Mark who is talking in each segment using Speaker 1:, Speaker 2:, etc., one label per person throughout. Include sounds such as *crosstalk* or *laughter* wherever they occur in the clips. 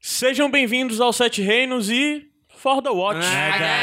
Speaker 1: Sejam bem-vindos aos Sete Reinos e For the Watch.
Speaker 2: É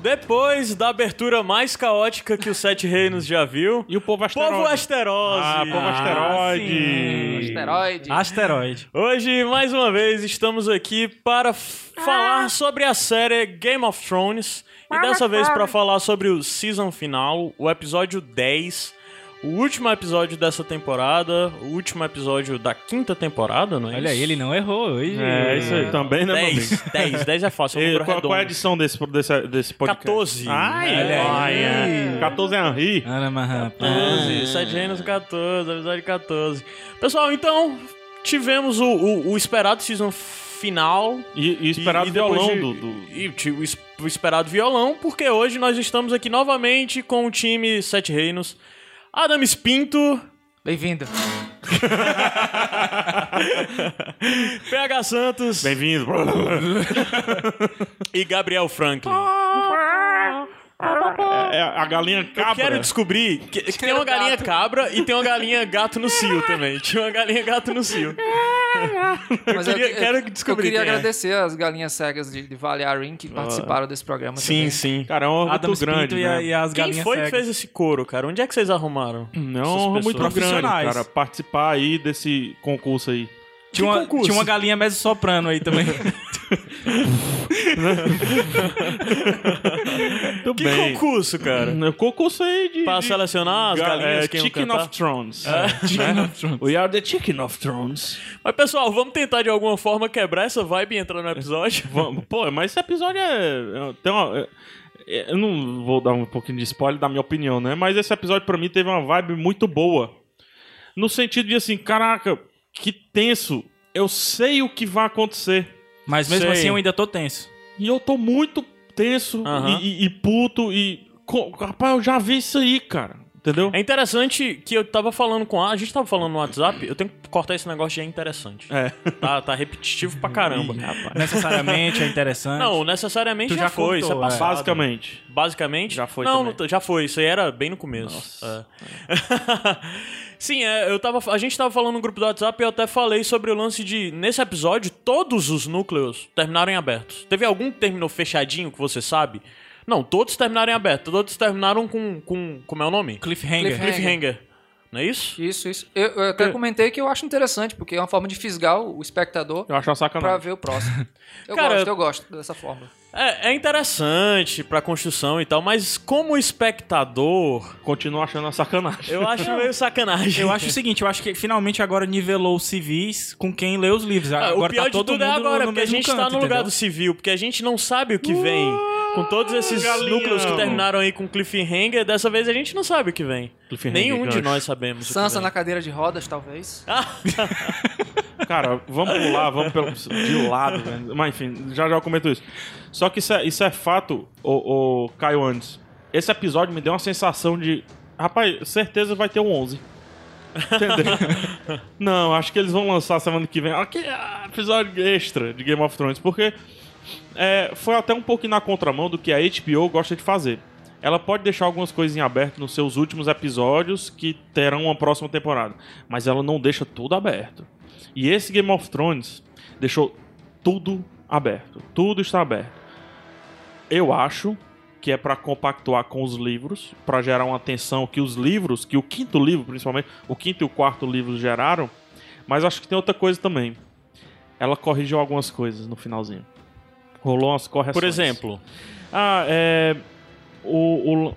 Speaker 1: Depois da abertura mais caótica que os Sete Reinos já viu,
Speaker 2: E o povo asteroide.
Speaker 1: Povo Asterose.
Speaker 2: Ah, povo asteroide.
Speaker 3: Asteroide.
Speaker 4: Asteroide.
Speaker 1: Hoje, mais uma vez, estamos aqui para f- falar sobre a série Game of Thrones. E dessa vez para falar sobre o season final, o episódio 10, o último episódio dessa temporada, o último episódio da quinta temporada, não é
Speaker 4: Olha aí,
Speaker 1: isso?
Speaker 4: ele não errou hoje.
Speaker 2: É, isso aí também, né, meu amigo?
Speaker 1: 10, 10, 10 é fácil, é um
Speaker 2: E
Speaker 1: número
Speaker 2: qual, qual é a
Speaker 1: redondo.
Speaker 2: edição desse, desse, desse podcast?
Speaker 1: 14.
Speaker 2: Ai,
Speaker 1: Olha
Speaker 2: ai,
Speaker 4: aí.
Speaker 2: é. 14 é Henri.
Speaker 4: Ana Marra.
Speaker 1: 14, 7 reinos 14, é episódio 14. Pessoal, então, tivemos o, o- o esperado season final.
Speaker 2: E, e esperado
Speaker 1: depois
Speaker 2: violão
Speaker 1: de-
Speaker 2: do... do-
Speaker 1: E ti- o es- o esperado violão, porque hoje nós estamos aqui novamente com o time Sete Reinos. Adam Espinto, *laughs*
Speaker 3: Bem-vindo.
Speaker 1: PH Santos
Speaker 2: Bem-vindo.
Speaker 1: e Gabriel Franklin.
Speaker 2: É a galinha cabra.
Speaker 1: Quero descobrir que, que tem uma galinha
Speaker 3: Gato.
Speaker 1: cabra e tem uma galinha gato no cio também. Tinha uma galinha gato no cio.
Speaker 3: Mas
Speaker 1: queria- quero descobrir
Speaker 3: Eu queria
Speaker 1: quem é. Ah.
Speaker 3: agradecer as galinhas cegas de, de Vale Arim que participaram desse programa.
Speaker 1: Sim,
Speaker 3: também.
Speaker 1: sim.
Speaker 2: Cara, é um orgulho
Speaker 4: Adam
Speaker 2: muito grande,
Speaker 4: Pinto e, a-
Speaker 2: né?
Speaker 4: e as
Speaker 1: Quem
Speaker 4: galinhas
Speaker 1: foi que
Speaker 4: cegas.
Speaker 1: fez esse couro, cara? Onde é que vocês arrumaram?
Speaker 2: Não, é
Speaker 1: Essas
Speaker 2: um ramo
Speaker 1: pessoas.
Speaker 2: muito grande,
Speaker 4: Profissionais.
Speaker 2: cara. Participar aí desse concurso aí.
Speaker 4: Tinha uma,
Speaker 1: concurso?
Speaker 4: tinha uma galinha mezzo-soprano
Speaker 1: *laughs*
Speaker 4: aí também.
Speaker 2: Muito
Speaker 1: Que
Speaker 2: bem.
Speaker 1: concurso, cara?
Speaker 2: É, Concurso aí de...
Speaker 1: Pra
Speaker 2: de-
Speaker 1: selecionar as
Speaker 2: Ga-
Speaker 1: galinhas
Speaker 2: é,
Speaker 1: que iam
Speaker 2: Chicken
Speaker 1: cantar? É.
Speaker 2: of Thrones.
Speaker 4: Chicken of Thrones.
Speaker 2: We are the Chicken of Thrones.
Speaker 1: Mas, pessoal, vamos tentar de alguma forma quebrar essa vibe e entrar no episódio?
Speaker 2: Vamos. *laughs* Pô, mas esse episódio é. é- Tem uma, é- é- eu não vou dar um pouquinho de spoiler da minha opinião, né? Mas esse episódio pra mim teve uma vibe muito boa. No sentido de assim, caraca, que tenso. Eu sei o que vai acontecer.
Speaker 4: Mas mesmo
Speaker 1: Sei.
Speaker 4: assim eu ainda tô tenso.
Speaker 2: E eu tô muito tenso
Speaker 1: Aham.
Speaker 2: e, e- e puto e. co- Rapaz, eu já vi isso aí, cara. Entendeu?
Speaker 1: É interessante que eu tava falando com a... A gente tava falando no WhatsApp. Eu tenho que cortar esse negócio de é interessante.
Speaker 2: É.
Speaker 1: Tá, tá repetitivo pra caramba.
Speaker 4: Necessariamente é interessante.
Speaker 1: Não, necessariamente
Speaker 4: Tu
Speaker 1: já,
Speaker 4: já
Speaker 1: foi.
Speaker 4: cortou,
Speaker 1: isso é
Speaker 4: é.
Speaker 1: passado.
Speaker 2: Basicamente.
Speaker 1: Basicamente?
Speaker 2: Já foi
Speaker 1: Não,
Speaker 2: também.
Speaker 1: não t- já foi. Isso aí era bem no começo. É. *laughs* Sim, é, eu tava, a gente tava falando no grupo do WhatsApp e eu até falei sobre o lance de, nesse episódio, todos os núcleos terminaram em abertos. Teve algum que terminou fechadinho, que você sabe? Não, todos terminaram em aberto. Todos terminaram com, com como é o nome?
Speaker 4: Cliffhanger.
Speaker 3: Cliffhanger.
Speaker 1: Cliffhanger. Não é isso?
Speaker 3: Isso, isso. Eu, eu até comentei que eu acho interessante, porque é uma forma de fisgar o espectador
Speaker 2: Eu acho uma
Speaker 3: pra
Speaker 2: sacanagem.
Speaker 3: ver o
Speaker 1: *laughs*
Speaker 3: próximo. Eu
Speaker 1: Cara,
Speaker 3: gosto, eu gosto dessa forma.
Speaker 1: É, é interessante pra construção e tal, mas como espectador,
Speaker 2: Continuo achando uma sacanagem.
Speaker 1: eu acho meio sacanagem.
Speaker 4: Eu acho o seguinte, eu acho que finalmente agora nivelou os civis com quem lê os livros.
Speaker 1: Ah, o
Speaker 4: Agora
Speaker 1: pior
Speaker 4: tá
Speaker 1: de
Speaker 4: todo
Speaker 1: tudo é
Speaker 4: mundo
Speaker 1: agora,
Speaker 4: no
Speaker 1: porque a
Speaker 4: mesmo
Speaker 1: gente
Speaker 4: canto,
Speaker 1: tá no lugar
Speaker 4: entendeu?
Speaker 1: do civil, porque a gente não sabe o que vem. Com todos esses
Speaker 2: Ah, galinhão.
Speaker 1: núcleos que terminaram aí com cliffhanger, dessa vez a gente não sabe o que vem.
Speaker 2: *laughs* Cliffhanger,
Speaker 1: Nenhum de
Speaker 2: gancho.
Speaker 1: nós sabemos.
Speaker 3: Sansa
Speaker 1: o
Speaker 3: na
Speaker 1: que
Speaker 3: cadeira de rodas, talvez.
Speaker 2: Cara, vamos pular, vamos pelo, de lado, velho. Mas enfim, já já eu comento isso. Só que isso é, isso é fato, o, Caio Andes. Esse episódio me deu uma sensação de. Rapaz, certeza vai ter um 11. Entendeu? Não, acho que eles vão lançar semana que vem. Aqui, ah, episódio extra de Game of Thrones, porque é, foi até um pouco na contramão do que a HBO gosta de fazer. Ela pode deixar algumas coisas em aberto nos seus últimos episódios que terão uma próxima temporada, mas ela não deixa tudo aberto. E esse Game of Thrones deixou tudo aberto, tudo está aberto. Eu acho que é pra compactuar com os livros, pra gerar uma tensão que os livros, que o quinto livro principalmente, o quinto e o quarto livro geraram, mas acho que tem outra coisa também. Ela corrigiu algumas coisas no finalzinho. Rolou umas Ah,
Speaker 1: vem.
Speaker 2: correções.
Speaker 1: Por exemplo,
Speaker 2: Ah, é. O. o-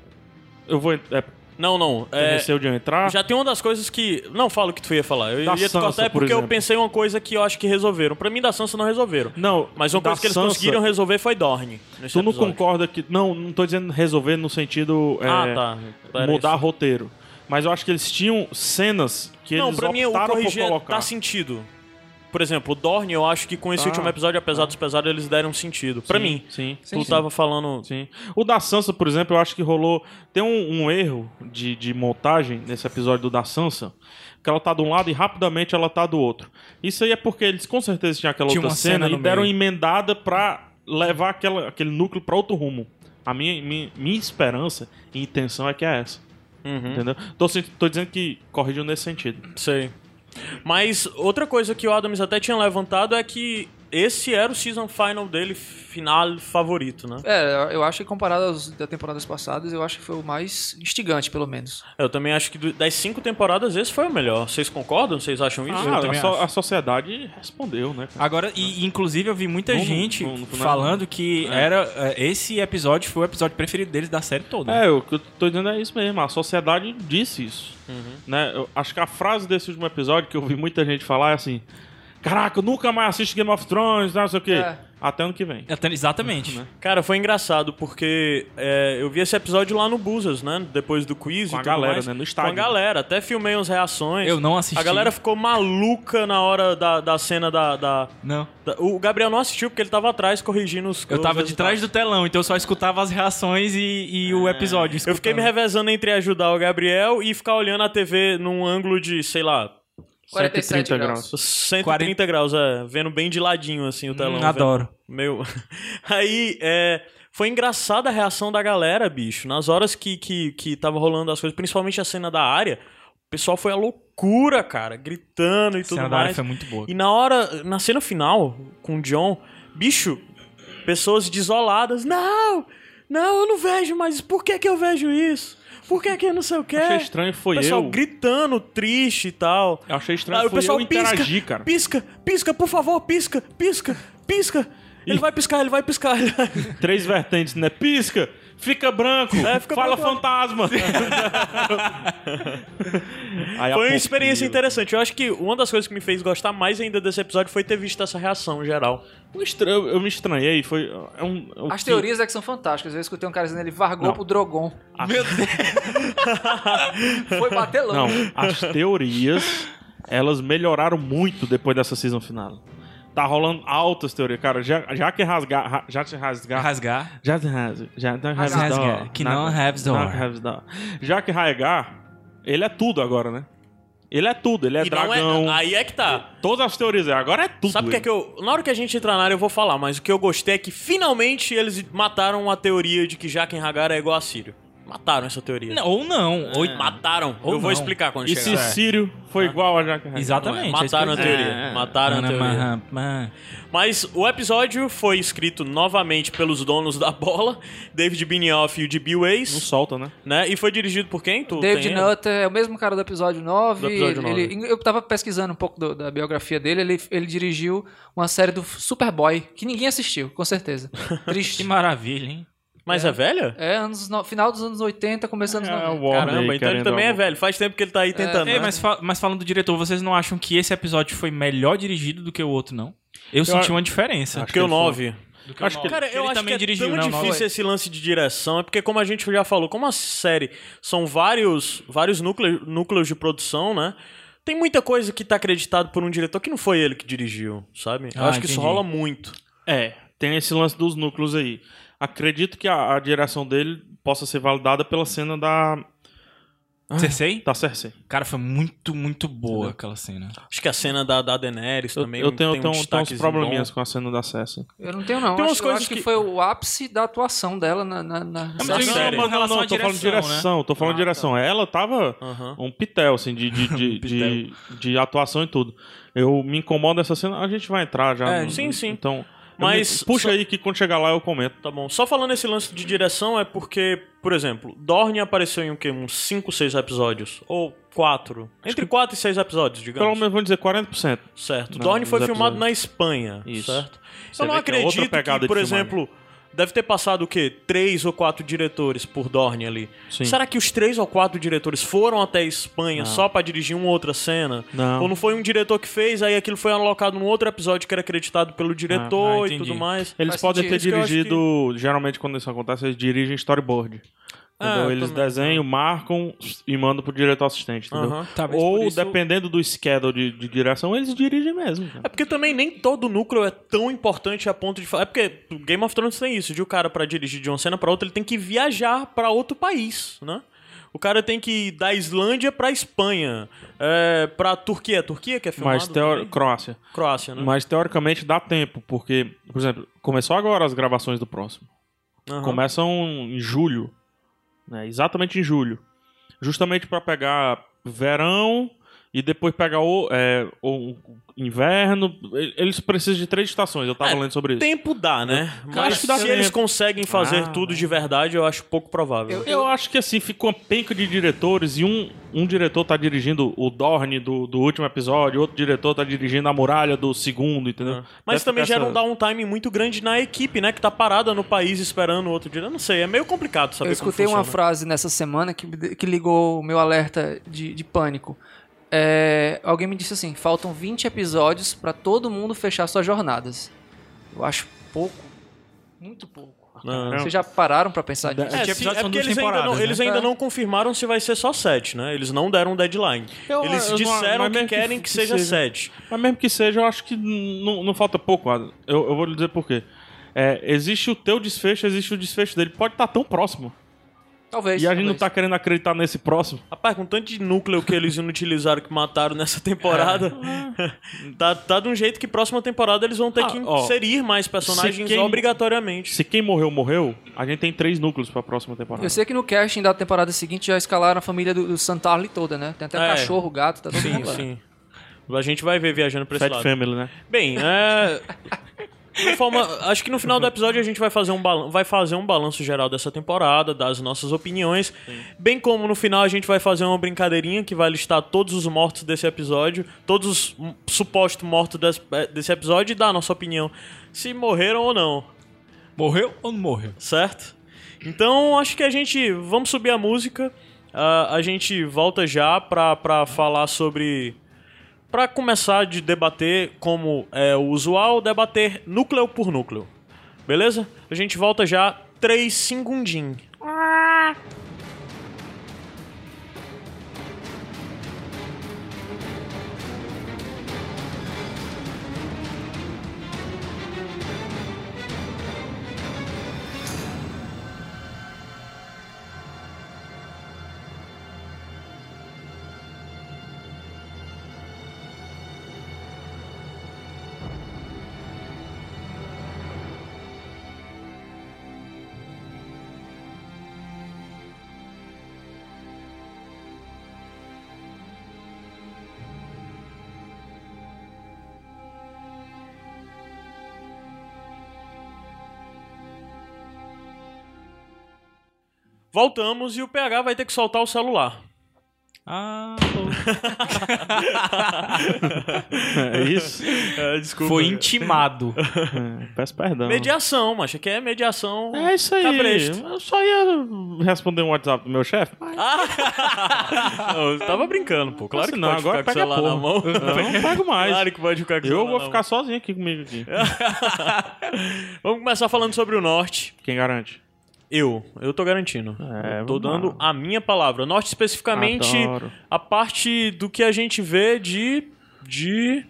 Speaker 2: eu vou. É,
Speaker 1: Não, não.
Speaker 2: Tem
Speaker 1: É,
Speaker 2: receio de eu entrar?
Speaker 1: já tem uma das coisas que. Não falo o que tu ia falar. Eu
Speaker 2: Da
Speaker 1: ia te
Speaker 2: Sansa,
Speaker 1: cortar é
Speaker 2: por
Speaker 1: porque eu
Speaker 2: exemplo.
Speaker 1: pensei uma coisa que eu acho que resolveram. Pra mim, da Sansa não resolveram.
Speaker 2: Não,
Speaker 1: Mas uma
Speaker 2: da
Speaker 1: coisa que eles
Speaker 2: Sansa,
Speaker 1: conseguiram resolver foi Dorne. nesse
Speaker 2: Tu não
Speaker 1: episódio.
Speaker 2: concorda que. Não, não tô dizendo resolver no sentido. é,
Speaker 1: Ah, tá. Era
Speaker 2: mudar
Speaker 1: isso.
Speaker 2: roteiro. Mas eu acho que eles tinham cenas que
Speaker 1: Não,
Speaker 2: eles
Speaker 1: pra mim o
Speaker 2: optaram por
Speaker 1: corrigir é-
Speaker 2: colocar.
Speaker 1: dá sentido. Por exemplo, o Dorne, eu acho que com esse
Speaker 2: Tá,
Speaker 1: último episódio, apesar dos pesados, eles deram sentido. Pra
Speaker 2: Sim,
Speaker 1: mim.
Speaker 2: Sim.
Speaker 1: tu tava falando.
Speaker 2: Sim. O da Sansa, por exemplo, eu acho que rolou. Tem um, um erro de, de montagem nesse episódio do da Sansa. Que ela tá de um lado e rapidamente ela tá do outro. Isso aí é porque eles com certeza tinham aquela
Speaker 4: Tinha
Speaker 2: outra
Speaker 4: uma
Speaker 2: cena,
Speaker 4: cena
Speaker 2: e
Speaker 4: no
Speaker 2: deram
Speaker 4: meio.
Speaker 2: emendada pra levar aquela, aquele núcleo pra outro rumo. A minha, minha, minha esperança e intenção é que é essa.
Speaker 1: Uhum,
Speaker 2: Entendeu? Tô, sen- tô dizendo que corrigiu nesse sentido.
Speaker 1: sei. Mas outra coisa que o Adams até tinha levantado é que esse era o season final dele, final favorito, né?
Speaker 3: É, eu acho que comparado aos da temporadas passadas, eu acho que foi o mais instigante, pelo menos.
Speaker 1: Eu também acho que do- das cinco temporadas, esse foi o melhor. Vocês concordam? Vocês acham isso?
Speaker 2: Ah, a,
Speaker 4: também
Speaker 2: so-
Speaker 4: acho.
Speaker 2: a sociedade respondeu, né?
Speaker 1: Ah.
Speaker 2: cara?
Speaker 4: Agora, e, e, inclusive eu vi muita
Speaker 2: Não,
Speaker 4: gente
Speaker 2: não,
Speaker 1: né?
Speaker 2: não, não.
Speaker 4: falando que era é, esse episódio foi o episódio preferido deles da série toda.
Speaker 2: É, o que eu tô dizendo é isso mesmo. A sociedade disse isso.
Speaker 1: Uhum.
Speaker 2: Né? Eu acho que a frase desse último episódio que eu vi muita gente falar é assim: Caraca, eu nunca mais assisto Game of Thrones, né, não sei o quê.
Speaker 3: É.
Speaker 2: Até ano que vem.
Speaker 4: Até- tá, Exatamente.
Speaker 1: Cara, foi engraçado, porque é, eu vi esse episódio lá no Busas, né? Depois do quiz
Speaker 2: Com
Speaker 1: e
Speaker 2: a
Speaker 1: tudo
Speaker 2: galera,
Speaker 1: mais.
Speaker 2: né? No estádio.
Speaker 1: Com a galera. Até filmei umas reações.
Speaker 4: Eu não assisti.
Speaker 1: A galera ficou maluca na hora da, da cena da, da-
Speaker 4: Não.
Speaker 1: da- O Gabriel não assistiu porque ele tava atrás corrigindo os
Speaker 4: Eu
Speaker 1: os
Speaker 4: tava de trás
Speaker 1: resultados.
Speaker 4: do telão, então eu só escutava as reações e, e o episódio.
Speaker 1: É. Eu fiquei me
Speaker 4: escutando.
Speaker 1: revezando entre ajudar o Gabriel e ficar olhando a TV num ângulo de, sei lá,
Speaker 3: 47
Speaker 2: 130
Speaker 3: graus.
Speaker 1: 130 graus, é, vendo bem de ladinho assim o telão.
Speaker 4: Hum,
Speaker 1: vendo-
Speaker 4: Adoro.
Speaker 1: Meu. *laughs* Aí, é. Foi engraçada a reação da galera, bicho. Nas horas que, que, que tava rolando as coisas, principalmente a cena da área, o pessoal foi a loucura, cara, gritando e
Speaker 4: A
Speaker 1: tudo
Speaker 4: cena da área
Speaker 1: mais.
Speaker 4: foi é muito boa.
Speaker 1: E na hora, na cena final, com o John, bicho, pessoas desoladas, não, não, eu não vejo, mas por que que eu vejo isso? Por que que eu não sei o quê?
Speaker 2: Achei estranho, foi
Speaker 1: o É. pessoal
Speaker 2: eu.
Speaker 1: gritando, triste e tal.
Speaker 2: Eu achei estranho,
Speaker 1: Aí o
Speaker 2: foi
Speaker 1: pessoal
Speaker 2: eu
Speaker 1: pisca,
Speaker 2: interagir, cara.
Speaker 1: pisca, pisca, por favor, pisca, pisca, pisca. Ele vai piscar, ele vai
Speaker 2: *laughs*
Speaker 1: piscar.
Speaker 2: É
Speaker 1: ele vai-
Speaker 2: Três vertentes, né? Pisca, fica branco,
Speaker 1: É, fica
Speaker 2: fala
Speaker 1: branco.
Speaker 2: fantasma. *laughs*
Speaker 1: Foi
Speaker 2: Aí
Speaker 1: uma
Speaker 2: aponta
Speaker 1: experiência
Speaker 2: o dedo.
Speaker 1: interessante. Eu acho que uma das coisas que me fez gostar mais ainda desse episódio foi ter visto essa reação geral.
Speaker 2: Um estra- Eu eu me estranhei, foi. É um, é um-
Speaker 3: As teorias é que são fantásticas. Eu escutei um cara dizendo ele vargou
Speaker 2: Não.
Speaker 3: pro Drogon.
Speaker 2: Ah.
Speaker 3: Meu Deus! Foi bater
Speaker 2: Não,
Speaker 3: longe.
Speaker 2: as teorias, elas melhoraram muito depois dessa season final. Tá rolando altas teorias, cara. Já, já que rasgar, ra- já te rasgar.
Speaker 4: Rasgar.
Speaker 2: Já te rasgar. Já te rasgar.
Speaker 4: Rasgar, que não has door.
Speaker 2: Não has door. Já que rasgar, ele é tudo agora, né? Ele é tudo, ele é
Speaker 1: e
Speaker 2: dragão.
Speaker 1: não é. Aí é que tá.
Speaker 2: Todas as teorias, é, agora é tudo.
Speaker 1: Sabe o que é
Speaker 2: ele.
Speaker 1: que eu. Na hora que a gente entrar na área, eu vou falar, mas o que eu gostei é que finalmente eles mataram a teoria de que Jaqen Hagar é igual a Sírio. Mataram essa teoria.
Speaker 4: Não, ou não. Ou...
Speaker 1: Mataram.
Speaker 4: Ou
Speaker 1: eu vou
Speaker 4: não.
Speaker 1: explicar quando
Speaker 2: E
Speaker 1: chegar.
Speaker 2: se Sírio
Speaker 1: É.
Speaker 2: foi igual a Jack Hagar?
Speaker 4: Exatamente.
Speaker 1: Não é, mataram a teoria.
Speaker 2: É, é.
Speaker 1: Mataram a teoria. Mas o episódio foi escrito novamente pelos donos da bola, David Benioff e o D.B.
Speaker 2: Não
Speaker 1: Weiss,
Speaker 2: solta, né?
Speaker 1: né? E foi dirigido por quem? Tu
Speaker 3: David
Speaker 1: tem-
Speaker 3: Nutter é o mesmo cara do episódio 9.
Speaker 2: Do episódio
Speaker 3: ele-
Speaker 2: 9.
Speaker 3: eu tava pesquisando um pouco do- da biografia dele. Ele, ele dirigiu uma série do Superboy, que ninguém assistiu,
Speaker 1: *laughs*
Speaker 3: com certeza.
Speaker 4: Que
Speaker 3: Triste.
Speaker 4: maravilha, hein?
Speaker 1: Mas é velha?
Speaker 3: É, anos, no- final dos anos 80, começo dos anos
Speaker 2: É,
Speaker 3: 90.
Speaker 2: o Warner
Speaker 1: Caramba, então ele
Speaker 2: querendo
Speaker 1: também é
Speaker 2: alguma-
Speaker 1: velho. Faz tempo que ele tá aí tentando.
Speaker 4: Ei,
Speaker 1: né?
Speaker 4: mas, fa- mas falando do diretor, vocês não acham que esse episódio foi melhor dirigido do que o outro, não? Eu, senti
Speaker 2: a-
Speaker 4: uma diferença.
Speaker 1: Porque o
Speaker 2: ele foi.
Speaker 1: 9.
Speaker 2: Acho que
Speaker 1: Cara, eu
Speaker 4: Ele
Speaker 1: acho
Speaker 4: também
Speaker 1: que é
Speaker 4: dirigiu,
Speaker 1: tão
Speaker 4: né, o
Speaker 1: difícil
Speaker 4: Nolan.
Speaker 1: esse lance de direção, é porque como a gente já falou, como a série são vários, vários núcleos, núcleos de produção, né? Tem muita coisa que tá acreditado por um diretor que não foi ele que dirigiu, sabe? eu
Speaker 4: Ah,
Speaker 1: acho que isso
Speaker 4: entendi.
Speaker 1: rola muito.
Speaker 2: É, tem esse lance dos núcleos aí. Acredito que a, a direção dele possa ser validada pela cena da,
Speaker 4: Cersei?
Speaker 2: da Cersei.
Speaker 4: Cara, foi muito, muito boa aquela cena.
Speaker 1: Acho que a cena da, da Daenerys
Speaker 2: Eu,
Speaker 1: também
Speaker 2: eu tenho,
Speaker 1: tem um
Speaker 2: tenho- tenho uns
Speaker 1: destaquezinho
Speaker 2: probleminhas
Speaker 1: bom.
Speaker 2: com a cena da Cersei.
Speaker 3: Eu não tenho, não.
Speaker 1: Tem umas
Speaker 3: acho, eu
Speaker 1: coisas
Speaker 3: acho que...
Speaker 1: que-
Speaker 3: foi o ápice da atuação dela na. na, na-
Speaker 1: mas
Speaker 3: na
Speaker 1: eu-
Speaker 3: série.
Speaker 1: série.
Speaker 2: não, não,
Speaker 4: relação
Speaker 2: não,
Speaker 4: à
Speaker 2: tô falando de
Speaker 4: direção, né?
Speaker 2: direção, tô falando
Speaker 1: Ah, tá.
Speaker 2: de direção. Ela tava
Speaker 1: Aham.
Speaker 2: um pitel, assim,
Speaker 1: *laughs*
Speaker 2: de, de,
Speaker 1: Um
Speaker 2: de, de, de atuação e tudo. Eu me incomodo essa cena, a gente vai entrar já.
Speaker 1: É,
Speaker 2: no-
Speaker 1: sim, sim.
Speaker 2: Então, eu
Speaker 1: Mas
Speaker 2: me- puxa
Speaker 1: só-
Speaker 2: aí que quando chegar lá eu comento.
Speaker 1: Tá bom. Só falando esse lance de direção é porque, por exemplo, Dorne apareceu em o quê? Uns 5, 6 episódios ou 4. Entre 4 e 6 episódios, digamos.
Speaker 2: Pelo menos vamos dizer 40%.
Speaker 1: Certo.
Speaker 2: Não,
Speaker 1: Dorne foi
Speaker 2: nos
Speaker 1: filmado
Speaker 2: episódios.
Speaker 1: na Espanha,
Speaker 2: Isso.
Speaker 1: certo?
Speaker 2: Você
Speaker 1: eu não
Speaker 2: vê que é outra
Speaker 1: acredito que,
Speaker 2: pegada de
Speaker 1: por
Speaker 2: filmagem.
Speaker 1: exemplo, deve ter passado o quê? Três ou quatro diretores por Dorne ali.
Speaker 2: Sim.
Speaker 1: Será que os três ou quatro diretores foram até a Espanha só pra dirigir uma outra cena?
Speaker 2: Não.
Speaker 1: Ou não foi um diretor que fez, aí aquilo foi alocado num outro episódio que era acreditado pelo diretor
Speaker 4: Ah, ah,
Speaker 1: e tudo
Speaker 4: entendi.
Speaker 1: mais?
Speaker 2: Eles
Speaker 1: Faz
Speaker 2: podem
Speaker 1: sentido.
Speaker 2: ter
Speaker 1: Isso que eu acho
Speaker 2: dirigido. Geralmente, quando isso acontece, eles dirigem storyboard.
Speaker 1: É,
Speaker 2: Entendeu?
Speaker 1: eu
Speaker 2: eles
Speaker 1: também.
Speaker 2: desenham, marcam e mandam pro diretor assistente, entendeu?
Speaker 1: Aham.
Speaker 4: Talvez por
Speaker 2: Ou,
Speaker 4: isso-
Speaker 2: dependendo do schedule de, de direção, eles dirigem mesmo.
Speaker 1: É porque também nem todo núcleo é tão importante a ponto de falar. É porque Game of Thrones tem isso, de o cara pra dirigir de uma cena pra outra, ele tem que viajar pra outro país, né? O cara tem que ir da Islândia pra Espanha, é, pra Turquia. Turquia que é filmado?
Speaker 2: Mas, teor...
Speaker 1: também?
Speaker 2: Croácia.
Speaker 1: Croácia, né?
Speaker 2: Mas, teoricamente, dá tempo, porque, por exemplo, começou agora as gravações do próximo.
Speaker 1: Aham.
Speaker 2: Começam um, em julho. né? Exatamente em julho. Justamente pra pegar verão e depois pegar o, é, o inverno. Eles precisam de três estações, eu tava
Speaker 1: É,
Speaker 2: lendo sobre isso.
Speaker 1: Tempo dá, né? Mas
Speaker 2: acho que dá
Speaker 1: se
Speaker 2: tempo.
Speaker 1: eles conseguem fazer
Speaker 2: Ah,
Speaker 1: tudo de verdade, eu acho pouco provável.
Speaker 2: Eu, acho que assim, ficou uma penca de diretores e um, um diretor tá dirigindo o Dorne do, do último episódio, outro diretor tá dirigindo a muralha do segundo, entendeu?
Speaker 1: Mas
Speaker 2: Deve
Speaker 1: também
Speaker 2: ficar
Speaker 1: gera um
Speaker 2: essa-
Speaker 1: downtime muito grande na equipe, né? Que tá parada no país esperando o outro dia. Eu não sei, é meio complicado saber
Speaker 3: Eu escutei
Speaker 1: como
Speaker 3: uma
Speaker 1: funciona.
Speaker 3: frase nessa semana que, me de- que ligou o meu alerta de, de pânico. É, alguém me disse assim: faltam 20 episódios pra todo mundo fechar suas jornadas. Eu acho pouco. Muito pouco.
Speaker 1: Não.
Speaker 2: É,
Speaker 3: Vocês já pararam pra pensar
Speaker 4: Da-
Speaker 3: nisso?
Speaker 4: É,
Speaker 1: É,
Speaker 4: episódios
Speaker 1: sim, é
Speaker 4: são
Speaker 1: porque
Speaker 4: duas
Speaker 1: eles ainda, não,
Speaker 4: temporadas,
Speaker 1: eles
Speaker 3: né?
Speaker 1: ainda
Speaker 3: É.
Speaker 1: não confirmaram se vai ser só sete, né? Eles não deram um deadline.
Speaker 2: Eu-
Speaker 1: eles
Speaker 2: eu não-
Speaker 1: disseram
Speaker 2: mas
Speaker 1: que
Speaker 2: mesmo que
Speaker 1: querem que,
Speaker 2: que
Speaker 1: seja
Speaker 2: seja.
Speaker 1: sete.
Speaker 2: Mas mesmo que seja, eu acho que não, não falta pouco, Adam. Eu, eu vou lhe dizer por quê. É, existe o teu desfecho, existe o desfecho dele. Pode estar tão próximo.
Speaker 1: É
Speaker 3: Talvez.
Speaker 2: e a gente não
Speaker 3: talvez.
Speaker 2: tá querendo acreditar nesse próximo.
Speaker 1: Rapaz, com tanto de núcleo que eles inutilizaram, que mataram nessa temporada,
Speaker 2: É.
Speaker 1: *laughs* tá, tá de um jeito que próxima temporada eles vão ter
Speaker 2: Ah,
Speaker 1: que
Speaker 2: ó,
Speaker 1: inserir mais personagens
Speaker 2: se quem-
Speaker 1: obrigatoriamente.
Speaker 2: Se quem morreu, morreu, a gente tem três núcleos pra próxima
Speaker 1: tá-
Speaker 2: temporada.
Speaker 3: Eu sei que no casting da temporada seguinte já escalaram a família do, do Santarli toda, né? Tem até
Speaker 1: É.
Speaker 3: cachorro, gato, tá todo
Speaker 1: Sim,
Speaker 3: mundo lá.
Speaker 1: sim. A gente vai ver viajando pra esse
Speaker 2: Fat
Speaker 1: lado. *laughs*
Speaker 2: Family, né?
Speaker 1: Bem, é. de uma forma- acho que no final do episódio a gente vai fazer um, balan vai fazer um balanço geral dessa temporada, das nossas opiniões. Bem como no final a gente vai fazer uma brincadeirinha que vai listar todos os mortos desse episódio, todos os hum, supostos mortos des- eh, desse episódio e dar a nossa opinião se morreram ou não,
Speaker 4: Morreu ou não morreu?
Speaker 1: certo? Então acho que a gente. Vamos subir a música. ah, a gente volta já pra, pra falar sobre. Pra começar de debater, como é o usual, debater núcleo por núcleo. Beleza? A gente volta já 3 segundinhos. Voltamos e o PH vai ter que soltar o celular.
Speaker 4: Ah,
Speaker 2: É isso.
Speaker 1: É, desculpa.
Speaker 4: foi intimado.
Speaker 2: É, peço perdão.
Speaker 1: Mediação, macho. Aqui é mediação.
Speaker 2: É isso aí.
Speaker 1: Cabresto.
Speaker 2: Eu só ia responder um WhatsApp do meu chefe. mas
Speaker 1: Não, Ah, eu tava brincando, pô. Claro que
Speaker 2: não,
Speaker 1: pode
Speaker 2: agora
Speaker 1: ficar com o
Speaker 2: pega a
Speaker 1: celular na mão.
Speaker 2: porra. Eu não pego mais.
Speaker 1: Claro que pode ficar com o
Speaker 2: eu
Speaker 1: celular
Speaker 2: vou
Speaker 1: na É.
Speaker 2: ficar sozinho aqui comigo aqui.
Speaker 1: mão. Vamos começar falando sobre o norte.
Speaker 2: Quem garante?
Speaker 1: Eu, eu tô garantindo.
Speaker 2: É,
Speaker 1: Eu tô
Speaker 2: vamos
Speaker 1: dando a minha palavra. Norte especificamente
Speaker 2: Adoro.
Speaker 1: a parte do que a gente vê de de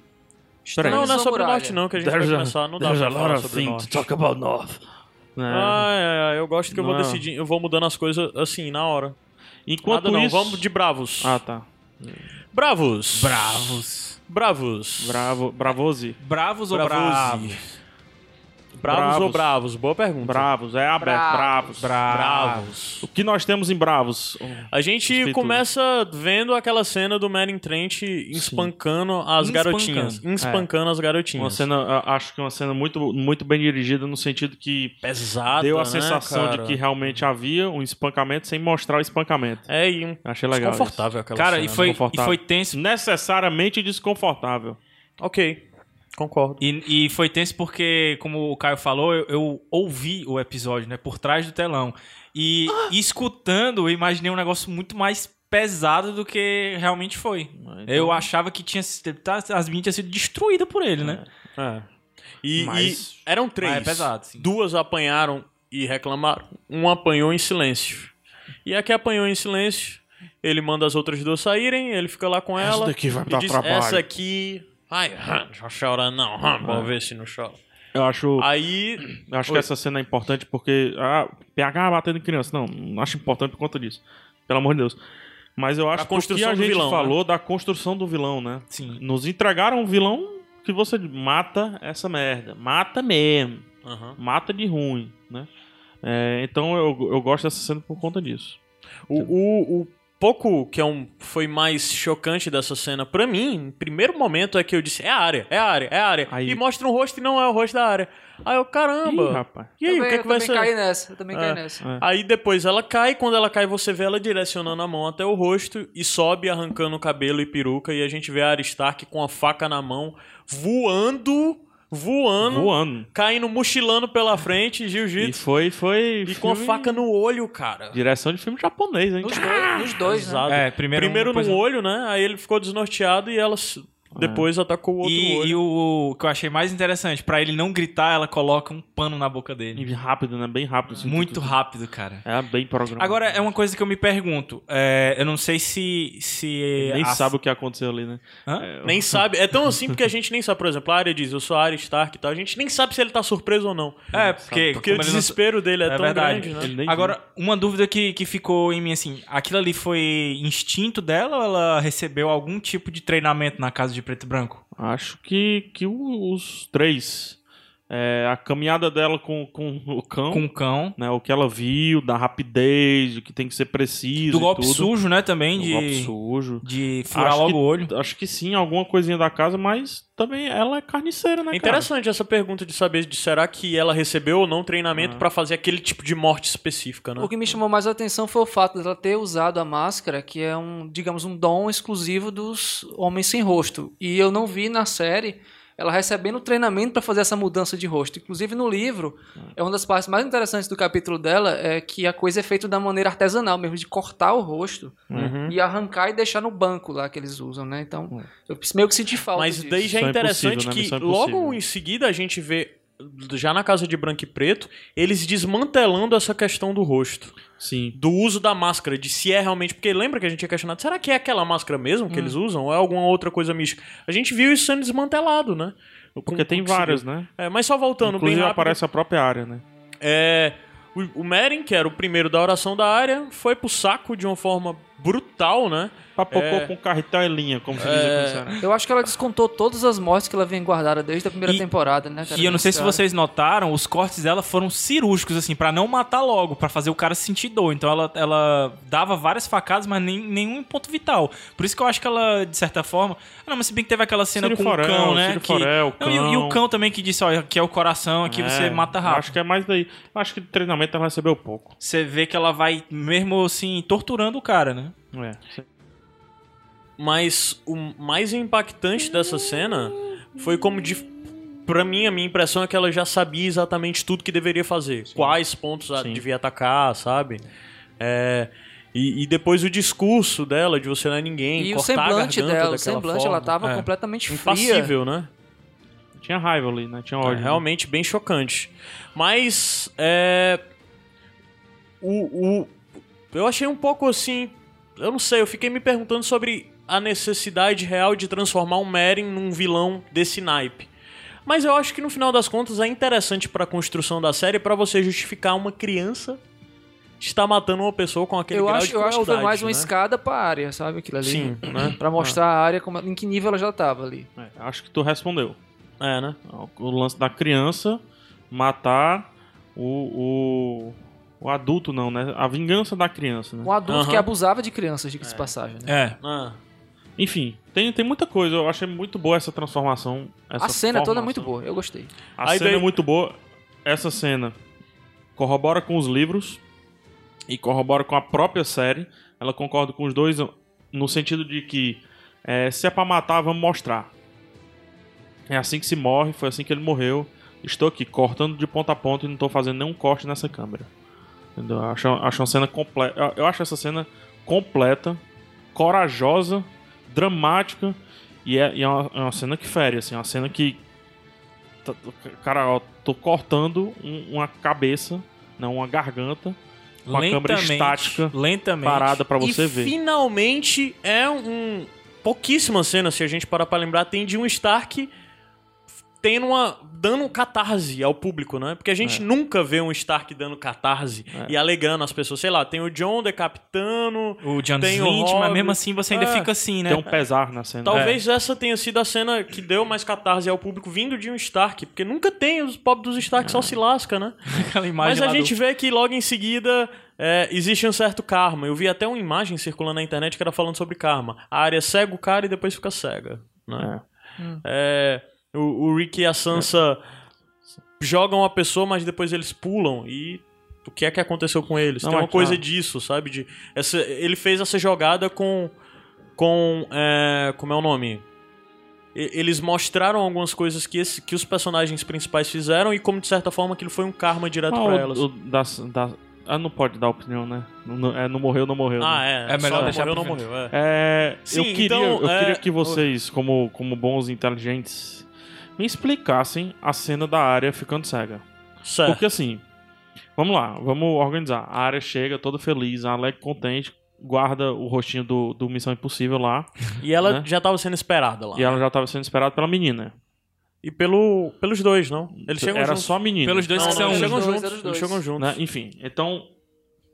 Speaker 3: Estranho.
Speaker 1: Não, não é
Speaker 3: Sua
Speaker 1: sobre o
Speaker 3: muralha.
Speaker 1: norte não, que a gente vai começar, não dá pra falar sobre
Speaker 2: assim,
Speaker 1: o norte.
Speaker 2: talk about North.
Speaker 1: Ah, é, é, eu gosto que eu vou
Speaker 2: Não.
Speaker 1: decidir, eu vou mudando as coisas assim na hora.
Speaker 2: Enquanto
Speaker 1: Nada não,
Speaker 2: isso...
Speaker 1: vamos de bravos.
Speaker 2: Ah, tá.
Speaker 1: Bravos.
Speaker 4: *laughs* Bravos.
Speaker 1: Bravos.
Speaker 2: Bravo, bravosi.
Speaker 4: Bravos ou
Speaker 1: Bravosi.
Speaker 4: bravos?
Speaker 1: Bravos, ou
Speaker 2: Bravos.
Speaker 1: bravos? Boa pergunta.
Speaker 2: Bravos, é aberto. Bravos.
Speaker 1: Bravos.
Speaker 2: O que nós temos em bravos?
Speaker 1: A gente
Speaker 2: Gostei
Speaker 1: começa vendo aquela cena do Manning Trent espancando as
Speaker 4: Espancando.
Speaker 1: garotinhas. Espancando as garotinhas.
Speaker 2: É. Uma cena, a- acho que uma cena muito, muito bem dirigida no sentido que
Speaker 1: pesada,
Speaker 2: deu a
Speaker 1: né,
Speaker 2: sensação
Speaker 1: cara?
Speaker 2: de que realmente havia um espancamento sem mostrar o espancamento.
Speaker 1: É, e um
Speaker 2: Achei legal. isso.
Speaker 1: desconfortável aquela
Speaker 4: Cara,
Speaker 1: cena.
Speaker 4: e foi, e
Speaker 2: desconfortável.
Speaker 4: foi tenso.
Speaker 2: necessariamente desconfortável.
Speaker 1: Ok. Concordo.
Speaker 4: E, e foi tenso porque, como o Caio falou, eu, eu ouvi o episódio, né? Por trás do telão. E escutando, eu imaginei um negócio muito mais pesado do que realmente foi. Eu achava que tinha sido- tá, as minhas tinham sido destruídas por ele, né?
Speaker 1: É. E,
Speaker 2: Mas-
Speaker 1: e eram três.
Speaker 4: Mas é pesado, sim.
Speaker 1: Duas apanharam e reclamaram. Um apanhou em silêncio. E a que apanhou em silêncio, ele manda as outras duas saírem, ele fica lá com ela.
Speaker 2: daqui vai
Speaker 1: e
Speaker 2: dar
Speaker 1: diz,
Speaker 2: trabalho.
Speaker 1: Essa aqui. Ai, hum, não chora não. hum, Vou ver se não chora.
Speaker 2: Eu acho,
Speaker 1: Aí.
Speaker 2: eu acho
Speaker 1: Oi.
Speaker 2: que essa cena é importante porque. Ah, PH batendo em criança. Não, não acho importante por conta disso. Pelo amor de Deus. Mas eu acho que o que
Speaker 1: construção
Speaker 2: a
Speaker 1: do
Speaker 2: gente
Speaker 1: vilão, né?
Speaker 2: falou da construção do vilão, né?
Speaker 4: Sim.
Speaker 2: Nos entregaram um vilão que você mata essa merda. Mata mesmo.
Speaker 1: Aham.
Speaker 2: Mata de ruim, né? É, então eu, eu gosto dessa cena por conta disso.
Speaker 1: O, o- o pouco que é um, foi mais chocante dessa cena pra mim, no primeiro momento, é que eu disse: é a área, é a área, é a área.
Speaker 2: Aí-
Speaker 1: E mostra um rosto e não é o rosto da área. Aí eu,
Speaker 2: Ih,
Speaker 1: caramba.
Speaker 2: rapaz.
Speaker 1: e aí,
Speaker 3: também,
Speaker 1: o que é
Speaker 3: eu
Speaker 1: que vai
Speaker 3: também
Speaker 1: ser?
Speaker 3: caí nessa, eu também caí
Speaker 1: É,
Speaker 3: nessa.
Speaker 2: é.
Speaker 1: Aí depois ela cai, quando ela cai você vê ela direcionando a mão até o rosto e sobe arrancando o cabelo e peruca e a gente vê a Aristark com a faca na mão voando, voando,
Speaker 2: Voando.
Speaker 1: caindo mochilando pela frente,
Speaker 2: E
Speaker 1: jiu-jitsu
Speaker 2: foi, foi.
Speaker 1: e, com a
Speaker 2: filme-
Speaker 1: faca no olho, cara.
Speaker 2: Direção de filme japonês, hein?
Speaker 3: Nos dois, nos dois né?
Speaker 1: Exato.
Speaker 4: É, primeiro,
Speaker 1: Primeiro
Speaker 4: um, depois
Speaker 1: num
Speaker 4: outro.
Speaker 1: olho, né? Aí ele ficou desnorteado e ela s- depois atacou o outro
Speaker 4: E,
Speaker 1: olho.
Speaker 4: e o, o que eu achei mais interessante, pra ele não gritar, ela coloca um pano na boca dele.
Speaker 2: E rápido, né? Bem rápido. assim,
Speaker 4: Muito
Speaker 2: tudo.
Speaker 4: rápido, cara.
Speaker 2: É bem programado.
Speaker 4: Agora, é uma coisa que eu me pergunto. é, eu não sei se. se
Speaker 2: Nem
Speaker 4: a-
Speaker 2: sabe o que aconteceu ali, né?
Speaker 4: Hã?
Speaker 1: Nem sabe. É tão assim porque a gente nem sabe, por exemplo, a área diz, eu sou a área Stark e tal. A gente nem sabe se ele tá surpreso ou não.
Speaker 4: É, porque.
Speaker 1: Porque
Speaker 4: como
Speaker 1: o
Speaker 4: ele não-
Speaker 1: desespero dele é,
Speaker 4: É
Speaker 1: tão
Speaker 4: verdade.
Speaker 1: grande, né?
Speaker 2: Ele nem
Speaker 4: Agora, uma dúvida que, que ficou em mim, assim, aquilo ali foi instinto dela ou ela recebeu algum tipo de treinamento na casa de preto e branco?
Speaker 2: viu. Acho que, que o- os três. É, a caminhada dela com, com o cão,
Speaker 4: Com o cão.
Speaker 2: né? O que ela viu, da rapidez, o que tem que ser preciso.
Speaker 4: Do
Speaker 2: e
Speaker 4: golpe
Speaker 2: tudo.
Speaker 4: sujo, né, também,
Speaker 2: Do golpe
Speaker 4: de,
Speaker 2: sujo.
Speaker 4: de furar
Speaker 2: Acho
Speaker 4: logo
Speaker 2: que-
Speaker 4: o olho.
Speaker 2: Acho que sim, alguma coisinha da casa, mas também ela é carniceira, né?
Speaker 1: É
Speaker 2: cara?
Speaker 1: interessante essa pergunta de saber de será que ela recebeu ou não treinamento pra fazer aquele tipo de morte específica, né?
Speaker 3: O que me chamou mais a atenção foi o fato dela ter usado a máscara, que é um, digamos, um dom exclusivo dos homens sem rosto. E eu não vi na série ela recebendo treinamento para fazer essa mudança de rosto. Inclusive no livro, é uma das partes mais interessantes do capítulo dela é que a coisa é feita da maneira artesanal mesmo, de cortar o rosto
Speaker 1: Uhum.
Speaker 3: e arrancar e deixar no banco lá que eles usam, né? Então,
Speaker 4: Uhum.
Speaker 3: eu meio que senti falta
Speaker 1: Mas
Speaker 3: disso.
Speaker 1: daí já é
Speaker 2: Missão
Speaker 1: interessante
Speaker 2: Impossível, né?
Speaker 1: que
Speaker 2: Missão
Speaker 1: logo
Speaker 2: Impossível.
Speaker 1: em seguida a gente vê, já na casa de branco e preto, eles desmantelando essa questão do rosto,
Speaker 2: Sim.
Speaker 1: do uso da máscara, de se é realmente. Porque lembra que a gente tinha questionado, será que é aquela máscara mesmo
Speaker 2: Hum.
Speaker 1: que eles usam ou é alguma outra coisa mística? A gente viu isso sendo desmantelado, né?
Speaker 2: Porque tem várias, né?
Speaker 1: É, mas só voltando
Speaker 2: Inclusive
Speaker 1: bem rápido.
Speaker 2: aparece a própria área, né?
Speaker 1: É, o, o Meren, que era o primeiro da oração da área, foi pro saco de uma forma brutal, né?
Speaker 2: Papocou
Speaker 1: É.
Speaker 2: com carretel e linha, como se diz
Speaker 4: É.
Speaker 2: aqui no Ceará.
Speaker 3: Eu acho que ela descontou todas as mortes que ela vem guardada desde a primeira
Speaker 4: E-
Speaker 3: temporada, né? cara?
Speaker 4: E eu não sei se
Speaker 3: Cara.
Speaker 4: vocês notaram, os cortes dela foram cirúrgicos, assim, pra não matar logo, pra fazer o cara sentir dor. Então ela, ela dava várias facadas, mas nem, nenhum em ponto vital. Por isso que eu acho que ela, de certa forma. Ah, não, mas se bem que teve aquela cena
Speaker 2: Ciro
Speaker 4: com
Speaker 2: Forel,
Speaker 4: o cão, né?
Speaker 2: Ciro
Speaker 4: que-
Speaker 2: Forel,
Speaker 4: Não, e o- E, o
Speaker 2: cão.
Speaker 4: cão também que disse, olha, aqui é o coração, aqui
Speaker 2: É,
Speaker 4: você mata
Speaker 2: eu Acho
Speaker 4: rápido.
Speaker 2: que é mais daí. Eu Acho que de treinamento ela recebeu pouco.
Speaker 4: Você vê que ela vai mesmo assim torturando o cara, né?
Speaker 2: É.
Speaker 1: Mas o mais impactante dessa cena foi como de. Pra mim, a minha impressão é que ela já sabia exatamente tudo que deveria fazer. Quais pontos a-
Speaker 2: Sim.
Speaker 1: devia atacar, sabe? É, E, e depois o discurso dela de você não é ninguém.
Speaker 3: E o
Speaker 1: cortar a
Speaker 3: semblante
Speaker 1: garganta
Speaker 3: dela,
Speaker 1: daquela
Speaker 3: o semblante,
Speaker 1: forma.
Speaker 3: ela tava
Speaker 1: É.
Speaker 3: completamente fria.
Speaker 1: Impassível, né?
Speaker 2: Tinha raiva ali, né? Tinha
Speaker 1: É,
Speaker 2: ódio.
Speaker 1: realmente bem chocante. Mas é, o, o- eu achei um pouco assim, eu não sei, eu fiquei me perguntando sobre a necessidade real de transformar um Meren num vilão desse naipe. Mas eu acho que no final das contas é interessante pra construção da série pra você justificar uma criança estar matando uma pessoa com aquele
Speaker 3: Eu
Speaker 1: grau
Speaker 3: acho,
Speaker 1: de
Speaker 3: eu acho que foi
Speaker 1: crueldade,
Speaker 3: mais uma
Speaker 1: né?
Speaker 3: escada pra área, sabe? Aquilo ali.
Speaker 1: Sim, né?
Speaker 3: *clears throat* Pra mostrar a área, como, em que nível ela já tava ali.
Speaker 2: né? É, acho que tu respondeu.
Speaker 1: É, né?
Speaker 2: O lance da criança matar o, o, o adulto, não, né? A vingança da criança, né?
Speaker 3: Um adulto
Speaker 1: Aham.
Speaker 3: que abusava de crianças, diga-se de passagem. Né?
Speaker 4: É.
Speaker 1: Ah.
Speaker 2: Enfim, tem, tem muita coisa. Eu achei muito boa essa transformação. Essa
Speaker 3: A cena toda é muito
Speaker 2: formação.
Speaker 3: boa, eu gostei.
Speaker 2: A
Speaker 1: Aí
Speaker 2: cena
Speaker 1: daí-
Speaker 2: é muito boa. Essa cena corrobora com os livros e corrobora com a própria série. Ela concorda com os é dois no sentido de que eh, se é pra matar, vamos mostrar. É assim que se morre, foi assim que ele morreu. Estou aqui cortando de ponta a ponta e não estou fazendo nenhum corte nessa câmera. Entendeu? Eu Acho, acho uma cena completa. eu- Eu acho essa cena completa, corajosa, dramática. E é, e é uma, é uma cena que fere, assim, é uma cena que. tá- Cara, ó, tô cortando um- uma cabeça, não uma garganta, com a câmera
Speaker 4: Lentamente,
Speaker 2: estática
Speaker 4: lentamente.
Speaker 2: parada pra você
Speaker 1: e
Speaker 2: ver.
Speaker 1: finalmente é um. Pouquíssimas cenas, se a gente parar pra lembrar, tem de um Stark tendo uma. dando um catarse ao público, né? Porque a gente
Speaker 2: É.
Speaker 1: nunca vê um Stark dando catarse e alegrando as pessoas. Sei lá, tem o John decapitando.
Speaker 4: O John
Speaker 1: Tem o
Speaker 4: Lynch, mas
Speaker 1: Hobbit.
Speaker 4: mesmo assim você ainda
Speaker 1: É.
Speaker 4: fica assim, né?
Speaker 2: Tem um pesar na cena.
Speaker 1: Talvez essa tenha sido a cena que deu mais catarse ao público vindo de um Stark, porque nunca tem, os pobres dos Stark
Speaker 2: É.
Speaker 1: só se lasca, né?
Speaker 4: *laughs*
Speaker 2: *laughs*
Speaker 4: Aquela imagem
Speaker 1: Mas a
Speaker 4: lá do-
Speaker 1: gente vê que logo em seguida é, existe um certo karma. Eu vi até uma imagem circulando na internet que era falando sobre karma. A área cega o cara e depois fica cega. Né? É, o, o Rick e a Sansa jogam a pessoa, mas depois eles pulam e. O que é que aconteceu com eles?
Speaker 2: Não,
Speaker 1: Tem
Speaker 2: é
Speaker 1: uma coisa
Speaker 2: claro.
Speaker 1: disso, sabe? De, essa- ele fez essa jogada com. com. é, como é o nome? E- eles mostraram algumas coisas que, esse- que os personagens principais fizeram e como de certa forma aquilo foi um karma direto
Speaker 2: Ah,
Speaker 1: pra
Speaker 2: o-
Speaker 1: elas.
Speaker 2: o das- das- ah, não pode dar opinião, né? Não, não- é, não morreu, não morreu.
Speaker 1: Ah,
Speaker 2: né?
Speaker 1: é.
Speaker 4: É melhor
Speaker 1: Só
Speaker 4: deixar
Speaker 1: morreu, não
Speaker 4: pro
Speaker 1: morreu. É.
Speaker 2: É,
Speaker 1: Sim,
Speaker 2: eu queria,
Speaker 1: então,
Speaker 2: eu
Speaker 1: é,
Speaker 2: queria que vocês, como, como bons inteligentes, me explicassem a cena da área ficando cega.
Speaker 1: Certo.
Speaker 2: Porque assim, vamos lá, vamos organizar. A área chega toda feliz, a Alec contente, guarda o rostinho do, do Missão Impossível lá.
Speaker 1: E ela
Speaker 2: né?
Speaker 1: já tava sendo esperada lá.
Speaker 2: E ela já tava sendo esperada pela menina.
Speaker 1: E pelo, pelos dois, não? Eles chegam
Speaker 2: Era
Speaker 1: juntos.
Speaker 2: só a menina.
Speaker 4: Pelos dois
Speaker 1: Não,
Speaker 4: que
Speaker 1: não, um
Speaker 4: são.
Speaker 1: eles
Speaker 4: *laughs*
Speaker 1: chegam
Speaker 3: Os dois,
Speaker 1: juntos.
Speaker 3: eram os
Speaker 1: Eles
Speaker 3: dois.
Speaker 1: chegam juntos.
Speaker 2: né? Enfim, então,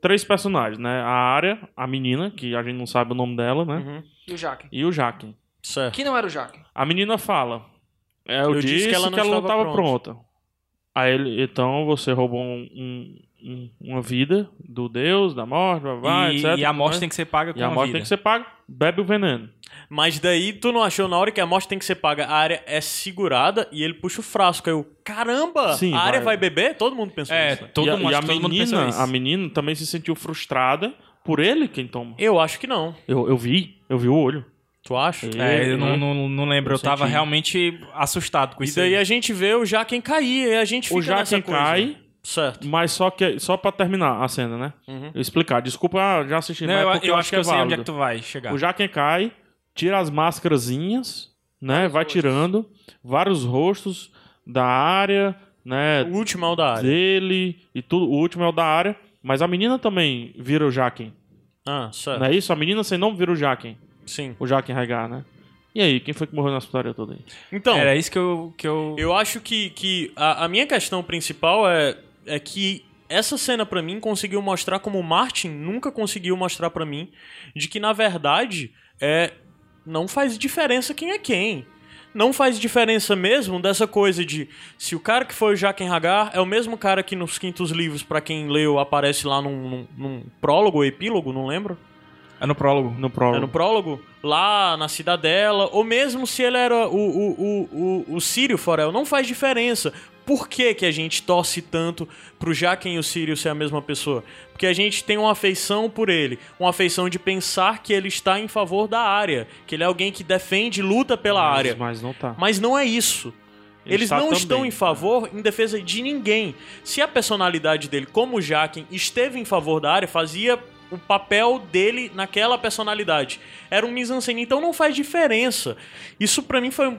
Speaker 2: três personagens, né? A área, a menina, que a gente não sabe o nome dela, né?
Speaker 1: Uhum.
Speaker 3: E o Jaque?
Speaker 2: E o Jaquen.
Speaker 1: Certo.
Speaker 3: Que não era o Jaque.
Speaker 2: A menina fala. é, eu,
Speaker 1: Eu
Speaker 2: disse, que ela não
Speaker 1: estava
Speaker 2: estava pronta. Aí ele, então você roubou um- um- um- uma vida do deus, da morte, blá, blá,
Speaker 4: e,
Speaker 2: etc.
Speaker 4: e a morte
Speaker 2: né?
Speaker 4: tem que ser paga com
Speaker 2: E a
Speaker 4: uma
Speaker 2: morte
Speaker 4: vida.
Speaker 2: tem que ser paga, bebe o veneno.
Speaker 1: Mas daí tu não achou na hora que a morte tem que ser paga, a área é segurada e ele puxa o frasco. Aí eu, caramba,
Speaker 2: Sim,
Speaker 1: a área vai.
Speaker 2: vai.
Speaker 1: beber? Todo mundo pensou
Speaker 4: É,
Speaker 1: nisso. né?
Speaker 4: todo
Speaker 2: e a,
Speaker 4: mundo,
Speaker 2: e a
Speaker 4: acho que todo mundo
Speaker 2: menina,
Speaker 4: pensou nisso.
Speaker 2: a menina também se sentiu frustrada por ele quem toma.
Speaker 1: Eu acho que não.
Speaker 2: Eu, eu vi, eu vi o olho.
Speaker 1: Tu acha?
Speaker 2: É.
Speaker 4: É, eu não, não, não lembro, eu,
Speaker 2: Eu
Speaker 4: tava
Speaker 2: senti.
Speaker 4: realmente assustado com
Speaker 1: E
Speaker 4: isso.
Speaker 1: daí
Speaker 4: aí.
Speaker 1: a gente vê o Jaquen cair e a gente fica
Speaker 2: O Jaquen
Speaker 1: nessa coisa.
Speaker 2: cai,
Speaker 1: Certo.
Speaker 2: mas só que só para terminar a cena, né? Eu explicar. Desculpa, ah, já assisti,
Speaker 4: Uhum. Não,
Speaker 2: mas é
Speaker 4: eu,
Speaker 2: porque
Speaker 4: eu acho que
Speaker 2: é
Speaker 4: eu sei onde é
Speaker 2: válido.
Speaker 4: que tu vai chegar.
Speaker 2: O Jaquen cai, tira as máscarazinhas, né? Vai tirando vários rostos da área, né?
Speaker 1: O último é o da área.
Speaker 2: Dele e tudo. O último é o da área. Mas a menina também vira o Jaquen.
Speaker 1: Ah, certo.
Speaker 2: Não é isso? A menina sem nome vira o Jaquen.
Speaker 1: Sim.
Speaker 2: O Jaquen Hagar, né? E aí, quem foi que morreu nessa história toda aí?
Speaker 1: Então,
Speaker 4: Era isso que eu... Que eu...
Speaker 1: Eu acho que, que a, a minha questão principal é, é que essa cena pra mim conseguiu mostrar como o Martin nunca conseguiu mostrar pra mim de que na verdade é não faz diferença quem é quem. Não faz diferença mesmo dessa coisa de se o cara que foi o Jaquen Hagar é o mesmo cara que nos quintos livros, pra quem leu, aparece lá num, num- num prólogo ou epílogo, não lembro.
Speaker 4: É no prólogo.
Speaker 2: No
Speaker 1: É,
Speaker 2: prólogo.
Speaker 1: no prólogo, lá na cidadela, ou mesmo se ele era o, o, o, o, o Sírio Forel, não faz diferença. Por que, que a gente torce tanto pro Jaquen e o Sírio ser a mesma pessoa? Porque a gente tem uma afeição por ele, uma afeição de pensar que ele está em favor da área, que ele é alguém que defende e luta pela
Speaker 2: Mas-
Speaker 1: área.
Speaker 2: Mas não tá.
Speaker 1: Mas não é isso.
Speaker 2: Ele
Speaker 1: Eles
Speaker 2: está
Speaker 1: não
Speaker 2: também,
Speaker 1: estão em
Speaker 2: né?
Speaker 1: favor, em defesa de ninguém. Se a personalidade dele, como o Jaquen, esteve em favor da área, fazia o papel dele naquela personalidade. Era um mise-en-scène, então não faz diferença. Isso pra mim foi um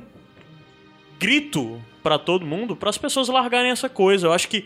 Speaker 1: grito pra todo mundo, para as pessoas largarem essa coisa. Eu acho que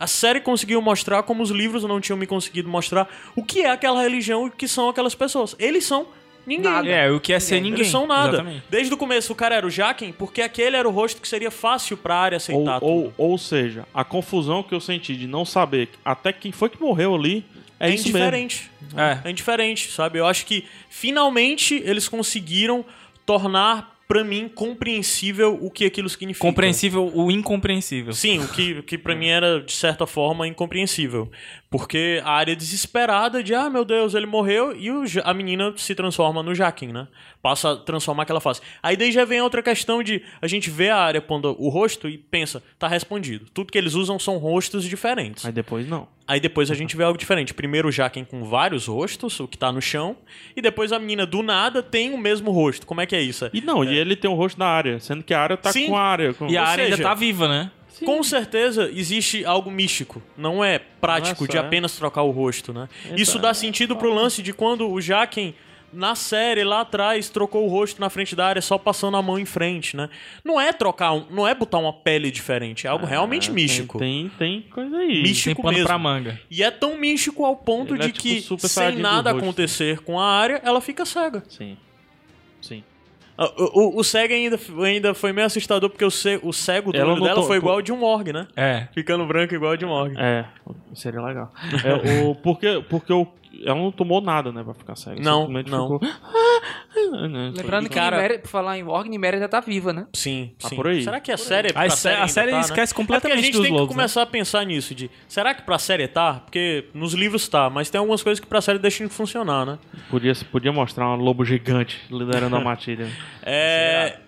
Speaker 1: a série conseguiu mostrar como os livros não tinham me conseguido mostrar o que é aquela religião e o que são aquelas pessoas. Eles são ninguém.
Speaker 3: Nada.
Speaker 4: É, o que é ser ninguém.
Speaker 1: Eles são nada.
Speaker 4: Exatamente.
Speaker 1: Desde o começo o cara era o Jaquen, porque aquele era o rosto que seria fácil pra área
Speaker 2: Ou,
Speaker 1: aceitar tudo.
Speaker 2: ou, ou seja, a confusão que eu senti de não saber até quem foi que morreu ali é, isso mesmo.
Speaker 1: indiferente.
Speaker 4: É.
Speaker 1: É indiferente, sabe? Eu acho que finalmente eles conseguiram tornar pra mim compreensível o que aquilo significa.
Speaker 4: Compreensível o incompreensível.
Speaker 1: Sim, o que, o que para mim era, de certa forma, incompreensível. Porque a área desesperada de, ah, meu Deus, ele morreu, e o Ja- a menina se transforma no Jaquim, né? Passa a transformar aquela face. Aí daí já vem outra questão de a gente vê a área pondo o rosto e pensa, tá respondido. Tudo que eles usam são rostos diferentes.
Speaker 2: Aí depois não.
Speaker 1: Aí depois a gente vê algo diferente. Primeiro o Jaquen com vários rostos, o que tá no chão, e depois a menina do nada tem o mesmo rosto. Como é que é isso?
Speaker 2: E não, e ele tem o rosto da área, sendo que a área tá
Speaker 1: Sim.
Speaker 2: com a área. Com...
Speaker 4: E a
Speaker 1: Ou
Speaker 4: área ainda
Speaker 1: seja-
Speaker 4: tá viva, né?
Speaker 1: Com certeza existe algo místico. Não é prático
Speaker 2: Nossa,
Speaker 1: de
Speaker 2: é.
Speaker 1: apenas trocar o rosto, né? Isso dá sentido pro lance de quando o Jaquen, na série lá atrás, trocou o rosto na frente da área só passando a mão em frente, né? Não é trocar, um- não é botar uma pele diferente, é algo realmente
Speaker 2: Ah,
Speaker 1: místico.
Speaker 2: Tem, tem, tem coisa aí.
Speaker 1: Místico.
Speaker 4: Tem pano
Speaker 1: mesmo.
Speaker 4: pra manga.
Speaker 1: E é tão místico ao ponto
Speaker 2: Ele
Speaker 1: de
Speaker 2: é tipo
Speaker 1: que,
Speaker 2: Super
Speaker 1: sem
Speaker 2: Saiyajin do
Speaker 1: nada
Speaker 2: rosto.
Speaker 1: acontecer com a área, ela fica cega.
Speaker 2: Sim. Sim.
Speaker 1: Ah, O, o, o cego ainda, ainda foi meio assustador, porque o, ce- o cego do
Speaker 2: Ela
Speaker 1: olho dela
Speaker 2: notou-
Speaker 1: foi
Speaker 2: pô-
Speaker 1: igual ao de um Morg, né?
Speaker 4: É.
Speaker 1: Ficando branco igual ao de um Morg.
Speaker 2: É, seria legal. É, o, porque porque o, ela não tomou nada, né, pra ficar sério.
Speaker 1: Não,
Speaker 2: Simplesmente "Ah,
Speaker 1: não.
Speaker 2: Ficou...
Speaker 3: Lembrando que
Speaker 1: Cara-
Speaker 3: Niméria, por falar em Org, Niméria ainda tá viva, né?
Speaker 1: Sim,
Speaker 2: Tá
Speaker 1: sim.
Speaker 2: por aí.
Speaker 1: Será que a série é pra
Speaker 4: A, sé-
Speaker 1: série
Speaker 4: a série
Speaker 1: ainda tá, né?
Speaker 4: esquece
Speaker 1: É porque a
Speaker 4: completamente
Speaker 1: gente
Speaker 4: dos
Speaker 1: tem que
Speaker 4: lobos. né?
Speaker 1: começar a pensar nisso de será que pra série tá? Porque nos livros tá, mas tem algumas coisas que pra série deixam de funcionar, né?
Speaker 2: ah." Podia, podia mostrar um lobo gigante liderando
Speaker 1: *laughs*
Speaker 2: a matilha.
Speaker 1: É.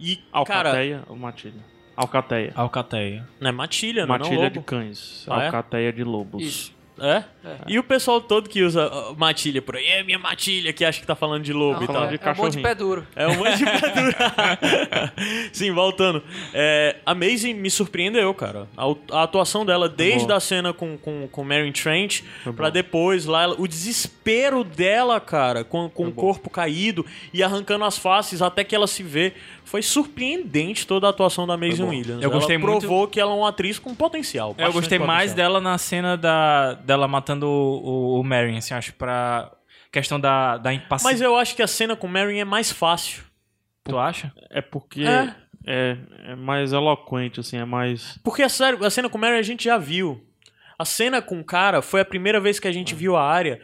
Speaker 1: E,
Speaker 2: Ah,
Speaker 1: cara,
Speaker 2: Alcateia ou matilha? Alcateia.
Speaker 4: Alcateia.
Speaker 1: não é matilha, não,
Speaker 2: Matilha
Speaker 1: não é
Speaker 2: de
Speaker 1: lobo.
Speaker 2: cães.
Speaker 1: Ah, é?
Speaker 2: Alcateia de lobos.
Speaker 3: Isso.
Speaker 1: É? E o pessoal todo que usa ó, matilha por aí, é minha matilha que acha que tá falando de lobo e
Speaker 3: Não,
Speaker 1: tal.
Speaker 3: é, é um
Speaker 2: de
Speaker 3: monte de
Speaker 2: cachorrinho.
Speaker 3: pé duro.
Speaker 1: É um monte de pedura. *laughs* Sim, voltando. É, a Maisie me surpreendeu, cara. A, au- a atuação dela, desde
Speaker 2: bom.
Speaker 1: a cena com, com, com Mary Trent,
Speaker 2: Foi
Speaker 1: pra
Speaker 2: bom.
Speaker 1: depois lá, ela- o desespero dela, cara, com, com o corpo caído e arrancando as faces até que ela se vê. Foi surpreendente toda a atuação da Maisie
Speaker 2: bom.
Speaker 1: Williams.
Speaker 4: Eu gostei
Speaker 1: ela
Speaker 4: muito- É,
Speaker 1: provou que ela é uma atriz com potencial.
Speaker 4: Eu
Speaker 1: bastante
Speaker 4: gostei mais
Speaker 1: potencial.
Speaker 4: dela na cena da, dela matando o, o, o Marion, assim, acho, pra questão da, da impaciência.
Speaker 1: Mas eu acho que a cena com Mary é mais fácil.
Speaker 4: Tu acha?
Speaker 2: É porque
Speaker 1: É.
Speaker 2: é. É, mais eloquente, assim, é mais.
Speaker 1: Porque a, série- a cena com o Mary a gente já viu. A cena com o cara foi a primeira vez que a gente viu a área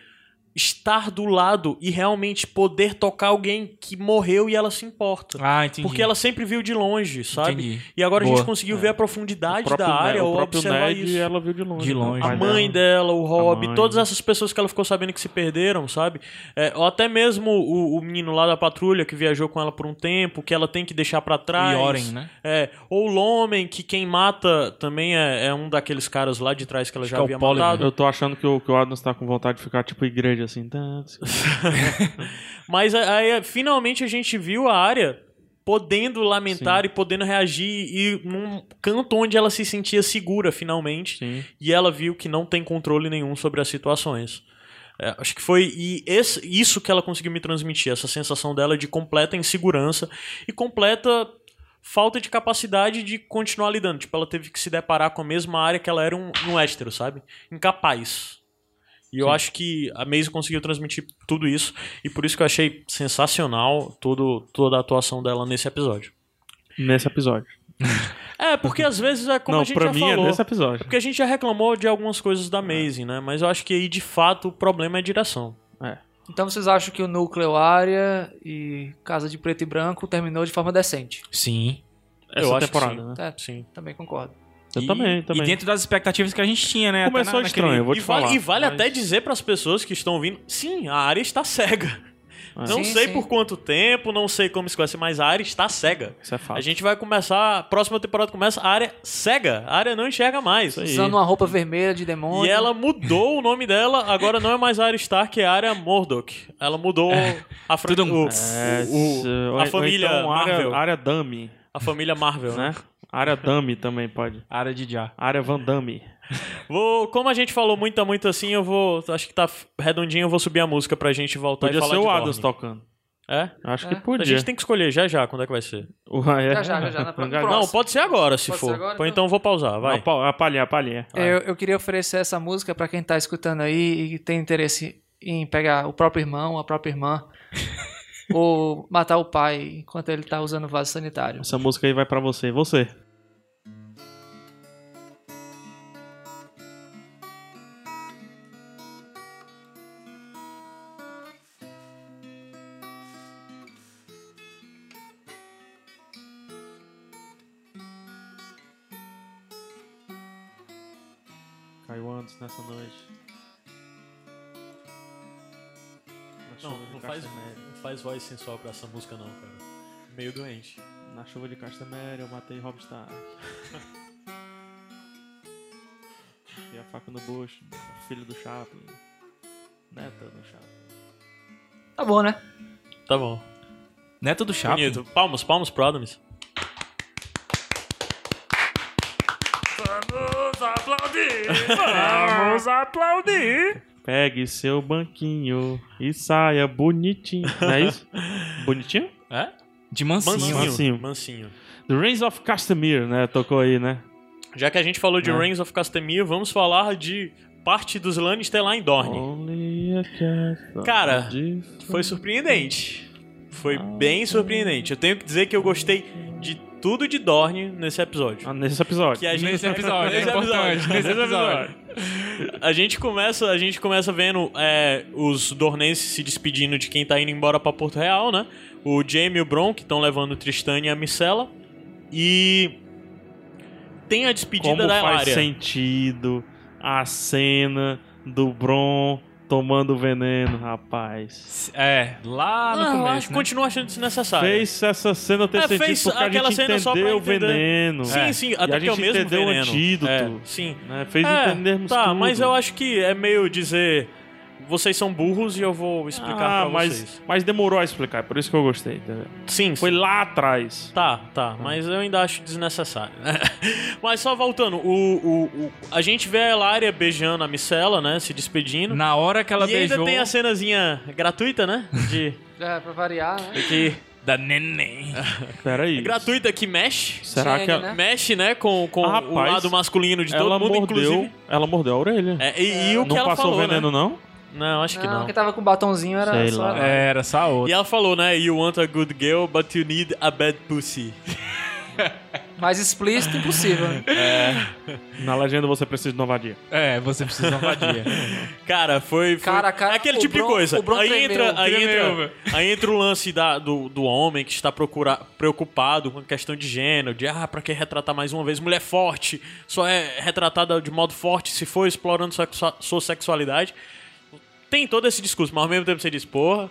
Speaker 1: estar do lado e realmente poder tocar alguém que morreu e ela se importa.
Speaker 4: Ah, entendi.
Speaker 1: Porque ela sempre viu de longe, sabe?
Speaker 4: Entendi.
Speaker 1: E agora a gente
Speaker 4: Boa.
Speaker 1: conseguiu ver a profundidade da
Speaker 2: Ne-
Speaker 1: área
Speaker 2: o
Speaker 1: ou
Speaker 2: É. próprio
Speaker 1: observar
Speaker 2: Ned,
Speaker 1: isso.
Speaker 2: ela viu de longe.
Speaker 4: De
Speaker 2: né?
Speaker 4: longe.
Speaker 2: O
Speaker 1: A
Speaker 2: pai
Speaker 1: mãe dela, o Rob,
Speaker 2: mãe.
Speaker 1: todas essas pessoas que ela ficou sabendo que se perderam, sabe? É, ou até mesmo o, o menino lá da patrulha que viajou com ela por um tempo, que ela tem que deixar pra trás.
Speaker 4: E Oren, né?
Speaker 1: É, ou o Lomen, que quem mata também é, é um daqueles caras lá de trás que ela já
Speaker 4: que é o
Speaker 1: havia
Speaker 4: Polymer.
Speaker 1: matado.
Speaker 2: Eu tô achando que o, que o Adams tá com vontade de ficar tipo igreja, assim. tá?
Speaker 1: Mas a- aí, é, finalmente a gente viu a área podendo lamentar e podendo reagir e num canto onde ela se sentia segura finalmente *laughs*
Speaker 2: Sim.
Speaker 1: e ela viu que não tem controle nenhum sobre as situações. É, acho que foi e esse- isso que ela conseguiu me transmitir, essa sensação dela de completa insegurança e completa falta de capacidade de continuar lidando. Tipo, ela teve que se deparar com a mesma área que ela era um, um hétero, sabe? Incapaz. E eu acho que a Maisie conseguiu transmitir tudo isso e por isso que eu achei sensacional todo, toda a atuação dela nesse episódio.
Speaker 2: Nesse episódio.
Speaker 1: É, porque às vezes é como
Speaker 2: não,
Speaker 1: a gente
Speaker 2: pra
Speaker 1: já
Speaker 2: mim
Speaker 1: falou.
Speaker 2: é nesse episódio.
Speaker 1: Porque a gente já reclamou de algumas coisas da Maisie, né? Mas eu acho que aí, de fato, o problema é a direção.
Speaker 3: Então vocês acham que o núcleo área e Casa de Preto e Branco terminou de forma decente?
Speaker 4: Sim.
Speaker 2: Essa
Speaker 1: eu acho que
Speaker 2: temporada, né?
Speaker 3: Tá,
Speaker 1: Sim.
Speaker 3: também concordo.
Speaker 2: Eu
Speaker 4: E-
Speaker 2: também, também.
Speaker 4: E dentro das expectativas que a gente tinha, né? Até
Speaker 2: Começou
Speaker 4: na-
Speaker 2: estranho, eu vou
Speaker 1: e
Speaker 2: te
Speaker 1: vale,
Speaker 2: falar.
Speaker 1: e vale
Speaker 2: mas-
Speaker 1: até dizer para as pessoas que estão ouvindo, sim, a área está cega.
Speaker 2: É.
Speaker 1: Não
Speaker 3: Sim,
Speaker 1: sei
Speaker 3: sim.
Speaker 1: por quanto tempo, não sei como isso vai ser, mas a área está cega.
Speaker 2: Isso é
Speaker 1: A
Speaker 2: fato.
Speaker 1: gente vai começar, a próxima temporada começa, a área cega. A área não enxerga mais.
Speaker 2: aí.
Speaker 3: Usando uma roupa vermelha de demônio.
Speaker 1: E ela mudou o nome dela, agora não é mais Arya Stark, é Arya Murdoch. Ela mudou a, fran...
Speaker 4: Tudo um-
Speaker 1: o-
Speaker 2: É,
Speaker 1: o-
Speaker 2: se- ou-
Speaker 1: a
Speaker 2: ou
Speaker 1: família
Speaker 2: então,
Speaker 1: Marvel.
Speaker 2: área, área Dummy,
Speaker 1: a família Marvel, né?
Speaker 2: né? Área Dummy também pode.
Speaker 4: Área de já.
Speaker 2: Área Van Damme.
Speaker 1: Vou, como a gente falou muito, muito assim, eu vou. Acho que tá f- redondinho, eu vou subir a música pra gente voltar
Speaker 2: Podia
Speaker 1: e falar
Speaker 2: ser
Speaker 1: de
Speaker 2: o Adams
Speaker 1: Dorne.
Speaker 2: tocando.
Speaker 1: É?
Speaker 2: Acho
Speaker 3: É.
Speaker 2: que
Speaker 1: A
Speaker 2: podia. *laughs*
Speaker 1: gente tem que escolher já já quando é que vai ser.
Speaker 3: Já, já, já, já, na próxima.
Speaker 1: Não,
Speaker 3: Próximo.
Speaker 1: pode ser agora, se
Speaker 3: Pode
Speaker 1: for.
Speaker 3: ser agora,
Speaker 1: Pô,
Speaker 3: então?
Speaker 1: então vou pausar, vai.
Speaker 2: A palhinha, a palhinha.
Speaker 3: Eu, eu queria oferecer essa música pra quem tá escutando aí e tem interesse em pegar o próprio irmão, a própria *laughs* irmã, ou matar o pai enquanto ele tá usando o vaso sanitário.
Speaker 2: Essa música aí vai pra você. Você. Caio antes nessa noite. Na
Speaker 1: Não,
Speaker 2: chuva de
Speaker 1: não faz,
Speaker 2: Castanheira.
Speaker 1: não faz voz sensual pra essa música, não, cara. Meio doente.
Speaker 2: Na chuva de Castanheira eu matei Rob *laughs* Stark. e a faca no bucho. Filho do Chaplin. Neta do Chaplin.
Speaker 3: Tá bom, né?
Speaker 1: Tá bom.
Speaker 4: Neto do Chapo.
Speaker 1: Bonito. Palmas, palmas pro Adams. Vamos aplaudir! Vamos aplaudir!
Speaker 2: Pegue seu banquinho e saia bonitinho. Não é *laughs* isso? bonitinho?
Speaker 1: É?
Speaker 4: De mansinho.
Speaker 1: Mansinho.
Speaker 2: Mansinho.
Speaker 1: Mansinho.
Speaker 2: The Reigns of Castamere, né? Tocou aí, né?
Speaker 1: Já que a gente falou de
Speaker 2: É.
Speaker 1: Reigns of Castamere, vamos falar de parte dos Lannister lá em Dorne.
Speaker 2: Only a cast
Speaker 1: Cara,
Speaker 2: of-
Speaker 1: Foi surpreendente. Foi
Speaker 2: Ah.
Speaker 1: bem surpreendente. Eu tenho que dizer que eu gostei de tudo de Dorne nesse episódio.
Speaker 2: Ah, nesse episódio.
Speaker 1: Que a gente...
Speaker 4: Nesse episódio,
Speaker 1: *laughs*
Speaker 4: é
Speaker 1: Nesse
Speaker 4: importante. Nesse episódio.
Speaker 1: A gente começa, a gente começa vendo é, os dornenses se despedindo de quem tá indo embora pra Porto Real, né? O Jaime e o Bron, que estão levando o Tristan e a Micela. E tem a despedida
Speaker 2: Como
Speaker 1: da
Speaker 2: faz
Speaker 1: Elária.
Speaker 2: sentido a cena do Bron tomando veneno, rapaz.
Speaker 4: É, lá no
Speaker 1: Ah, eu acho-
Speaker 4: começo. né?
Speaker 1: Continuo achando desnecessário.
Speaker 2: Fez essa cena ter
Speaker 1: Ah, É,
Speaker 2: sentido
Speaker 1: fez
Speaker 2: porque a
Speaker 1: aquela
Speaker 2: gente
Speaker 1: cena só pra
Speaker 2: entendeu o
Speaker 1: entender.
Speaker 2: veneno.
Speaker 1: Sim,
Speaker 2: É.
Speaker 1: sim,
Speaker 2: E
Speaker 1: até
Speaker 2: a
Speaker 1: que é o
Speaker 2: gente
Speaker 1: mesmo
Speaker 2: entendeu
Speaker 1: veneno.
Speaker 2: o antídoto.
Speaker 1: É, sim.
Speaker 2: né? Fez
Speaker 1: É,
Speaker 2: entendermos
Speaker 1: tá,
Speaker 2: tudo.
Speaker 1: mas eu acho que é meio dizer... Vocês são burros e eu vou explicar
Speaker 2: ah,
Speaker 1: pra
Speaker 2: mas,
Speaker 1: vocês.
Speaker 2: mas demorou a explicar, é por isso que eu gostei. entendeu?
Speaker 1: Sim,
Speaker 2: Foi lá atrás.
Speaker 1: Tá, tá, mas eu ainda acho desnecessário. né? *laughs* mas só voltando, o, o, o- a gente vê a Elária beijando a Micela, né? Se despedindo.
Speaker 4: Na hora que ela
Speaker 1: e
Speaker 4: beijou
Speaker 1: ainda tem a cenazinha gratuita, né? De.
Speaker 3: É, pra variar, né?
Speaker 1: que
Speaker 2: *laughs*
Speaker 4: da neném.
Speaker 1: É
Speaker 2: Peraí.
Speaker 1: gratuita que mexe.
Speaker 2: Será
Speaker 3: Sim,
Speaker 2: que
Speaker 3: né?
Speaker 2: ela,
Speaker 1: Mexe, né? Com, com
Speaker 2: Ah,
Speaker 1: o
Speaker 2: rapaz,
Speaker 1: lado masculino de todo
Speaker 2: ela
Speaker 1: mundo,
Speaker 2: mordeu?
Speaker 1: inclusive.
Speaker 2: Ela mordeu a orelha?
Speaker 1: É, e, e o que
Speaker 2: não
Speaker 1: ela
Speaker 2: passou
Speaker 1: falou,
Speaker 2: veneno,
Speaker 1: né?
Speaker 2: não?
Speaker 1: Não, acho que
Speaker 3: não,
Speaker 1: não.
Speaker 3: quem tava com batonzinho era
Speaker 2: Sei
Speaker 3: só.
Speaker 2: lá.
Speaker 3: ela.
Speaker 4: Era só a
Speaker 1: E
Speaker 4: outra.
Speaker 1: ela falou, né? You want a good girl, but you need a bad pussy. *laughs*
Speaker 3: Mais explícito impossível. né?
Speaker 2: Na legenda você precisa de novadia.
Speaker 4: É, você precisa de uma *laughs* vadia.
Speaker 1: Cara, foi. foi...
Speaker 3: Cara, cara,
Speaker 1: é aquele
Speaker 3: o
Speaker 1: tipo
Speaker 3: Bron-
Speaker 1: de coisa.
Speaker 3: o Bron
Speaker 1: aí
Speaker 3: tremeu,
Speaker 1: entra, aí
Speaker 4: tremeu,
Speaker 1: entra,
Speaker 4: velho.
Speaker 1: aí entra o lance da- do, do homem que está procura, preocupado com a questão de gênero, de ah, pra que retratar mais uma vez? Mulher forte, só é retratada de modo forte se for explorando sua, sua- sua sexualidade. Tem todo esse discurso, mas ao mesmo tempo você diz, porra.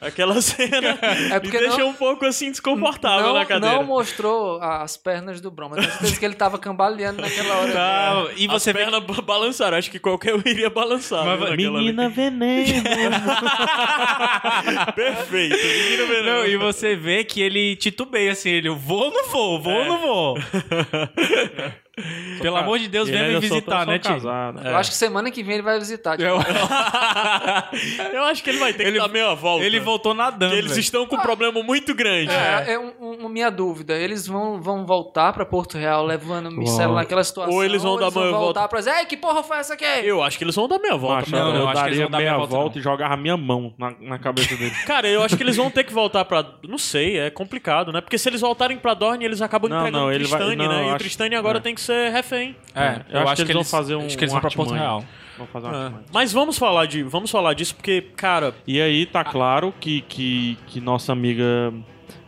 Speaker 1: Aquela *laughs* cena
Speaker 3: *laughs* É
Speaker 1: me
Speaker 3: porque
Speaker 1: deixa
Speaker 3: não-
Speaker 1: um pouco assim desconfortável
Speaker 3: não,
Speaker 1: na cadeira.
Speaker 3: não mostrou as pernas do Bron, mas tenho certeza que ele tava cambaleando naquela hora.
Speaker 4: Tá, e você
Speaker 1: As
Speaker 4: vê.
Speaker 1: pernas ba- balançaram, acho que qualquer *laughs* um iria balançar.
Speaker 4: Mas
Speaker 1: viu,
Speaker 4: vai-
Speaker 1: naquela ali. *laughs*
Speaker 2: veneno.
Speaker 1: Perfeito, menino veneno.
Speaker 4: *laughs* Não, e você vê que ele titubeia assim, ele vou ou não vou, vou ou não *laughs* vou. Pelo amor de Deus,
Speaker 2: Ele
Speaker 4: vem me
Speaker 2: ainda soltou
Speaker 4: visitar,
Speaker 2: só
Speaker 4: né,
Speaker 2: um
Speaker 4: tio?
Speaker 2: casado.
Speaker 3: Eu acho que semana que vem ele vai visitar. Tipo,
Speaker 4: Eu-
Speaker 1: Eu acho que ele vai ter
Speaker 4: Ele-
Speaker 1: que dar meia volta.
Speaker 4: Ele voltou nadando.
Speaker 1: Porque eles
Speaker 4: velho.
Speaker 1: estão com um problema muito grande.
Speaker 3: é, é um- um- minha dúvida. Eles vão, vão voltar pra Porto Real levando o Micelo
Speaker 2: Vão.
Speaker 3: naquela situação.
Speaker 1: Ou eles vão dar uma volta.
Speaker 3: voltar pra dizer, ei, que porra foi essa aqui?
Speaker 1: É. Eu acho que eles vão dar meia volta. né?
Speaker 2: Macho,
Speaker 4: não,
Speaker 2: eu
Speaker 4: não, acho que eles
Speaker 2: daria
Speaker 4: vão dar
Speaker 2: meia
Speaker 4: meia
Speaker 2: volta,
Speaker 4: volta,
Speaker 2: e jogava a minha mão na, na cabeça dele.
Speaker 1: Cara, eu acho que eles vão ter que voltar pra. Não sei, é complicado, né? Porque se eles voltarem pra Dorne, eles acabam
Speaker 2: Não,
Speaker 1: entregando
Speaker 2: não,
Speaker 1: o
Speaker 2: ele vai-
Speaker 1: Tristane,
Speaker 2: não,
Speaker 1: né?
Speaker 2: eu
Speaker 1: E o
Speaker 2: acho-
Speaker 1: Tristane agora
Speaker 2: é.
Speaker 1: tem que ser refém.
Speaker 4: É, eu, acho que eles
Speaker 2: vão fazer um.
Speaker 4: acho que eles vão pra Porto
Speaker 2: artimanha.
Speaker 4: Real.
Speaker 2: Vão fazer uma artimanha.
Speaker 1: É. Mas vamos falar, de, vamos falar disso, porque, cara,
Speaker 2: E aí
Speaker 1: Ah.
Speaker 2: tá claro que, que, que nossa amiga.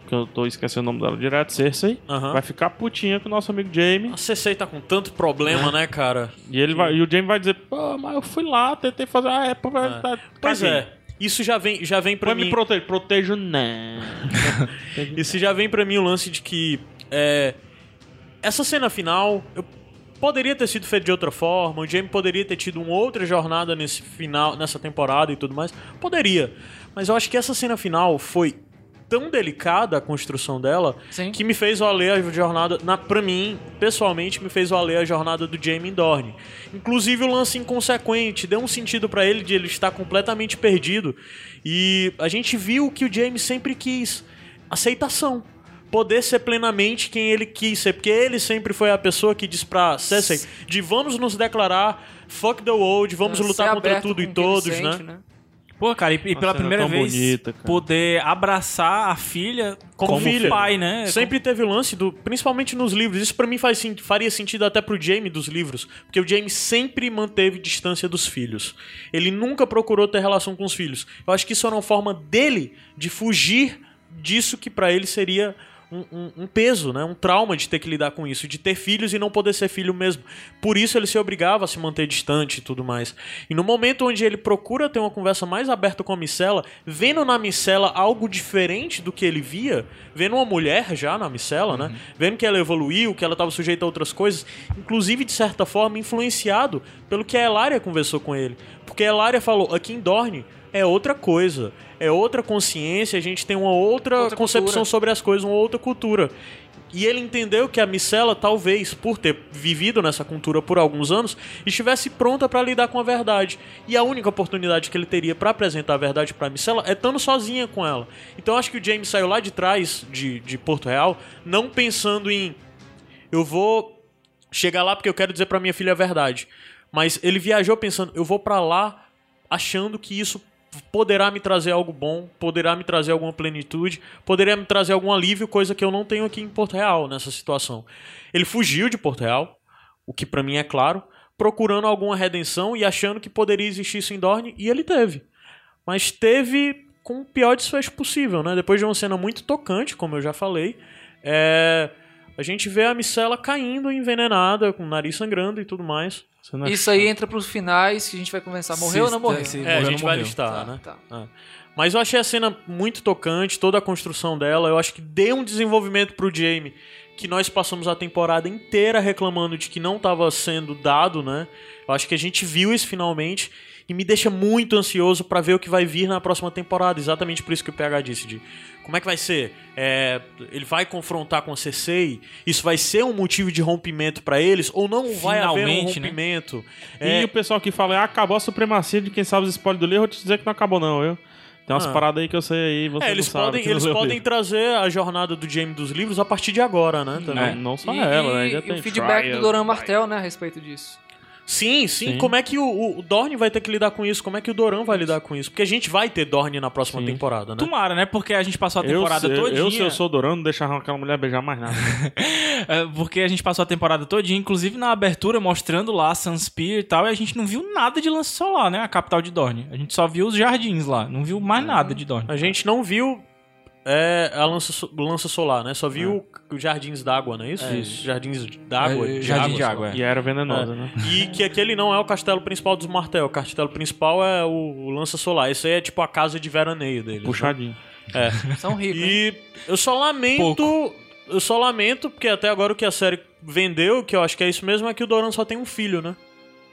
Speaker 2: Que eu tô esquecendo o nome dela direto, Cersei.
Speaker 1: Aham.
Speaker 2: Vai ficar putinha com o nosso amigo Jamie.
Speaker 1: a CC tá com tanto problema, né, cara?
Speaker 2: E, ele vai, e o Jamie vai dizer: pô, mas eu fui lá, tentei fazer. Ah, é, pô,
Speaker 1: É.
Speaker 2: mas tá,
Speaker 1: Pois
Speaker 2: caguei.
Speaker 1: é. Isso já vem, já vem pra
Speaker 2: Mas
Speaker 1: mim.
Speaker 2: me protejo. Protejo, né?" não.
Speaker 1: Isso já vem pra mim o lance de que é, essa cena final eu- poderia ter sido feita de outra forma, o Jamie poderia ter tido uma outra jornada nesse final, nessa temporada e tudo mais, poderia. Mas eu acho que essa cena final foi tão delicada a construção dela
Speaker 3: Sim.
Speaker 1: que me fez valer a jornada, na, pra mim, pessoalmente, me fez valer a jornada do Jamie em Dorne. Inclusive o lance inconsequente, deu um sentido pra ele de ele estar completamente perdido. E a gente viu o que o Jamie sempre quis: aceitação. Poder ser plenamente quem ele quis ser. Porque ele sempre foi a pessoa que diz pra Cersei de vamos nos declarar, fuck the world, vamos
Speaker 3: Ser
Speaker 1: lutar contra
Speaker 3: aberto
Speaker 1: tudo e
Speaker 3: com o que ele
Speaker 1: todos,
Speaker 3: sente,
Speaker 1: né?
Speaker 4: Pô, cara, e, e
Speaker 2: Uma
Speaker 4: pela
Speaker 2: cena
Speaker 4: primeira
Speaker 2: tão
Speaker 4: vez
Speaker 2: bonita, cara.
Speaker 4: poder abraçar a filha como,
Speaker 1: filha.
Speaker 4: pai, né?
Speaker 1: Sempre teve o lance do, principalmente nos livros. Isso pra mim faz sen- faria sentido até pro Jamie dos livros, porque o Jamie sempre manteve distância dos filhos. Ele nunca procurou ter relação com os filhos. Eu acho que isso era uma forma dele de fugir disso que pra ele seria um, um- um peso, né? Um trauma de ter que lidar com isso, de ter filhos e não poder ser filho mesmo. Por isso ele se obrigava a se manter distante e tudo mais. E no momento onde ele procura ter uma conversa mais aberta com a Micela, vendo na Micela algo diferente do que ele via, vendo uma mulher já na Micela,
Speaker 3: Uhum.
Speaker 1: né? Vendo que ela evoluiu, que ela estava sujeita a outras coisas, inclusive de certa forma influenciado pelo que a Elária conversou com ele. Porque a Elária falou: aqui em Dorne é outra coisa, é outra consciência, a gente tem uma outra,
Speaker 3: Outra
Speaker 1: concepção
Speaker 3: cultura.
Speaker 1: sobre as coisas, uma outra cultura. E ele entendeu que a Micela, talvez, por ter vivido nessa cultura por alguns anos, estivesse pronta para lidar com a verdade. E a única oportunidade que ele teria para apresentar a verdade para Micela é estando sozinha com ela. Então acho que o James saiu lá de trás de, de Porto Real, não pensando em eu vou chegar lá porque eu quero dizer pra minha filha a verdade. Mas ele viajou pensando, eu vou pra lá achando que isso poderá me trazer algo bom, poderá me trazer alguma plenitude, poderá me trazer algum alívio, coisa que eu não tenho aqui em Porto Real nessa situação. Ele fugiu de Porto Real, o que pra mim é claro, procurando alguma redenção e achando que poderia existir isso em Dorne, e ele teve. Mas teve com o pior desfecho possível, né? Depois de uma cena muito tocante, como eu já falei, é, a gente vê a micela caindo, envenenada, com o nariz sangrando e tudo mais.
Speaker 2: Você não é
Speaker 3: Isso aí entra pros finais que a gente vai conversar. Morreu ou não morreu?
Speaker 4: Se- se-
Speaker 1: É, a
Speaker 4: Morreu,
Speaker 1: gente
Speaker 4: não
Speaker 1: vai
Speaker 4: morreu.
Speaker 1: listar, né?
Speaker 3: tá.
Speaker 1: É. Mas eu achei a cena muito tocante, toda a construção dela. Eu acho que deu um desenvolvimento pro Jamie que nós passamos a temporada inteira reclamando de que não tava sendo dado, né? Eu acho que a gente viu isso finalmente e me deixa muito ansioso pra ver o que vai vir na próxima temporada. Exatamente por isso que o PH disse de como é que vai ser? É, ele vai confrontar com a Cersei? Isso vai ser um motivo de rompimento pra eles ou não vai haver um
Speaker 4: Finalmente, né?
Speaker 1: rompimento? É.
Speaker 2: E o pessoal que fala, ah, acabou a supremacia de quem sabe os spoilers do livro, eu vou te dizer que não acabou não, eu. Tem umas
Speaker 1: Ah.
Speaker 2: paradas aí que eu sei aí, vocês
Speaker 1: É, eles
Speaker 2: não sabem,
Speaker 1: podem,
Speaker 2: que não
Speaker 1: eles
Speaker 2: leu o
Speaker 1: podem
Speaker 2: livro.
Speaker 1: trazer a jornada do Jamie dos livros a partir de agora, né? Também.
Speaker 2: Não, não só
Speaker 3: E,
Speaker 2: ela, né?
Speaker 3: e
Speaker 2: Ainda
Speaker 3: o
Speaker 2: tem
Speaker 3: feedback
Speaker 2: Trial,
Speaker 3: do Doran
Speaker 2: Trial.
Speaker 3: Martel, né, a respeito disso.
Speaker 1: Sim, sim,
Speaker 2: Sim.
Speaker 1: Como é que o, o Dorne vai ter que lidar com isso? Como é que o Doran vai lidar com isso? Porque a gente vai ter Dorne na próxima
Speaker 2: Sim.
Speaker 1: temporada, né?
Speaker 4: Tomara, né? Porque a gente passou a
Speaker 2: Eu,
Speaker 4: temporada
Speaker 2: se- eu,
Speaker 4: todinha.
Speaker 2: se eu sou Doran, não deixava aquela mulher beijar mais
Speaker 1: *laughs*
Speaker 2: nada.
Speaker 4: É, Porque a gente passou a temporada todinha, inclusive na abertura, mostrando lá Sunspear e tal, e a gente não viu nada de lance solar, né? A capital de Dorne. A gente só viu os jardins lá, não viu mais nada de Dorne.
Speaker 1: A gente não viu é, a lança, so- lança solar, né? Só viu os jardins d'água, não é isso?
Speaker 4: Isso.
Speaker 1: Jardins d'água.
Speaker 4: É,
Speaker 1: de
Speaker 4: jardim de
Speaker 1: sei lá.
Speaker 4: água, é.
Speaker 2: e era venenosa, né?
Speaker 1: E que aquele não é o castelo principal dos Martel. O castelo principal é o, o lança solar. Isso aí é tipo a casa de veraneio deles. né?
Speaker 2: Puxadinho.
Speaker 3: São ricos. hein?
Speaker 2: né?
Speaker 1: E eu só lamento. Eu só lamento, porque até agora o que a série vendeu, que eu acho que é isso mesmo, é que o Doran só tem um filho, né?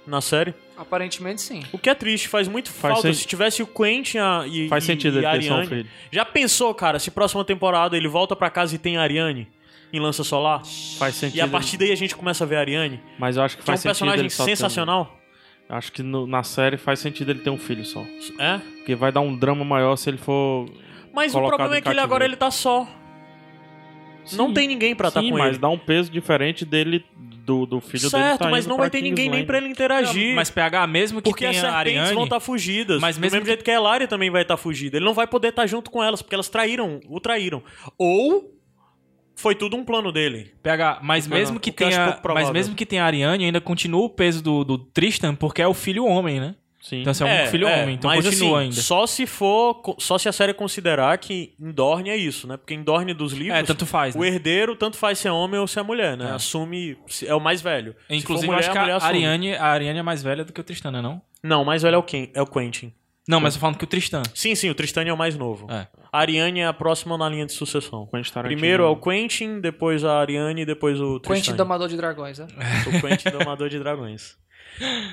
Speaker 1: Na série.
Speaker 3: Aparentemente sim.
Speaker 1: O que é triste, faz muito
Speaker 2: Faz
Speaker 1: falta.
Speaker 2: sen-
Speaker 1: Se tivesse o Quentin a- e,
Speaker 2: Faz
Speaker 1: e-
Speaker 2: sentido
Speaker 1: e
Speaker 2: ele
Speaker 1: a
Speaker 2: ter só um
Speaker 1: Ariane.
Speaker 2: filho.
Speaker 1: Já pensou, cara, se próxima temporada ele volta pra casa e tem a Ariane em Lança Solar?
Speaker 2: Faz sentido.
Speaker 1: E a partir daí a gente começa a ver a Ariane,
Speaker 2: Mas eu acho que
Speaker 1: que é
Speaker 2: faz
Speaker 1: um
Speaker 2: sentido.
Speaker 1: personagem
Speaker 2: ele só ter um-
Speaker 1: sensacional.
Speaker 2: Acho que no- na série faz sentido ele ter um filho só.
Speaker 1: É?
Speaker 2: Porque vai dar um drama maior se ele for.
Speaker 1: Mas o
Speaker 2: Colocado
Speaker 1: problema é
Speaker 2: em
Speaker 1: que ele agora
Speaker 2: cativeiro.
Speaker 1: ele tá só. não
Speaker 2: Sim.
Speaker 1: tem ninguém pra estar
Speaker 2: Sim,
Speaker 1: com
Speaker 2: mas
Speaker 1: ele.
Speaker 2: dá um peso diferente dele, do, do filho dele.
Speaker 1: certo,
Speaker 2: tá
Speaker 1: mas
Speaker 2: indo
Speaker 1: não
Speaker 2: pra
Speaker 1: vai ter ninguém nem
Speaker 2: Kingsland.
Speaker 1: pra ele interagir.
Speaker 4: Mas PH, mesmo que
Speaker 1: Porque as
Speaker 4: tenha a
Speaker 1: serpentes
Speaker 4: Ariane...
Speaker 1: vão tá- estar fugidas. Mas
Speaker 4: Mas mesmo
Speaker 1: mesmo do mesmo jeito que a Elaria também vai estar fugida. Ele não vai poder estar junto com elas, porque elas traíram, o traíram. Ou foi tudo um plano dele.
Speaker 4: PH, mas
Speaker 1: Não,
Speaker 4: mesmo que
Speaker 1: o que eu acho
Speaker 4: tenha...
Speaker 1: pouco
Speaker 4: Mas
Speaker 1: provável.
Speaker 4: mesmo que tenha a Ariane, ainda continua o peso do, do Tristan, porque é o filho homem, né?
Speaker 2: Sim.
Speaker 1: Tá
Speaker 4: Então, assim, é o único filho homem, então
Speaker 1: mas
Speaker 4: continua
Speaker 1: assim,
Speaker 4: ainda.
Speaker 1: Só se for, co- só se a série considerar que em Dorne é isso, né? Porque em Dorne dos livros,
Speaker 4: É, tanto faz,
Speaker 1: o
Speaker 4: né?
Speaker 1: herdeiro tanto faz se é homem ou se é mulher, né? Assume, se- é o mais velho. Se
Speaker 4: Inclusive,
Speaker 1: for
Speaker 4: eu
Speaker 1: mulher,
Speaker 4: acho que
Speaker 1: a mulher
Speaker 4: a
Speaker 1: assume.
Speaker 4: Ariane, a Ariane é mais velha do que o Tristan, né, não?
Speaker 1: Não, o mais velho é o, Ken, é o Quentin.
Speaker 4: Não, mas eu tô falando que o Tristan.
Speaker 1: Sim, sim, o Tristan é o mais novo.
Speaker 4: É.
Speaker 1: A Ariane é a próxima na linha de sucessão.
Speaker 2: Quentin Tarantino.
Speaker 1: Primeiro é o Quentin, depois a Ariane, depois o
Speaker 3: Quentin
Speaker 1: Tristan.
Speaker 3: Domador de Dragões, né?
Speaker 1: O Quentin Domador de Dragões.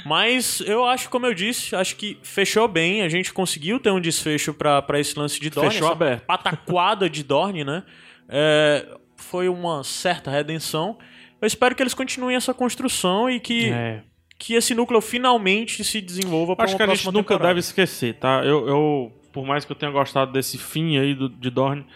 Speaker 1: Mas eu acho, como eu disse, acho que fechou bem. A gente conseguiu ter um desfecho pra pra esse lance de Dorne.
Speaker 2: Fechou
Speaker 1: essa
Speaker 2: aberto.
Speaker 1: Pataquada de Dorne, né? É, foi uma certa redenção. Eu espero que eles continuem essa construção e que,
Speaker 2: É.
Speaker 1: que esse núcleo finalmente se desenvolva para
Speaker 2: Acho
Speaker 1: uma
Speaker 2: que a gente
Speaker 1: próxima
Speaker 2: nunca
Speaker 1: temporada.
Speaker 2: deve esquecer, tá? Eu, eu- por mais que eu tenha gostado desse fim aí do- de Dorne,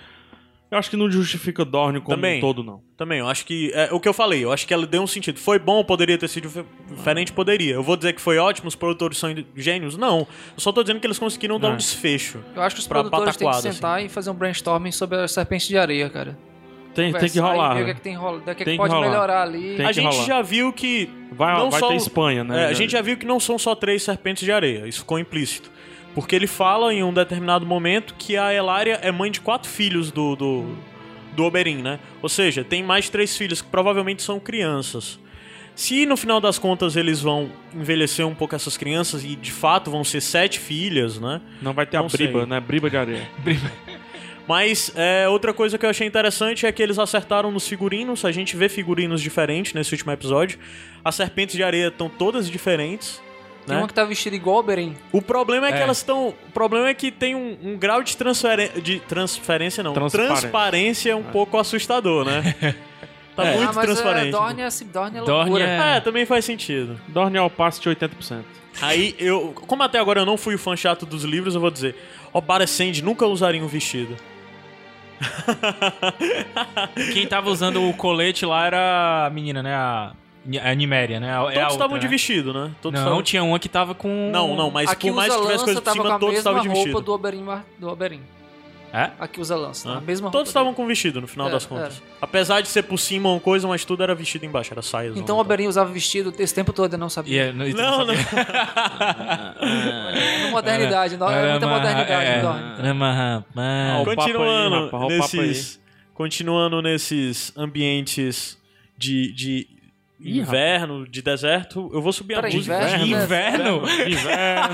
Speaker 2: eu acho que não justifica Dorne como
Speaker 1: Também.
Speaker 2: um todo, não.
Speaker 1: Também, eu acho que. É o que eu falei, eu acho que ela deu um sentido. Foi bom, poderia ter sido fe- diferente? Poderia. Eu vou dizer que foi ótimo, os produtores são gênios? Não. Eu só tô dizendo que eles conseguiram dar
Speaker 2: É.
Speaker 1: um desfecho.
Speaker 3: Eu acho que os
Speaker 1: Pra assim.
Speaker 3: produtores têm que
Speaker 1: pataquada,
Speaker 3: sentar e fazer um brainstorming sobre a serpente de areia, cara.
Speaker 2: Tem, tem que
Speaker 3: Conversar e ver O
Speaker 2: rolar.
Speaker 3: que, é
Speaker 2: né?
Speaker 3: que, tem rola, o que, é que
Speaker 2: Tem que
Speaker 3: pode
Speaker 2: rolar.
Speaker 3: melhorar ali.
Speaker 2: Tem
Speaker 1: a
Speaker 2: que
Speaker 1: gente
Speaker 2: rolar.
Speaker 1: já viu que.
Speaker 2: Vai,
Speaker 1: não
Speaker 2: vai
Speaker 1: só
Speaker 2: ter
Speaker 1: o-
Speaker 2: Espanha, né?
Speaker 1: É, a gente já viu que não são só três serpentes de areia, isso ficou implícito. Porque ele fala em um determinado momento que a Elária é mãe de quatro filhos do, do, do Oberyn, né? Ou seja, tem mais três filhos que provavelmente são crianças. Se no final das contas eles vão envelhecer um pouco essas crianças e de fato vão ser sete filhas, né?
Speaker 2: Não vai ter
Speaker 1: Não
Speaker 2: a
Speaker 1: sei.
Speaker 2: briba, né? Briba de areia.
Speaker 1: Mas é, outra coisa que eu achei interessante é que eles acertaram nos figurinos. A gente vê figurinos diferentes nesse último episódio. As serpentes de areia estão todas diferentes.
Speaker 3: Tem
Speaker 1: né?
Speaker 3: uma que tá vestida igual o Oberyn.
Speaker 1: O problema é que
Speaker 4: É.
Speaker 1: elas estão. O problema é que tem um, um grau de, transferen... de transferência, não.
Speaker 2: Transparência.
Speaker 1: Transparência
Speaker 4: É.
Speaker 1: um pouco assustador,
Speaker 4: *laughs*
Speaker 1: né? Tá
Speaker 2: É.
Speaker 1: muito
Speaker 3: ah, mas
Speaker 1: transparente.
Speaker 3: É, Dorne, é, assim, Dorne é
Speaker 4: Dorne
Speaker 3: loucura.
Speaker 4: é-
Speaker 1: É, também faz sentido.
Speaker 2: Dorne ao passe de 80%.
Speaker 1: Aí eu. Como até agora eu não fui o fã chato dos livros, eu vou dizer. Obara Sand nunca usaria um vestido.
Speaker 4: Quem tava usando o colete lá era a menina, né? A, a Niméria, né? A- é a outra,
Speaker 1: Todos estavam de
Speaker 4: né?
Speaker 1: vestido, né? Todos
Speaker 4: Não,
Speaker 1: estavam
Speaker 4: tinha uma que tava com.
Speaker 1: Não, não, mas
Speaker 3: Aqui
Speaker 1: por mais
Speaker 3: usa
Speaker 1: que tivesse
Speaker 3: lança,
Speaker 1: coisa por
Speaker 3: tava com
Speaker 1: cima,
Speaker 3: a
Speaker 1: todos
Speaker 3: mesma
Speaker 1: estavam de
Speaker 3: roupa
Speaker 1: vestido.
Speaker 3: do Oberyn. mar- Do Oberyn.
Speaker 4: É?
Speaker 3: Aqui usa lança, tá?
Speaker 1: Ah.
Speaker 3: a mesma
Speaker 1: Todos
Speaker 3: roupa.
Speaker 1: estavam com vestido no final
Speaker 3: É,
Speaker 1: das contas. Apesar de ser por cima uma coisa, mas tudo era vestido embaixo, era saia. um
Speaker 3: dele. Então o Oberyn usava vestido esse tempo todo, eu não
Speaker 4: E
Speaker 3: sabia.
Speaker 4: é- e tu
Speaker 1: Não, não.
Speaker 4: sabia?
Speaker 3: É modernidade, *laughs* não- é muita
Speaker 4: Rama-
Speaker 3: modernidade
Speaker 4: é,
Speaker 3: no Dorne.
Speaker 4: Rama- Rama-
Speaker 2: Ah, o papo
Speaker 1: continuando
Speaker 2: aí, rapaz, olha o papo
Speaker 1: nesses, continuando nesses ambientes de, de
Speaker 2: Ih,
Speaker 1: inverno, de deserto, eu vou subir
Speaker 3: Peraí,
Speaker 1: a música.
Speaker 3: inverno,
Speaker 1: Inverno.
Speaker 4: É,
Speaker 2: É, *laughs*
Speaker 4: Inverno?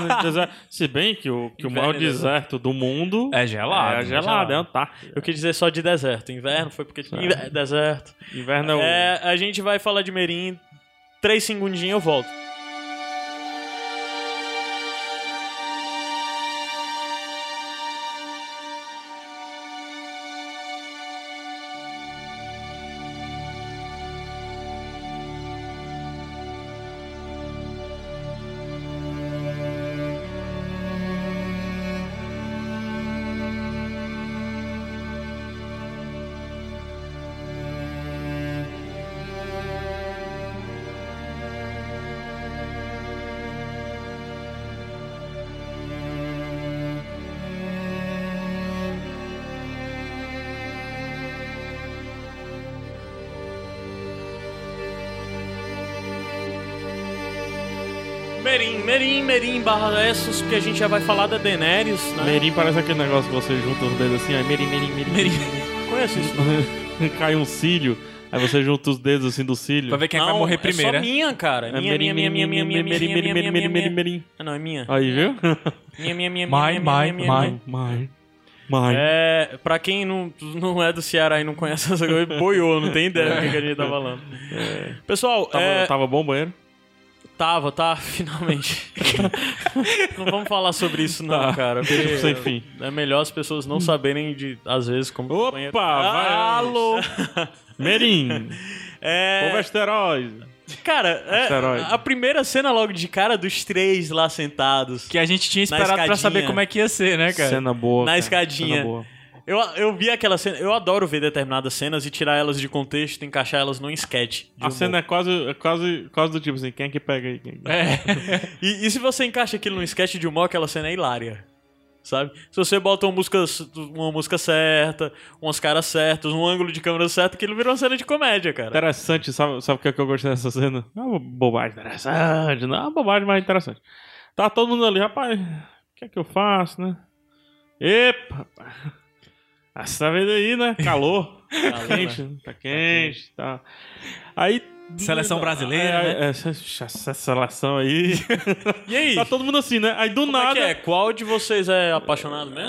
Speaker 2: Inverno, deserto. é, Se bem que o, que o maior
Speaker 1: Inverno, deserto.
Speaker 2: deserto do mundo
Speaker 4: É gelado. um-
Speaker 2: é gelado, é Antártida.
Speaker 1: Eu quis dizer só de deserto. Inverno foi porque Inver- deserto.
Speaker 2: Inverno é o...
Speaker 1: É, a gente vai falar de Merim. Três segundinhos eu volto. Merim, Merim, Merim, barra Essos, porque a gente já vai falar da Daenerys, né?
Speaker 2: Merim parece aquele negócio que você junta os dedos assim, aí merim, merim, merim. merim.
Speaker 1: Conheço isso.
Speaker 2: *laughs* Cai um cílio, aí você junta os dedos assim do
Speaker 4: Pra
Speaker 2: cílio.
Speaker 4: ver quem
Speaker 1: não,
Speaker 4: vai morrer
Speaker 1: É
Speaker 4: primeiro.
Speaker 1: só
Speaker 4: né?
Speaker 1: minha, cara. É
Speaker 2: É
Speaker 1: minha, minha, minha, minha, minha, minha, minha, minha, minha, minha, minha, minha, minha.
Speaker 2: merim.
Speaker 1: Ah, não, é minha.
Speaker 2: Aí, viu?
Speaker 1: Minha, minha, minha, minha,
Speaker 4: Mai,
Speaker 1: minha,
Speaker 4: mai,
Speaker 1: minha, minha,
Speaker 4: mai.
Speaker 1: minha.
Speaker 2: Mãe, mãe. *laughs*
Speaker 1: É, pra quem não, não é do Ceará e não conhece essa coisa, boiou, não tem ideia do que que a gente tá falando. Pessoal,
Speaker 2: Tava,
Speaker 1: é,
Speaker 2: tava bom o banheiro?
Speaker 1: tava, tá? *laughs*
Speaker 2: *laughs*
Speaker 1: Finalmente. não vamos falar sobre isso não,
Speaker 2: Tá.
Speaker 1: cara. porque
Speaker 2: Tipo sem fim.
Speaker 1: É melhor as pessoas não saberem de, às vezes, como...
Speaker 2: Opa,
Speaker 1: banheiro-
Speaker 2: vai,
Speaker 1: Alô!
Speaker 2: Merim!
Speaker 1: É...
Speaker 2: Povo asteroide!
Speaker 1: Cara, é,
Speaker 2: Asteroide.
Speaker 1: a primeira cena logo de cara dos três lá sentados.
Speaker 4: Que a gente tinha
Speaker 1: Na
Speaker 4: esperado pra
Speaker 1: escadinha.
Speaker 4: saber como é que ia ser, né, cara?
Speaker 2: Cena boa.
Speaker 1: Na
Speaker 2: cara,
Speaker 1: escadinha.
Speaker 2: cena boa.
Speaker 1: Eu, eu vi aquela cena, eu adoro ver determinadas cenas e tirar elas de contexto e encaixar elas num sketch. de
Speaker 2: A
Speaker 1: humor.
Speaker 2: cena é quase, é quase, quase do tipo assim: quem é que pega aí? Quem é que-
Speaker 4: É.
Speaker 1: E, e se você encaixa aquilo num sketch de humor, aquela cena é hilária. Sabe? Se você bota uma música, uma música certa, uns caras certos, um ângulo de câmera certo, aquilo vira uma cena de comédia, cara.
Speaker 2: Interessante, sabe, sabe o que, é que eu gostei dessa cena? É uma bobagem interessante, não é uma bobagem, mas interessante. Tá todo mundo ali, rapaz, o que é que eu faço, né? Epa! rapaz. Ah, Você tá vendo aí, né? Calor.
Speaker 1: Ah,
Speaker 2: tá quente, né? tá quente, tá. Aí.
Speaker 4: Seleção brasileira,
Speaker 2: É,
Speaker 1: né?
Speaker 2: é, essa, essa seleção
Speaker 1: *laughs*
Speaker 2: aí.
Speaker 1: E aí?
Speaker 2: tá todo mundo assim, né? Aí do
Speaker 1: Como é
Speaker 2: nada.
Speaker 1: que é? Qual de vocês é apaixonado mesmo?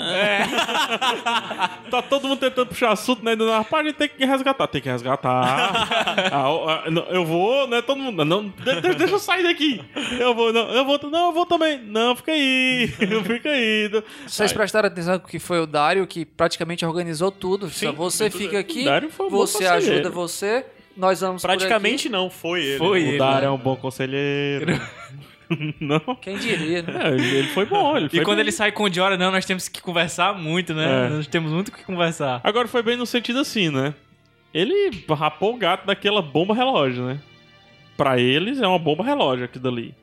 Speaker 2: Tá todo mundo tentando puxar assunto, né? Do nada, Rapaz, a gente tem que resgatar, tem
Speaker 1: *laughs*
Speaker 2: que resgatar. Ah, eu- ah, não, eu vou, né? Todo mundo. Não, de- de- deixa eu sair daqui. Eu vou, não, eu vou, não, eu vou também. Não, fica aí. *laughs* Fica aí.
Speaker 3: Vocês prestaram atenção que foi o Dário que praticamente organizou tudo. Só você fica aqui,
Speaker 2: Dário foi um bom
Speaker 3: você
Speaker 2: conselheiro.
Speaker 3: ajuda você, nós vamos por
Speaker 1: Praticamente não, foi ele.
Speaker 4: Foi ele. né?
Speaker 2: Dar é um bom
Speaker 4: *laughs*
Speaker 2: conselheiro. não.
Speaker 3: aqui. Quem diria,
Speaker 1: *laughs*
Speaker 3: né?
Speaker 2: É, ele ele foi bom, ele foi
Speaker 4: E quando
Speaker 2: bem.
Speaker 4: ele sai com o Diora, não, nós temos que conversar muito, né?
Speaker 2: É.
Speaker 4: Nós temos muito o que conversar.
Speaker 2: Agora foi bem no sentido assim, né? Ele rapou o gato daquela bomba relógio, né? Pra eles é uma bomba relógio aquilo dali.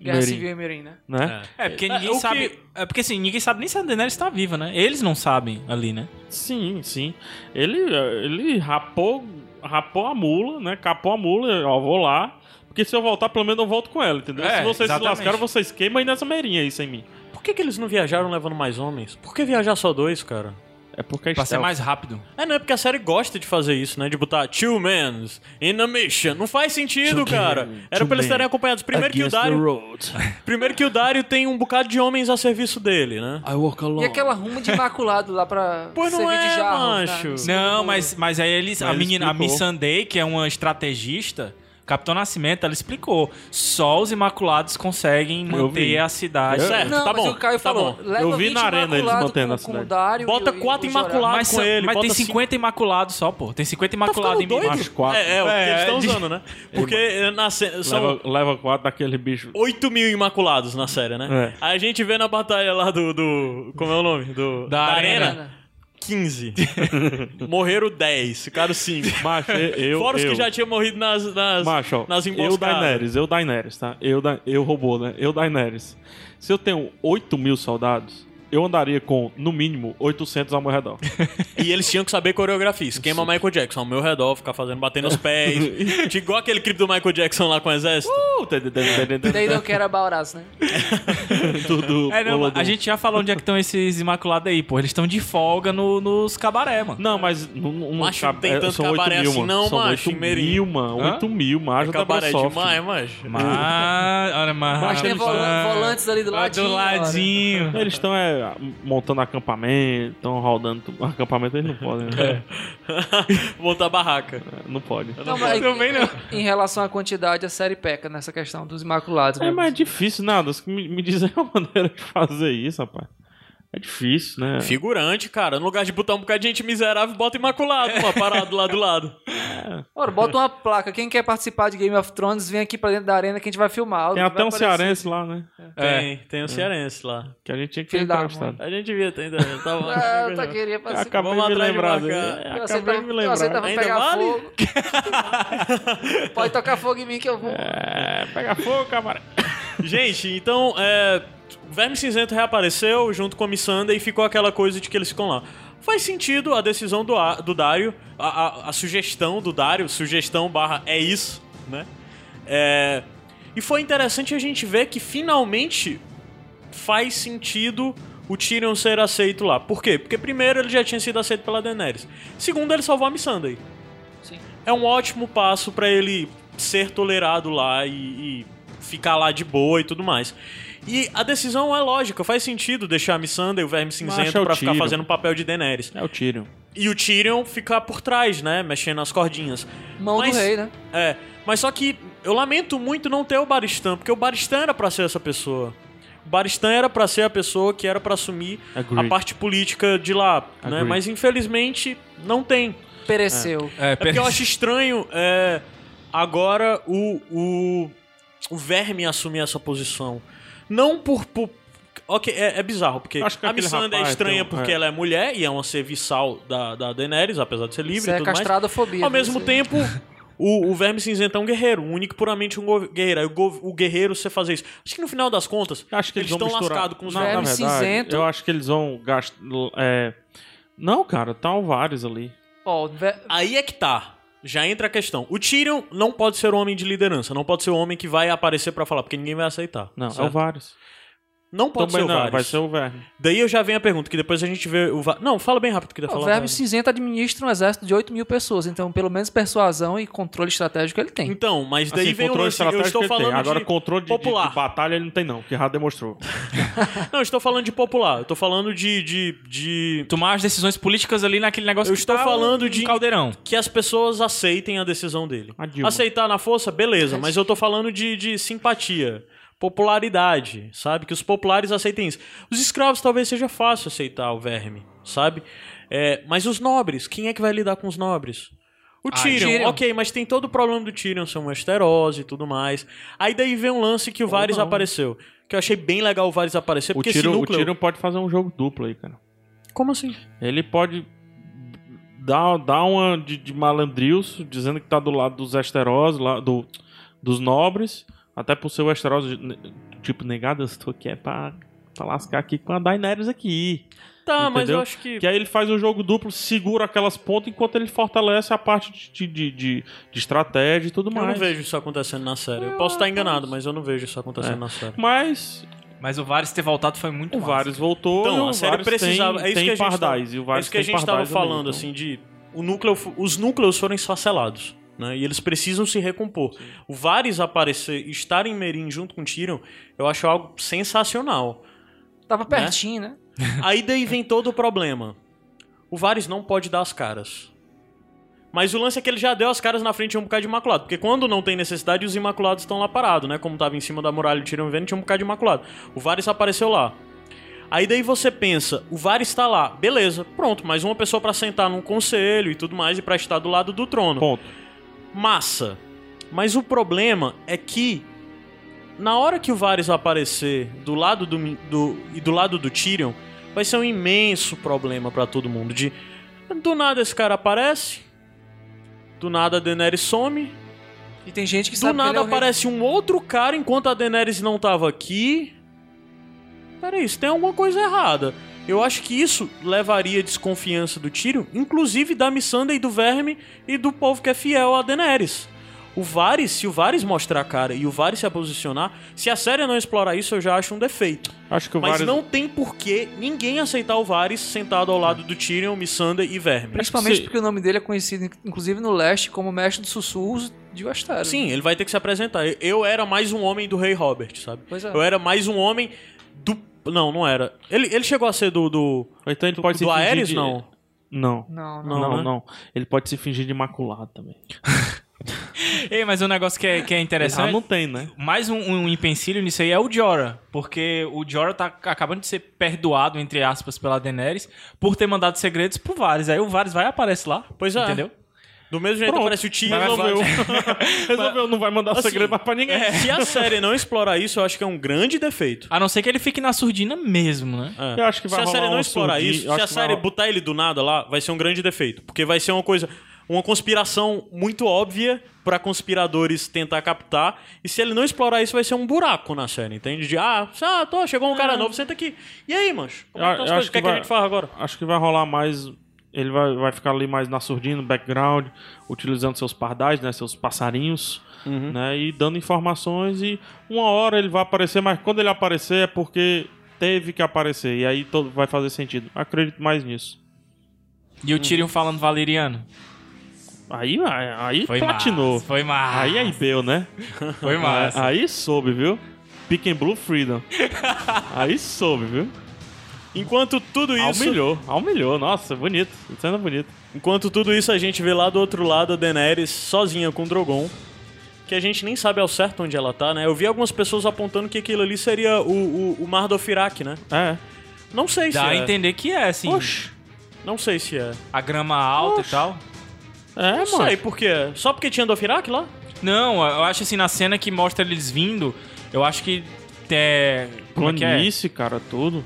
Speaker 3: Guerra
Speaker 2: Merim,
Speaker 3: Civil e Mirim, né?
Speaker 2: Né?
Speaker 4: É, porque
Speaker 1: É,
Speaker 4: ninguém
Speaker 1: o que-
Speaker 4: sabe. É porque assim, ninguém sabe nem se a Daenerys tá viva, né? Eles não sabem ali, né?
Speaker 2: Sim, sim. Ele, ele rapou, rapou a mula, né? Capou a mula, ó, vou lá. Porque se eu voltar, pelo menos eu volto com ela, entendeu?
Speaker 4: É,
Speaker 2: se vocês
Speaker 4: exatamente.
Speaker 2: se lascaram, vocês queimam aí nessa meirinha aí sem mim.
Speaker 1: Por que, que eles não viajaram levando mais homens? Por que viajar só dois, cara?
Speaker 2: É porque é
Speaker 4: Pra ser
Speaker 2: stealth.
Speaker 4: mais rápido.
Speaker 1: É, não, é porque a série gosta de fazer isso, né? De botar two men in a mission. Não faz sentido, cara. Era pra eles estarem acompanhados. Primeiro que, o
Speaker 2: Against the
Speaker 1: Dario,
Speaker 2: road.
Speaker 1: *laughs* primeiro que o Dario tem um bocado de homens a serviço dele, né?
Speaker 2: I walk alone.
Speaker 3: E aquela ruma de maculado lá pra
Speaker 1: Pois não
Speaker 3: servir
Speaker 1: é,
Speaker 3: de jarro. tá?
Speaker 1: macho.
Speaker 3: Não sei
Speaker 4: Não,
Speaker 3: como-
Speaker 4: mas, mas aí eles, a
Speaker 2: Mas ele
Speaker 4: menina, a
Speaker 2: explicou.
Speaker 4: Miss Sunday, que é uma estrategista, Capitão Nascimento, ela explicou. Só os Imaculados conseguem
Speaker 2: Eu
Speaker 4: manter
Speaker 2: vi.
Speaker 4: a cidade.
Speaker 1: É certo.
Speaker 3: Não,
Speaker 1: tá
Speaker 3: mas
Speaker 1: bom,
Speaker 3: o Caio
Speaker 1: tá
Speaker 3: falou.
Speaker 1: bom.
Speaker 3: Leva
Speaker 2: Eu vi
Speaker 3: 20
Speaker 2: na arena eles
Speaker 3: imaculados
Speaker 2: mantendo
Speaker 3: com-
Speaker 2: a
Speaker 3: com
Speaker 2: cidade.
Speaker 3: o Dário
Speaker 1: Bota
Speaker 3: e o-
Speaker 1: quatro
Speaker 3: e o Jorá.
Speaker 1: imaculados.
Speaker 4: Mas,
Speaker 1: com
Speaker 4: são-
Speaker 1: ele,
Speaker 4: mas tem
Speaker 1: bota cinco-
Speaker 4: 50 Imaculados só, pô. Tem 50
Speaker 1: Tá
Speaker 4: Imaculados
Speaker 1: ficando
Speaker 4: em Minas.
Speaker 1: doido?
Speaker 2: Acho quatro.
Speaker 1: É, é, o que
Speaker 4: É,
Speaker 1: eles estão
Speaker 4: de-
Speaker 1: usando, né? Porque eh, na ce- são...
Speaker 2: Leva, leva quatro daquele *laughs* bicho.
Speaker 1: 8 mil imaculados na série, né?
Speaker 2: É.
Speaker 1: Aí a gente vê na batalha lá do. do- como é o nome? Do,
Speaker 4: Da Arena.
Speaker 2: *laughs*
Speaker 1: 15. Morreram 10, ficaram 5.
Speaker 2: Macho, eu.
Speaker 1: Fora os
Speaker 2: eu.
Speaker 1: que já tinham morrido nas, nas,
Speaker 2: Macho, ó,
Speaker 1: nas
Speaker 2: eu
Speaker 1: emboscadas.
Speaker 2: Daenerys, eu Daenerys, tá? Eu, da, eu robô, né? Eu Daenerys. Se eu tenho 8 mil soldados, eu andaria com, no mínimo, 800 ao meu *laughs* redor.
Speaker 1: e eles tinham que saber coreografia. Esquema Michael Jackson, ao meu redor, ficar fazendo, batendo os pés.
Speaker 2: *laughs*
Speaker 1: Tipo, Igual aquele clipe do Michael Jackson lá com o exército.
Speaker 3: They don't care about us, né?
Speaker 2: Tudo.
Speaker 4: É, não,
Speaker 2: colorido.
Speaker 4: a gente já falou onde é que estão esses Imaculados aí, pô. Eles estão de folga no- nos cabaré, mano.
Speaker 2: Não, mas não, não
Speaker 1: Macho, não
Speaker 2: cabe-
Speaker 1: tem
Speaker 2: é,
Speaker 1: tanto
Speaker 2: são 8
Speaker 1: cabaré
Speaker 2: mil,
Speaker 1: assim,
Speaker 2: mano.
Speaker 1: não,
Speaker 2: são
Speaker 1: macho,
Speaker 2: 8
Speaker 1: Mirim.
Speaker 2: mil, mano.
Speaker 4: Hã?
Speaker 2: 8 mil, macho. da
Speaker 1: É Cabaré
Speaker 2: Microsoft.
Speaker 1: demais,
Speaker 2: *laughs*
Speaker 1: macho.
Speaker 4: Mas, olha, mas,
Speaker 3: Mas tem volan-
Speaker 4: mas-
Speaker 3: é volantes ali do
Speaker 4: Ah,
Speaker 3: ladinho,
Speaker 4: Do
Speaker 3: olha.
Speaker 4: ladinho.
Speaker 2: Eles estão é, montando acampamento, estão rodando. tu- Acampamento eles não podem,
Speaker 1: *laughs*
Speaker 2: né?
Speaker 1: É.
Speaker 2: É,
Speaker 1: Voltar a barraca.
Speaker 2: Não pode.
Speaker 1: É
Speaker 3: Não, mas
Speaker 4: Também não.
Speaker 3: Em relação à quantidade, a série peca nessa questão dos imaculados.
Speaker 2: É
Speaker 3: né?
Speaker 2: mais difícil, nada. Me, me dizem uma maneira de fazer isso, rapaz. É difícil, né?
Speaker 1: Figurante, cara. No lugar de botar um bocado de gente miserável, bota imaculado, uma parado lá do lado.
Speaker 3: Ora, bota uma placa. Quem quer participar de Game of Thrones, vem aqui pra dentro da arena que a gente vai filmar.
Speaker 2: Tem
Speaker 3: Vai
Speaker 2: até um
Speaker 3: aparecer. É.
Speaker 2: cearense lá, né?
Speaker 1: *laughs* Tem, tem um cearense lá.
Speaker 2: Que a gente tinha que ter
Speaker 3: Filho da
Speaker 2: entrevistado.
Speaker 1: A gente via tem também. Tá bom.
Speaker 3: Ah, eu tá queria participar.
Speaker 2: Acabei
Speaker 1: Vamos
Speaker 2: de
Speaker 1: atrás de
Speaker 2: lembrar.
Speaker 1: marcar.
Speaker 2: dele.
Speaker 3: Eu
Speaker 2: Acabei
Speaker 3: aceitava,
Speaker 2: de me
Speaker 3: eu
Speaker 2: lembrar. né?
Speaker 3: aceitava
Speaker 1: Ainda
Speaker 3: pegar
Speaker 1: vale?
Speaker 3: fogo. Pode tocar fogo em mim que eu vou.
Speaker 2: É, pega fogo, camarada.
Speaker 1: *laughs* Gente, então, é, Verme Cinzento reapareceu junto com a Missandei e ficou aquela coisa de que eles ficam lá. Faz sentido a decisão do, A- do Dário, a, a- a sugestão do Dário, sugestão barra é isso, né? É, e foi interessante a gente ver que finalmente faz sentido o Tyrion ser aceito lá. Por quê? Porque primeiro ele já tinha sido aceito pela Daenerys. Segundo, ele salvou a Missandei.
Speaker 3: Sim.
Speaker 1: É um ótimo passo pra ele ser tolerado lá e, e ficar lá de boa e tudo mais. E a decisão é lógica, faz sentido deixar a Missandei e o Verme
Speaker 2: Mas é
Speaker 1: Cinzento
Speaker 2: o
Speaker 1: pra ficar
Speaker 2: Tyrion.
Speaker 1: fazendo o papel de Daenerys.
Speaker 2: É o Tyrion.
Speaker 1: E o Tyrion ficar por trás, né, mexendo as cordinhas.
Speaker 3: Mão
Speaker 1: Mas-
Speaker 3: do rei, né?
Speaker 1: É, mas só que eu lamento muito não ter o Baristão, porque o Baristão era pra ser essa pessoa. O Baristão era pra ser a pessoa que era pra assumir
Speaker 2: Agreed.
Speaker 1: a parte política de lá, né?
Speaker 2: Agreed.
Speaker 1: Mas infelizmente não tem.
Speaker 3: Pereceu.
Speaker 4: É,
Speaker 1: É
Speaker 4: *laughs*
Speaker 1: porque eu acho estranho é, agora o, o, o Verme assumir essa posição. Não por. por- ok, é, é bizarro, porque
Speaker 2: Acho que
Speaker 1: a
Speaker 2: aquele
Speaker 1: Missandei é
Speaker 2: rapaz
Speaker 1: estranha
Speaker 2: tem um-
Speaker 1: porque
Speaker 2: é.
Speaker 1: ela é mulher e é uma serviçal da, da Daenerys, apesar de ser livre
Speaker 3: Isso
Speaker 1: e
Speaker 3: é
Speaker 1: tudo mais.
Speaker 3: castradofobia.
Speaker 1: Ao mesmo
Speaker 2: assim.
Speaker 3: você.
Speaker 2: *laughs*
Speaker 1: tempo, o, o Verme Cinzento é um guerreiro, um único e puramente um go- guerreiro. Aí o, go- o guerreiro, você fazer isso. Acho que no final das contas,
Speaker 2: Acho que eles,
Speaker 1: estão
Speaker 2: vão misturar.
Speaker 1: lascados com os
Speaker 2: não,
Speaker 1: velhos.
Speaker 2: na
Speaker 3: Verme
Speaker 2: verdade,
Speaker 3: cinzento.
Speaker 2: Eu acho que eles vão gastar. É... Não, cara, tá o vários ali.
Speaker 3: Ó, ve-
Speaker 1: Aí é que tá. Já entra a questão. O Tyrion não pode ser o homem de liderança, não pode ser o homem que vai aparecer pra falar, porque ninguém vai aceitar.
Speaker 2: Não, é o
Speaker 1: certo?
Speaker 2: vários.
Speaker 1: não pode
Speaker 2: Também
Speaker 1: ser o
Speaker 2: não,
Speaker 1: Varys.
Speaker 2: vai ser o Verme.
Speaker 1: Daí eu já venho a pergunta, que depois a gente vê o Va- Não, fala bem rápido que dá pra
Speaker 3: o
Speaker 1: falar. o
Speaker 3: Verme
Speaker 1: Varys.
Speaker 3: Cinzento administra um exército de 8 mil pessoas, então pelo menos persuasão e controle estratégico ele tem.
Speaker 1: Então, mas daí
Speaker 2: Assim,
Speaker 1: vem o
Speaker 2: controle
Speaker 1: lance, eu
Speaker 2: estratégico
Speaker 1: estou
Speaker 2: ele tem.
Speaker 1: falando
Speaker 2: Agora,
Speaker 1: de
Speaker 2: controle de, de-
Speaker 1: popular.
Speaker 2: de batalha ele não tem, não, que
Speaker 1: *laughs*
Speaker 2: já demonstrou.
Speaker 1: Não, eu estou falando de popular, eu tô falando de de, de...
Speaker 4: tomar as decisões políticas ali naquele negócio
Speaker 1: Eu
Speaker 4: que
Speaker 1: estou
Speaker 4: tá
Speaker 1: falando
Speaker 4: um
Speaker 1: de-
Speaker 4: caldeirão.
Speaker 1: que as pessoas aceitem a decisão dele.
Speaker 2: A Dilma. É
Speaker 1: Aceitar na força, beleza, mas eu tô falando de, de simpatia, popularidade, sabe? Que os populares aceitem isso. Os escravos talvez seja fácil aceitar o verme, sabe? É, mas os nobres, quem é que vai lidar com os nobres?
Speaker 2: Ah,
Speaker 1: O Tyrion,
Speaker 3: Tyrion.
Speaker 1: ok, mas tem todo o problema do Tyrion, são Westeros e tudo mais. Aí daí vem um lance que o Varys
Speaker 2: não.
Speaker 1: apareceu. Que eu achei bem legal o Varys aparecer, É
Speaker 2: o,
Speaker 1: porque
Speaker 2: Tyrion,
Speaker 1: esse
Speaker 2: o
Speaker 1: núcleo...
Speaker 2: Tyrion pode fazer um jogo duplo aí, cara.
Speaker 1: Como assim?
Speaker 2: Ele pode dar, dar uma de, de malandrilso, dizendo que tá do lado dos Westeros, lá do, dos nobres, até por ser Westeros, ne- tipo, negado, eu estou aqui é pra, pra lascar aqui com a Daenerys aqui.
Speaker 1: Tá, mas
Speaker 2: Entendeu?
Speaker 1: eu acho que...
Speaker 2: Que aí ele faz um jogo duplo, segura aquelas pontas, enquanto ele fortalece a parte de, de, de, de estratégia e tudo
Speaker 1: Eu não
Speaker 2: mais.
Speaker 1: é
Speaker 2: É.
Speaker 1: vejo isso acontecendo na série. Eu posso estar enganado, mas eu não vejo isso acontecendo na série.
Speaker 2: Mas
Speaker 4: Mas o Vares ter voltado foi muito
Speaker 2: O
Speaker 4: massa.
Speaker 2: Varys voltou.
Speaker 1: Então,
Speaker 2: e o
Speaker 1: a série
Speaker 2: Varys
Speaker 1: precisava-
Speaker 2: um Tem,
Speaker 1: é isso
Speaker 2: tem
Speaker 1: que a gente tá-
Speaker 2: pardais, e o
Speaker 1: É
Speaker 2: Varys
Speaker 1: isso que a
Speaker 2: tem
Speaker 1: gente tava
Speaker 2: pardais no meio,
Speaker 1: falando,
Speaker 2: então.
Speaker 1: assim, de. O núcleo, fo- os núcleos foram esfacelados, né? E eles precisam se recompor. O Varys aparecer, estar em Merim junto com o Tyrion, eu acho algo sensacional.
Speaker 3: Tava pertinho, né?
Speaker 1: *laughs* Aí daí vem todo o problema. O Varys não pode dar as caras. Mas o lance é que ele já deu as caras na frente de um bocado de Imaculado. Porque quando não tem necessidade, os Imaculados estão lá parados, né? Como tava em cima da muralha e o Tyrion vendo, tinha um bocado de Imaculado. O Varys apareceu lá. Aí daí você pensa, o Varys tá lá, beleza, pronto, mais uma pessoa pra sentar num conselho e tudo mais e pra estar do lado do trono.
Speaker 2: Ponto.
Speaker 1: Massa. Mas o problema é que na hora que o Varys aparecer do lado do, Mi- do e do lado do Tyrion, vai ser um imenso problema pra todo mundo de do nada esse cara aparece, do nada a Daenerys some,
Speaker 3: E tem gente que
Speaker 1: do
Speaker 3: sabe que ele
Speaker 1: nada
Speaker 3: é o rei.
Speaker 1: aparece um outro cara enquanto a Daenerys não tava aqui. Peraí, isso tem alguma coisa errada. Eu acho que isso levaria a desconfiança do Tyrion, inclusive da Missandei, do Verme e do povo que é fiel a Daenerys. O Varys, se o Varys mostrar a cara e o Varys se posicionar, se a série não explorar isso, eu já acho um defeito.
Speaker 2: Acho que o
Speaker 1: Mas
Speaker 2: Varys...
Speaker 1: não tem porquê ninguém aceitar o Varys sentado ao lado do Tyrion, Missandei e Verme.
Speaker 3: Principalmente
Speaker 2: Sim.
Speaker 3: porque o nome dele é conhecido, inclusive no leste, como mestre dos sussurros de Westeros.
Speaker 1: Sim, ele vai ter que se apresentar. Eu- Eu era mais um homem do Rei Robert, sabe?
Speaker 3: Pois é.
Speaker 1: Eu era mais um homem do. Não, não era. Ele, ele chegou a ser do. Do,
Speaker 2: Então ele pode se
Speaker 1: do
Speaker 2: fingir
Speaker 1: Aerys,
Speaker 2: de-
Speaker 1: não.
Speaker 2: Não.
Speaker 3: Não, não.
Speaker 2: Não, não,
Speaker 1: né?
Speaker 2: Ele pode se fingir de imaculado também.
Speaker 4: Ei, mas um negócio que é, que é
Speaker 2: Ah,
Speaker 4: interessante.
Speaker 2: não tem, né?
Speaker 4: Mais um, um empecilho nisso aí é o Jorah, porque o Jorah tá acabando de ser perdoado, entre aspas, pela Daenerys, por ter mandado segredos pro Varys. Aí o Varys vai e aparece lá.
Speaker 1: Pois é.
Speaker 4: Entendeu?
Speaker 1: Do mesmo jeito
Speaker 2: Pronto.
Speaker 1: aparece o Tyrion.
Speaker 4: Mas
Speaker 1: *laughs*
Speaker 4: vai
Speaker 1: eu-
Speaker 2: Resolveu, não vai mandar
Speaker 1: Assim,
Speaker 2: segredo mais pra ninguém.
Speaker 1: Se a série não explorar isso, eu acho que é um grande defeito.
Speaker 4: A não ser que ele fique na surdina mesmo, né?
Speaker 1: É.
Speaker 2: Eu acho que vai
Speaker 1: se a série
Speaker 2: rolar
Speaker 1: não
Speaker 2: um
Speaker 1: explorar
Speaker 2: surdinho, eu
Speaker 1: isso, se
Speaker 2: acho
Speaker 1: a
Speaker 2: que vai
Speaker 1: série
Speaker 2: rolar-
Speaker 1: botar ele do nada lá, vai ser um grande defeito. Porque vai ser uma coisa. Uma conspiração muito óbvia pra conspiradores tentar captar. E se ele não explorar isso, vai ser um buraco na série, entende? De, ah, ah tô, chegou um cara novo, senta aqui. E aí, mancho? Como é que
Speaker 2: É. Eu-
Speaker 1: estão as coisas?
Speaker 2: eu acho
Speaker 1: O que, é
Speaker 2: que
Speaker 1: que a
Speaker 2: vai-
Speaker 1: gente faz agora?
Speaker 2: Acho que vai rolar mais. Ele vai, vai ficar ali mais na surdina, no background, utilizando seus pardais, né? Seus passarinhos, né? E dando informações. E uma hora ele vai aparecer, mas quando ele aparecer é porque teve que aparecer. E aí todo, vai fazer sentido. Acredito mais nisso.
Speaker 4: E o Tyrion falando valeriano.
Speaker 2: Aí, aí
Speaker 4: Foi
Speaker 2: platinou.
Speaker 4: massa, Foi massa.
Speaker 2: Aí aí deu, né?
Speaker 4: Foi
Speaker 1: Ah,
Speaker 4: massa.
Speaker 2: Aí soube, viu? Pick and Blue
Speaker 4: *laughs*
Speaker 2: Freedom. aí soube, viu?
Speaker 1: Enquanto tudo isso.
Speaker 2: Almilhou, almilhou. Nossa, bonito. Cena bonita.
Speaker 1: Enquanto tudo isso, a gente vê lá do outro lado a Daenerys sozinha com o Drogon. Que a gente nem sabe ao certo onde ela tá, né? Eu vi algumas pessoas apontando que aquilo ali seria o, o, o Mar do Firak, né?
Speaker 2: É.
Speaker 1: Não sei se
Speaker 4: Dá a
Speaker 1: é.
Speaker 4: entender que é, assim.
Speaker 2: Oxe.
Speaker 1: Não sei se é.
Speaker 4: A grama alta e tal.
Speaker 2: É,
Speaker 1: Não
Speaker 2: mano.
Speaker 1: sei por quê. Só porque tinha Dofirak lá?
Speaker 4: Não, eu acho assim, na cena que mostra eles vindo, eu acho que. É, como é que é?
Speaker 2: Planície, cara, tudo.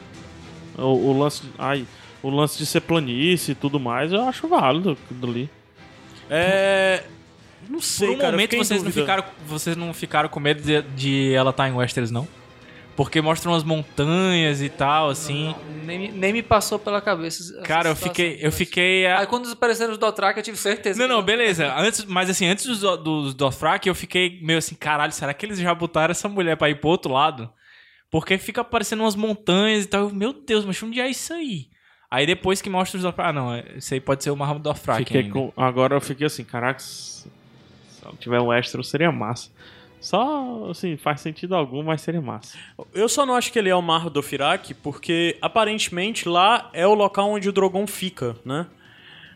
Speaker 2: O, o lance. Ai, o lance de ser planície e tudo mais, eu acho válido tudo ali.
Speaker 1: É. Não
Speaker 4: Por
Speaker 1: sei.
Speaker 4: um
Speaker 1: cara, eu
Speaker 4: momento
Speaker 1: fiquei em
Speaker 4: vocês não,
Speaker 1: dúvida.
Speaker 4: ficaram, vocês não ficaram com medo de, de ela estar em Westeros, não? Porque mostram as montanhas e tal, assim.
Speaker 3: Nem, me- nem me passou pela cabeça. essa
Speaker 4: Cara, eu
Speaker 3: situação.
Speaker 4: fiquei. Eu fiquei. a-
Speaker 3: Aí quando apareceram os Dothraki, eu tive certeza.
Speaker 4: Não,
Speaker 3: que-
Speaker 4: não, beleza. Antes, mas assim, antes dos, dos Dothraki, eu fiquei meio assim, caralho, será que eles já botaram essa mulher pra ir pro outro lado? Porque fica aparecendo umas montanhas e tal. Eu, Meu Deus, mas onde é isso aí? Aí depois que mostra os Dothraki. Ah, não, isso aí pode ser o Marrom Dothraki.
Speaker 2: Fiquei
Speaker 4: ainda.
Speaker 2: com- agora eu fiquei assim, caraca, se se não tiver um extra seria massa. Só, assim, faz sentido algum, mas seria massa.
Speaker 1: Eu só não acho que ele é o Mar do Firak, porque aparentemente lá é o local onde o Drogon fica, né?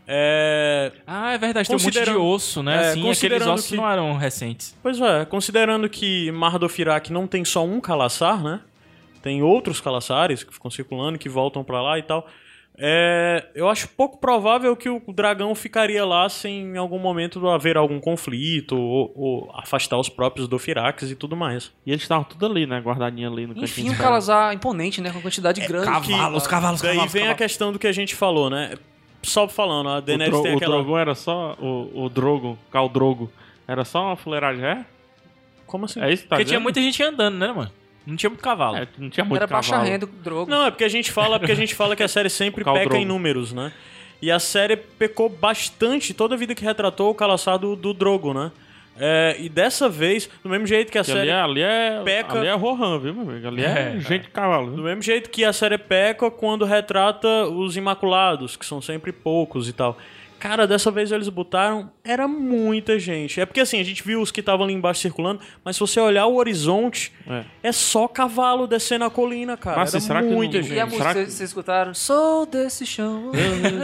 Speaker 1: É.
Speaker 4: Ah, é verdade, tem um monte de
Speaker 1: Considerando-
Speaker 4: osso, né?
Speaker 1: é,
Speaker 4: assim, aqueles
Speaker 1: considerando
Speaker 4: ossos
Speaker 1: que-
Speaker 4: não eram recentes.
Speaker 1: Pois é, considerando que Mardofirak não tem só um calaçar, né? Tem outros calaçares que ficam circulando, que voltam pra lá e tal. É, eu acho pouco provável que o dragão ficaria lá sem em algum momento haver algum conflito ou, ou afastar os próprios Dofiraks e tudo mais.
Speaker 2: E eles estavam tudo ali, né? Guardadinho ali no
Speaker 3: Enfim,
Speaker 2: cantinho.
Speaker 3: um
Speaker 2: do cara.
Speaker 3: calazar imponente, né? Com quantidade grande.
Speaker 1: Que-
Speaker 4: Cavalos, cavalos,
Speaker 1: Daí
Speaker 4: cavalos,
Speaker 1: vem a
Speaker 4: cavalos.
Speaker 1: questão do que a gente falou, né? Só falando, a
Speaker 2: O,
Speaker 1: Daenerys
Speaker 2: Dro-
Speaker 1: tem
Speaker 2: o
Speaker 1: é aquela...
Speaker 2: Drogon era só. O, o Drogon, Cal Drogo, era só uma fuleiragem, é?
Speaker 1: Como assim?
Speaker 2: É isso que tá
Speaker 4: Porque tinha
Speaker 2: dizendo?
Speaker 4: muita gente andando, né, mano? Não tinha muito cavalo.
Speaker 2: É, não tinha muito
Speaker 3: Era baixa
Speaker 2: cavalo.
Speaker 3: renda, drogo.
Speaker 1: Não, é porque a gente fala, porque a gente fala que a série sempre
Speaker 2: Khal
Speaker 1: peca
Speaker 2: Drogo.
Speaker 1: em números, né? E a série pecou bastante toda a vida que retratou o calaçado do Drogo, né? É, e dessa vez, do mesmo jeito que a
Speaker 2: Que
Speaker 1: série.
Speaker 2: ali, é, ali, é,
Speaker 1: peca-
Speaker 2: ali é Rohan, viu, meu amigo? Ali é,
Speaker 4: É,
Speaker 2: gente de cavalo.
Speaker 1: Do
Speaker 2: viu?
Speaker 1: mesmo jeito que a série peca quando retrata os Imaculados, que são sempre poucos e tal. Cara, dessa vez eles botaram. Era muita gente. É porque assim, a gente viu os que estavam ali embaixo circulando, mas se você olhar o horizonte,
Speaker 2: É.
Speaker 1: é só cavalo descendo a colina, cara.
Speaker 2: Mas,
Speaker 1: era
Speaker 2: assim, será que
Speaker 1: muita
Speaker 2: não-
Speaker 1: gente.
Speaker 3: E a música,
Speaker 2: será que-
Speaker 3: vocês vocês escutaram? Sou desse chão.
Speaker 4: *laughs*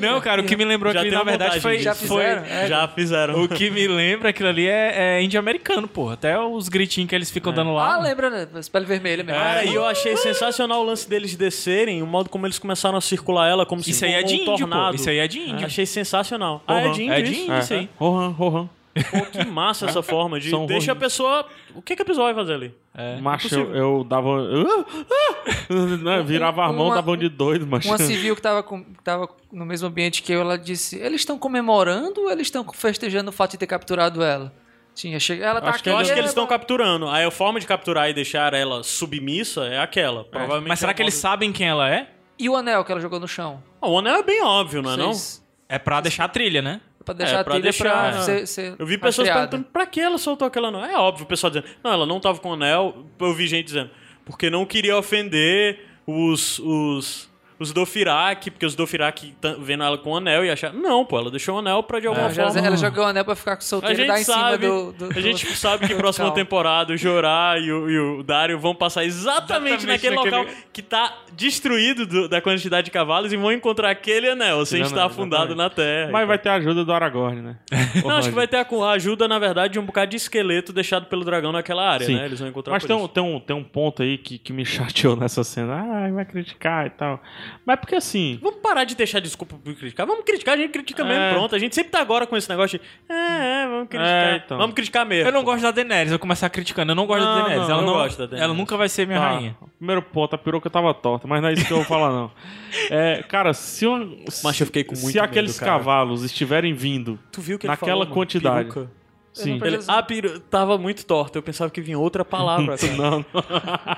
Speaker 4: Não, cara, o que me lembrou
Speaker 1: Já
Speaker 4: aqui,
Speaker 1: tem
Speaker 4: na
Speaker 1: uma
Speaker 4: verdade,
Speaker 1: montagem
Speaker 4: foi.
Speaker 1: disso.
Speaker 3: Já
Speaker 4: foi-
Speaker 3: fizeram? É.
Speaker 1: Já fizeram. Ah,
Speaker 4: O que me lembra aquilo ali é, é índio-americano, porra. Até os gritinhos que eles
Speaker 1: É.
Speaker 4: ficam dando lá.
Speaker 3: Ah, lembra, né? As pele vermelha mesmo.
Speaker 1: Cara, É, e eu achei sensacional o lance deles descerem, o modo como eles começaram a circular ela, como
Speaker 4: Isso
Speaker 1: se
Speaker 4: aí é de
Speaker 1: fosse um
Speaker 4: índio,
Speaker 1: tornado.
Speaker 4: pô. Isso aí é de índio.
Speaker 1: Achei sensacional. Ah, é de índio,
Speaker 4: É de
Speaker 1: isso?
Speaker 4: índio é. isso aí.
Speaker 2: Rohan, Rohan.
Speaker 1: Pô, que massa essa forma de
Speaker 2: São
Speaker 1: deixa a
Speaker 2: horríveis.
Speaker 1: pessoa. O que, que a pessoa vai fazer ali?
Speaker 2: macho, eu, eu dava. Ah, *laughs* ah! Não, virava a mão,
Speaker 3: Uma-
Speaker 2: dava um de doido, macho.
Speaker 3: Uma civil que tava, com- que tava no mesmo ambiente que eu, ela disse: Eles estão comemorando ou eles estão festejando o fato de ter capturado ela? Tinha chegado. Ela tá
Speaker 2: Acho
Speaker 3: aqui.
Speaker 2: que
Speaker 1: Eu acho que eles
Speaker 3: ela-
Speaker 1: estão capturando. Aí a forma de capturar e deixar ela submissa é aquela. Provavelmente. é
Speaker 4: Mas será que eles sabem quem ela é?
Speaker 3: E o anel que ela jogou no chão?
Speaker 1: Ah, O anel é bem óbvio, não é não?
Speaker 3: Vocês- é
Speaker 4: É pra deixar a trilha, né?
Speaker 3: Pra deixar a
Speaker 1: pra
Speaker 3: trilha
Speaker 1: deixar- Ah.
Speaker 3: pra ser, ser
Speaker 1: Eu vi pessoas
Speaker 3: rastreada.
Speaker 1: perguntando pra que ela soltou aquele anel. É óbvio, o pessoal dizendo, não, ela não tava com anel. Eu vi gente dizendo, porque não queria ofender os. os os Dofiraki, porque os Dofiraki tão vendo ela com anel e acharam. Não, pô, ela deixou o anel pra de alguma
Speaker 3: Ela,
Speaker 1: forma.
Speaker 3: ela jogou o anel pra ficar com
Speaker 1: A
Speaker 3: solteiro e dar
Speaker 1: gente
Speaker 3: em
Speaker 1: sabe,
Speaker 3: cima do. do-
Speaker 1: a
Speaker 3: do-
Speaker 1: gente
Speaker 3: *laughs*
Speaker 1: sabe que
Speaker 3: do
Speaker 1: próxima
Speaker 3: local.
Speaker 1: temporada o Jorá e o, e o Dario vão passar exatamente,
Speaker 4: Exatamente
Speaker 1: naquele,
Speaker 4: naquele-
Speaker 1: local que tá destruído do- da quantidade de cavalos e vão encontrar aquele anel sem
Speaker 2: Aquele
Speaker 1: estar
Speaker 2: anel,
Speaker 1: afundado
Speaker 2: exatamente.
Speaker 1: na terra.
Speaker 2: *laughs* Mas vai ter a ajuda do Aragorn, né?
Speaker 1: *laughs* Não, acho que vai ter a co- a ajuda, na verdade, de um bocado de esqueleto deixado pelo dragão naquela área,
Speaker 2: Sim.
Speaker 1: né? Eles vão encontrar
Speaker 2: Mas
Speaker 1: por
Speaker 2: tem um,
Speaker 1: isso.
Speaker 2: tem, um, tem um ponto aí que, que me *laughs* chateou nessa cena. Ah, vai criticar e tal. Mas porque assim.
Speaker 1: Vamos parar de deixar desculpa por criticar. Vamos criticar, a gente critica mesmo,
Speaker 2: É.
Speaker 1: pronto. A gente sempre tá agora com esse negócio de... É, é, vamos criticar.
Speaker 2: É, então.
Speaker 1: Vamos criticar mesmo.
Speaker 4: Eu não gosto da Daenerys, eu começar criticando. Eu não gosto
Speaker 1: Não,
Speaker 4: da Daenerys.
Speaker 1: não,
Speaker 4: ela
Speaker 1: eu
Speaker 4: não
Speaker 1: gosto da Daenerys.
Speaker 4: Ela nunca vai ser minha
Speaker 2: tá,
Speaker 4: rainha.
Speaker 2: primeiro ponto, a peruca tava torta, mas não é isso que eu vou falar, não.
Speaker 1: *laughs*
Speaker 2: É, cara, se, um, se,
Speaker 1: Mas eu fiquei com muito
Speaker 2: se aqueles
Speaker 1: medo, cara.
Speaker 2: cavalos estiverem vindo.
Speaker 1: Tu viu que
Speaker 2: Naquela
Speaker 1: ele falou, mano?
Speaker 2: quantidade.
Speaker 1: Peruca.
Speaker 2: Sim.
Speaker 3: não Pois
Speaker 1: Ele,
Speaker 3: é.
Speaker 1: ah, peru... tava muito torta. Eu pensava que vinha outra palavra. cara.
Speaker 2: Não, não.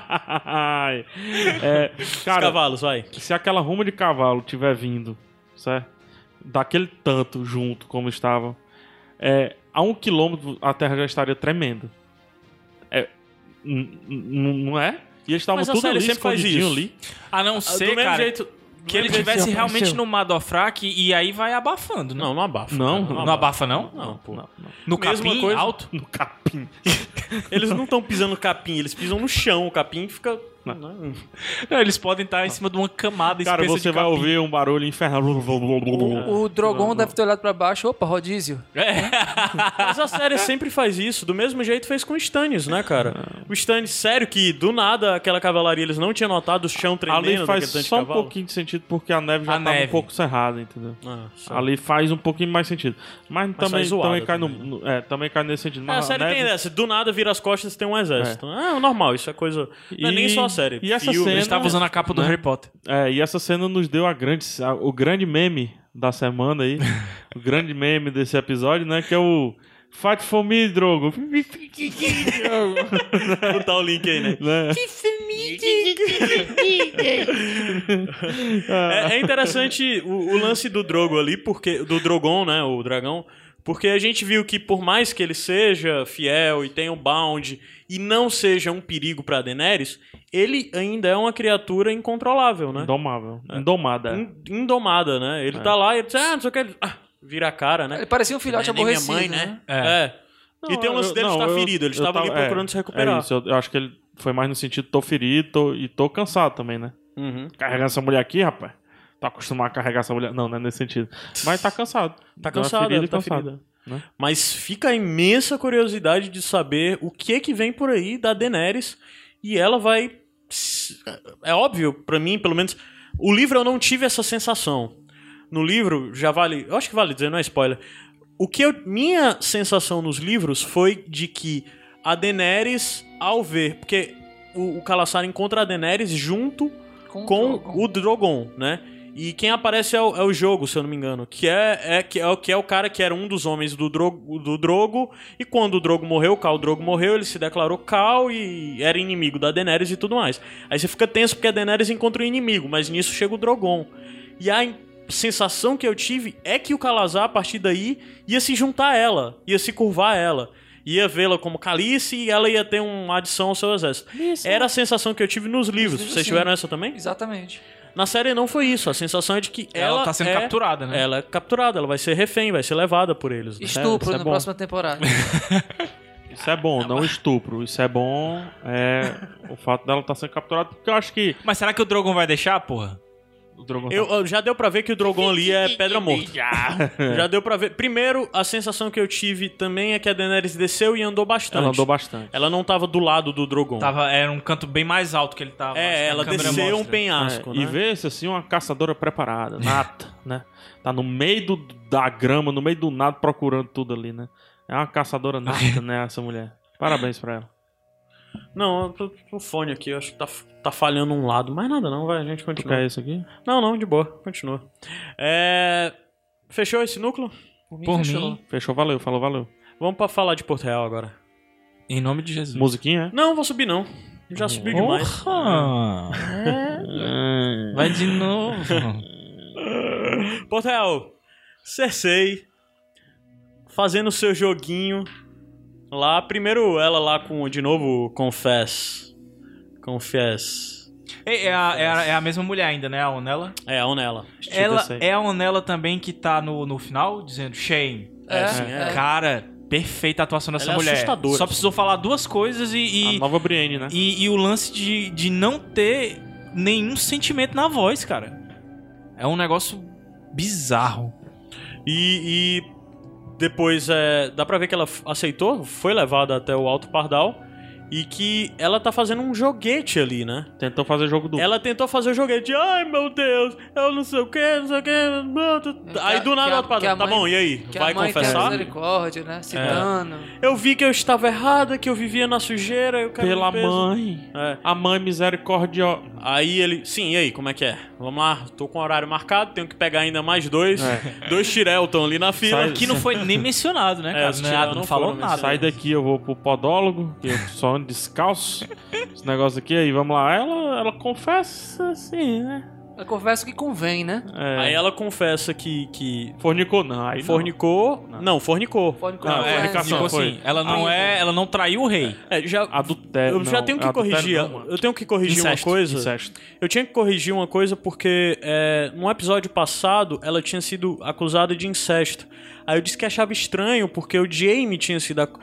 Speaker 2: Ai. É,
Speaker 1: Os
Speaker 2: cara,
Speaker 1: cavalos, vai.
Speaker 2: se aquela ruma de cavalo tiver vindo, certo? Daquele tanto junto como estava, é, a um quilômetro a terra já estaria tremendo. É, n- n- não é? E eles estavam
Speaker 1: Mas a
Speaker 2: tudo
Speaker 1: série
Speaker 2: ali,
Speaker 1: sempre faz
Speaker 2: escondidinho
Speaker 1: isso.
Speaker 2: ali.
Speaker 4: A não
Speaker 1: Ah,
Speaker 4: ser,
Speaker 1: do mesmo
Speaker 4: cara,
Speaker 1: jeito...
Speaker 4: que
Speaker 2: é
Speaker 4: ele
Speaker 1: tivesse
Speaker 2: assim,
Speaker 4: tivesse realmente no Madofrak e aí vai abafando. Não,
Speaker 1: Não, não abafa.
Speaker 2: Não,
Speaker 1: cara,
Speaker 4: não abafa, não?
Speaker 1: Tipo, Não, pô.
Speaker 4: No
Speaker 1: Mesma
Speaker 4: capim
Speaker 1: coisa.
Speaker 4: alto?
Speaker 2: No capim.
Speaker 1: Eles não estão pisando no capim, eles pisam no chão. O capim fica... Não.
Speaker 4: Não, eles podem estar em cima de uma camada
Speaker 2: Cara,
Speaker 4: espessa
Speaker 2: você
Speaker 4: de
Speaker 2: vai
Speaker 4: capim.
Speaker 2: ouvir um barulho infernal.
Speaker 1: Ah,
Speaker 3: O, o Drogon deve ter olhado pra baixo. Opa, rodízio.
Speaker 1: Mas a série sempre faz isso, do mesmo jeito fez com o Stannis, né, cara?
Speaker 2: É.
Speaker 1: O Stannis, sério que do nada aquela cavalaria, eles não tinham notado o chão tremendo
Speaker 2: Ali
Speaker 1: daquele
Speaker 2: faz
Speaker 1: tanto de
Speaker 2: só um
Speaker 1: cavalo.
Speaker 2: pouquinho de sentido porque a neve já
Speaker 4: A
Speaker 2: tava
Speaker 4: neve.
Speaker 2: um pouco cerrada, entendeu?
Speaker 1: Ah, só.
Speaker 2: Ali faz um pouquinho mais sentido. Mas, também,
Speaker 1: faz zoada
Speaker 2: também, cai no,
Speaker 1: também, né?
Speaker 2: no- é, também cai nesse sentido.
Speaker 1: É,
Speaker 2: Mas
Speaker 1: a
Speaker 2: né,
Speaker 1: série
Speaker 2: neve-
Speaker 1: tem essa, do nada vira as costas e tem um exército. É, normal, isso é coisa. Não é
Speaker 2: E-
Speaker 1: nem só a série.
Speaker 2: e essa
Speaker 1: Filme,
Speaker 2: cena-
Speaker 4: Eles estavam usando a capa do Harry Potter.
Speaker 2: É, e essa cena nos deu a grande, a- o grande meme da
Speaker 1: *laughs*
Speaker 2: semana aí. o grande meme desse episódio, né? Que é o Fight for me, Drogo. *laughs*
Speaker 1: Vou botar o link aí, né?
Speaker 2: né?
Speaker 1: É, é interessante o, o lance do Drogo ali, porque do Drogon, né, o dragão, porque a gente viu que por mais que ele seja fiel e tenha um bound e não seja um perigo pra Daenerys, ele ainda é uma criatura incontrolável, né?
Speaker 2: Indomável. É. Indomada.
Speaker 1: In- Indomada, né? Ele tá lá e ele diz, ah, não sei o que, ele- ah, vira a cara, né?
Speaker 3: Ele parecia um filhote
Speaker 1: Nem minha
Speaker 3: aborrecido.
Speaker 1: mãe,
Speaker 3: né?
Speaker 1: né?
Speaker 4: É.
Speaker 1: É. e tem um lance
Speaker 2: eu-
Speaker 1: dele
Speaker 2: não,
Speaker 1: estar
Speaker 2: eu-
Speaker 1: ferido, ele
Speaker 2: eu
Speaker 1: estava ali
Speaker 2: tava- é,
Speaker 1: procurando se recuperar.
Speaker 2: É isso, eu, eu acho que ele foi mais no sentido, tô ferido tô- e tô cansado também, né?
Speaker 1: Uhum.
Speaker 2: Carregar essa mulher aqui, rapaz. Tá acostumado a carregar essa mulher. Não, não é nesse sentido. Mas tá cansado.
Speaker 1: Tá cansado,
Speaker 2: ferido e
Speaker 1: tá
Speaker 2: cansado.
Speaker 1: ferida.
Speaker 2: né?
Speaker 1: Mas fica a imensa curiosidade de saber o que é que vem por aí da Daenerys e ela vai é óbvio pra mim, pelo menos o livro eu não tive essa sensação. No livro já vale, eu acho que vale dizer, não é spoiler. O que eu, minha sensação nos livros foi de que a Daenerys ao ver, porque o, o Calassar encontra a Daenerys junto com
Speaker 3: Drogon.
Speaker 1: o Drogon, né? E quem aparece é o, é o jogo, se eu não me engano, que é, é, que, é, o- que é o cara que era um dos homens do Drogo, do Drogo. E quando o Drogo morreu, Cal Drogo morreu, ele se declarou Cal e era inimigo da Daenerys e tudo mais. Aí você fica tenso porque a Daenerys encontra o inimigo, mas nisso chega o Drogon. E a sensação que eu tive é que o Calazar, a partir daí, ia se juntar a ela, ia se curvar a ela. Ia vê-la como calice e ela ia ter uma adição ao seu exército.
Speaker 3: Isso.
Speaker 1: Era a sensação que eu tive nos livros.
Speaker 3: livros,
Speaker 1: Vocês
Speaker 3: sim.
Speaker 1: tiveram essa também?
Speaker 3: Exatamente.
Speaker 1: Na série não foi isso. A sensação é de que ela,
Speaker 4: Ela, tá sendo
Speaker 1: é-
Speaker 4: capturada, né?
Speaker 1: Ela é capturada, ela vai ser refém, vai ser levada por eles. né?
Speaker 3: Estupro
Speaker 2: isso é
Speaker 3: na
Speaker 2: bom.
Speaker 1: *laughs*
Speaker 3: próxima temporada.
Speaker 2: Isso é bom, não estupro. Isso é bom é o fato dela estar sendo capturada, porque eu acho que
Speaker 4: Mas será que o Drogon vai deixar, porra?
Speaker 2: o Drogon
Speaker 1: Eu, eu- já deu pra ver que o Drogon ali é pedra morta. já deu pra ver. Primeiro, a sensação que eu tive também é que a Daenerys desceu e andou bastante.
Speaker 2: ela andou bastante.
Speaker 1: tá Ela não tava do lado do Drogon.
Speaker 4: *laughs* Tava, era um canto bem mais alto que ele tava. acho que
Speaker 1: É,
Speaker 4: a
Speaker 1: ela
Speaker 4: câmera
Speaker 1: desceu um
Speaker 4: mostra.
Speaker 1: penhasco,
Speaker 2: É,
Speaker 1: né?
Speaker 2: E vê-se assim uma caçadora preparada, nata, né? Tá no meio do- da grama, no meio do nada, procurando tudo ali, né? É uma caçadora nata, né, essa mulher. Parabéns pra ela.
Speaker 1: Não, eu tô com o fone aqui, eu acho que tá, tá falhando um lado. Mas nada não, vai, a gente
Speaker 2: Tu
Speaker 1: continua.
Speaker 2: quer isso aqui?
Speaker 1: Não, não, de boa, continua. É... Fechou esse núcleo?
Speaker 3: Por mim,
Speaker 4: Por
Speaker 3: fechou.
Speaker 4: mim,
Speaker 2: Fechou, valeu, falou, valeu.
Speaker 1: Vamos pra falar de Porto Real agora.
Speaker 4: em nome de Jesus.
Speaker 2: Musiquinha,
Speaker 1: Não, vou subir não. Já subiu demais.
Speaker 4: Porra!
Speaker 2: é?
Speaker 4: Vai de novo.
Speaker 1: Porto Real, Cersei fazendo seu joguinho lá. Primeiro ela lá com, de novo, Confess. Confess.
Speaker 4: é, é a, é, a, é a mesma mulher ainda, né? A Onela.
Speaker 1: É, a Onela.
Speaker 4: Ela
Speaker 2: dessa aí.
Speaker 4: é a Onela também que tá no, no final dizendo shame.
Speaker 1: É, sim, é.
Speaker 4: Cara, perfeita a atuação dessa
Speaker 1: Ela é
Speaker 4: mulher.
Speaker 1: assustadora.
Speaker 4: Só precisou falar duas coisas
Speaker 2: A
Speaker 4: e, e,
Speaker 2: nova Brienne, né?
Speaker 4: e, e o lance de, de não ter nenhum sentimento na voz, cara. É um negócio bizarro.
Speaker 1: E, e depois é, dá pra ver que ela f- aceitou, foi levada até o Alto Pardal e que ela tá fazendo um joguete ali, né?
Speaker 2: Tentou fazer jogo do
Speaker 1: Ela tentou fazer o joguete, ai meu Deus, eu não sei o que, não sei o que. Aí do
Speaker 3: Hum, que
Speaker 1: nada
Speaker 3: a-
Speaker 1: o Alto
Speaker 3: que
Speaker 1: Pardal,
Speaker 3: a
Speaker 1: tá
Speaker 3: mãe-
Speaker 1: bom, e aí?
Speaker 3: Que
Speaker 1: Vai
Speaker 3: a mãe
Speaker 1: confessar?
Speaker 3: Tem misericórdia, né? Citando.
Speaker 1: Eu vi que eu estava errada, que eu vivia na sujeira, eu quero
Speaker 2: Pela
Speaker 1: limpeza.
Speaker 2: mãe.
Speaker 1: É.
Speaker 2: A mãe misericordiosa.
Speaker 1: Aí ele, sim, e aí, como é que é? Vamos lá, tô com o horário marcado, tenho que pegar ainda mais dois. *laughs* Dois Tirel estão ali na fila.
Speaker 2: É. Sai-
Speaker 4: Que não foi nem
Speaker 1: *laughs*
Speaker 4: mencionado, né, cara?
Speaker 1: É, os
Speaker 4: Não,
Speaker 1: tiranos
Speaker 4: não,
Speaker 1: não
Speaker 4: falou
Speaker 1: foram
Speaker 4: nada.
Speaker 2: Sai daqui, eu vou pro podólogo, que eu só ando
Speaker 1: *laughs*
Speaker 2: descalço. Esse negócio aqui, aí vamos lá. Ela, ela confessa assim, né?
Speaker 3: Eu confesso que convém, né?
Speaker 2: É.
Speaker 1: Aí ela confessa que, que
Speaker 2: Fornicou, não. Aí não.
Speaker 1: fornicou. Não, fornicou.
Speaker 3: Pode
Speaker 2: Não,
Speaker 4: É,
Speaker 2: comunicação,
Speaker 4: tipo
Speaker 2: foi.
Speaker 4: assim, ela não é, ela não traiu o rei.
Speaker 1: É, já,
Speaker 2: Adultério.
Speaker 1: eu já
Speaker 2: não, é
Speaker 1: tenho que
Speaker 2: adultério
Speaker 1: corrigir.
Speaker 2: não, mano.
Speaker 1: eu tenho que corrigir
Speaker 4: Incesto,
Speaker 1: uma coisa.
Speaker 2: Incesto.
Speaker 1: Eu tinha que corrigir uma coisa porque é, num episódio passado ela tinha sido acusada de incesto. Aí eu disse que achava estranho porque o Jamie tinha sido. ac-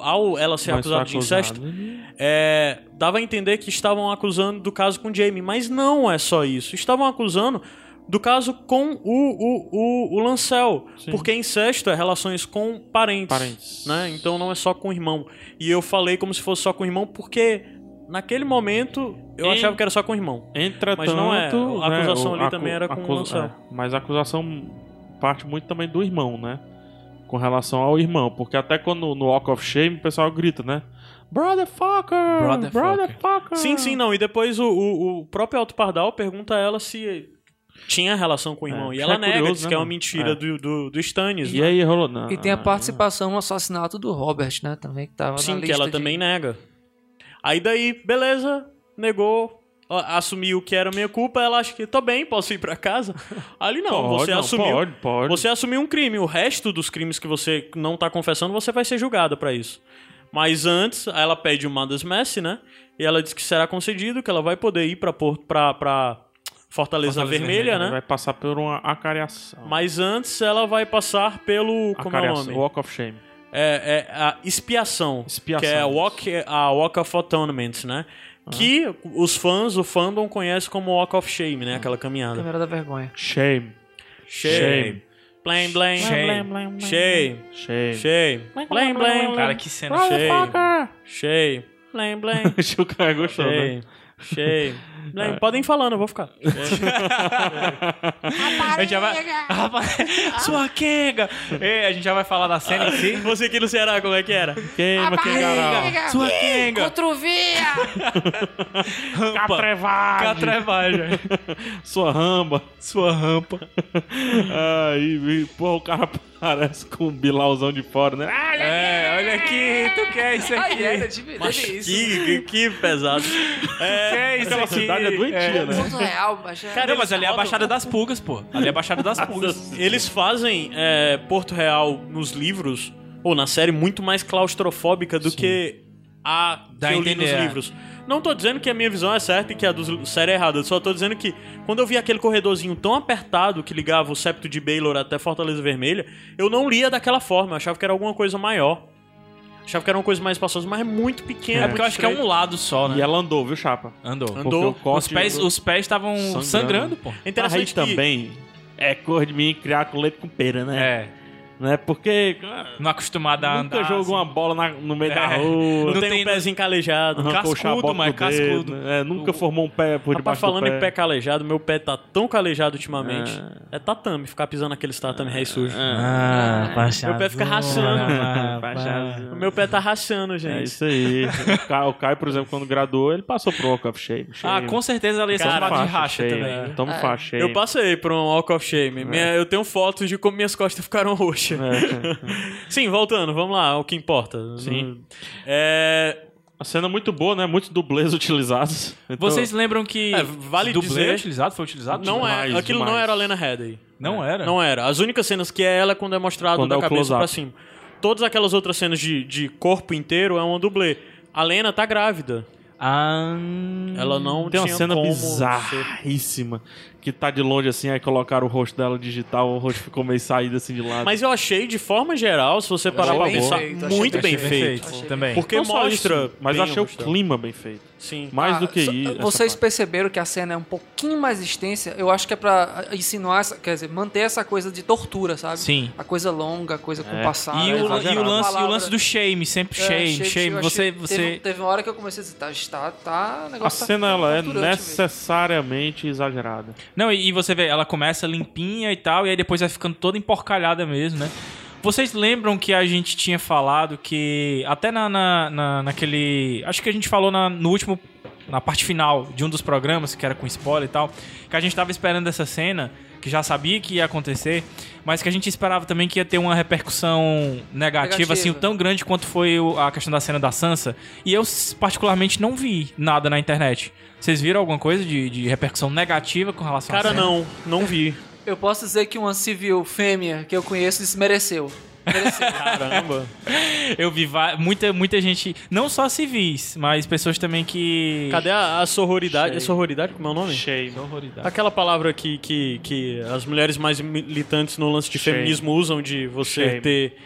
Speaker 1: Ao ela ser
Speaker 2: Mas
Speaker 1: acusada
Speaker 2: tá
Speaker 1: é de incesto,
Speaker 2: acusado.
Speaker 1: é, dava a entender que estavam acusando do caso com o Jamie, mas não é só isso. Estavam acusando do caso com o, o, o, o Lancel,
Speaker 2: Sim.
Speaker 1: porque incesto é relações com parentes,
Speaker 2: Parentes.
Speaker 1: né? Então não é só com o irmão. E eu falei como se fosse só com o irmão porque naquele momento eu
Speaker 2: Em-
Speaker 1: achava que era só com o irmão.
Speaker 2: Entretanto,
Speaker 1: Mas não é, a
Speaker 2: né,
Speaker 1: acusação
Speaker 2: o-
Speaker 1: ali também era com o Lancel.
Speaker 2: é, Mas a acusação parte muito também do irmão, né? Com relação ao irmão. Porque até quando no Walk of Shame o pessoal grita, né? Brotherfucker!
Speaker 4: Brotherfucker.
Speaker 2: Brotherfucker!
Speaker 1: Sim, sim, não. E depois o, o, o próprio Alto Pardal pergunta a ela se tinha relação com o irmão.
Speaker 2: É,
Speaker 1: e
Speaker 2: isso
Speaker 1: ela
Speaker 2: é
Speaker 1: nega,
Speaker 2: curioso,
Speaker 1: diz
Speaker 2: né,
Speaker 1: que é uma
Speaker 2: mano?
Speaker 1: mentira
Speaker 2: É.
Speaker 1: do, do, do Stannis.
Speaker 2: E
Speaker 1: né?
Speaker 2: aí rolou, não.
Speaker 3: E tem a
Speaker 2: não,
Speaker 3: participação no assassinato do Robert, né? Também que tava na
Speaker 1: Sim,
Speaker 3: lista
Speaker 1: que ela
Speaker 3: de-
Speaker 1: também nega. Aí daí, beleza, negou, ó, assumiu que era minha culpa, ela acha que tô bem, posso ir pra
Speaker 2: *laughs*
Speaker 1: casa. Ali não,
Speaker 2: Pode,
Speaker 1: você
Speaker 2: não,
Speaker 1: assumiu.
Speaker 2: Pode, pode.
Speaker 1: Você assumiu um crime, o resto dos crimes que você não tá confessando, você vai ser julgada pra isso. Mas antes, ela pede o Mandas Messi, né? E ela diz que será concedido, que ela vai poder ir pra, Porto, pra, pra Fortaleza,
Speaker 4: Fortaleza
Speaker 1: Vermelha,
Speaker 4: Vermelha,
Speaker 1: né?
Speaker 2: Vai passar por uma acariação.
Speaker 1: Mas antes ela vai passar pelo. Como é o
Speaker 2: acariação.
Speaker 1: nome?
Speaker 2: Walk of Shame.
Speaker 1: É, é a expiação,
Speaker 2: Expiação.
Speaker 1: que é a walk, a walk of Atonement, né? Que os fãs, o fandom conhece como Walk of Shame, né? Aquela caminhada.
Speaker 3: Câmera da vergonha.
Speaker 2: Shame. Shame.
Speaker 1: Blame, blame.
Speaker 4: Shame.
Speaker 1: Shame.
Speaker 2: Shame. *laughs*
Speaker 1: Shame. Blame, blame.
Speaker 4: Cara, que cena
Speaker 1: Shame.
Speaker 2: Brotherfucker!
Speaker 1: Shame. Blame, *laughs* blame.
Speaker 2: Shame. o cara gostou, né?
Speaker 1: Shame. Shame. Blame. Podem ir falando, eu vou ficar.
Speaker 4: A gente já vai. *laughs* Rapaz, Sua quenga! Ei, a gente já vai falar da cena em si.
Speaker 1: *laughs* Você aqui no Ceará, como é que era?
Speaker 2: Queima, queima.
Speaker 4: Sua quenga!
Speaker 3: Controvia!
Speaker 4: Rampa!
Speaker 2: Catrevagem.
Speaker 4: Catrevagem!
Speaker 2: Sua ramba.
Speaker 4: Sua
Speaker 1: *laughs*
Speaker 4: rampa.
Speaker 2: Aí, pô, o cara parece com um bilauzão de fora, né? Ah,
Speaker 4: É, olha É, aqui, tu quer isso
Speaker 3: Ai,
Speaker 4: aqui.
Speaker 3: era de- teve isso.
Speaker 1: Que, que pesado. É,
Speaker 4: que é isso
Speaker 2: Aquela
Speaker 4: aqui?
Speaker 2: cidade é doentia, né?
Speaker 3: Mundo real, mas já-
Speaker 1: Cara,
Speaker 4: Não, mas ali é a
Speaker 1: Eles rodam.
Speaker 4: Baixada das Pulgas, pô. Ali é a
Speaker 1: *laughs*
Speaker 4: Baixada das Pulgas.
Speaker 1: Eles fazem é, Porto Real nos livros, ou na série, muito mais claustrofóbica do que a
Speaker 4: Dá
Speaker 1: que
Speaker 4: a
Speaker 1: eu li nos
Speaker 4: entender, é.
Speaker 1: livros. Não tô dizendo que a minha visão é certa e que a do série é errada. eu Só tô dizendo que quando eu vi aquele corredorzinho tão apertado que ligava o septo de Baylor até Fortaleza Vermelha, eu não lia daquela forma. Eu achava que era alguma coisa maior. Achava que era uma coisa mais espaçosa, mas é muito pequena.
Speaker 4: É porque eu acho que é um lado só,
Speaker 2: E
Speaker 4: né?
Speaker 2: ela andou, viu, chapa?
Speaker 4: Andou.
Speaker 1: Andou.
Speaker 2: Porque o
Speaker 4: Os
Speaker 2: corte-
Speaker 4: pés os pés estavam
Speaker 2: Sangrando.
Speaker 4: sangrando, pô.
Speaker 1: É
Speaker 2: Mas aí
Speaker 1: interessante que-
Speaker 2: também é cor de mim criar com leite com pera, né?
Speaker 4: É.
Speaker 2: Não é porque cara,
Speaker 4: Não acostumado
Speaker 1: Tá
Speaker 4: a
Speaker 2: nunca
Speaker 4: andar.
Speaker 2: jogou uma
Speaker 4: assim.
Speaker 2: bola na- no meio da
Speaker 4: É.
Speaker 2: rua.
Speaker 1: Não,
Speaker 4: Não
Speaker 1: tem,
Speaker 4: tem-
Speaker 1: um pezinho calejado.
Speaker 2: arrancou o
Speaker 4: cascudo,
Speaker 2: chaboca
Speaker 4: mas
Speaker 2: com o dedo,
Speaker 4: cascudo.
Speaker 2: né? É, nunca
Speaker 4: O-
Speaker 2: formou um pé por
Speaker 1: Rapaz,
Speaker 2: debaixo do
Speaker 1: falando
Speaker 2: pé.
Speaker 1: em pé calejado, meu pé tá tão calejado ultimamente. É, tatame, ficar pisando aqueles tatame rei sujo.
Speaker 4: Ah, baixada.
Speaker 1: Meu pé fica rachando.
Speaker 4: Ah,
Speaker 2: Baixada.
Speaker 1: O meu pé tá rachando, gente.
Speaker 2: É isso aí. o, Caio, o Caio, por exemplo, quando graduou, ele passou pro Walk of Shame.
Speaker 4: Ah, com certeza ali é
Speaker 1: Cara,
Speaker 4: safado de racha também. né?
Speaker 2: né? Toma Tamo
Speaker 3: É.
Speaker 2: faixa, shame.
Speaker 1: Eu passei por um walk of shame. Minha- eu tenho fotos de como minhas costas ficaram *laughs* roxas.
Speaker 2: É.
Speaker 1: Sim, voltando, vamos lá, o que importa.
Speaker 2: Sim.
Speaker 1: É,
Speaker 2: A cena é muito boa, né? Muitos dublês *laughs* utilizados. Então,
Speaker 4: Vocês lembram que
Speaker 1: É, vale
Speaker 4: dublê
Speaker 1: dizer-
Speaker 4: é utilizado? Foi utilizado?
Speaker 1: não é,
Speaker 2: demais,
Speaker 1: aquilo não
Speaker 2: demais. É.
Speaker 1: era a Lena Headey.
Speaker 4: Não era?
Speaker 1: Não era. As únicas cenas que é ela é quando é mostrado
Speaker 2: Quando
Speaker 1: da
Speaker 2: é o
Speaker 1: cabeça
Speaker 2: close-up.
Speaker 1: pra cima. Todas aquelas outras cenas de, de corpo inteiro é um dublê. A Lena tá grávida.
Speaker 4: Ah,
Speaker 1: Ela não
Speaker 2: Tem uma
Speaker 1: tinha
Speaker 2: cena
Speaker 1: como ser-
Speaker 2: bizarríssima. Que tá de longe assim, aí colocaram o rosto dela digital, o rosto ficou meio saído assim de lado.
Speaker 1: Mas eu achei, de forma geral, se você parar
Speaker 3: achei
Speaker 1: pra
Speaker 3: bem
Speaker 1: pensar,
Speaker 3: feito, achei
Speaker 1: muito bem,
Speaker 3: bem
Speaker 1: feito.
Speaker 3: Achei
Speaker 4: também.
Speaker 1: Porque
Speaker 2: Não só
Speaker 1: mostra.
Speaker 2: isso, mas
Speaker 1: bem
Speaker 2: achei o
Speaker 1: mostrado.
Speaker 2: clima bem feito.
Speaker 1: Sim.
Speaker 2: Mais
Speaker 3: Ah,
Speaker 2: do que
Speaker 3: só-
Speaker 2: isso.
Speaker 3: Vocês perceberam que a cena é um pouquinho mais extensa? Eu acho que é pra insinuar, essa- quer dizer, manter essa coisa de tortura, sabe?
Speaker 4: Sim.
Speaker 3: A coisa longa, a coisa
Speaker 2: É.
Speaker 3: com passada.
Speaker 4: E, o, e o
Speaker 2: exagerado.
Speaker 4: lance, e o lance
Speaker 3: Palavra-
Speaker 4: do shame, sempre
Speaker 3: É,
Speaker 4: shame,
Speaker 3: achei-
Speaker 4: shame.
Speaker 3: eu
Speaker 4: Você,
Speaker 3: achei-
Speaker 4: você...
Speaker 3: Teve, um, teve uma hora que eu comecei a dizer, tá, tá, tá o
Speaker 2: A
Speaker 3: negócio tá
Speaker 2: cena ela é
Speaker 3: torturante mesmo.
Speaker 2: necessariamente exagerada.
Speaker 4: Não, e, e você vê, ela começa limpinha e tal, e aí depois vai ficando toda emporcalhada mesmo, né? Vocês lembram que a gente tinha falado que até na, na, na- naquele. Acho que a gente falou na- no último. Na parte final de um dos programas, que era com spoiler e tal, que a gente tava esperando essa cena, que já sabia que ia acontecer, mas que a gente esperava também que ia ter uma repercussão negativa,
Speaker 3: Negativa.
Speaker 4: assim, tão grande quanto foi o- a questão da cena da Sansa. E eu, s- particularmente, não vi nada na internet. Vocês viram alguma coisa de, de repercussão negativa com relação à
Speaker 2: é.
Speaker 1: Cara,
Speaker 4: cena?
Speaker 1: não, não vi.
Speaker 3: Eu posso dizer que uma civil fêmea que eu conheço desmereceu. Mereceu.
Speaker 1: Caramba.
Speaker 4: *laughs* Eu vi va- muita, muita gente, não só civis, mas pessoas também que.
Speaker 1: Cadê a, a sororidade? É
Speaker 2: Shame.
Speaker 1: sororidade? Como é o nome?
Speaker 2: Cheio.
Speaker 1: É. Aquela palavra que, que, que as mulheres mais militantes no lance de
Speaker 2: Shame.
Speaker 1: feminismo usam de você
Speaker 2: Shame.
Speaker 1: ter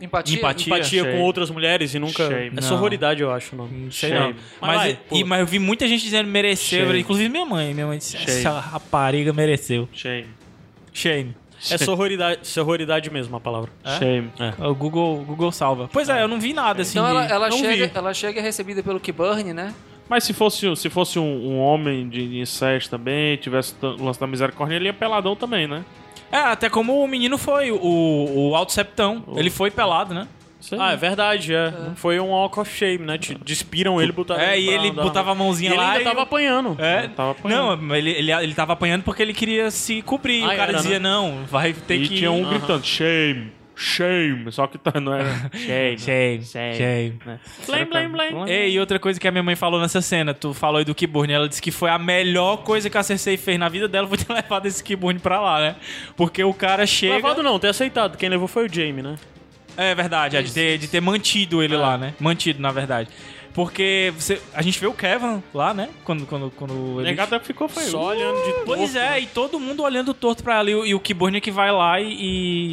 Speaker 3: Empatia?
Speaker 4: Empatia.
Speaker 1: empatia
Speaker 2: Shame.
Speaker 1: com outras mulheres e nunca.
Speaker 2: Shame.
Speaker 1: É
Speaker 4: Não.
Speaker 1: sororidade, eu acho o nome.
Speaker 4: Sei
Speaker 2: Shame.
Speaker 4: não. Mas,
Speaker 1: vai,
Speaker 4: e-
Speaker 1: pula.
Speaker 4: e- mas eu vi muita gente dizendo mereceu,
Speaker 2: Shame.
Speaker 4: inclusive minha mãe. Minha mãe disse:
Speaker 2: Shame.
Speaker 4: essa rapariga mereceu.
Speaker 2: Shame.
Speaker 4: Shame.
Speaker 1: *laughs* É sororidade, sororidade mesmo a palavra.
Speaker 2: Shame.
Speaker 4: O Google, o Google salva. Pois é, eu não vi nada assim.
Speaker 3: Então
Speaker 4: de-
Speaker 3: ela, ela
Speaker 1: não
Speaker 3: chega,
Speaker 1: vi.
Speaker 3: ela chega recebida pelo Kiburn, né?
Speaker 2: Mas se fosse, se fosse um, um homem de de incesto também, tivesse t- o lance da misericórdia, ele ia peladão também, né?
Speaker 4: É, até como o menino foi, o, o Alto Septão. Ele foi pelado, né?
Speaker 2: Sei.
Speaker 1: Ah, é verdade, é. Foi um walk of shame, né? Te despiram ele, botaram
Speaker 4: É,
Speaker 1: pra
Speaker 4: e ele
Speaker 1: andar.
Speaker 4: botava a
Speaker 1: E
Speaker 4: mãozinha
Speaker 1: ele
Speaker 4: lá
Speaker 1: ainda
Speaker 4: e...
Speaker 1: tava apanhando.
Speaker 4: É,
Speaker 2: Ele tava apanhando.
Speaker 4: Não, ele, ele, ele tava apanhando porque ele queria se
Speaker 1: Ah,
Speaker 4: cobrir. o cara
Speaker 1: era,
Speaker 4: dizia, não, vai ter
Speaker 2: e
Speaker 4: que...
Speaker 2: tinha um
Speaker 4: Ah.
Speaker 2: gritando, shame, shame. Só que tá, não era shame.
Speaker 4: Shame,
Speaker 2: Shame.
Speaker 4: shame.
Speaker 2: né?
Speaker 1: Blame, blame, blame.
Speaker 4: Ei, e outra coisa que a minha mãe falou nessa cena, tu falou aí do Kiburn, ela disse que foi a melhor coisa que a Cersei fez na vida dela, *laughs* foi ter levado esse Kiburn pra lá, né? Porque o cara chega...
Speaker 1: Levado não, ter aceitado. Quem levou foi o Jamie, né?
Speaker 4: É verdade, é, de, ter, de ter mantido ele lá, né? Mantido, na verdade. Porque você, a gente vê o Kevin lá, né? Quando, quando, quando ele...
Speaker 2: Negado ficou feio.
Speaker 1: Só olhando de
Speaker 4: Pois
Speaker 1: torto,
Speaker 4: é, e todo mundo olhando torto pra ela. E, o- e o Kiburn que vai lá e,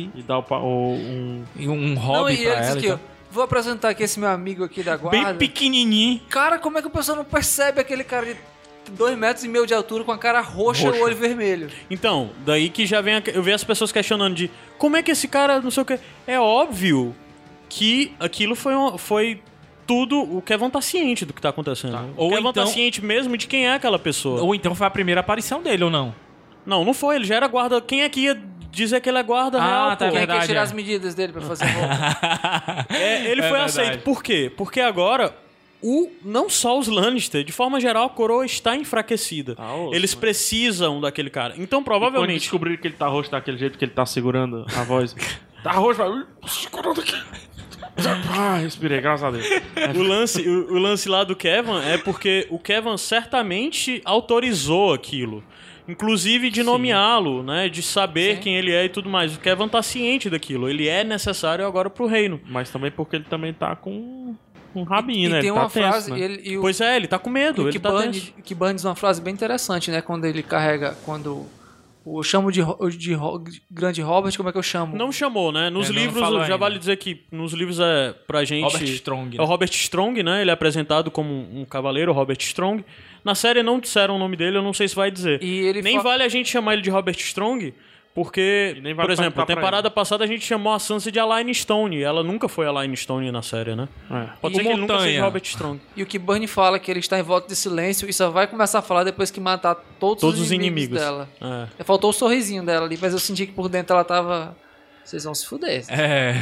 Speaker 4: e-
Speaker 2: E dá o, pa- o- um...
Speaker 4: e um
Speaker 3: Não,
Speaker 4: hobby
Speaker 3: e
Speaker 4: pra
Speaker 3: ele diz
Speaker 4: ela. e
Speaker 3: aqui,
Speaker 4: tal.
Speaker 3: ó, vou apresentar aqui esse meu amigo aqui da guarda.
Speaker 4: Bem pequenininho.
Speaker 3: Cara, como é que o pessoal não percebe aquele cara de dois metros e meio de altura com a cara roxa e o
Speaker 2: Roxa.
Speaker 3: olho vermelho?
Speaker 1: Então, daí que já vem. a- Eu vi as pessoas questionando de como é que esse cara, não sei o que. É óbvio que aquilo foi, um- foi tudo. O Kevin tá ciente do que tá acontecendo.
Speaker 4: Ou
Speaker 1: o Kevin tá
Speaker 4: então-
Speaker 1: ciente mesmo de quem é aquela pessoa.
Speaker 4: Ou então foi a primeira aparição dele,
Speaker 1: *laughs*
Speaker 4: ou não?
Speaker 1: Não, não foi. Ele já era guarda. Quem é que ia dizer que ele é guarda
Speaker 4: Ah,
Speaker 1: real?
Speaker 4: tá
Speaker 1: pô?
Speaker 3: Quem
Speaker 4: É
Speaker 3: é que ia
Speaker 4: verdade,
Speaker 3: tirar
Speaker 4: é.
Speaker 3: as medidas dele pra fazer
Speaker 4: *laughs*
Speaker 3: roupa?
Speaker 1: É, ele foi aceito. Por quê? Porque agora. O, não só os Lannister, de forma geral, a coroa está enfraquecida.
Speaker 4: Ah,
Speaker 2: Tá osso,
Speaker 1: Eles
Speaker 2: né?
Speaker 1: precisam daquele cara. Então,
Speaker 2: Quando
Speaker 1: provavelmente.
Speaker 2: descobriram que ele tá roxo daquele jeito que ele tá segurando a voz. tá roxo, vai... Segurando aqui. *laughs* Ah, respirei, graças a Deus.
Speaker 1: O lance, o, o lance lá do Kevin é porque o Kevin certamente autorizou aquilo. Inclusive de nomeá-lo, né? De saber
Speaker 3: Sim.
Speaker 1: quem ele é e tudo mais. O Kevin tá ciente daquilo. Ele é necessário agora pro reino.
Speaker 2: Mas também porque ele também tá com um rabinho,
Speaker 3: e
Speaker 2: né?
Speaker 3: tem
Speaker 2: ele tá
Speaker 3: uma
Speaker 2: tenso,
Speaker 3: frase,
Speaker 2: né?
Speaker 3: e ele, e o,
Speaker 1: Pois é, ele tá com medo.
Speaker 3: E
Speaker 1: Ele
Speaker 3: que,
Speaker 1: tá
Speaker 3: Bundy-
Speaker 1: tenso.
Speaker 3: que Bundy diz uma frase bem interessante, né? Quando ele carrega. Quando. o- Eu chamo de, Ro- de Ro- grande Robert, como é que eu chamo?
Speaker 1: Não chamou, né? Nos
Speaker 4: É, não
Speaker 1: livros,
Speaker 4: falou
Speaker 1: já
Speaker 4: ainda.
Speaker 1: vale dizer que nos livros é pra gente.
Speaker 4: Robert Strong,
Speaker 1: É o
Speaker 4: né?
Speaker 1: Robert Strong, né? Ele é apresentado como um um cavaleiro, Robert Strong. Na série não disseram o nome dele, eu não sei se vai dizer.
Speaker 3: E ele
Speaker 1: Nem
Speaker 3: fa-
Speaker 1: vale a gente chamar ele de Robert Strong, porque,
Speaker 2: E nem vale
Speaker 1: por exemplo,
Speaker 2: perguntar
Speaker 1: a
Speaker 2: pra
Speaker 1: temporada passada a gente chamou a Sansa de Aline Stone. E ela nunca foi Aline Stone na série, né?
Speaker 2: É.
Speaker 1: Pode
Speaker 4: E
Speaker 1: ser que ele nunca
Speaker 4: Montanha.
Speaker 1: seja Robert Strong.
Speaker 3: E o que Bunny fala é que ele está em volta de silêncio e só vai começar a falar depois que matar todos,
Speaker 1: Todos
Speaker 3: os inimigos, dela.
Speaker 1: É.
Speaker 3: Faltou o sorrisinho dela ali, mas eu senti que por dentro ela tava. Vocês vão se fuder.
Speaker 4: É.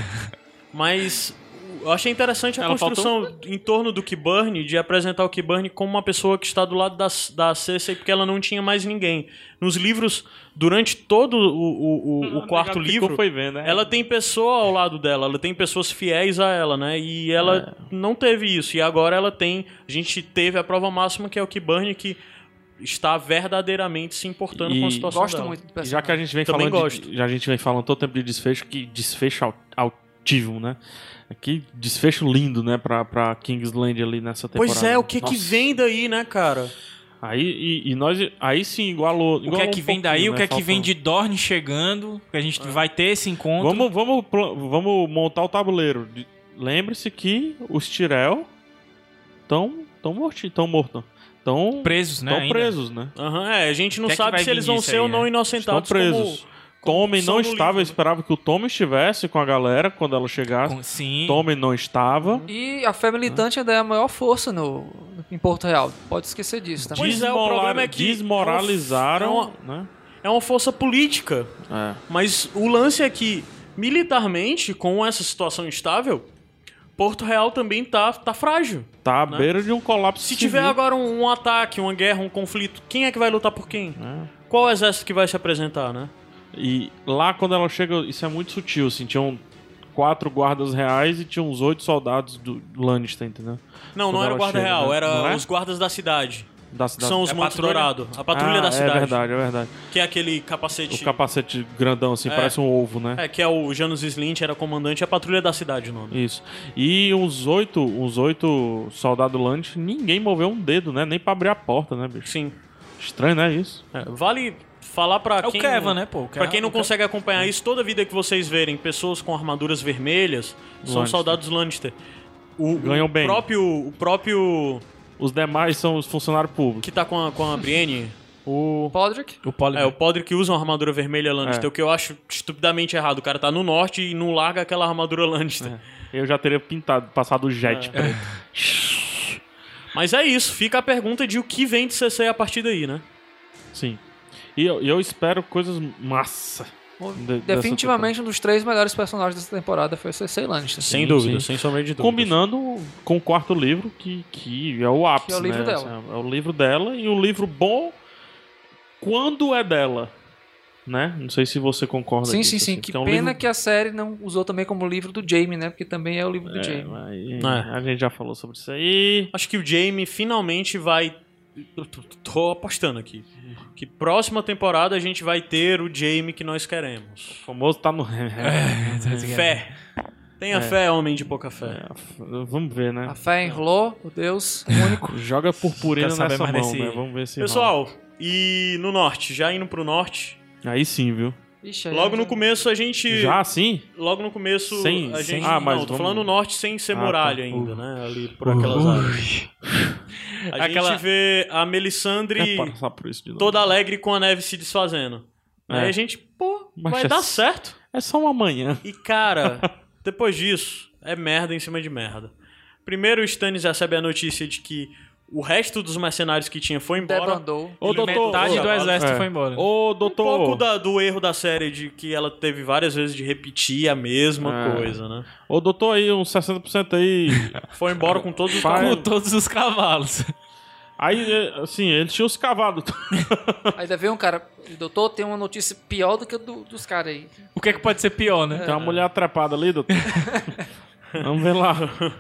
Speaker 1: Mas eu achei interessante a
Speaker 2: Ela
Speaker 1: construção em torno do Kiburn, de apresentar o Kiburn como uma pessoa que está do lado da, da Cersei, porque ela não tinha mais ninguém. Nos livros, durante todo o, o- o- o quarto livro,
Speaker 2: Uhum. foi vendo, né?
Speaker 1: ela tem pessoa ao lado dela, ela tem pessoas fiéis a ela, né? E ela não teve isso. E agora ela tem. A gente teve a prova máxima, que é o Kiburn, que está verdadeiramente se importando
Speaker 2: E
Speaker 1: com a situação
Speaker 3: Gosto
Speaker 1: dela.
Speaker 3: muito do
Speaker 2: E Já que a gente vem
Speaker 1: Também
Speaker 2: falando,
Speaker 1: gosto.
Speaker 2: De, já a gente vem falando todo tempo de desfecho, que desfecho al- altivo, né? Que desfecho lindo, né, pra, pra Kingsland ali nessa temporada.
Speaker 1: Pois é, o que, que
Speaker 2: Nossa.
Speaker 1: vem daí, né, cara?
Speaker 2: Aí e, e nós aí sim igualou,
Speaker 4: O que é
Speaker 2: igualou
Speaker 4: que
Speaker 2: um
Speaker 4: vem daí,
Speaker 2: pouquinho,
Speaker 4: o que é
Speaker 2: né,
Speaker 4: que vem de Dorne chegando, que a gente
Speaker 1: Ah.
Speaker 4: vai ter esse encontro.
Speaker 2: Vamos, vamos, pla- vamos montar o tabuleiro. De- Lembre-se que os Tirel estão tão mortos, estão mortos, estão
Speaker 4: presos, né? ainda.
Speaker 2: presos, né?
Speaker 1: Aham, é, a gente não
Speaker 4: Até que
Speaker 1: sabe
Speaker 4: vai
Speaker 1: se eles
Speaker 4: vir
Speaker 1: vão
Speaker 4: isso
Speaker 1: ser
Speaker 4: aí,
Speaker 1: ou não
Speaker 4: né?
Speaker 2: Estão
Speaker 1: inocentados.
Speaker 2: presos.
Speaker 1: Como...
Speaker 2: Tommy
Speaker 1: são no
Speaker 2: não estava, eu
Speaker 1: livro, né?
Speaker 2: esperava que o Tommy estivesse com a galera quando ela chegasse.
Speaker 4: Com- Sim.
Speaker 2: Tommy não estava.
Speaker 3: E a fé militante ainda é a maior força no, em Porto Real. Pode esquecer disso tá? também.
Speaker 1: Pois é, o
Speaker 2: Desmola-
Speaker 1: problema é que-
Speaker 2: desmoralizaram, né?
Speaker 1: É uma força política. Mas o lance é que, militarmente, com essa situação instável, Porto Real também tá, tá frágil.
Speaker 2: Tá à beira de um colapso.
Speaker 1: Se
Speaker 2: civil,
Speaker 1: tiver agora um, um ataque, uma guerra, um conflito, quem é que vai lutar por quem?
Speaker 2: né?
Speaker 1: Qual exército que vai se apresentar, né?
Speaker 2: E lá quando ela chega, isso é muito sutil, assim, tinham quatro guardas reais e tinha uns oito soldados do Lannister, entendeu?
Speaker 1: Não, não
Speaker 2: Quando
Speaker 1: era o
Speaker 2: ela
Speaker 1: guarda
Speaker 2: chega,
Speaker 1: real,
Speaker 2: né? Não
Speaker 1: era
Speaker 2: é?
Speaker 1: os guardas da cidade.
Speaker 2: Da
Speaker 1: Que
Speaker 2: cidade.
Speaker 1: são os
Speaker 4: É
Speaker 1: Montes
Speaker 4: patrulha?
Speaker 1: Dourado, a patrulha
Speaker 2: Ah,
Speaker 1: da cidade.
Speaker 2: É verdade, é verdade.
Speaker 1: Que é aquele capacete.
Speaker 2: O capacete grandão, assim, parece um ovo, né?
Speaker 1: É, que é o Janus Slint, era comandante, é a patrulha da cidade o nome.
Speaker 2: Isso. E uns oito, uns oito soldados Lannister, ninguém moveu um dedo, né? Nem pra abrir a porta, né, bicho?
Speaker 1: Sim.
Speaker 2: Estranho, né, isso?
Speaker 1: É, vale falar pra
Speaker 4: É o
Speaker 1: quem...
Speaker 4: Kevin, né, pô? O
Speaker 1: Pra quem não
Speaker 4: Kevin- o
Speaker 1: consegue acompanhar isso, toda vida que vocês verem pessoas com armaduras vermelhas são
Speaker 2: Lannister.
Speaker 1: soldados Lannister. O,
Speaker 2: Ganham
Speaker 1: o
Speaker 2: bem.
Speaker 1: Próprio, o próprio
Speaker 2: Os demais são os funcionários públicos.
Speaker 1: que tá com a, com a Brienne, o...
Speaker 3: Podrick,
Speaker 4: O Polygon.
Speaker 1: É, o Podre que usa uma armadura vermelha Lannister,
Speaker 2: É.
Speaker 1: o que eu acho estupidamente errado. O cara tá no norte e não larga aquela armadura Lannister.
Speaker 2: Eu já teria pintado, passado o jet
Speaker 3: É.
Speaker 2: pra ele.
Speaker 1: Mas é isso, fica a pergunta de o que vem de CC a partir daí, né?
Speaker 2: Sim. E eu, e eu espero coisas massa. de- dessa
Speaker 3: definitivamente um dos três melhores personagens dessa temporada foi o Cersei Lannister.
Speaker 1: Sem
Speaker 2: Sim,
Speaker 1: dúvida,
Speaker 2: sim.
Speaker 1: sem sombra de dúvidas.
Speaker 2: Combinando com o quarto livro, que, que é o ápice.
Speaker 3: Que é o livro
Speaker 2: né?
Speaker 3: dela.
Speaker 2: Assim, É o livro dela e o livro bom quando é dela. Né? Não sei se você concorda
Speaker 3: Sim,
Speaker 2: disso,
Speaker 3: sim, sim.
Speaker 2: assim,
Speaker 3: Que
Speaker 2: porque é um
Speaker 3: pena
Speaker 2: livro-
Speaker 3: que a série não usou também como livro do Jamie, né? Porque também é o livro do
Speaker 2: É,
Speaker 3: Jamie.
Speaker 2: mas
Speaker 1: É.
Speaker 2: A gente já falou sobre isso aí.
Speaker 1: Acho que o Jamie finalmente vai. eu tô- Tô apostando aqui. Que próxima temporada a gente vai ter o Jamie que nós
Speaker 2: *laughs*
Speaker 1: queremos.
Speaker 2: O famoso tá no.
Speaker 1: É. Fé.
Speaker 2: É.
Speaker 1: Tenha fé, homem de pouca fé.
Speaker 2: Vamos ver, né?
Speaker 3: A fé em Hlô, o deus
Speaker 2: *laughs*
Speaker 3: único.
Speaker 2: Tá, Joga purpurina
Speaker 4: Quero saber
Speaker 2: nessa mão,
Speaker 4: mais desse-
Speaker 2: né? Vamos ver se.
Speaker 1: Pessoal, e no norte, já indo pro norte.
Speaker 2: rola. Aí sim, viu?
Speaker 3: Ixi, aí
Speaker 1: Logo
Speaker 3: eu
Speaker 1: no
Speaker 3: já-
Speaker 1: começo a gente.
Speaker 2: Já sim?
Speaker 1: Logo no começo
Speaker 2: Sem-
Speaker 1: a
Speaker 2: sem-
Speaker 1: gente.
Speaker 2: ah,
Speaker 1: não,
Speaker 2: mas
Speaker 1: tô
Speaker 2: vamos-
Speaker 1: falando norte sem ser
Speaker 2: Ah,
Speaker 1: muralha
Speaker 2: tá.
Speaker 1: ainda,
Speaker 2: Uh.
Speaker 1: né? Ali por aquelas áreas. A
Speaker 4: Aquela-
Speaker 1: gente vê a Melisandre
Speaker 2: É passar por isso de novo.
Speaker 1: toda alegre com a neve se desfazendo.
Speaker 2: É.
Speaker 1: Aí a gente, pô,
Speaker 2: Mas
Speaker 1: vai
Speaker 2: é-
Speaker 1: dar certo.
Speaker 2: É só uma manhã.
Speaker 1: E
Speaker 2: *laughs*
Speaker 1: cara, depois disso, é merda em cima de merda. Primeiro o Stannis recebe a notícia de que o resto dos mercenários que tinha foi embora.
Speaker 3: Debandou.
Speaker 2: Ô, doutor.
Speaker 4: Metade
Speaker 1: ô,
Speaker 4: do exército
Speaker 2: é.
Speaker 4: foi embora.
Speaker 2: Ô,
Speaker 1: Um pouco
Speaker 2: doutor.
Speaker 1: da- do erro da série de que ela teve várias vezes de repetir a mesma
Speaker 2: É.
Speaker 1: coisa, né?
Speaker 2: Ô, doutor aí, uns
Speaker 1: *laughs*
Speaker 2: 60% aí.
Speaker 1: Foi embora com todos os
Speaker 2: Faz-
Speaker 1: caras.
Speaker 4: Com todos os cavalos. *laughs*
Speaker 2: aí, é, assim, ele tinha os cavalos.
Speaker 3: Ainda veio um cara, doutor, tem uma notícia pior do que a do- dos caras aí.
Speaker 4: O que é que pode ser pior, né?
Speaker 1: *laughs*
Speaker 2: Tem uma mulher atrapada ali, doutor. Vamos ver lá.
Speaker 1: tá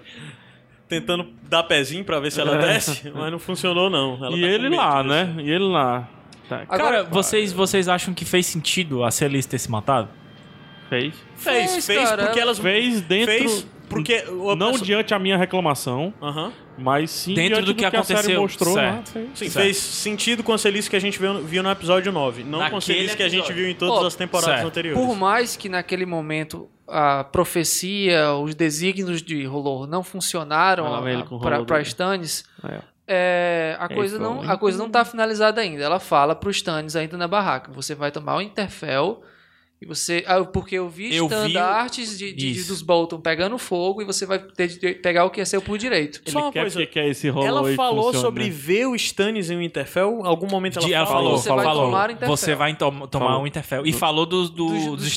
Speaker 1: Tentando dar pezinho pra ver se ela desce, mas não funcionou, não. Ela
Speaker 2: e
Speaker 1: tá com
Speaker 2: ele
Speaker 1: medo
Speaker 2: lá,
Speaker 1: de
Speaker 2: né?
Speaker 1: descer.
Speaker 2: E ele lá. Tá,
Speaker 4: Cara,
Speaker 3: Agora,
Speaker 4: vocês, vocês acham que fez sentido a Celis ter se matado?
Speaker 2: fez.
Speaker 1: Fez, fez,
Speaker 3: Fez, cara,
Speaker 1: porque elas.
Speaker 2: Fez dentro.
Speaker 1: Fez porque. o- a
Speaker 2: Não
Speaker 1: pessoa-
Speaker 2: diante a minha reclamação,
Speaker 1: Aham.
Speaker 2: mas sim
Speaker 4: Dentro
Speaker 2: diante
Speaker 4: do que
Speaker 2: a série
Speaker 4: aconteceu,
Speaker 2: mostrou lá.
Speaker 4: certo.
Speaker 2: Sim.
Speaker 1: Sim,
Speaker 4: Certo.
Speaker 1: feliz fez sentido com a Celice que a gente viu, viu no episódio 9. Não com a
Speaker 4: Naquele
Speaker 1: Celice que a gente
Speaker 4: episódio.
Speaker 1: viu em todas
Speaker 3: Ó,
Speaker 1: as temporadas
Speaker 4: certo.
Speaker 1: anteriores.
Speaker 3: por mais que naquele momento a profecia, os desígnios de Rolor não funcionaram
Speaker 2: Ela vem ele com o Rolor
Speaker 3: para
Speaker 2: dele.
Speaker 3: Stannis,
Speaker 2: É.
Speaker 3: é, a,
Speaker 2: Ele
Speaker 3: coisa
Speaker 2: falou,
Speaker 3: não, a coisa não tá finalizada ainda. Ela fala pro Stannis ainda na barraca. Você vai tomar o Interfell e você... ah, Porque eu vi
Speaker 4: Eu vi o-
Speaker 3: estandartes de, de- de-
Speaker 4: Isso.
Speaker 3: dos Bolton pegando fogo e você vai ter de pegar o que é seu por direito.
Speaker 2: Ele
Speaker 1: Só uma
Speaker 2: quer
Speaker 1: coisa,
Speaker 2: porque quer esse rolo
Speaker 1: Ela
Speaker 2: aí que
Speaker 1: falou
Speaker 2: funciona,
Speaker 1: sobre
Speaker 2: né?
Speaker 1: ver o Stannis em Winterfell? Algum momento Então ela,
Speaker 4: De- Ela falou,
Speaker 1: falou.
Speaker 3: Você
Speaker 4: falou,
Speaker 3: vai
Speaker 4: falou.
Speaker 3: tomar Interfell.
Speaker 4: Você vai tom- tomar
Speaker 2: Falou.
Speaker 4: um Interfell. E falou dos, do,
Speaker 3: dos,
Speaker 4: dos,
Speaker 3: dos
Speaker 4: estandartes.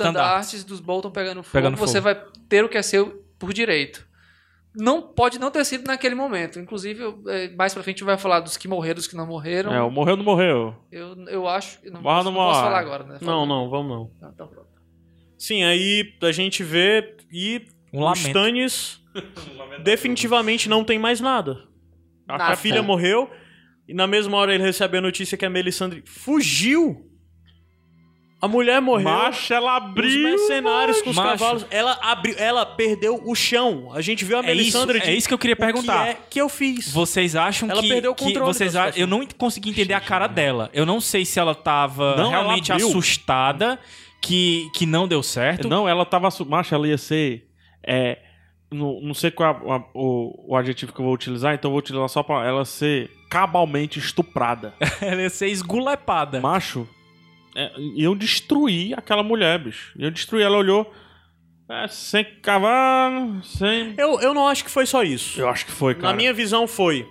Speaker 3: estandartes dos Bolton pegando fogo,
Speaker 4: Pegando
Speaker 3: você
Speaker 4: fogo.
Speaker 3: vai ter o que é seu por direito. Não pode não ter sido naquele momento. Inclusive, eu, eh, mais pra frente a gente vai falar dos que morreram, dos que não morreram.
Speaker 2: É, o morreu não morreu.
Speaker 3: Eu, eu acho. eu Não,
Speaker 2: Morra
Speaker 3: posso,
Speaker 2: no
Speaker 3: não posso
Speaker 2: morra.
Speaker 3: falar agora, né?
Speaker 1: Não, não, vamos não.
Speaker 3: não. Então, pronto.
Speaker 1: Sim, aí a gente vê e
Speaker 4: Um
Speaker 1: o
Speaker 4: lamento.
Speaker 1: Stannis definitivamente não tem mais nada.
Speaker 3: Ah,
Speaker 1: a filha
Speaker 3: bom.
Speaker 1: morreu e na mesma hora ele recebe a notícia que a Melisandre fugiu. A mulher morreu.
Speaker 2: Macho, ela
Speaker 1: Os
Speaker 2: abriu.
Speaker 1: mercenários com os
Speaker 4: Macho.
Speaker 1: cavalos. Ela abriu, ela perdeu o chão. A gente viu a
Speaker 4: É isso,
Speaker 1: Melisandre
Speaker 4: é isso que eu queria
Speaker 1: Que,
Speaker 4: perguntar.
Speaker 1: é que eu fiz.
Speaker 4: Vocês acham
Speaker 1: Ela
Speaker 4: que.
Speaker 1: perdeu o
Speaker 4: que
Speaker 1: controle
Speaker 4: vocês
Speaker 1: da
Speaker 4: a- Eu não consegui entender a cara dela. Eu não sei se ela tava
Speaker 2: Não, ela
Speaker 4: realmente
Speaker 2: abriu.
Speaker 4: assustada, que, que não deu certo.
Speaker 2: Não, ela tava. su- Macho, ela ia ser. É, não, não sei qual é a- a- o, o adjetivo que eu vou utilizar, então eu vou utilizar só pra ela ser cabalmente estuprada.
Speaker 4: *laughs* Ela ia ser esgulepada.
Speaker 2: Macho, é, iam destruir aquela mulher, bicho. Iam destruir. Ela olhou. é, sem cavalo, sem.
Speaker 1: Eu, eu não acho que foi só isso.
Speaker 2: Eu acho que foi, cara.
Speaker 1: Na minha visão foi.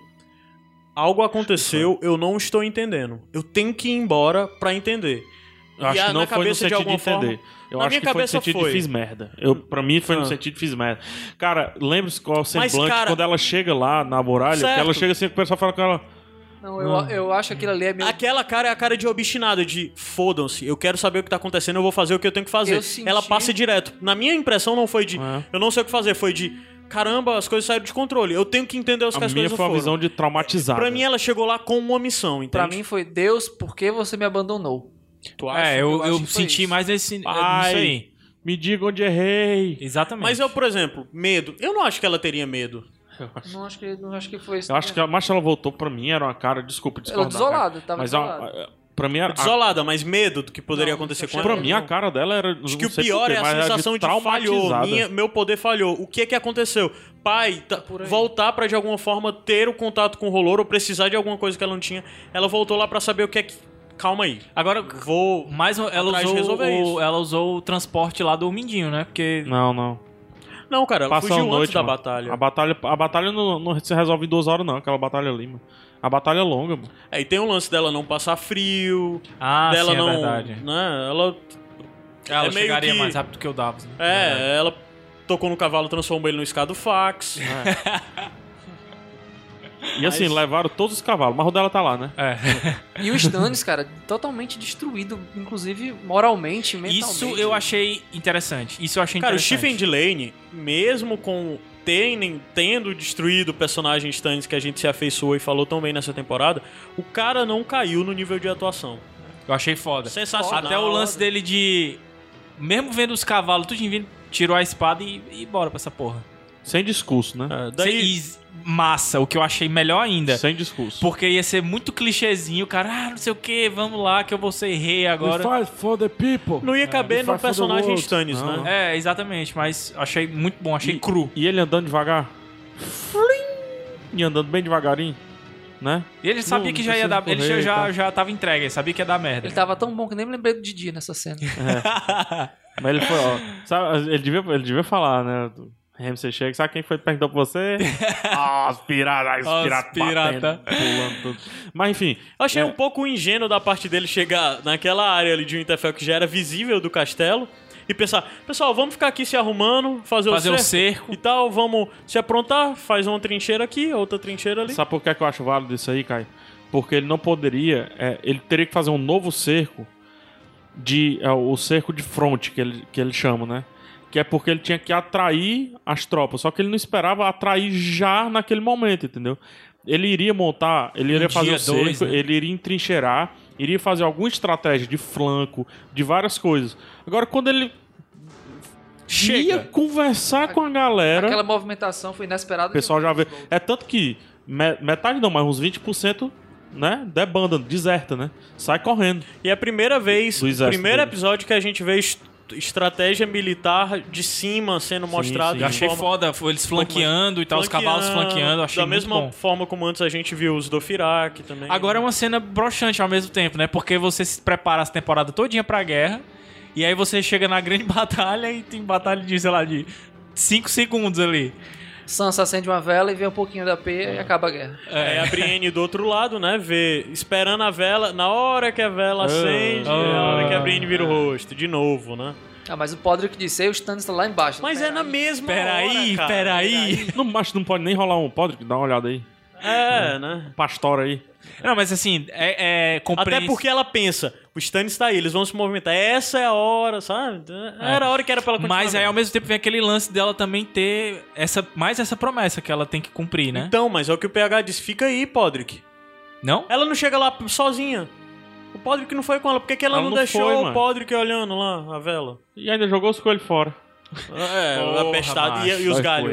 Speaker 1: Algo aconteceu, eu não estou entendendo. Eu tenho que ir embora pra entender.
Speaker 2: Eu acho
Speaker 1: e a-
Speaker 2: que não
Speaker 1: na
Speaker 2: foi no
Speaker 1: cabeça de
Speaker 2: sentido de,
Speaker 1: alguma
Speaker 2: entender. eu
Speaker 1: na
Speaker 2: acho
Speaker 1: minha
Speaker 2: que foi no
Speaker 1: cabeça
Speaker 2: sentido
Speaker 1: foi.
Speaker 2: de fiz merda. Eu, pra mim foi no
Speaker 1: Ah.
Speaker 2: sentido de fiz merda. Cara, lembra-se qual é o semblante
Speaker 1: cara-
Speaker 2: quando ela chega lá na muralha, que
Speaker 1: Certo.
Speaker 2: ela chega assim, o pessoal fala com ela.
Speaker 3: Não, eu, eu acho que aquilo ali é meio.
Speaker 1: Aquela cara é a cara de obstinada, de fodam-se, eu quero saber o que tá acontecendo, eu vou fazer o que eu tenho que fazer.
Speaker 3: Eu senti-
Speaker 1: Ela passa direto. Na minha impressão não foi de
Speaker 2: É.
Speaker 1: eu não sei o que fazer, foi de caramba, as coisas saíram de controle. Eu tenho que entender os que
Speaker 2: A
Speaker 1: as
Speaker 2: minha
Speaker 1: coisas
Speaker 2: foi uma
Speaker 1: foram.
Speaker 2: visão de traumatizada.
Speaker 1: Pra mim é- ela chegou lá com uma missão, entende?
Speaker 3: Pra mim foi Deus, por que você me abandonou?
Speaker 1: tu acha?
Speaker 4: É, eu,
Speaker 3: Eu acho
Speaker 4: eu
Speaker 3: que foi
Speaker 4: senti
Speaker 3: isso.
Speaker 4: mais nesse.
Speaker 2: Ai.
Speaker 4: Isso aí.
Speaker 2: Me diga onde errei.
Speaker 4: Exatamente.
Speaker 1: Mas eu, por exemplo, medo. Eu não acho que ela teria medo.
Speaker 3: Não acho que, não acho que foi isso.
Speaker 2: Eu acho que a macho ela voltou pra mim, era uma cara, desculpa,
Speaker 3: Ela é
Speaker 2: discordar.
Speaker 3: desolada,
Speaker 2: cara.
Speaker 3: tava
Speaker 2: Mas
Speaker 3: desolada.
Speaker 2: a, a- pra mim era. A,
Speaker 1: Desolada, mas medo do que poderia
Speaker 3: Não, não
Speaker 1: acontecer
Speaker 3: tô
Speaker 1: com
Speaker 3: achando
Speaker 1: ela.
Speaker 2: pra mim a cara dela era.
Speaker 1: Acho
Speaker 2: não
Speaker 1: que o
Speaker 2: sei
Speaker 1: pior
Speaker 2: porquê,
Speaker 1: é a
Speaker 2: mas era
Speaker 1: sensação de, falhou.
Speaker 2: traumatizada.
Speaker 1: Minha- meu poder falhou. O que é que aconteceu? Pai, tá-
Speaker 3: Por aí.
Speaker 1: voltar pra de alguma forma ter o contato com o Rolor ou precisar de alguma coisa que ela não tinha. Ela voltou lá pra saber o que é que. Calma aí.
Speaker 4: Agora,
Speaker 1: Vou.
Speaker 4: mais um- ela
Speaker 1: Atrás de
Speaker 4: usou,
Speaker 1: resolver
Speaker 4: o,
Speaker 1: isso.
Speaker 4: ela usou o transporte lá do Mindinho, né? Porque
Speaker 2: Não, não.
Speaker 1: Não, cara, ela
Speaker 2: Passou
Speaker 1: fugiu
Speaker 2: a noite,
Speaker 1: antes da
Speaker 2: mano.
Speaker 1: batalha.
Speaker 2: A batalha, a batalha não, não se resolve em duas horas, não. Aquela batalha ali, mano. A batalha é longa, mano.
Speaker 1: Aí tem o lance dela não passar frio,
Speaker 4: Ah,
Speaker 1: dela
Speaker 4: sim, é
Speaker 1: não.
Speaker 4: verdade.
Speaker 1: Né, ela.
Speaker 4: Ela
Speaker 1: é meio
Speaker 4: chegaria
Speaker 1: que-
Speaker 4: mais rápido que o Davos. né? Verdade.
Speaker 1: É, ela tocou no cavalo, transformou ele no escado fax.
Speaker 2: E assim,
Speaker 1: Mas-
Speaker 2: levaram todos os cavalos, mas o dela tá lá, né?
Speaker 4: É.
Speaker 3: E o Stannis, cara, totalmente destruído, inclusive moralmente, mentalmente. né?
Speaker 4: Isso eu achei interessante. Isso eu achei
Speaker 1: Cara, o
Speaker 4: interessante.
Speaker 1: Stephen Delaney, mesmo com tendo, tendo destruído o personagem Stannis que a gente se afeiçoou e falou tão bem nessa temporada, o cara não caiu no nível de atuação.
Speaker 4: Eu achei foda.
Speaker 1: Sensacional.
Speaker 4: Até o lance dele de. Mesmo vendo os cavalos, tudo vindo, tirou a espada e, e bora pra essa porra.
Speaker 2: Sem discurso, né?
Speaker 1: É, daí,
Speaker 4: E massa, o que eu achei melhor
Speaker 1: É.
Speaker 4: ainda.
Speaker 2: Sem discurso.
Speaker 4: Porque ia ser muito clichêzinho, o cara, ah, não sei o que, vamos lá, que eu vou ser rei agora.
Speaker 2: fight for the people.
Speaker 1: não ia caber no
Speaker 2: Defy for the
Speaker 1: personagem
Speaker 2: world.
Speaker 1: Stannis,
Speaker 2: Não.
Speaker 1: né?
Speaker 4: É, exatamente, mas achei muito bom, achei cru.
Speaker 2: E ele andando devagar. E andando bem devagarinho, né?
Speaker 4: E ele sabia
Speaker 2: não
Speaker 4: que já
Speaker 2: precisa
Speaker 4: ia dar. Ele já,
Speaker 2: correr e
Speaker 4: já,
Speaker 2: tal.
Speaker 4: já tava entregue, ele sabia que ia dar merda.
Speaker 3: Ele tava tão bom que nem me lembrei do Didi nessa cena.
Speaker 2: Mas ele
Speaker 1: *laughs*
Speaker 2: foi, ó. Sabe, ele, devia, ele devia falar, né? Do Ramsey Shake, sabe quem foi que perguntou
Speaker 1: *laughs*
Speaker 2: pra você? Ah, os piratas,
Speaker 4: Os
Speaker 2: os piratas.
Speaker 4: pirata.
Speaker 2: batendo, pulando tudo. Mas enfim,
Speaker 1: Eu Achei
Speaker 2: É.
Speaker 1: um pouco ingênuo da parte dele chegar naquela área ali de Winterfell que já era visível do castelo e pensar, pessoal, vamos ficar aqui se arrumando, fazer,
Speaker 4: Fazer
Speaker 1: o
Speaker 4: o
Speaker 1: cerco
Speaker 4: cerco.
Speaker 1: e tal, vamos se aprontar, faz uma trincheira aqui, outra trincheira ali.
Speaker 2: Sabe por que, que eu acho válido isso aí, Caio? Porque ele não poderia. é, ele teria que fazer um novo cerco de. é, o cerco de front, que ele, que ele chama, né? Que é porque ele tinha que atrair as tropas. Só que ele não esperava atrair já naquele momento, entendeu? Ele iria montar, ele iria fazer
Speaker 4: dia
Speaker 2: o cerco,
Speaker 4: dois, né?
Speaker 2: ele iria entrincheirar, iria fazer alguma estratégia de flanco, de várias coisas. Agora, quando ele ia
Speaker 1: Chega.
Speaker 2: conversar com a galera,
Speaker 3: Aquela movimentação foi inesperada. um
Speaker 2: o pessoal já vê.
Speaker 3: demais.
Speaker 2: É tanto que me- metade não, mas uns 20%, né? Debanda, deserta, né? Sai correndo.
Speaker 1: E é a primeira vez,
Speaker 2: Do exército
Speaker 1: primeiro
Speaker 2: dele.
Speaker 1: episódio que a gente vê est- estratégia militar de cima sendo mostrada.
Speaker 2: sim.
Speaker 1: de
Speaker 4: Eu achei
Speaker 1: forma-
Speaker 4: foda, foi eles flanqueando e tal, os cavalos flanqueando, eu achei
Speaker 1: é? Da mesma
Speaker 4: muito bom.
Speaker 1: forma como antes a gente viu os do Firak também.
Speaker 4: Agora é uma cena broxante ao mesmo tempo, né? Porque você se prepara essa temporada todinha pra guerra, e aí você chega na grande *laughs* batalha e tem batalha de, sei lá, de 5 segundos ali.
Speaker 3: Sansa acende uma vela e vê um pouquinho da P e acaba a guerra.
Speaker 1: É, a Brienne do outro lado, né? Vê, esperando a vela, na hora que a
Speaker 2: Ah,
Speaker 1: vela acende, é a hora que a Brienne vira o rosto, de novo, né?
Speaker 3: Ah, mas o Podrick disse, "Ei, o Stannis tá lá embaixo.
Speaker 1: Mas é na mesma
Speaker 4: Peraí,
Speaker 1: hora, cara.
Speaker 4: peraí.
Speaker 2: Não, mas não pode nem rolar um podre, dá uma olhada aí.
Speaker 1: É, né?
Speaker 2: Pastora aí.
Speaker 4: Não, mas assim, é, é
Speaker 1: Até
Speaker 4: compreens-
Speaker 1: porque ela pensa, o Stannis tá aí, eles vão se movimentar. Essa é a hora, sabe? Era a hora que era pra ela continuar.
Speaker 4: Mas é aí ao
Speaker 1: vendo.
Speaker 4: mesmo tempo vem aquele lance dela também ter essa mais essa promessa que ela tem que cumprir, né?
Speaker 1: Então, mas é o que o PH diz, fica aí, Podrick.
Speaker 4: Não?
Speaker 1: Ela não chega lá sozinha. O Podrick não foi com ela. Por que, que ela,
Speaker 2: Ela
Speaker 1: não,
Speaker 2: não
Speaker 1: deixou
Speaker 2: foi,
Speaker 1: o
Speaker 2: mano.
Speaker 1: Podrick olhando lá, a vela?
Speaker 2: E ainda jogou os coelhos fora.
Speaker 1: É,
Speaker 4: Porra,
Speaker 1: a pestada e,
Speaker 4: macho.
Speaker 1: e os galhos.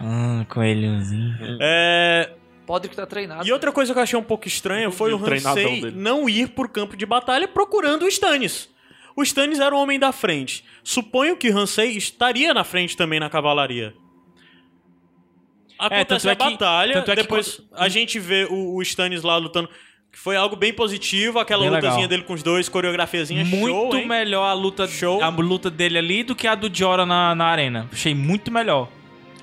Speaker 4: Ah, coelhozinho.
Speaker 1: É,
Speaker 3: Podrick tá treinado.
Speaker 1: E outra coisa que eu achei um pouco estranha foi o
Speaker 2: O treinadão
Speaker 1: Hansei
Speaker 2: dele.
Speaker 1: não ir pro campo de batalha procurando o Stannis. O Stannis era o homem da frente. Suponho que Hansei estaria na frente também na cavalaria.
Speaker 4: É,
Speaker 1: Acontece
Speaker 4: tanto é
Speaker 1: a
Speaker 4: que-
Speaker 1: batalha,
Speaker 4: tanto é que
Speaker 1: depois a gente vê o, o Stannis lá lutando, que foi algo bem positivo, aquela
Speaker 4: Bem
Speaker 1: lutazinha
Speaker 4: legal.
Speaker 1: dele com os dois, coreografiazinha
Speaker 4: Muito
Speaker 1: show, hein?
Speaker 4: melhor a luta,
Speaker 1: Show.
Speaker 4: a luta dele ali do que a do Jorah na, na arena. Achei muito melhor.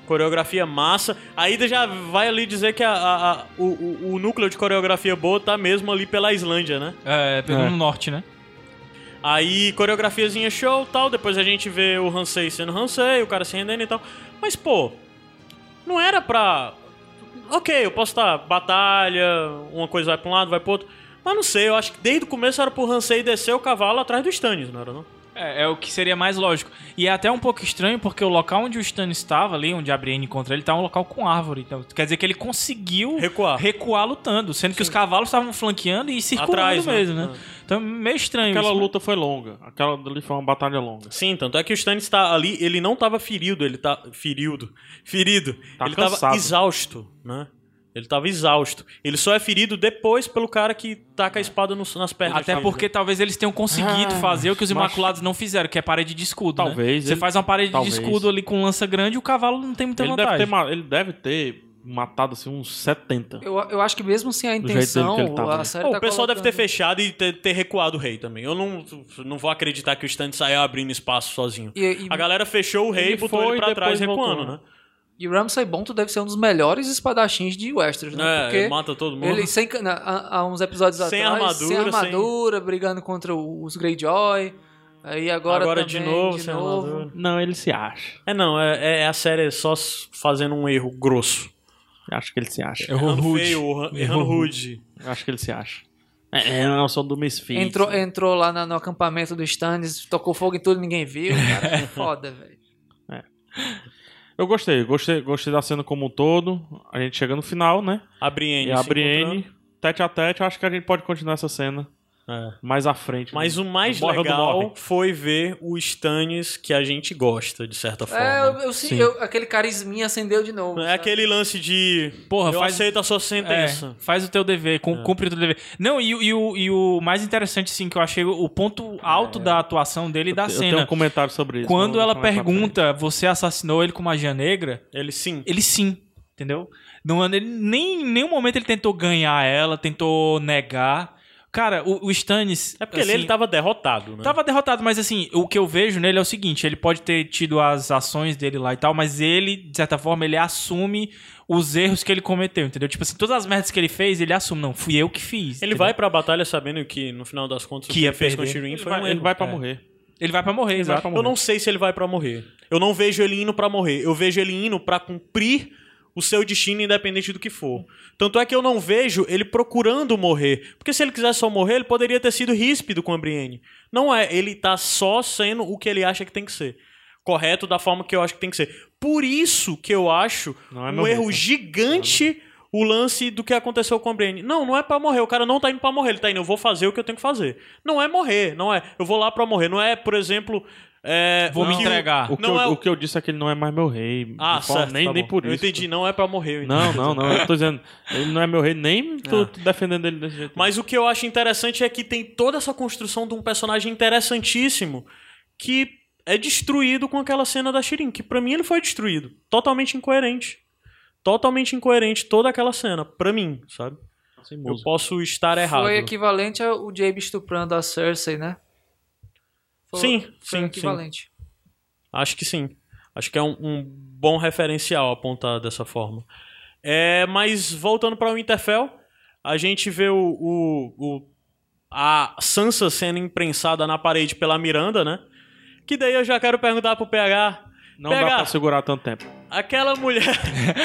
Speaker 1: Coreografia massa. A Ida já vai ali dizer que a- a- a- o, o- o núcleo de coreografia boa tá mesmo ali pela Islândia, né?
Speaker 4: É, pelo
Speaker 2: É.
Speaker 4: no norte, né?
Speaker 1: Aí, coreografiazinha show tal. Depois a gente vê o Hansei sendo Hansei, o cara se rendendo e tal. Mas, pô, não era pra. Ok, eu posso estar batalha, uma coisa vai pra um lado, vai pro outro. Mas não sei, eu acho que desde o começo era pro Hansei descer o cavalo atrás do Stannis, não era não?
Speaker 4: É, é o que seria mais lógico. E é até um pouco estranho porque o local onde o Stan estava ali, onde a Brienne encontra ele, tá um local com árvore. Então, quer dizer que ele conseguiu
Speaker 1: Recuar.
Speaker 4: recuar lutando, sendo que os cavalos estavam flanqueando e circulando
Speaker 1: Atrás, né?
Speaker 4: mesmo, né? Então, meio estranho
Speaker 2: Aquela
Speaker 4: isso, né?
Speaker 2: luta foi longa. Aquela ali foi uma batalha longa.
Speaker 1: Sim, tanto é que o Stannis tá ali, ele não tava ferido, ele tá. Ferido. *laughs* Ferido.
Speaker 2: Tá
Speaker 1: ele
Speaker 2: cansado.
Speaker 1: tava exausto, né? Ele tava exausto. Ele só é ferido depois pelo cara que taca a espada nos- nas pernas.
Speaker 4: Até
Speaker 1: dele,
Speaker 4: porque talvez eles tenham conseguido
Speaker 2: Ah,
Speaker 4: fazer o que os
Speaker 2: mas-
Speaker 4: Imaculados não fizeram, que é parede de escudo. né?
Speaker 2: Talvez
Speaker 4: Você
Speaker 2: ele-
Speaker 4: faz uma parede
Speaker 2: talvez.
Speaker 4: de escudo ali com lança grande e o cavalo não tem muita
Speaker 2: Ele deve,
Speaker 4: Então, vantagem.
Speaker 2: ter, ma- ele deve ter matado assim uns 70.
Speaker 3: Eu, eu acho que mesmo sem a
Speaker 2: jeito dele que ele
Speaker 3: intenção,
Speaker 2: tava,
Speaker 3: a
Speaker 2: né?
Speaker 3: série
Speaker 1: Pô,
Speaker 3: tá
Speaker 1: o pessoal deve ter
Speaker 3: colocando-
Speaker 1: fechado e ter, ter recuado o rei também. Eu não, não vou acreditar que o Stannis saiu abrindo espaço sozinho.
Speaker 3: E, e,
Speaker 1: A galera fechou o rei
Speaker 2: Ele
Speaker 1: e botou
Speaker 2: foi
Speaker 1: ele pra
Speaker 2: e
Speaker 1: trás
Speaker 2: depois
Speaker 1: recuando, né?
Speaker 2: voltou,
Speaker 3: e Ramsay Bonto deve ser um dos melhores espadachins de Westeros, né?
Speaker 1: né? É,
Speaker 3: Porque
Speaker 1: mata todo mundo.
Speaker 3: ele, sem, na- há, há uns episódios
Speaker 1: Sem
Speaker 3: atrás,
Speaker 1: armadura,
Speaker 3: sem
Speaker 1: sem-
Speaker 3: armadura, brigando contra os Greyjoy. Aí agora,
Speaker 1: Agora de
Speaker 3: também,
Speaker 1: novo,
Speaker 3: de
Speaker 1: sem
Speaker 3: novo.
Speaker 1: armadura.
Speaker 2: Não, ele se acha.
Speaker 1: É, não, é, é- é a série só s- fazendo um erro grosso.
Speaker 2: Eu acho que ele se acha.
Speaker 4: Errou
Speaker 1: Errando
Speaker 4: rude.
Speaker 1: feio, erra- errando
Speaker 4: Errou
Speaker 1: rude.
Speaker 2: Eu acho que ele se acha. É, é o som do Misfits. né?
Speaker 3: Entrou, entrou lá na- no acampamento do Stannis, tocou fogo em tudo, ninguém viu. *laughs* Cara, que foda, velho.
Speaker 2: Eu gostei, gostei, gostei da cena como um todo. A gente chega no final, né?
Speaker 1: A Brienne.
Speaker 2: E a
Speaker 1: se
Speaker 2: Brienne, tete a tete, eu acho que a gente pode continuar essa cena
Speaker 1: encontrando. É.
Speaker 2: mais à frente. né?
Speaker 1: Mas o mais
Speaker 2: Morre ou não
Speaker 1: legal
Speaker 2: morre?
Speaker 1: foi ver o Stannis que a gente gosta, de certa forma.
Speaker 3: É, eu,
Speaker 1: É,
Speaker 3: eu, sim, eu- aquele carisminha acendeu de novo. sabe?
Speaker 1: aquele lance de.
Speaker 4: Porra,
Speaker 1: eu
Speaker 4: faz-
Speaker 1: aceito a sua
Speaker 4: É,
Speaker 1: sentença.
Speaker 4: faz o teu dever, cum-
Speaker 2: É.
Speaker 4: cumpre o teu dever. Não, e, o- e o, e o mais interessante, sim, que eu achei o ponto alto da atuação dele e da
Speaker 2: É. eu tenho
Speaker 4: cena.
Speaker 2: um comentário sobre isso.
Speaker 4: Quando
Speaker 2: vou
Speaker 4: ela
Speaker 2: deixar mais pra frente.
Speaker 4: pergunta, você assassinou ele com magia negra?
Speaker 1: Ele sim.
Speaker 4: Ele sim, entendeu? Não, é- ele, nem em nenhum momento ele tentou ganhar ela, tentou negar. Cara, o, o Stannis...
Speaker 1: É porque ele-
Speaker 4: assim,
Speaker 1: ele tava derrotado, né?
Speaker 4: Tava derrotado, mas assim, o que eu vejo nele é o seguinte: ele pode ter tido as ações dele lá e tal, mas ele, de certa forma, ele assume os erros que ele cometeu, entendeu? Tipo assim, todas as merdas que ele fez, ele assume, não, fui eu que fiz.
Speaker 1: Ele
Speaker 4: entendeu?
Speaker 1: vai pra batalha sabendo que, no final das contas,
Speaker 4: Que
Speaker 1: o que
Speaker 4: ia
Speaker 1: ele fez com o
Speaker 4: perder.
Speaker 1: Shireen
Speaker 2: Ele
Speaker 1: foi um
Speaker 2: vai, ele
Speaker 1: erro.
Speaker 2: vai pra
Speaker 1: É.
Speaker 2: morrer.
Speaker 4: Ele vai pra morrer,
Speaker 2: Ele vai
Speaker 4: exato.
Speaker 2: pra morrer.
Speaker 1: Eu não sei se ele vai pra morrer. Eu não vejo ele indo pra morrer. Eu vejo ele indo pra cumprir o seu destino, independente do que for. Tanto é que eu não vejo ele procurando morrer. Porque se ele quisesse só morrer, ele poderia ter sido ríspido com a Brienne. Não é. Ele tá só sendo o que ele acha que tem que ser. correto da forma que eu acho que tem que ser. Por isso que eu acho
Speaker 2: Não é
Speaker 1: um
Speaker 2: meu
Speaker 1: erro
Speaker 2: rico.
Speaker 1: gigante o lance do que aconteceu com o Brene. Não, não é pra morrer. O cara não tá indo pra morrer. Ele tá indo, eu vou fazer o que eu tenho que fazer. Não é morrer, não é. Eu vou lá pra morrer. Não é, por exemplo. é,
Speaker 4: Vou
Speaker 1: o
Speaker 4: me
Speaker 1: que o-
Speaker 4: entregar.
Speaker 2: O que,
Speaker 1: Não
Speaker 2: eu,
Speaker 1: é o-
Speaker 2: o que eu disse é que ele não é mais meu rei.
Speaker 1: Ah,
Speaker 2: De forma-
Speaker 1: certo.
Speaker 2: Nem,
Speaker 1: tá
Speaker 2: nem
Speaker 1: bom.
Speaker 2: por
Speaker 1: Eu
Speaker 2: isso.
Speaker 1: entendi, não é pra morrer. eu entendi.
Speaker 2: Não, não, não. Eu tô dizendo, ele não é meu rei, nem tô tô defendendo ele desse jeito.
Speaker 1: Mas o que eu acho interessante é que tem toda essa construção de um personagem interessantíssimo que é destruído com aquela cena da Shirin, que pra mim ele foi destruído. Totalmente incoerente. Totalmente incoerente toda aquela cena, pra mim, sabe?
Speaker 2: Sem
Speaker 1: Eu
Speaker 2: música.
Speaker 1: posso estar errado.
Speaker 3: Foi equivalente ao Jaime estuprando a Cersei, né? Foi-
Speaker 1: Sim,
Speaker 3: foi
Speaker 1: sim,
Speaker 3: equivalente.
Speaker 1: Acho que sim. Acho que é um, um bom referencial apontar dessa forma. É, mas voltando para o Winterfell, a gente vê o, o- o- a Sansa sendo imprensada na parede pela Miranda, né? Que daí eu já quero perguntar pro PH,
Speaker 2: Não
Speaker 1: Pega.
Speaker 2: dá pra segurar tanto tempo.
Speaker 1: aquela
Speaker 4: *laughs*
Speaker 1: mulher.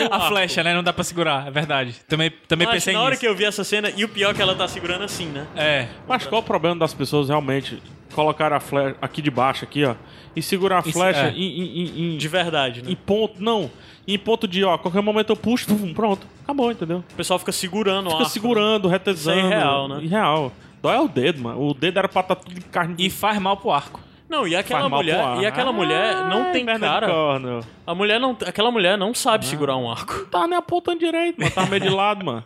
Speaker 1: com
Speaker 4: A
Speaker 1: arco.
Speaker 4: flecha, né? Não dá pra segurar, é verdade. Também, também
Speaker 1: Mas
Speaker 4: pensei
Speaker 1: na hora
Speaker 4: nisso.
Speaker 1: que eu vi essa cena, e o pior é que ela tá segurando assim, né?
Speaker 4: É.
Speaker 2: Mas qual o problema das pessoas realmente colocar a flecha aqui de baixo, aqui, ó, e segurar a
Speaker 4: Isso,
Speaker 2: flecha
Speaker 4: é.
Speaker 2: em, em- em- em-
Speaker 1: De verdade, né?
Speaker 2: em ponto, não, em ponto de, ó, qualquer momento eu puxo, pum, pronto, acabou, entendeu?
Speaker 1: O pessoal fica segurando o
Speaker 2: Fica
Speaker 1: arco.
Speaker 2: segurando, retesando.
Speaker 1: Isso é irreal, né?
Speaker 2: Irreal. Dói é o dedo, mano. O dedo era pra estar tudo de carne
Speaker 4: E faz mal pro arco.
Speaker 1: Não, e aquela
Speaker 2: Faz mal pro
Speaker 1: mulher,
Speaker 2: ar.
Speaker 1: e aquela mulher não
Speaker 4: Ah,
Speaker 2: Ai,
Speaker 4: é
Speaker 1: tem
Speaker 2: perna de
Speaker 1: cara.
Speaker 2: corno.
Speaker 1: A mulher não, aquela mulher não sabe segurar um arco.
Speaker 2: Não tá nem apontando direito, mano. Tá meio de lado, mano.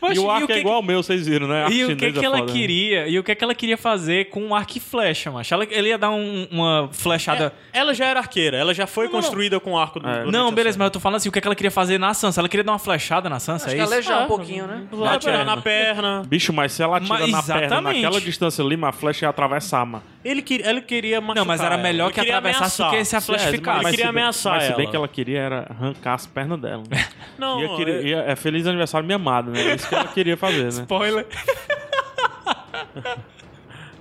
Speaker 4: Mas
Speaker 2: e o
Speaker 4: e
Speaker 2: arco
Speaker 4: o que
Speaker 2: é
Speaker 4: que-
Speaker 2: igual ao meu, vocês viram, né? Arco
Speaker 4: E o que,
Speaker 2: chinês é
Speaker 4: que ela
Speaker 2: foda, né?
Speaker 4: queria? E o que, que ela queria fazer com um arco e flecha, macho? Ela, ele ia dar um- uma flechada.
Speaker 1: Ela já era arqueira, ela já foi
Speaker 4: Não, não,
Speaker 1: construída com arco do.
Speaker 2: É.
Speaker 1: durante
Speaker 4: É. Não,
Speaker 1: a
Speaker 4: beleza,
Speaker 1: série.
Speaker 4: mas eu tô falando assim, o que, que ela queria fazer na Sansa? Ela queria dar uma flechada na Sansa,
Speaker 3: Acho
Speaker 4: é
Speaker 3: que
Speaker 4: isso?
Speaker 3: aleijar um pouquinho, né?
Speaker 1: Ela
Speaker 2: Na
Speaker 1: vai atirar
Speaker 2: perna.
Speaker 1: na perna.
Speaker 2: Bicho, mas se ela atira
Speaker 4: Mas-
Speaker 2: na perna
Speaker 4: exatamente.
Speaker 2: naquela distância ali, uma flecha ia atravessar, mano.
Speaker 1: Ele, que, ele queria machucar.
Speaker 4: Não, mas era
Speaker 1: ela.
Speaker 4: melhor
Speaker 1: Ele
Speaker 4: que
Speaker 1: queria
Speaker 4: atravessasse do
Speaker 1: ameaçar.
Speaker 4: que se a flecha
Speaker 1: É,
Speaker 4: ficasse.
Speaker 1: Ele
Speaker 4: Mas
Speaker 1: queria
Speaker 2: se bem-
Speaker 1: ameaçar
Speaker 2: Mas se bem
Speaker 1: ela.
Speaker 2: que ela queria era arrancar as pernas dela. né?
Speaker 1: Não,
Speaker 2: Ia querer-
Speaker 1: é-
Speaker 2: ia- é feliz aniversário minha amada, né? Isso que ela queria fazer,
Speaker 4: *laughs*
Speaker 2: né?
Speaker 4: Spoiler.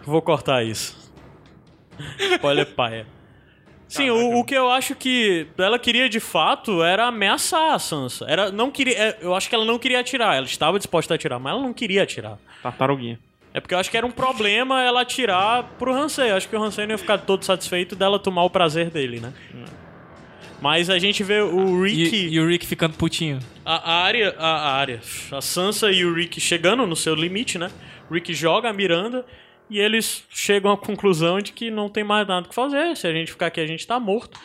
Speaker 1: Vou cortar isso. Spoiler paia. Sim, o, o que eu acho que ela queria de fato era ameaçar a Sansa. Era, não queria, é, eu acho que ela não queria atirar. Ela estava disposta a atirar, mas ela não queria atirar.
Speaker 2: Tartaruguinha.
Speaker 1: É porque eu acho que era um problema ela atirar pro Hansei. Eu acho que o Hansei não ia ficar todo satisfeito dela tomar o prazer dele, né? Mas a gente vê o Rick,
Speaker 4: E, e o Rick ficando putinho.
Speaker 1: a área, a área, a Sansa e o Rick chegando no seu limite, né? O Rick joga a Miranda e eles chegam à conclusão de que não tem mais nada o que fazer. Se a gente ficar aqui, a gente tá morto.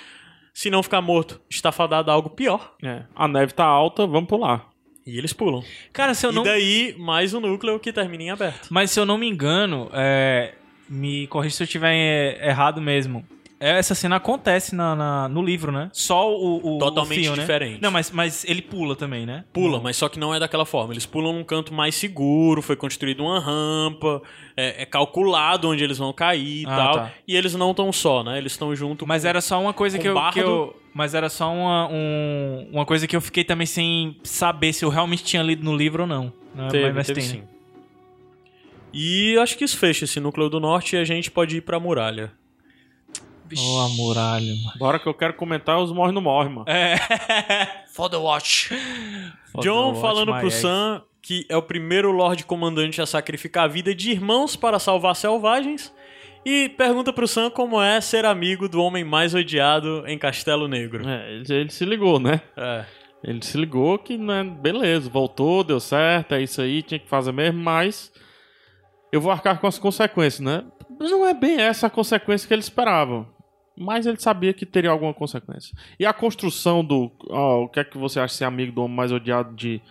Speaker 1: Se não ficar morto, está fadado a algo pior.
Speaker 2: É. A neve tá alta, vamos pular.
Speaker 1: E eles pulam.
Speaker 4: Cara, se eu
Speaker 1: e
Speaker 4: não.
Speaker 1: daí, mais o núcleo que termina em aberto.
Speaker 4: Mas se eu não me engano, é, me corrija se eu estiver é, errado mesmo. É, Essa cena acontece na, na- no livro, né? Só o, o
Speaker 1: Totalmente
Speaker 4: o fio, né?
Speaker 1: diferente.
Speaker 4: Não, mas, mas ele pula também, né?
Speaker 1: Pula, mas só que não é daquela forma. Eles pulam num canto mais seguro, foi construída uma rampa, é, é calculado onde eles vão cair e
Speaker 4: Ah,
Speaker 1: tal.
Speaker 4: tá.
Speaker 1: E eles não estão só, né? Eles estão junto
Speaker 4: Mas era só uma coisa
Speaker 1: Com
Speaker 4: que eu, que
Speaker 1: bardo.
Speaker 4: eu- Mas era só uma, um- uma coisa que eu fiquei também sem saber se eu realmente tinha lido no livro ou não. Né?
Speaker 1: Teve,
Speaker 4: mas
Speaker 1: teve
Speaker 4: tem, né?
Speaker 1: sim. E acho que isso fecha esse núcleo do norte e a gente pode ir pra muralha.
Speaker 3: Oh,
Speaker 4: Ó, a muralha, mano.
Speaker 2: Bora que eu quero comentar os morre no morre, mano.
Speaker 4: É.
Speaker 3: For the Watch.
Speaker 1: John
Speaker 4: Foda,
Speaker 1: falando
Speaker 4: ótimo,
Speaker 1: pro
Speaker 4: aí, aí.
Speaker 1: Sam que é o primeiro Lorde Comandante a sacrificar a vida de irmãos para salvar selvagens. E pergunta pro Sam como é ser amigo do homem mais odiado em Castelo Negro.
Speaker 2: É, ele, ele se ligou, né?
Speaker 1: É.
Speaker 2: Ele se ligou que, né, beleza, voltou, deu certo, é isso aí, tinha que fazer mesmo, mas eu vou arcar com as consequências, né? Não é bem essa a consequência que ele esperava, mas ele sabia que teria alguma consequência. E a construção do, ó, o que é que você acha de ser amigo do homem mais odiado de,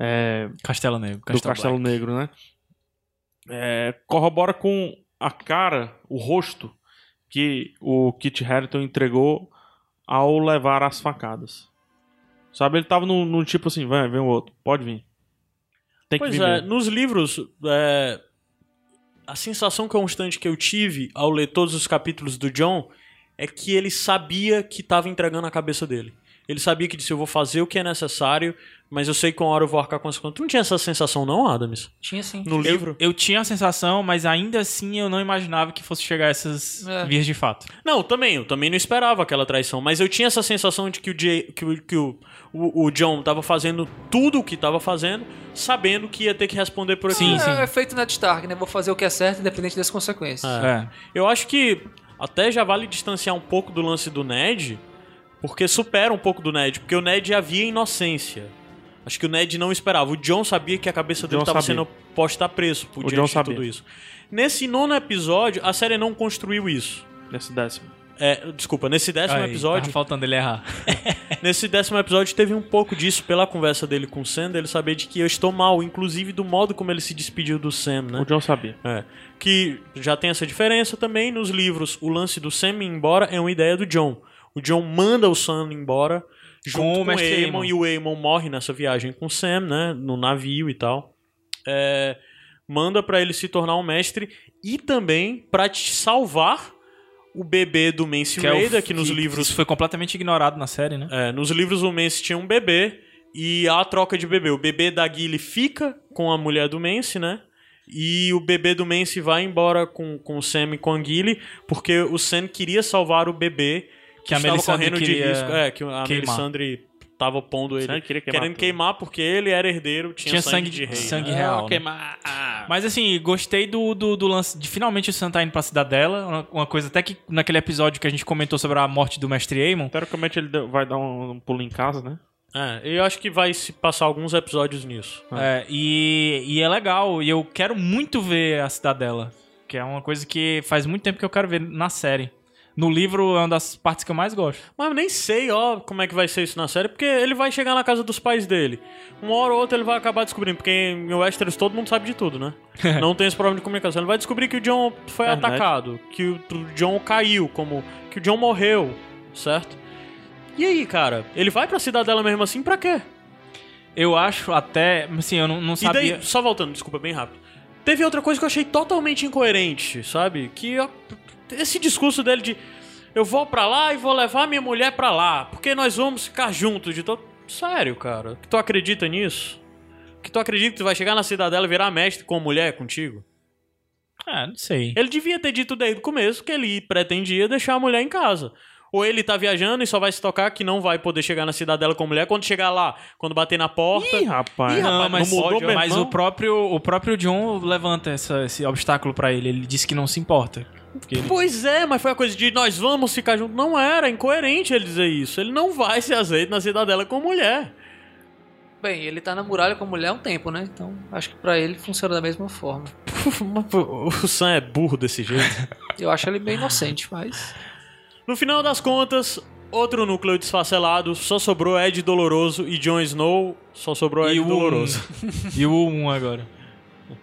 Speaker 2: é,
Speaker 4: Castelo Negro.
Speaker 2: do Castelo
Speaker 4: Black.
Speaker 2: Negro, né? É, corrobora com a cara, o rosto que o Kit Harington entregou ao levar as facadas. Sabe, ele tava num, num tipo assim, vai, vem o outro, pode vir. Tem que
Speaker 1: Pois
Speaker 2: vir.
Speaker 1: é,
Speaker 2: mesmo.
Speaker 1: nos livros, é, a sensação constante que eu tive ao ler todos os capítulos do John é que ele sabia que estava entregando a cabeça dele. Ele sabia que disse, eu vou fazer o que é necessário, mas eu sei que uma hora eu vou arcar com as contas. Tu não tinha essa sensação não, Adams?
Speaker 3: Tinha sim.
Speaker 1: No livro?
Speaker 4: Eu tinha a sensação, mas ainda assim eu não imaginava que fosse chegar a essas
Speaker 3: É.
Speaker 4: vias de fato.
Speaker 1: Não, também, eu também não esperava aquela traição, mas eu tinha essa sensação de que o, Jay- que o, que o, o- o John tava fazendo tudo o que tava fazendo, sabendo que ia ter que responder por aquilo. É,
Speaker 4: Sim, sim.
Speaker 3: É feito Ned Stark, né? Vou fazer o que é certo, independente das consequências.
Speaker 1: É.
Speaker 4: É.
Speaker 1: Eu acho que até já vale distanciar um pouco do lance do Ned, porque supera um pouco do Ned, porque o Ned havia inocência. Acho que o Ned não esperava. O John sabia que a cabeça dele
Speaker 2: John
Speaker 1: estava
Speaker 2: sabia.
Speaker 1: sendo posta a preço por
Speaker 2: O
Speaker 1: diante
Speaker 2: John
Speaker 1: de
Speaker 2: sabia.
Speaker 1: tudo isso. Nesse nono episódio, a série não construiu isso.
Speaker 2: Nesse décimo.
Speaker 1: É, desculpa, nesse décimo
Speaker 4: Aí, tá
Speaker 1: episódio,
Speaker 4: Tava faltando ele errar.
Speaker 1: Nesse décimo episódio teve um pouco disso pela conversa dele com o Sam, ele saber de que eu estou mal, inclusive do modo como ele se despediu do Sam, né?
Speaker 2: O John sabia.
Speaker 1: É. Que já tem essa diferença também nos livros. O lance do Sam ir embora é uma ideia do John. O John manda o Sam embora junto
Speaker 4: Com o
Speaker 1: com, o
Speaker 4: mestre
Speaker 1: Eamon,
Speaker 4: Aemon.
Speaker 1: e o Eamon morre nessa viagem com o Sam, né? No navio e tal. É, manda pra ele se tornar um mestre e também pra te salvar o bebê do Mance
Speaker 4: é o-
Speaker 1: Raider, que nos livros
Speaker 4: Isso foi completamente ignorado na série, né?
Speaker 1: é, nos livros o Mance tinha um bebê e há a troca de bebê. O bebê da Gilly fica com a mulher do Mance, né? E o bebê do Mance vai embora com, com o Sam e com a Gilly, porque o Sam queria salvar o bebê que,
Speaker 4: Que a
Speaker 1: estava
Speaker 4: Melisandre
Speaker 1: correndo de
Speaker 4: queria
Speaker 1: risco. É, que a
Speaker 4: queimar.
Speaker 1: Melisandre tava pondo ele.
Speaker 2: Sam queria queimar
Speaker 1: querendo
Speaker 2: tudo.
Speaker 1: queimar porque ele era herdeiro, tinha,
Speaker 4: Tinha
Speaker 1: sangue,
Speaker 4: sangue,
Speaker 1: de rei. né?
Speaker 4: sangue real. né?
Speaker 1: ah.
Speaker 4: Mas assim, gostei do, do, do lance de finalmente o Sam tá indo pra cidadela. Uma, uma coisa até que naquele episódio que a gente comentou sobre a morte do mestre Aemon.
Speaker 2: Teoricamente ele deu- vai dar um, um pulo em casa, né?
Speaker 1: É, eu acho que vai se passar alguns episódios nisso.
Speaker 4: É, e, e é legal, e eu quero muito ver a Cidadela, que é uma coisa que faz muito tempo que eu quero ver na série. No livro é uma das partes que eu mais gosto.
Speaker 1: Mas eu nem sei, ó, como é que vai ser isso na série, porque ele vai chegar na casa dos pais dele. Uma hora ou outra ele vai acabar descobrindo, porque em Westeros todo mundo sabe de tudo, né? Não tem esse problema de comunicação. Ele vai descobrir que o John foi
Speaker 2: Verdade.
Speaker 1: atacado, que o o John caiu, como que o John morreu, certo? E aí, cara? Ele vai pra cidadela mesmo assim pra quê?
Speaker 4: Eu acho até. Assim, eu não, não
Speaker 1: E
Speaker 4: sabia.
Speaker 1: daí, só voltando, desculpa, bem rápido. Teve outra coisa que eu achei totalmente incoerente, sabe? Que ó, esse discurso dele de eu vou pra lá e vou levar minha mulher pra lá, porque nós vamos ficar juntos de todo. Sério, cara? Que tu acredita nisso? Que tu acredita que tu vai chegar na cidadela e virar mestre com a mulher contigo?
Speaker 4: Ah, não sei.
Speaker 1: Ele devia ter dito desde o começo que ele pretendia deixar a mulher em casa. Ou ele tá viajando e só vai se tocar que não vai poder chegar na cidadela com a mulher quando chegar lá, quando bater na porta.
Speaker 2: Ih, rapaz.
Speaker 1: Ih,
Speaker 4: Não,
Speaker 1: rapaz,
Speaker 4: mas,
Speaker 1: não mudou,
Speaker 4: pode,
Speaker 1: meu
Speaker 4: mas
Speaker 1: irmão?
Speaker 4: o próprio o próprio John levanta essa- esse obstáculo pra ele. Ele disse que não se importa. Porque ele-
Speaker 1: Pois é, mas foi a coisa de nós vamos ficar juntos. Não era é incoerente ele dizer isso. Ele não vai se azeite na cidadela com mulher.
Speaker 3: Bem, ele tá na muralha com a mulher há um tempo, né? Então acho que pra ele funciona da mesma forma.
Speaker 1: o Sam é burro desse
Speaker 4: *laughs*
Speaker 1: jeito.
Speaker 3: Eu acho ele bem inocente, mas.
Speaker 1: no final das contas, outro núcleo desfacelado. Só sobrou Ed Doloroso e Jon Snow. Só sobrou Ed
Speaker 4: E o
Speaker 1: é Doloroso.
Speaker 4: *laughs* E o 1 agora.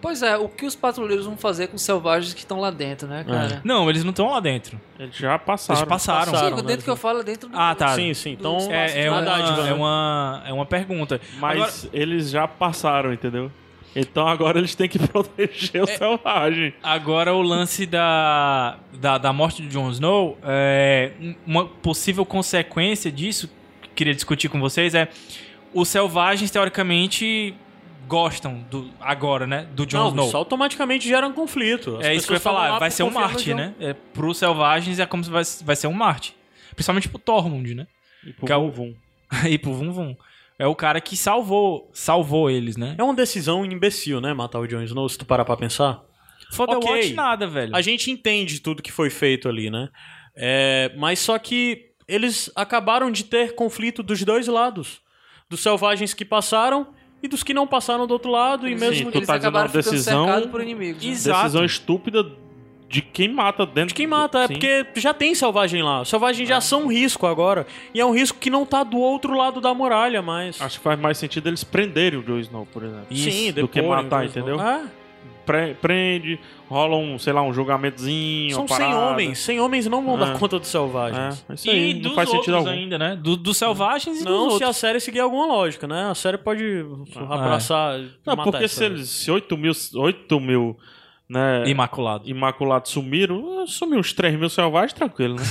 Speaker 3: Pois é, o que os patrulheiros vão fazer com os selvagens que estão lá dentro, né, cara?
Speaker 4: Não, eles não estão lá dentro.
Speaker 2: Eles já passaram.
Speaker 4: Eles passaram.
Speaker 1: passaram.
Speaker 3: Sim,
Speaker 1: né,
Speaker 3: dentro que eu falo é dentro do.
Speaker 4: Ah, tá.
Speaker 1: Sim, sim. Então,
Speaker 3: Do-
Speaker 4: É, é,
Speaker 3: Nossa,
Speaker 4: uma,
Speaker 1: verdade,
Speaker 4: é,
Speaker 1: Ivan.
Speaker 4: uma, é uma pergunta. Agora-
Speaker 2: Mas eles já passaram, entendeu? Então agora eles têm que *laughs* proteger o selvagem.
Speaker 4: Agora o lance da, da, da morte do Jon Snow, é, uma possível consequência disso que queria discutir com vocês é os selvagens teoricamente gostam do agora, né, do Jon
Speaker 1: Não,
Speaker 4: Snow.
Speaker 1: isso automaticamente gera um conflito. As
Speaker 4: é isso que eu
Speaker 1: pessoas
Speaker 4: ia
Speaker 1: estão
Speaker 4: falar,
Speaker 1: lá
Speaker 4: vai
Speaker 1: por
Speaker 4: ser um
Speaker 1: confiar no
Speaker 4: Marte,
Speaker 1: Jon.
Speaker 4: né? É, pro selvagens é como se vai, vai ser um Marte. Principalmente pro Tormund, né?
Speaker 2: E pro
Speaker 4: Que é o-
Speaker 2: Vum Vum.
Speaker 4: *laughs* e pro Vum Vum. É o cara que salvou, salvou eles, né?
Speaker 1: É uma decisão imbecil, né? Matar o Jon Snow, se tu parar pra pensar.
Speaker 4: Foda
Speaker 1: Ok.
Speaker 4: Watch nada, velho.
Speaker 1: A gente entende tudo que foi feito ali, né? É, mas só que eles acabaram de ter conflito dos dois lados. Dos selvagens que passaram e dos que não passaram do outro lado. E
Speaker 3: Eles-
Speaker 1: mesmo
Speaker 2: Sim,
Speaker 1: que
Speaker 2: tu
Speaker 3: eles
Speaker 2: tá dizendo uma
Speaker 3: acabaram ficando
Speaker 2: decisão-
Speaker 3: cercados por inimigos. né?
Speaker 4: Isso. Exato.
Speaker 2: Decisão estúpida de quem mata dentro.
Speaker 1: de quem mata, é
Speaker 2: Sim. É.
Speaker 1: porque já tem selvagem lá. Selvagens já são um risco agora. E é um risco que não tá do outro lado da muralha mais.
Speaker 2: Acho que faz mais sentido eles prenderem o Joe Snow, por exemplo.
Speaker 1: Sim,
Speaker 2: do que
Speaker 1: deporem
Speaker 2: matar,
Speaker 1: os dois,
Speaker 2: entendeu?
Speaker 1: não. É.
Speaker 2: Pre- prende, rola um, sei lá, um julgamentozinho.
Speaker 1: São
Speaker 2: uma
Speaker 1: 100
Speaker 2: parada.
Speaker 1: homens. 100 homens não vão dar
Speaker 2: É.
Speaker 1: conta dos selvagens.
Speaker 2: É, isso aí
Speaker 4: e
Speaker 2: não
Speaker 4: dos
Speaker 2: faz sentido
Speaker 4: outros
Speaker 2: algum.
Speaker 4: ainda, né? Do- Dos selvagens e dos
Speaker 1: Não
Speaker 4: outros.
Speaker 1: se a série seguir alguma lógica, né? A série pode abraçar.
Speaker 2: É. Não,
Speaker 1: matar
Speaker 2: porque
Speaker 1: essa-
Speaker 2: se, eles, se 8 mil, 8 mil né,
Speaker 4: É. Imaculado.
Speaker 2: imaculados sumiram, eh, sumiu uns 3 mil selvagens, tranquilo, né?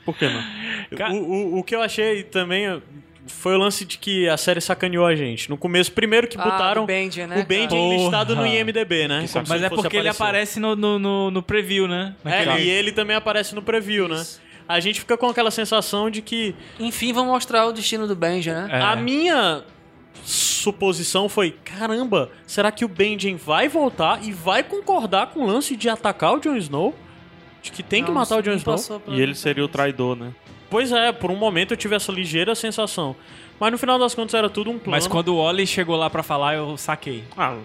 Speaker 1: *laughs*
Speaker 2: Por que não?
Speaker 4: Ca-
Speaker 1: O, o, o que eu achei também foi o lance de que a série sacaneou a gente. No começo, primeiro que
Speaker 3: Ah,
Speaker 1: botaram
Speaker 3: do Benjen, né?
Speaker 1: o Benji
Speaker 3: cara?
Speaker 4: Porra.
Speaker 1: listado no IMDB, né? Como se
Speaker 4: Mas é
Speaker 1: fosse
Speaker 4: porque ele
Speaker 1: aparecer.
Speaker 4: aparece no, no, no- no preview, né?
Speaker 1: É, e ele também aparece no preview,
Speaker 3: Isso.
Speaker 1: né? A gente fica com aquela sensação de que
Speaker 3: Enfim, vão mostrar o destino do Benja, né?
Speaker 4: É.
Speaker 1: a minha suposição foi: caramba, será que o Benjen vai voltar e vai concordar com o lance de atacar o Jon Snow? de que tem que
Speaker 3: Não,
Speaker 1: matar o
Speaker 3: isso não
Speaker 1: Jon Snow.
Speaker 3: passou pra-
Speaker 2: E ele seria o traidor, né?
Speaker 1: Pois é, por um momento eu tive essa ligeira sensação. Mas no final das contas era tudo um plano.
Speaker 4: Mas quando o Oli chegou lá pra falar, eu saquei.
Speaker 2: Ah,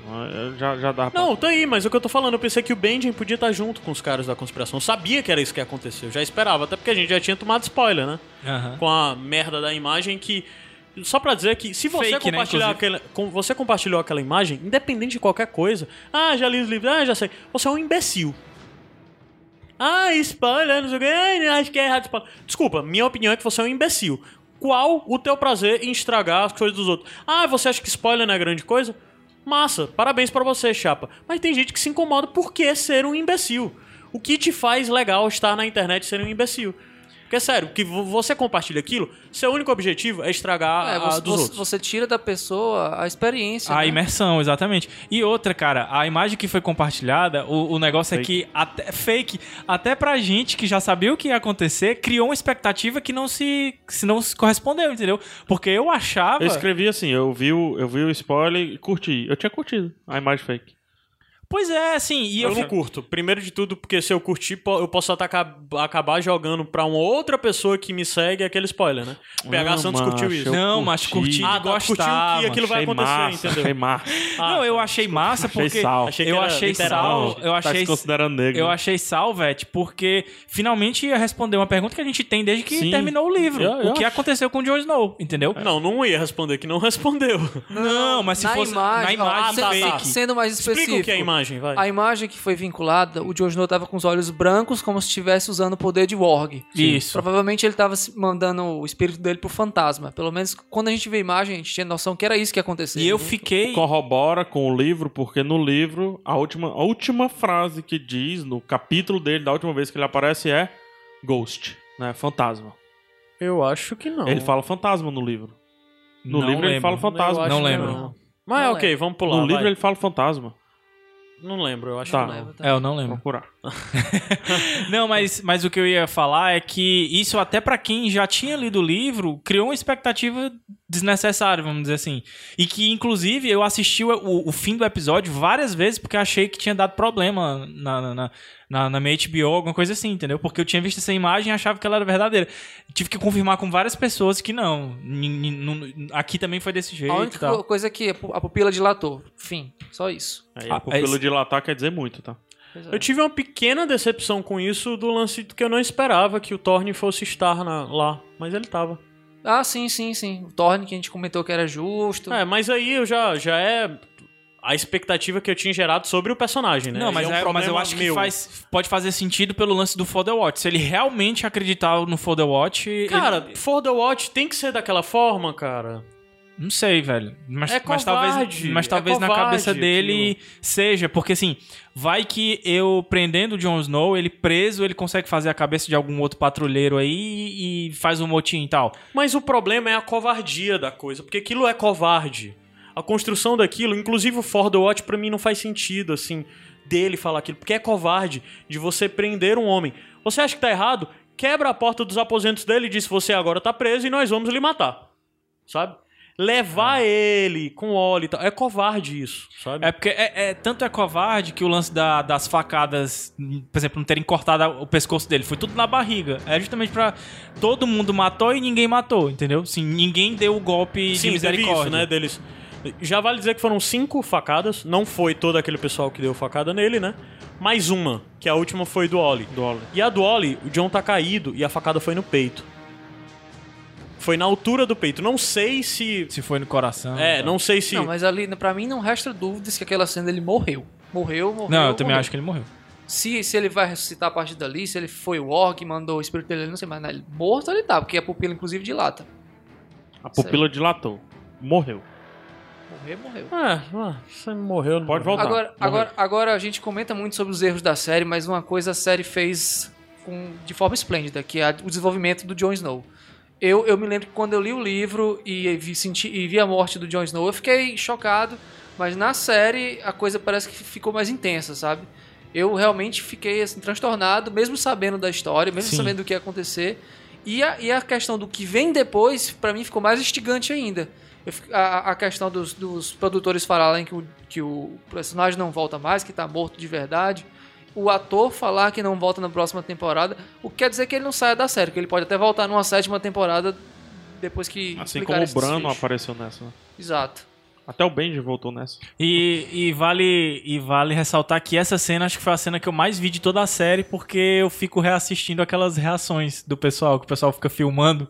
Speaker 2: já, já dá pra...
Speaker 1: Não, tá aí, mas é o que eu tô falando, eu pensei que o Benjen podia estar junto com os caras da conspiração. Eu sabia que era isso que ia acontecer, eu já esperava, até porque a gente já tinha tomado spoiler, né?
Speaker 4: Aham.
Speaker 1: Com a merda da imagem que. Só pra dizer que se você
Speaker 4: Fake, né,
Speaker 1: compartilhar aquela. com- Você compartilhou aquela imagem, independente de qualquer coisa. Ah, já li os livros, ah, já sei. Você é um imbecil. Ah, spoiler, não sei o que, acho que é errado spoiler. Desculpa, minha opinião é que você é um imbecil. Qual o teu prazer em estragar as coisas dos outros? Ah, você acha que spoiler não é grande coisa? Massa, parabéns pra você, chapa. Mas tem gente que se incomoda por que ser um imbecil. O que te faz legal estar na internet e ser um imbecil? Porque, sério, que vo- você compartilha aquilo, seu único objetivo é estragar
Speaker 3: É,
Speaker 1: a
Speaker 3: você,
Speaker 1: dos
Speaker 3: você-
Speaker 1: outros.
Speaker 3: você tira da pessoa a experiência.
Speaker 4: A
Speaker 3: né?
Speaker 4: imersão, exatamente. E outra, cara, a imagem que foi compartilhada, o, o negócio é que até fake, até pra gente que já sabia o que ia acontecer, criou uma expectativa que não se, se não se correspondeu, entendeu? Porque eu achava.
Speaker 2: Eu escrevi assim, eu vi, o, eu vi o spoiler e curti. Eu tinha curtido a imagem fake.
Speaker 4: Pois é, assim, e
Speaker 1: Eu,
Speaker 4: eu,
Speaker 1: não curto. Primeiro de tudo, porque se eu curtir, po- eu posso atacar, acabar jogando pra uma outra pessoa que me segue aquele spoiler, né? O PH
Speaker 2: Ah,
Speaker 1: Santos
Speaker 2: macho,
Speaker 1: curtiu isso.
Speaker 2: eu
Speaker 4: Não, mas curti.
Speaker 1: Ah, tá, curtiu que
Speaker 4: gostava,
Speaker 1: aquilo vai
Speaker 2: Achei
Speaker 1: acontecer,
Speaker 2: massa,
Speaker 1: entendeu?
Speaker 2: Achei massa.
Speaker 1: Ah,
Speaker 4: não, eu
Speaker 1: tá.
Speaker 4: achei massa
Speaker 2: Achei
Speaker 4: porque.
Speaker 2: sal.
Speaker 1: Achei que
Speaker 4: eu
Speaker 1: era
Speaker 4: achei
Speaker 1: literal.
Speaker 4: sal, eu
Speaker 2: Tá
Speaker 4: achei
Speaker 2: se considerando negro.
Speaker 4: Eu
Speaker 2: né?
Speaker 4: achei salvete porque finalmente ia responder uma pergunta que a gente tem desde que
Speaker 2: Sim.
Speaker 4: terminou o livro.
Speaker 2: Eu- É. eu
Speaker 4: o que aconteceu com o Jon Snow, entendeu?
Speaker 1: Não, não ia responder, que não *laughs* respondeu.
Speaker 4: Não, mas se
Speaker 3: na
Speaker 4: fosse
Speaker 3: imagem,
Speaker 4: na
Speaker 3: ó,
Speaker 4: imagem ah, tá,
Speaker 3: se-
Speaker 4: fake.
Speaker 3: sendo mais
Speaker 1: Explica
Speaker 3: específico.
Speaker 1: o que é a imagem, vai.
Speaker 3: A imagem que foi vinculada, o Jon Snow tava com os olhos brancos, como se estivesse usando o poder de Worg.
Speaker 4: Isso.
Speaker 3: Provavelmente ele tava se- mandando o espírito dele pro fantasma. Pelo menos quando a gente vê a imagem, a gente tinha noção que era isso que ia acontecer. né?
Speaker 4: E eu fiquei.
Speaker 2: corrobora com o livro, porque no livro, a última, a última frase que diz, no capítulo dele, da última vez que ele aparece, é Ghost, né? Fantasma.
Speaker 1: Eu acho que não.
Speaker 2: Ele fala fantasma no livro. No
Speaker 4: Não
Speaker 2: livro ele
Speaker 4: lembro.
Speaker 2: fala fantasma.
Speaker 4: um Não
Speaker 1: que
Speaker 4: lembro.
Speaker 1: não. Mas é
Speaker 3: Não
Speaker 1: ok, vamos pular.
Speaker 2: no
Speaker 1: vai. Hum.
Speaker 2: livro ele fala fantasma.
Speaker 1: Não lembro, eu acho
Speaker 2: Tá.
Speaker 1: que não.
Speaker 3: Leva, tá?
Speaker 4: É, eu não lembro.
Speaker 2: Procurar.
Speaker 4: Não, mas, mas o que eu ia falar é que isso, até pra quem já tinha lido o livro, criou uma expectativa desnecessária, vamos dizer assim. E que, inclusive, eu assisti o, o- o fim do episódio várias vezes porque achei que tinha dado problema na, na, na, na, na minha HBO, alguma coisa assim, entendeu? Porque eu tinha visto essa imagem e achava que ela era verdadeira. Tive que confirmar com várias pessoas que não. Ni- ni- nu- Aqui também foi desse jeito
Speaker 3: A
Speaker 4: e
Speaker 3: única
Speaker 4: tal.
Speaker 3: co- coisa é que a pu- a pupila dilatou. Fim. Só isso.
Speaker 2: Aí,
Speaker 4: Ah,
Speaker 2: ah, pupilo
Speaker 4: é isso.
Speaker 2: dilatar quer dizer muito, tá?
Speaker 3: Pois é.
Speaker 1: Eu tive uma pequena decepção com isso do lance que eu não esperava que o Thorne fosse estar na- lá, mas ele tava.
Speaker 3: Ah, sim, sim, sim. O Thorne que a gente comentou que era justo.
Speaker 1: É, mas aí eu já, já é a expectativa que eu tinha gerado sobre o personagem, né?
Speaker 4: Não,
Speaker 1: E é
Speaker 4: mas,
Speaker 1: um
Speaker 4: é- mas eu
Speaker 1: problema
Speaker 4: acho que
Speaker 1: meu.
Speaker 4: faz, pode fazer sentido pelo lance do For the Watch. Se ele realmente acreditar no For the Watch. ele-
Speaker 1: Cara, For the Watch tem que ser daquela forma, cara.
Speaker 4: Não sei, velho. Mas,
Speaker 1: É
Speaker 4: mas talvez,
Speaker 1: covarde,
Speaker 4: mas
Speaker 1: é
Speaker 4: talvez na
Speaker 1: covarde
Speaker 4: cabeça dele seja. Porque assim, vai que eu prendendo o Jon Snow, ele preso, ele consegue fazer a cabeça de algum outro patrulheiro aí e, e faz um motim e tal.
Speaker 1: Mas o problema é a covardia da coisa, porque aquilo é covarde. A construção daquilo, inclusive o For the Watch, pra mim não faz sentido, assim, dele falar aquilo, porque é covarde de você prender um homem. Você acha que tá errado? Quebra a porta dos aposentos dele e diz: Você agora tá preso e nós vamos lhe matar. Sabe? Levar ele com óleo e tal. É covarde isso, sabe?
Speaker 4: É porque é, é- tanto é covarde que o lance da- das facadas, por exemplo, não terem cortado o pescoço dele, foi tudo na barriga. É justamente pra todo mundo matou e ninguém matou, entendeu? Assim, ninguém deu o golpe de
Speaker 1: Sim, teve
Speaker 4: misericórdia.
Speaker 1: isso, né, deles. Já vale dizer que foram cinco facadas, não foi todo aquele pessoal que deu facada nele, né? Mais uma, que a última foi do Oli.
Speaker 2: Do Ollie.
Speaker 1: E a do Oli, o John tá caído e a facada foi no peito. Foi na altura do peito. Não sei se.
Speaker 4: Se foi no coração.
Speaker 1: É, não sei se.
Speaker 3: Não, mas ali, pra mim, não resta dúvidas que aquela cena ele morreu. Morreu, morreu.
Speaker 4: Não, eu também
Speaker 3: morreu.
Speaker 4: acho que ele morreu.
Speaker 3: Se, se ele vai ressuscitar a partir dali, se ele foi o orc, mandou o espírito dele, não sei mais, né? Ele morto ele tá, porque a pupila, inclusive, dilata.
Speaker 2: A pupila dilatou. Morreu.
Speaker 3: Morreu, morreu.
Speaker 1: Ah, ah, você morreu, não
Speaker 2: Pode
Speaker 1: morreu.
Speaker 2: voltar.
Speaker 3: Agora,
Speaker 2: morreu.
Speaker 3: agora, agora a gente comenta muito sobre os erros da série, mas uma coisa a série fez com- de forma esplêndida, que é a- o desenvolvimento do Jon Snow. Eu, eu me lembro que quando eu li o livro e vi, senti, e vi a morte do Jon Snow, eu fiquei chocado, mas na série a coisa parece que ficou mais intensa, sabe? Eu realmente fiquei assim, transtornado, mesmo sabendo da história, mesmo
Speaker 4: Sim.
Speaker 3: sabendo do que ia acontecer. E a, e a questão do que vem depois, pra mim, ficou mais instigante ainda. Eu fi- a, a questão dos, dos produtores falarem que o, que o personagem não volta mais, que tá morto de verdade. o ator falar que não volta na próxima temporada, o que quer dizer que ele não saia da série, que ele pode até voltar numa sétima temporada depois que
Speaker 2: Assim
Speaker 3: explicar
Speaker 2: como o
Speaker 3: esse
Speaker 2: Brano
Speaker 3: desfecho.
Speaker 2: apareceu nessa. né?
Speaker 3: Exato.
Speaker 2: Até o Benji voltou nessa.
Speaker 4: E, e vale, e vale ressaltar que essa cena acho que foi a cena que eu mais vi de toda a série, porque eu fico reassistindo aquelas reações do pessoal, que o pessoal fica filmando.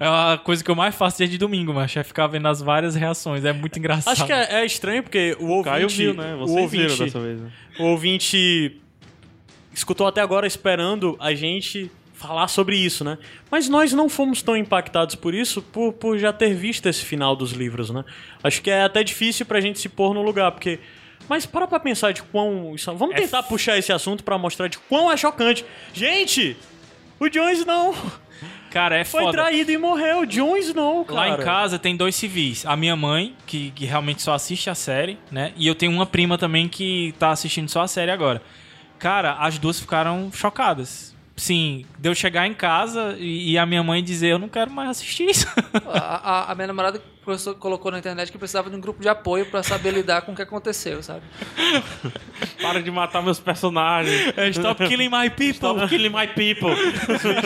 Speaker 4: É a coisa que eu mais faço dia de domingo, mas é ficar vendo as várias reações. É muito engraçado.
Speaker 1: Acho que é, é estranho, porque o ouvinte.
Speaker 2: Caio viu, né?
Speaker 1: o
Speaker 2: Vocês viram
Speaker 1: ouvinte,
Speaker 2: dessa vez. né?
Speaker 1: o ouvinte escutou até agora esperando a gente falar sobre isso, né? Mas nós não fomos tão impactados por isso, por, por já ter visto esse final dos livros, né? Acho que é até difícil pra gente se pôr no lugar, porque. Mas para pra pensar de quão. isso-
Speaker 4: É
Speaker 1: Vamos tentar puxar esse assunto pra mostrar de quão é chocante. Gente! O Jon Snow
Speaker 4: Cara, é
Speaker 1: foi
Speaker 4: foda.
Speaker 1: traído e morreu. Jon Snow, cara.
Speaker 4: Lá em casa *laughs* tem dois civis. A minha mãe, que, que realmente só assiste a série, né? E eu tenho uma prima também que tá assistindo só a série agora. Cara, as duas ficaram chocadas. Sim, de eu chegar em casa e, e a minha mãe dizer, eu não quero mais assistir isso.
Speaker 3: A, a- a minha namorada começou- colocou na internet que precisava de um grupo de apoio pra saber lidar com o que aconteceu, sabe?
Speaker 2: Para de matar meus personagens.
Speaker 4: É, Stop killing my people.
Speaker 2: Stop killing my people.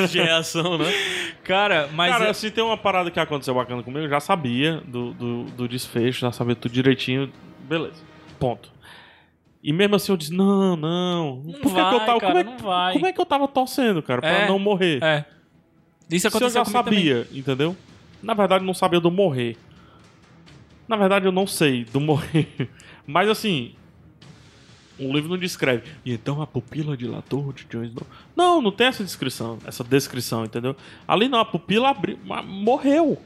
Speaker 1: de
Speaker 4: é
Speaker 1: reação, né?
Speaker 4: Cara, *laughs* mas.
Speaker 2: Cara,
Speaker 4: é-
Speaker 2: se tem uma parada que aconteceu bacana comigo, eu já sabia do, do, do desfecho, já sabia tudo direitinho. Beleza. Ponto. E mesmo assim eu disse, não, não. Por que, que eu
Speaker 4: vai,
Speaker 2: tava. como,
Speaker 4: cara,
Speaker 2: é,
Speaker 4: não vai.
Speaker 2: como é que eu tava torcendo, cara, pra
Speaker 4: É.
Speaker 2: não morrer?
Speaker 4: É. Isso
Speaker 2: Se eu
Speaker 4: aconteceu
Speaker 2: já
Speaker 4: comigo também.
Speaker 2: sabia, entendeu? Na verdade, eu não sabia do morrer. Na verdade, eu não sei do morrer. *laughs* Mas assim, o livro não descreve. E então a pupila dilatou de Jones não. Não, não tem essa descrição, essa descrição, entendeu? Ali não, a pupila abriu, mas morreu.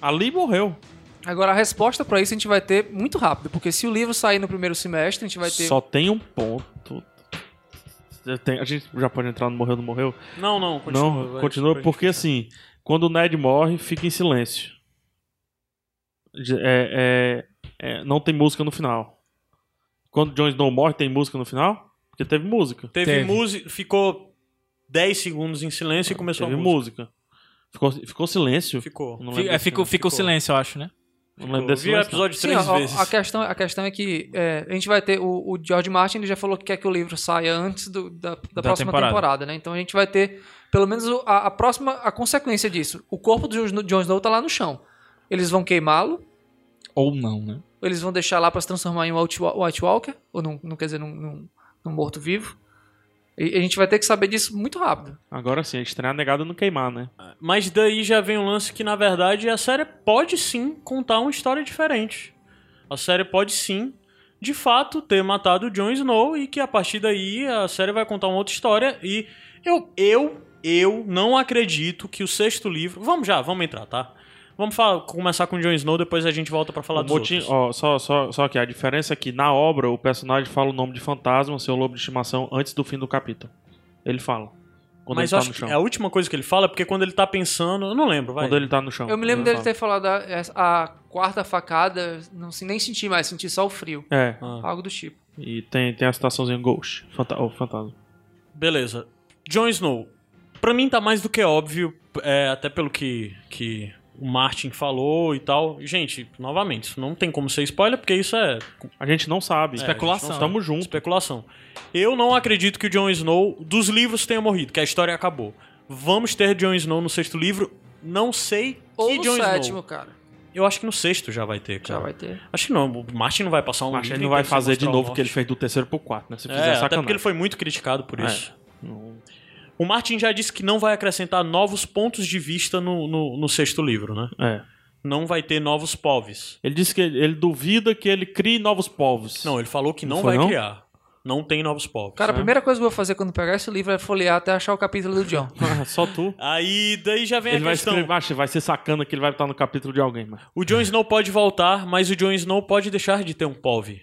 Speaker 2: Ali morreu.
Speaker 3: Agora, a resposta pra isso a gente vai ter muito rápido, porque se o livro sair no primeiro semestre, a gente vai ter.
Speaker 2: Só tem um ponto. Eu tenho- a gente já pode entrar no morreu, não morreu?
Speaker 1: Não, não, continua.
Speaker 2: não,
Speaker 1: vai,
Speaker 2: continua
Speaker 1: vai.
Speaker 2: porque assim, quando o Ned morre, fica em silêncio. De- é- é- é, não tem música no final. Quando o Jon Snow morre, tem música no final? Porque teve música.
Speaker 1: Teve,
Speaker 4: Teve.
Speaker 1: música, ficou 10 segundos em silêncio e começou
Speaker 2: teve
Speaker 1: a música.
Speaker 2: música. Ficou, ficou silêncio.
Speaker 1: Ficou.
Speaker 2: Não
Speaker 4: Fica,
Speaker 2: lembro
Speaker 4: é,
Speaker 2: desse-
Speaker 4: fica, fica o silêncio, eu acho, né?
Speaker 2: não lembro desse
Speaker 1: vi o
Speaker 2: silêncio, não.
Speaker 1: episódio
Speaker 3: Sim,
Speaker 1: três
Speaker 3: a- a-
Speaker 1: vezes.
Speaker 3: A questão, a questão é que é, a gente vai ter. O, o George Martin ele já falou que quer que o livro saia antes do- da, da próxima temporada.
Speaker 4: temporada.
Speaker 3: né? Então a gente vai ter, pelo menos, o- a, a próxima. A consequência disso. O corpo do Jon Snow- Jon Snow tá lá no chão. Eles vão queimá-lo,
Speaker 4: Ou não, né?
Speaker 3: eles vão deixar lá pra se transformar em um White Wa- White Walker, ou não, não quer dizer, num, num- num morto-vivo. E a gente vai ter que saber disso muito rápido.
Speaker 2: Agora sim, a estreia negada não queimar, né?
Speaker 1: Mas daí já vem um lance que, na verdade, a série pode sim contar uma história diferente. A série pode sim, de fato, ter matado o Jon Snow e que a partir daí a série vai contar uma outra história. E eu, eu, eu não acredito que o sexto livro. Vamos já, vamos entrar, tá? Vamos falar- começar com o Jon Snow, depois a gente volta pra falar
Speaker 2: O
Speaker 1: dos
Speaker 2: motim-
Speaker 1: outros.
Speaker 2: ó, só, só, só que a diferença é que na obra o personagem fala o nome de fantasma, seu lobo de estimação, antes do fim do capítulo. Ele fala. Quando
Speaker 1: Mas
Speaker 2: ele tá
Speaker 1: acho
Speaker 2: no
Speaker 1: que
Speaker 2: chão.
Speaker 1: é a última coisa que ele fala, porque quando ele tá pensando. Eu não lembro, vai.
Speaker 2: Quando ele tá no chão.
Speaker 3: Eu me lembro
Speaker 2: ele
Speaker 3: dele ter falado a, essa- a quarta facada, não se nem senti mais, senti só o frio.
Speaker 2: fala. É,
Speaker 1: Ah.
Speaker 3: Algo do tipo.
Speaker 2: E tem, tem a citaçãozinha Ghost, fanta oh, fantasma.
Speaker 1: Beleza. Jon Snow. Pra mim tá mais do que óbvio, é, até pelo que, que o Martin falou e tal. Gente, novamente, isso não tem como ser spoiler, porque isso é
Speaker 2: É, A gente não sabe.
Speaker 4: Especulação.
Speaker 2: Nós Estamos juntos.
Speaker 1: especulação. Eu não acredito que o Jon Snow dos livros tenha morrido, que a história acabou. Vamos ter Jon Snow no sexto livro. Não sei
Speaker 3: Ou
Speaker 1: que
Speaker 3: no
Speaker 1: Jon
Speaker 3: sétimo,
Speaker 1: Snow. Tá.
Speaker 3: cara.
Speaker 1: Eu acho que no sexto já vai ter, cara.
Speaker 3: Já vai ter.
Speaker 1: Acho que não, o Martin não vai passar um
Speaker 2: Mas
Speaker 1: livro
Speaker 2: ele não vai
Speaker 1: inteiro sem
Speaker 2: fazer de
Speaker 1: mostrar
Speaker 2: novo o que ele
Speaker 1: norte.
Speaker 2: fez do terceiro pro quarto, né? Se fizer
Speaker 1: É, até porque
Speaker 2: sacanagem.
Speaker 1: ele foi muito criticado por
Speaker 2: É.
Speaker 1: isso.
Speaker 2: Não-
Speaker 1: O Martin já disse que não vai acrescentar novos pontos de vista no, no, no sexto livro, né?
Speaker 2: é.
Speaker 1: Não vai ter novos povos.
Speaker 2: Ele disse que ele, ele duvida que ele crie novos povos. *laughs*
Speaker 1: Não, ele falou que não,
Speaker 2: Não foi,
Speaker 1: vai
Speaker 2: não? É.
Speaker 1: criar. Não tem novos povos.
Speaker 3: Cara, a primeira coisa que eu vou fazer quando pegar esse livro é folhear até achar o capítulo do John.
Speaker 2: Ah, Só tu.
Speaker 1: Aí daí já vem
Speaker 2: Ele
Speaker 1: a
Speaker 2: vai
Speaker 1: É, questão.
Speaker 2: escrever, acho, vai ser sacana que ele vai estar no capítulo de alguém, mano.
Speaker 1: O Jon Snow pode voltar, mas o Jon Snow pode deixar de ter um pov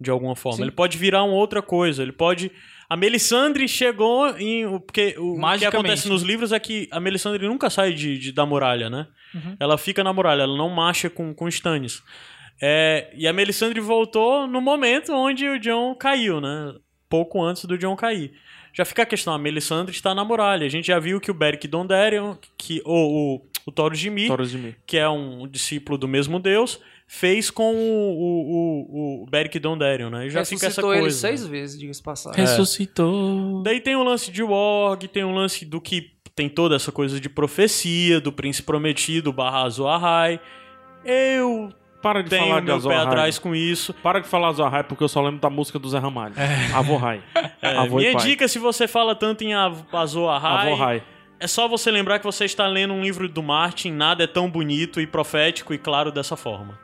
Speaker 1: de alguma forma.
Speaker 3: Sim.
Speaker 1: Ele pode virar uma outra coisa. Ele pode. A Melisandre chegou em. o- Porque o que
Speaker 4: Magicamente,
Speaker 1: acontece nos livros é que a Melisandre nunca sai de, de- da muralha, né? Ela fica na muralha, ela não marcha com, com Stannis. É, e a Melisandre voltou no momento onde o John caiu, né? Pouco antes do John cair. Já fica a questão, a Melisandre está na muralha. A gente já viu que o Beric Dondarrion, que, ou o o Toro Jimmy,
Speaker 2: Toros de mim.
Speaker 1: que é um discípulo do mesmo Deus, fez com o, o, o, o Beric Dondarrion, né? E já fica essa
Speaker 3: Ressuscitou
Speaker 1: coisa.
Speaker 3: ele seis vezes, diga-se de passagem.
Speaker 4: É.
Speaker 2: Uhum.
Speaker 4: Ressuscitou.
Speaker 1: Daí tem o lance de Warg, tem o lance do que tem toda essa coisa de profecia, do príncipe prometido, barra Zoahai. Eu
Speaker 2: Para de
Speaker 1: tenho
Speaker 2: falar de
Speaker 1: meu pé
Speaker 2: Azor Ahai.
Speaker 1: atrás com isso.
Speaker 2: Para de falar Azor Ahai, porque eu só lembro da música do Zé Ramalho. Avô Rai.
Speaker 1: *laughs* É,
Speaker 2: Avô e
Speaker 1: minha
Speaker 2: pai.
Speaker 1: dica, se você fala tanto em Av-
Speaker 2: Avô
Speaker 1: Azoahai,
Speaker 2: Rai.
Speaker 1: é só você lembrar que você está lendo um livro do Martin, nada é tão bonito e profético e claro dessa forma.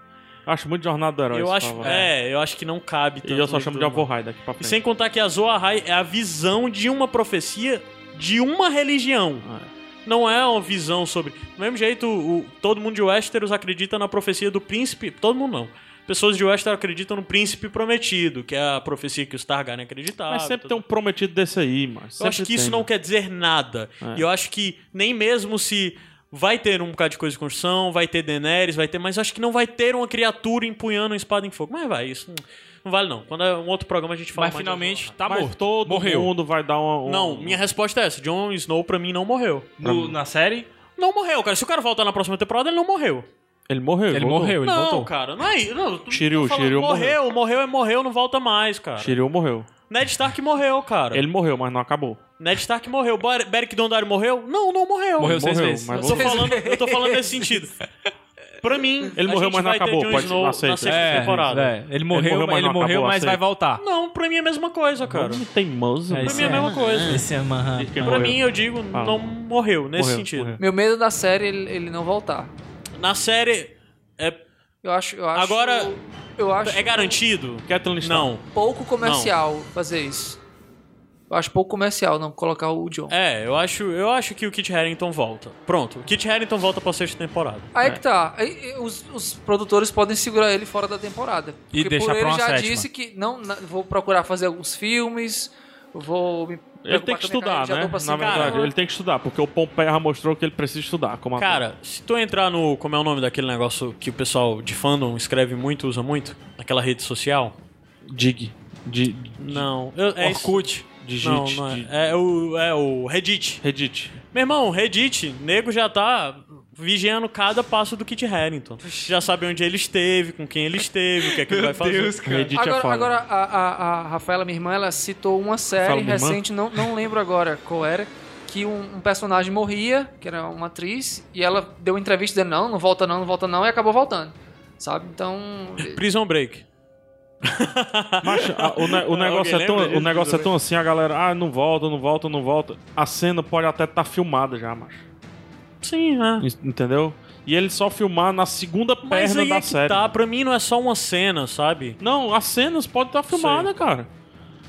Speaker 2: Acho muito Jornada do Herói.
Speaker 1: eu
Speaker 2: esse
Speaker 1: acho,
Speaker 2: favor.
Speaker 1: é, eu acho que não cabe tanto
Speaker 2: E eu só
Speaker 1: livro
Speaker 2: chamo
Speaker 1: do
Speaker 2: de Avô
Speaker 1: Martin.
Speaker 2: Rai daqui pra
Speaker 1: E
Speaker 2: frente.
Speaker 1: sem contar que a Zoahai é a visão de uma profecia de uma religião.
Speaker 2: Ah,
Speaker 1: Não é uma visão sobre. Do mesmo jeito, o- todo mundo de Westeros acredita na profecia do príncipe. Todo mundo não. Pessoas de Westeros acreditam no príncipe prometido, que é a profecia que os Targaryen acreditavam.
Speaker 2: Mas sempre
Speaker 1: tudo
Speaker 2: tem um prometido desse aí, mano.
Speaker 1: eu acho que isso não quer dizer nada.
Speaker 2: É.
Speaker 1: E eu acho que nem mesmo se vai ter um bocado de coisa de construção, vai ter Daenerys, vai ter, mas eu acho que não vai ter uma criatura empunhando uma espada em fogo. Mas vai, isso não, não vale não. Quando é um outro programa a gente fala
Speaker 4: Mas
Speaker 1: mais
Speaker 4: finalmente
Speaker 1: de-
Speaker 4: tá
Speaker 2: Mas
Speaker 4: morto.
Speaker 2: todo
Speaker 4: Morreu.
Speaker 2: mundo vai dar uma... um-
Speaker 1: Não, minha resposta é essa. Jon Snow pra mim não morreu.
Speaker 4: No- na série?
Speaker 1: Não morreu, cara. Se o cara voltar na próxima temporada, ele não morreu.
Speaker 2: Ele morreu.
Speaker 4: Ele
Speaker 2: voltou.
Speaker 4: morreu, ele
Speaker 1: não,
Speaker 4: voltou.
Speaker 1: cara, não é isso. Não, tu-
Speaker 2: Shiryu,
Speaker 1: tô falando,
Speaker 2: Shiryu
Speaker 1: morreu, morreu, é morreu, não volta mais, cara.
Speaker 2: Shiryu morreu.
Speaker 1: Ned Stark morreu, cara.
Speaker 2: Ele morreu, mas não acabou.
Speaker 1: Ned Stark morreu. Ber- Beric Dondarrion morreu? Não, não morreu.
Speaker 4: Morreu
Speaker 2: Ele
Speaker 4: seis
Speaker 2: morreu,
Speaker 4: vezes.
Speaker 2: mas
Speaker 1: Eu tô,
Speaker 2: voltou.
Speaker 1: falando, eu tô falando nesse sentido. Pra mim,
Speaker 2: Ele
Speaker 1: a
Speaker 2: morreu,
Speaker 1: gente
Speaker 2: mas não
Speaker 1: vai ter
Speaker 2: acabou,
Speaker 1: Jon
Speaker 2: pode-
Speaker 1: Snow
Speaker 2: aceita.
Speaker 1: na sexta
Speaker 4: É,
Speaker 1: temporada.
Speaker 4: é. Ele morreu,
Speaker 2: Tipo, morreu,
Speaker 4: ele
Speaker 2: mas
Speaker 4: morreu,
Speaker 2: não acabou,
Speaker 4: mas vai
Speaker 2: aceita.
Speaker 4: voltar.
Speaker 1: Não, pra mim é a mesma coisa, cara.
Speaker 2: Não tem mozo,
Speaker 4: É,
Speaker 1: Pra
Speaker 2: mano.
Speaker 4: isso
Speaker 1: mim é a mesma coisa.
Speaker 4: Esse é uma...
Speaker 2: Diz que
Speaker 1: Pra
Speaker 2: morreu.
Speaker 1: mim, eu digo, não morreu, nesse
Speaker 2: Morreu,
Speaker 1: sentido.
Speaker 2: morreu.
Speaker 3: Meu medo da série é ele, ele não voltar.
Speaker 1: Na série, é,
Speaker 3: Eu acho, eu acho.
Speaker 1: Agora-
Speaker 3: eu acho
Speaker 1: é garantido?
Speaker 2: Catelyn Stark.
Speaker 1: Não.
Speaker 3: pouco comercial fazer isso. Eu acho pouco comercial não colocar o John.
Speaker 1: É, eu acho, eu acho que o Kit Harington volta. Pronto, o Kit Harington volta pra sexta temporada. né?
Speaker 3: Aí que tá. Aí, os, os produtores podem segurar ele fora da temporada.
Speaker 4: E
Speaker 3: Porque
Speaker 4: deixar
Speaker 3: por ele
Speaker 4: pra uma
Speaker 3: já
Speaker 4: sétima.
Speaker 3: disse que não, na- vou procurar fazer alguns filmes, vou me
Speaker 2: Ele tem que estudar, né? Na verdade, ele tem que estudar, porque o Pompeia já mostrou que ele precisa estudar. Como ator.
Speaker 1: Cara, se tu entrar no. Como é o nome daquele negócio que o pessoal de fandom escreve muito, usa muito? Aquela rede social?
Speaker 2: Dig. De,
Speaker 1: Não. Eu, é isso-
Speaker 4: Orkut.
Speaker 1: Não,
Speaker 2: digite.
Speaker 1: não é.
Speaker 2: de-
Speaker 1: É o, é o Reddit.
Speaker 2: Reddit.
Speaker 1: Meu irmão, o Reddit, nego já tá vigiando cada passo do Kit Harington. Já sabe onde ele esteve, com quem ele esteve, o que é que ele vai fazer.
Speaker 2: Reddit é
Speaker 3: Agora,
Speaker 2: foda.
Speaker 3: agora a, a- a Rafaela, minha irmã, ela citou uma
Speaker 2: Rafaela,
Speaker 3: série
Speaker 2: minha irmã?
Speaker 3: recente, não, não lembro agora qual era, que um, um personagem morria, que era uma atriz, e ela deu uma entrevista dizendo, não, não volta não, não volta não, e acabou voltando. Sabe? Então.
Speaker 1: Prison Break.
Speaker 2: Mas ah, o, ne- o
Speaker 1: Alguém
Speaker 2: negócio, é tão,
Speaker 1: lembra
Speaker 2: o
Speaker 1: disso,
Speaker 2: negócio é
Speaker 1: Dudu?
Speaker 2: tão assim, a galera, ah, não volta, não volta, não volta. A cena pode até estar filmada já, macho.
Speaker 1: Sim, né?
Speaker 2: En- Entendeu? E ele só filmar na segunda
Speaker 1: Mas
Speaker 2: perna
Speaker 1: aí
Speaker 2: da
Speaker 1: é que
Speaker 2: série.
Speaker 1: tá, pra mim não é só uma cena, sabe?
Speaker 2: Não, as cenas podem estar filmadas, cara.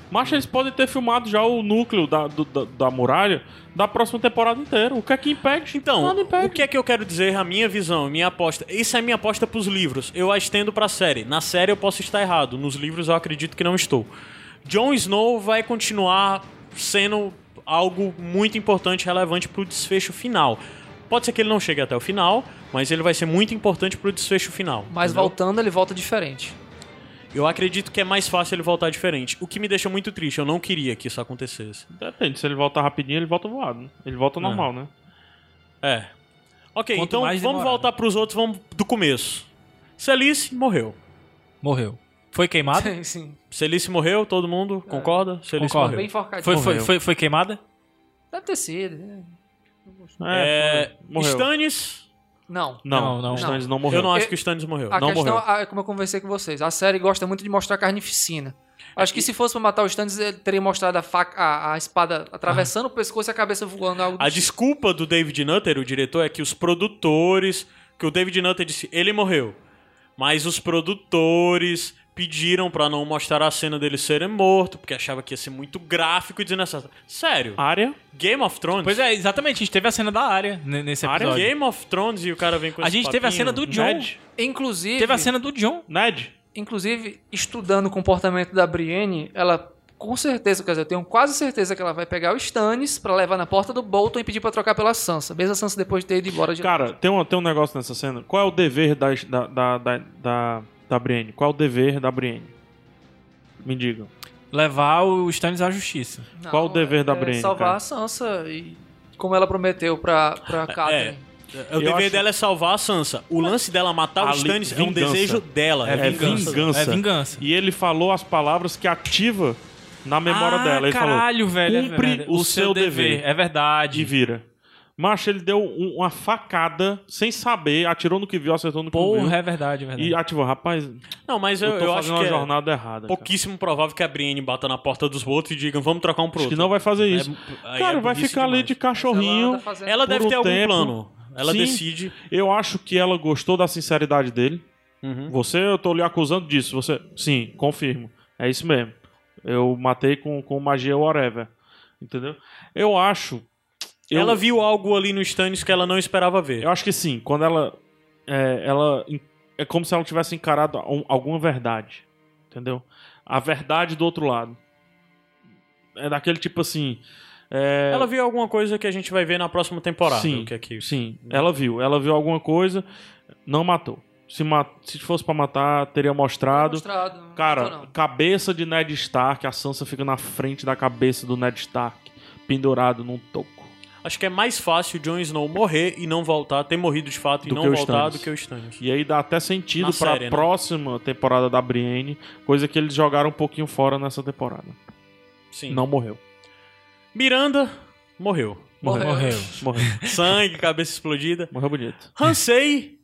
Speaker 2: Mas eles podem ter filmado já o núcleo da, do- da, da muralha da próxima temporada inteira. O que é que impede?
Speaker 1: Então,
Speaker 2: Nada impede.
Speaker 1: o que é que eu quero dizer, a minha visão, a minha aposta? Isso é a minha aposta pros livros. Eu a estendo pra série. Na série eu posso estar errado, nos livros eu acredito que não estou. Jon Snow vai continuar sendo algo muito importante, relevante pro desfecho final. Pode ser que ele não chegue até o final, mas ele vai ser muito importante pro desfecho final.
Speaker 3: Mas
Speaker 1: entendeu?
Speaker 3: voltando, ele volta diferente.
Speaker 1: Eu acredito que é mais fácil ele voltar diferente. O que me deixa muito triste, eu não queria que isso acontecesse.
Speaker 2: Depende, se ele voltar rapidinho, ele volta voado. né? Ele volta normal, né?
Speaker 1: É. Ok,
Speaker 4: Quanto
Speaker 1: então
Speaker 4: mais
Speaker 1: vamos
Speaker 4: demorado.
Speaker 1: voltar pros outros, vamos do começo. Celice morreu.
Speaker 4: Morreu. Foi queimada?
Speaker 3: *laughs* Sim. Tá
Speaker 1: Celice morreu, todo
Speaker 2: É.
Speaker 1: mundo concorda? Celice
Speaker 3: Bem
Speaker 4: Concordo.
Speaker 1: morreu.
Speaker 3: enforcadinho.
Speaker 4: Foi, foi,
Speaker 1: Morreu.
Speaker 4: foi, foi queimada?
Speaker 3: Deve ter sido. né?
Speaker 1: É,
Speaker 2: foi. morreu.
Speaker 1: Stannis,
Speaker 3: Não.
Speaker 2: Não,
Speaker 4: Não, não.
Speaker 2: Stannis não morreu.
Speaker 1: eu não acho
Speaker 3: Eu-
Speaker 1: que o Stannis morreu.
Speaker 3: A
Speaker 2: Não
Speaker 3: questão,
Speaker 2: morreu.
Speaker 3: a- como eu conversei com vocês, a série gosta muito de mostrar carnificina. Acho que se fosse pra matar o Stannis, ele teria mostrado a, faca, a, a espada atravessando o pescoço e a cabeça voando. Algo do
Speaker 1: A
Speaker 3: tipo.
Speaker 1: desculpa do David Nutter, o diretor, é que os produtores, que o David Nutter disse, ele morreu, mas os produtores pediram pra não mostrar a cena dele serem morto, porque achava que ia ser muito gráfico e desnecessário. Sério?
Speaker 2: Área.
Speaker 1: Game of Thrones?
Speaker 4: Pois é, exatamente. A gente teve a cena da área ne- nesse
Speaker 1: Cara,
Speaker 4: episódio.
Speaker 1: Game of Thrones e o cara vem com
Speaker 4: A
Speaker 1: esse
Speaker 4: gente teve a
Speaker 1: papinho.
Speaker 4: cena do John.
Speaker 2: Ned.
Speaker 3: Inclusive,
Speaker 4: Teve a cena do John.
Speaker 2: Ned.
Speaker 3: inclusive, estudando o comportamento da Brienne, ela com certeza, quer dizer, eu tenho quase certeza que ela vai pegar o Stannis pra levar na porta do Bolton e pedir pra trocar pela Sansa. Mesmo a Sansa depois de ter ido embora de
Speaker 2: Cara, tem um, tem um negócio nessa cena. Qual é o dever da, da, da, da, da, da Brienne? Qual é o dever da Brienne? Me digam.
Speaker 4: Levar o Stannis à justiça.
Speaker 3: Não, é
Speaker 2: qual o dever da Brienne,
Speaker 3: Salvar
Speaker 2: cara?
Speaker 3: a Sansa e como ela prometeu pra, pra Catelyn.
Speaker 1: É. O
Speaker 2: Eu
Speaker 1: dever
Speaker 2: acho-
Speaker 1: dela é salvar a Sansa. O lance dela matar o
Speaker 2: Ali-
Speaker 1: Stannis é um
Speaker 2: vingança.
Speaker 1: desejo dela.
Speaker 2: É
Speaker 4: vingança.
Speaker 2: vingança.
Speaker 4: É vingança.
Speaker 2: E ele falou as palavras que ativa na memória
Speaker 4: ah,
Speaker 2: dela. Ele
Speaker 4: caralho,
Speaker 2: falou,
Speaker 4: velho. é
Speaker 2: cumpre
Speaker 4: verdade.
Speaker 2: o, seu dever.
Speaker 4: É verdade.
Speaker 2: E vira. Macho, ele deu um- uma facada sem saber, atirou no que viu, acertou no que não
Speaker 4: Porra,
Speaker 2: viu.
Speaker 4: é verdade, é verdade.
Speaker 2: E ativou, rapaz,
Speaker 1: Não, mas né? eu,
Speaker 2: eu tô
Speaker 1: eu acho
Speaker 2: fazendo
Speaker 1: que
Speaker 2: uma
Speaker 1: é
Speaker 2: jornada errada. cara.
Speaker 1: pouquíssimo provável que a Brienne bata na porta dos outros e digam, vamos trocar um pro
Speaker 2: Acho que
Speaker 1: outro.
Speaker 2: não vai fazer
Speaker 1: É-
Speaker 2: isso.
Speaker 1: aí
Speaker 2: cara,
Speaker 1: é
Speaker 2: vai
Speaker 1: burrice
Speaker 2: ficar ali
Speaker 1: demais.
Speaker 2: de cachorrinho.
Speaker 3: Mas ela anda fazendo-
Speaker 1: Ela
Speaker 2: por
Speaker 1: deve
Speaker 2: um
Speaker 1: ter algum
Speaker 2: tempo.
Speaker 1: plano. Ela
Speaker 2: Sim.
Speaker 1: decide.
Speaker 2: Eu acho que ela gostou da sinceridade dele. Você, eu tô lhe acusando disso. Você, sim, confirmo. É isso mesmo. Eu matei com, com magia whatever. Entendeu? Eu acho. eu-
Speaker 1: Ela viu algo ali no Stannis que ela não esperava ver.
Speaker 2: Eu acho que sim, quando ela. É, ela é como se ela tivesse encarado um- alguma verdade. Entendeu? A verdade do outro lado. É daquele tipo assim. é,
Speaker 1: Ela viu alguma coisa que a gente vai ver na próxima temporada.
Speaker 2: Sim.
Speaker 1: o que é que-
Speaker 2: Sim, ela viu. Ela viu alguma coisa, não matou. Se, ma- se fosse pra matar, teria mostrado.
Speaker 3: Mostrado, não
Speaker 2: Cara,
Speaker 3: matou, não.
Speaker 2: cabeça de Ned Stark, a Sansa fica na frente da cabeça do Ned Stark, pendurado num toco.
Speaker 1: Acho que é mais fácil o Jon Snow morrer e não voltar, ter morrido de fato e
Speaker 2: Do
Speaker 1: não
Speaker 2: que o
Speaker 1: voltar
Speaker 2: Stannis.
Speaker 1: do que o Stannis.
Speaker 2: E aí dá até sentido
Speaker 1: Na
Speaker 2: pra
Speaker 1: série, né?
Speaker 2: próxima temporada da Brienne, coisa que eles jogaram um pouquinho fora nessa temporada.
Speaker 1: Sim.
Speaker 2: Não morreu.
Speaker 1: Miranda morreu.
Speaker 3: Morreu.
Speaker 2: Morreu.
Speaker 1: Sangue, cabeça explodida.
Speaker 2: morreu bonito.
Speaker 1: Hansei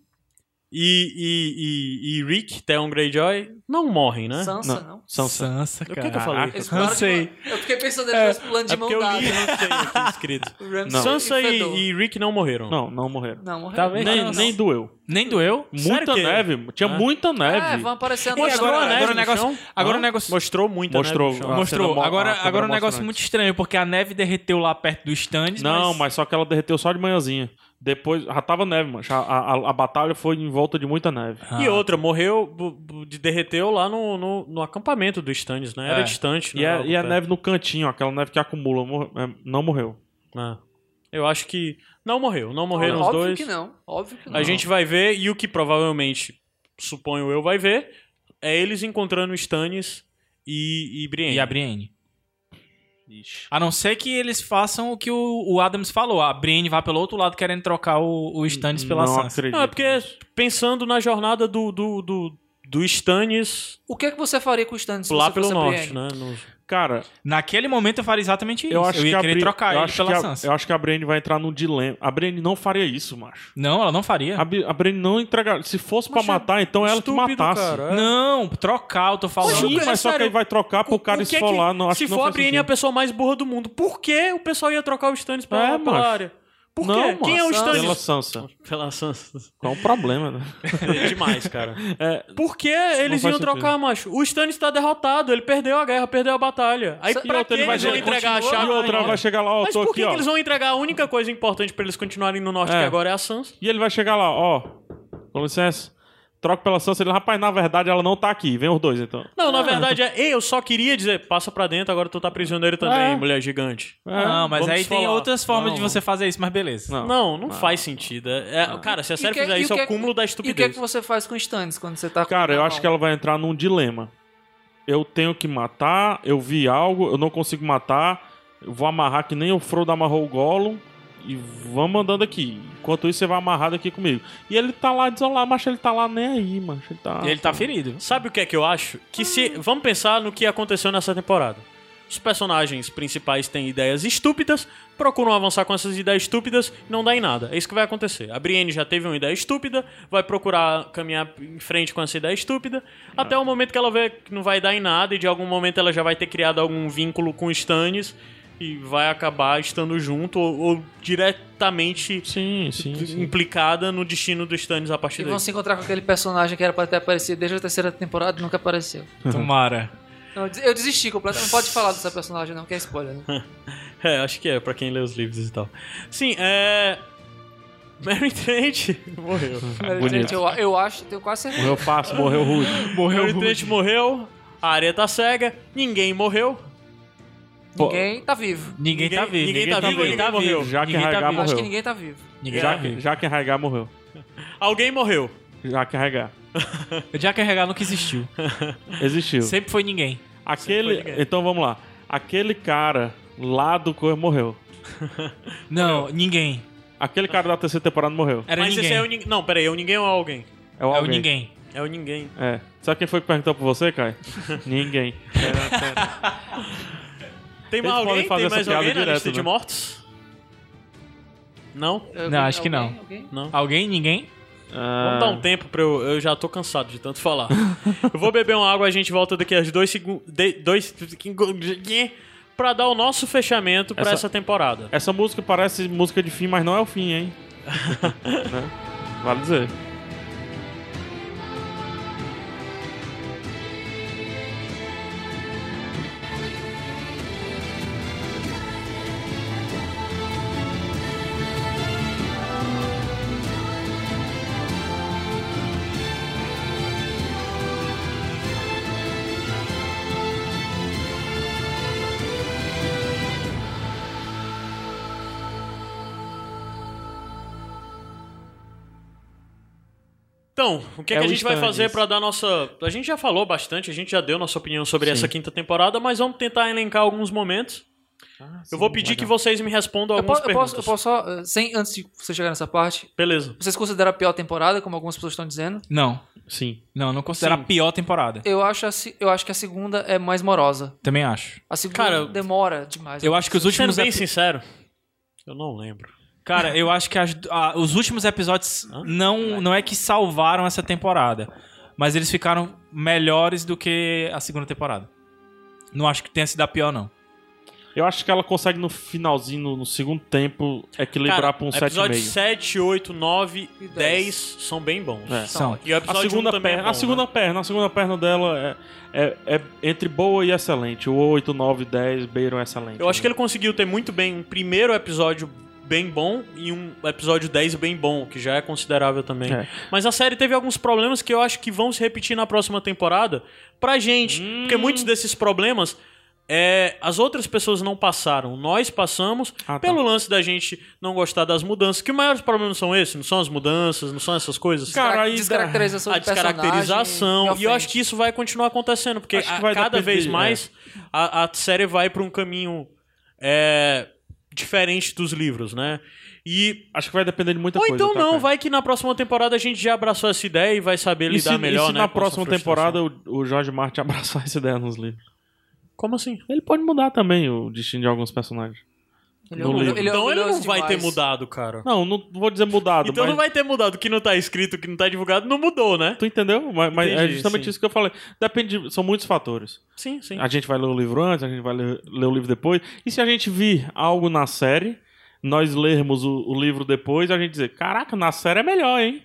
Speaker 1: e, e, e, e Rick, Theon Greyjoy, não morrem, né?
Speaker 3: Sansa, não?
Speaker 2: Sansa.
Speaker 4: Sansa,
Speaker 1: O
Speaker 4: cara.
Speaker 1: que, é que eu falei?
Speaker 2: Caraca.
Speaker 3: Eles pularam de
Speaker 4: Hansei.
Speaker 3: mão- Eu fiquei pensando eles pulando de né?
Speaker 1: É
Speaker 3: mão
Speaker 1: porque eu
Speaker 3: dada.
Speaker 1: li Hansei aqui escrito.
Speaker 3: O Ramsay
Speaker 2: *laughs* Não.
Speaker 1: Sansa e,
Speaker 3: fedor.
Speaker 1: e Rick não morreram.
Speaker 2: Não, não morreram.
Speaker 3: Não, morreu.
Speaker 4: Talvez
Speaker 3: Não,
Speaker 2: Nem,
Speaker 3: não.
Speaker 2: nem doeu.
Speaker 4: Nem doeu?
Speaker 2: Muita
Speaker 1: que-
Speaker 2: neve, tinha muita neve.
Speaker 3: É, vão aparecendo
Speaker 1: E
Speaker 4: Mostrou
Speaker 1: agora,
Speaker 4: a neve
Speaker 1: agora o
Speaker 4: no
Speaker 1: negócio.
Speaker 4: chão? Agora
Speaker 1: Hã?
Speaker 4: o negócio-
Speaker 1: Mostrou muito a
Speaker 2: Mostrou.
Speaker 1: neve no chão.
Speaker 2: Ah,
Speaker 4: Mostrou.
Speaker 2: cena mo- a
Speaker 4: agora
Speaker 2: câmera
Speaker 4: agora um
Speaker 2: mostra
Speaker 4: negócio
Speaker 2: antes.
Speaker 4: muito estranho, porque a neve derreteu lá perto do stand.
Speaker 2: Não, mas só que ela derreteu só de manhãzinha. Depois, já tava neve, mano. Já- A, a- a batalha foi em volta de muita neve.
Speaker 1: E outra, morreu, bu- bu- de derreteu lá no, no, no acampamento do Stannis, né? Era
Speaker 4: É.
Speaker 1: distante.
Speaker 2: E,
Speaker 1: né?
Speaker 2: a,
Speaker 1: Algo
Speaker 2: e a
Speaker 1: perto.
Speaker 2: neve no cantinho, aquela neve que acumula. mor- é, não morreu.
Speaker 1: É. Eu acho que não morreu. Não morreram os
Speaker 3: Óbvio
Speaker 1: dois.
Speaker 3: que não. Óbvio que não.
Speaker 1: A gente vai ver, e o que provavelmente, suponho eu, vai ver, é eles encontrando Stannis e, e Brienne.
Speaker 4: E a Brienne. A não ser que eles façam o que o, o Adams falou. A Brienne vai pelo outro lado querendo trocar o, o Stannis pela
Speaker 2: não
Speaker 4: Sansa.
Speaker 2: acredito.
Speaker 1: Não, é porque pensando na jornada do, do, do, do Stannis
Speaker 3: O que é que você faria com o Stannis se
Speaker 1: lá
Speaker 3: você
Speaker 1: pelo
Speaker 3: fosse a
Speaker 1: norte,
Speaker 3: Brienne?
Speaker 1: né? No-
Speaker 2: Cara,
Speaker 4: Naquele momento eu faria exatamente isso.
Speaker 2: eu acho
Speaker 4: ia
Speaker 2: que a
Speaker 4: querer
Speaker 2: Bri-
Speaker 4: trocar
Speaker 2: eu
Speaker 4: ele
Speaker 2: acho
Speaker 4: pela
Speaker 2: que a-
Speaker 4: Sansa.
Speaker 2: Eu acho que a Brienne vai entrar num dilema. A Brienne não faria isso, macho.
Speaker 4: Não, ela não faria.
Speaker 2: A, Bi- a Brienne não entregar. Se fosse pra
Speaker 1: Macho, é
Speaker 2: matar, então ela que
Speaker 1: Estúpido,
Speaker 2: matasse.
Speaker 1: cara, é.
Speaker 4: Não, trocar, eu tô falando.
Speaker 2: Sim,
Speaker 1: Poxa, é
Speaker 2: mas só que
Speaker 1: sério.
Speaker 2: ele vai trocar pro cara
Speaker 1: O que é que-
Speaker 2: esfolar. não, acho
Speaker 1: se
Speaker 2: que não
Speaker 1: for a
Speaker 2: faz
Speaker 1: Brienne, é a
Speaker 2: sentido.
Speaker 1: pessoa mais burra do mundo. Por que o pessoal ia trocar o Stannis pela,
Speaker 2: É,
Speaker 1: pela
Speaker 2: macho.
Speaker 1: área? Por quê?
Speaker 2: Não,
Speaker 1: Quem é o
Speaker 2: macho,
Speaker 1: Stannis?
Speaker 2: Pela Sansa.
Speaker 1: Pela Sansa.
Speaker 2: Qual é o problema, né?
Speaker 1: É demais, cara.
Speaker 2: É,
Speaker 1: Por que eles iam
Speaker 2: faz sentido.
Speaker 1: trocar, macho? O Stannis tá derrotado, ele perdeu a guerra, perdeu a batalha. Aí
Speaker 3: Sa-
Speaker 1: pra
Speaker 3: e
Speaker 1: que
Speaker 3: outra,
Speaker 2: ele
Speaker 1: eles
Speaker 2: vai né?
Speaker 1: vão
Speaker 2: ser-
Speaker 1: entregar a
Speaker 3: continua-
Speaker 1: chave?
Speaker 2: e outra
Speaker 1: ainda?
Speaker 2: vai chegar lá, ó,
Speaker 1: Mas
Speaker 2: tô
Speaker 1: por
Speaker 2: aqui,
Speaker 1: que, que
Speaker 2: ó.
Speaker 1: eles vão entregar a única coisa importante pra eles continuarem no norte,
Speaker 2: É.
Speaker 1: que agora é a Sansa?
Speaker 2: E ele vai chegar lá, ó. Com licença. Troca pela Sansa. Ele, rapaz, na verdade ela não tá aqui. Vem os dois, então.
Speaker 1: Não, na verdade é, ei, eu só queria dizer, passa pra dentro, agora tu tá prisioneiro também,
Speaker 2: É.
Speaker 1: mulher gigante.
Speaker 2: É,
Speaker 4: Não, mas
Speaker 1: Vamos
Speaker 4: aí tem
Speaker 1: falar.
Speaker 4: outras formas
Speaker 2: Não.
Speaker 4: de você fazer isso, mas beleza.
Speaker 2: Não.
Speaker 1: Não, não faz sentido. É- é- cara, se a
Speaker 3: E o
Speaker 1: série
Speaker 3: que-
Speaker 1: fizer
Speaker 3: e o
Speaker 1: isso,
Speaker 3: que
Speaker 1: é o cúmulo da
Speaker 3: E o que é
Speaker 1: estupidez.
Speaker 3: que você faz com o Stannis quando você tá com
Speaker 2: Cara,
Speaker 3: ele
Speaker 2: eu
Speaker 3: na
Speaker 2: acho
Speaker 3: mão?
Speaker 2: que
Speaker 1: é
Speaker 2: ela vai entrar num dilema. Eu tenho que matar, eu vi algo, eu não consigo matar. Eu vou amarrar que nem o Frodo amarrou o Gollum. E vamos andando aqui. Enquanto isso, você vai amarrado aqui comigo. E ele tá lá desolado, mas ele tá lá nem aí, macho. Ele tá.
Speaker 4: E ele
Speaker 1: *laughs*
Speaker 4: tá ferido.
Speaker 1: Sabe o que é que eu acho? Que se. Vamos pensar no que aconteceu nessa temporada. Os personagens principais têm ideias estúpidas, procuram avançar com essas ideias estúpidas e não dá em nada. É isso que vai acontecer. A Brienne já teve uma ideia estúpida, vai procurar caminhar em frente com essa ideia estúpida, até o momento que ela vê que não vai dar em nada e de algum momento ela já vai ter criado algum vínculo com o Stannis e vai acabar estando junto ou, ou diretamente
Speaker 2: Sim, sim. sim.
Speaker 1: implicada no destino do Stannis a partir
Speaker 3: E
Speaker 1: daí.
Speaker 3: vão se encontrar com aquele personagem que era pra ter aparecido desde a terceira temporada e nunca apareceu.
Speaker 4: Tomara.
Speaker 3: Não, eu des- eu desisti completamente. Não pode falar dessa personagem, não, que é spoiler, né?
Speaker 1: *laughs* É, acho que é, pra quem lê os livros e tal. Sim, é. Mary Trent *laughs* morreu.
Speaker 2: É Bonito.
Speaker 3: Eu, eu acho, tenho quase certeza.
Speaker 2: Morreu fácil, *laughs* morreu rude.
Speaker 1: Mary Trent morreu, a área tá cega, ninguém morreu.
Speaker 3: Ninguém tá vivo.
Speaker 4: Ninguém, tá vivo.
Speaker 1: Ninguém tá vivo, ninguém morreu.
Speaker 2: Já que
Speaker 4: Ninguém tá
Speaker 2: Raigar
Speaker 4: vivo.
Speaker 3: Acho que
Speaker 2: morreu.
Speaker 3: ninguém tá vivo.
Speaker 4: Ninguém
Speaker 2: Já
Speaker 4: tá
Speaker 2: que-
Speaker 4: vivo.
Speaker 2: Já que Raigar morreu.
Speaker 1: Alguém morreu.
Speaker 2: Já que Raigar.
Speaker 4: Já carregar nunca existiu.
Speaker 2: Existiu.
Speaker 4: Sempre foi ninguém.
Speaker 2: Aquele.
Speaker 1: Sempre foi ninguém.
Speaker 2: Então vamos lá. Aquele cara lá do Coisa morreu.
Speaker 4: Não, ninguém.
Speaker 2: Aquele cara da terceira temporada morreu.
Speaker 4: Era
Speaker 1: Mas
Speaker 4: ninguém.
Speaker 1: esse é o ninguém. Não, peraí, é o ninguém ou é alguém?
Speaker 2: É o,
Speaker 4: É o
Speaker 2: alguém.
Speaker 4: ninguém.
Speaker 1: É o ninguém.
Speaker 2: É. Sabe quem foi que perguntou pra você, Caio?
Speaker 1: *laughs*
Speaker 2: Ninguém.
Speaker 1: Tem
Speaker 2: Eles
Speaker 1: mais
Speaker 2: podem
Speaker 1: alguém?
Speaker 2: fazer
Speaker 1: Tem
Speaker 2: essa
Speaker 1: mais
Speaker 2: piada
Speaker 1: alguém na
Speaker 2: direto,
Speaker 1: lista de
Speaker 2: né?
Speaker 1: mortos? Não?
Speaker 3: Alguém-
Speaker 4: Não, acho que não.
Speaker 3: alguém- alguém?
Speaker 1: Não.
Speaker 4: Alguém? Ninguém?
Speaker 1: Vamos
Speaker 2: Ah.
Speaker 1: dar um tempo pra eu. Eu já tô cansado de tanto falar. eu vou beber uma água a gente volta daqui a dois segundos. Dois. *laughs* Pra dar o nosso fechamento pra
Speaker 2: Essa-
Speaker 1: essa temporada.
Speaker 2: Essa música parece música de fim, mas não é o fim,
Speaker 1: *laughs*
Speaker 2: hein? Né? Vale dizer.
Speaker 1: Então, o que, é
Speaker 2: É
Speaker 1: que a
Speaker 2: o
Speaker 1: gente vai
Speaker 2: stand,
Speaker 1: fazer
Speaker 2: isso.
Speaker 1: pra dar nossa. A gente já falou bastante, a gente já deu nossa opinião sobre
Speaker 2: Sim.
Speaker 1: essa quinta temporada, mas vamos tentar elencar alguns momentos. eu vou pedir que vocês me respondam
Speaker 3: Eu, po-
Speaker 1: algumas
Speaker 3: eu
Speaker 1: perguntas.
Speaker 3: posso, eu posso só, eh, sem, antes de você chegar nessa parte,
Speaker 1: Beleza.
Speaker 3: vocês consideram a pior temporada, como algumas pessoas estão dizendo?
Speaker 4: Não.
Speaker 2: Sim.
Speaker 4: Não, não considero
Speaker 3: Sim.
Speaker 4: a pior temporada.
Speaker 3: Eu acho, a se- eu acho que a segunda é mais morosa.
Speaker 4: Também acho.
Speaker 3: A segunda
Speaker 1: Cara,
Speaker 3: demora demais.
Speaker 4: Eu acho que os
Speaker 1: Sendo
Speaker 4: últimos...
Speaker 1: bem
Speaker 4: epi-
Speaker 1: sincero, eu não lembro.
Speaker 4: Cara, eu acho que as- a- os últimos episódios não, não é que salvaram essa temporada, mas eles ficaram melhores do que a segunda temporada. Não acho que tenha sido a pior, não.
Speaker 2: Eu acho que ela consegue no finalzinho, no, no segundo tempo, equilibrar
Speaker 1: Cara,
Speaker 2: pra um 7,5.
Speaker 1: episódio 7, 8, 9 e
Speaker 3: E
Speaker 1: 10.
Speaker 3: dez.
Speaker 1: são bem bons.
Speaker 2: É.
Speaker 4: São.
Speaker 1: E o
Speaker 2: A
Speaker 1: episódio
Speaker 2: segunda,
Speaker 1: um também é
Speaker 2: perna,
Speaker 1: bom,
Speaker 2: a segunda perna, a segunda perna dela é, é- é entre boa e excelente. O 8, 9, 10 beiram excelente. né?
Speaker 1: Eu acho que ele conseguiu ter muito bem um primeiro episódio bem bom e um episódio 10 bem bom, que já é considerável também.
Speaker 2: É.
Speaker 1: Mas a série teve alguns problemas que eu acho que vão se repetir na próxima temporada pra gente,
Speaker 2: Hum.
Speaker 1: porque muitos desses problemas é, as outras pessoas não passaram, nós passamos
Speaker 2: Ah, tá.
Speaker 1: pelo lance da gente não gostar das mudanças. Que os maiores problemas são esses? Não são as mudanças, não são essas coisas?
Speaker 2: Cara, aí dá-
Speaker 3: descaracterização
Speaker 1: a
Speaker 3: do personagem,
Speaker 1: descaracterização. E
Speaker 3: me
Speaker 1: eu
Speaker 3: ofende.
Speaker 1: acho que isso vai continuar acontecendo, porque
Speaker 2: Acho que
Speaker 1: a-
Speaker 2: vai
Speaker 1: cada
Speaker 2: depender,
Speaker 1: vez
Speaker 2: é.
Speaker 1: mais a, a série vai pra um caminho é, diferente dos livros, né? E
Speaker 2: Acho que vai depender de muita
Speaker 1: ou
Speaker 2: coisa.
Speaker 1: então
Speaker 2: tá,
Speaker 1: não,
Speaker 2: cara?
Speaker 1: vai que na próxima temporada a gente já abraçou essa ideia e vai saber
Speaker 2: E se,
Speaker 1: lidar melhor,
Speaker 2: e se
Speaker 1: né?
Speaker 2: na
Speaker 1: com essa
Speaker 2: próxima
Speaker 1: frustração.
Speaker 2: temporada o, o Jorge Martin *laughs* abraçar essa ideia nos livros?
Speaker 1: Como assim?
Speaker 2: Ele pode mudar também o destino de alguns personagens.
Speaker 3: Ele é
Speaker 2: no
Speaker 3: orgulho-
Speaker 2: livro.
Speaker 3: é
Speaker 1: então ele não
Speaker 3: orgulhoso
Speaker 1: vai ter
Speaker 3: demais.
Speaker 1: mudado, cara.
Speaker 2: Não, não vou dizer mudado,
Speaker 1: então
Speaker 2: mas...
Speaker 1: não vai ter mudado. O que não tá escrito, o que não tá divulgado, não mudou, né?
Speaker 2: Tu entendeu? Mas, mas é
Speaker 1: Entendi,
Speaker 2: justamente
Speaker 1: sim.
Speaker 2: isso que eu falei. Depende, de- são muitos fatores.
Speaker 1: Sim, sim.
Speaker 2: A gente vai ler o livro antes, a gente vai ler, ler o livro depois. E se a gente vir algo na série, nós lermos o, o livro depois, a gente dizer, caraca, na série é
Speaker 1: *laughs*
Speaker 2: melhor, hein?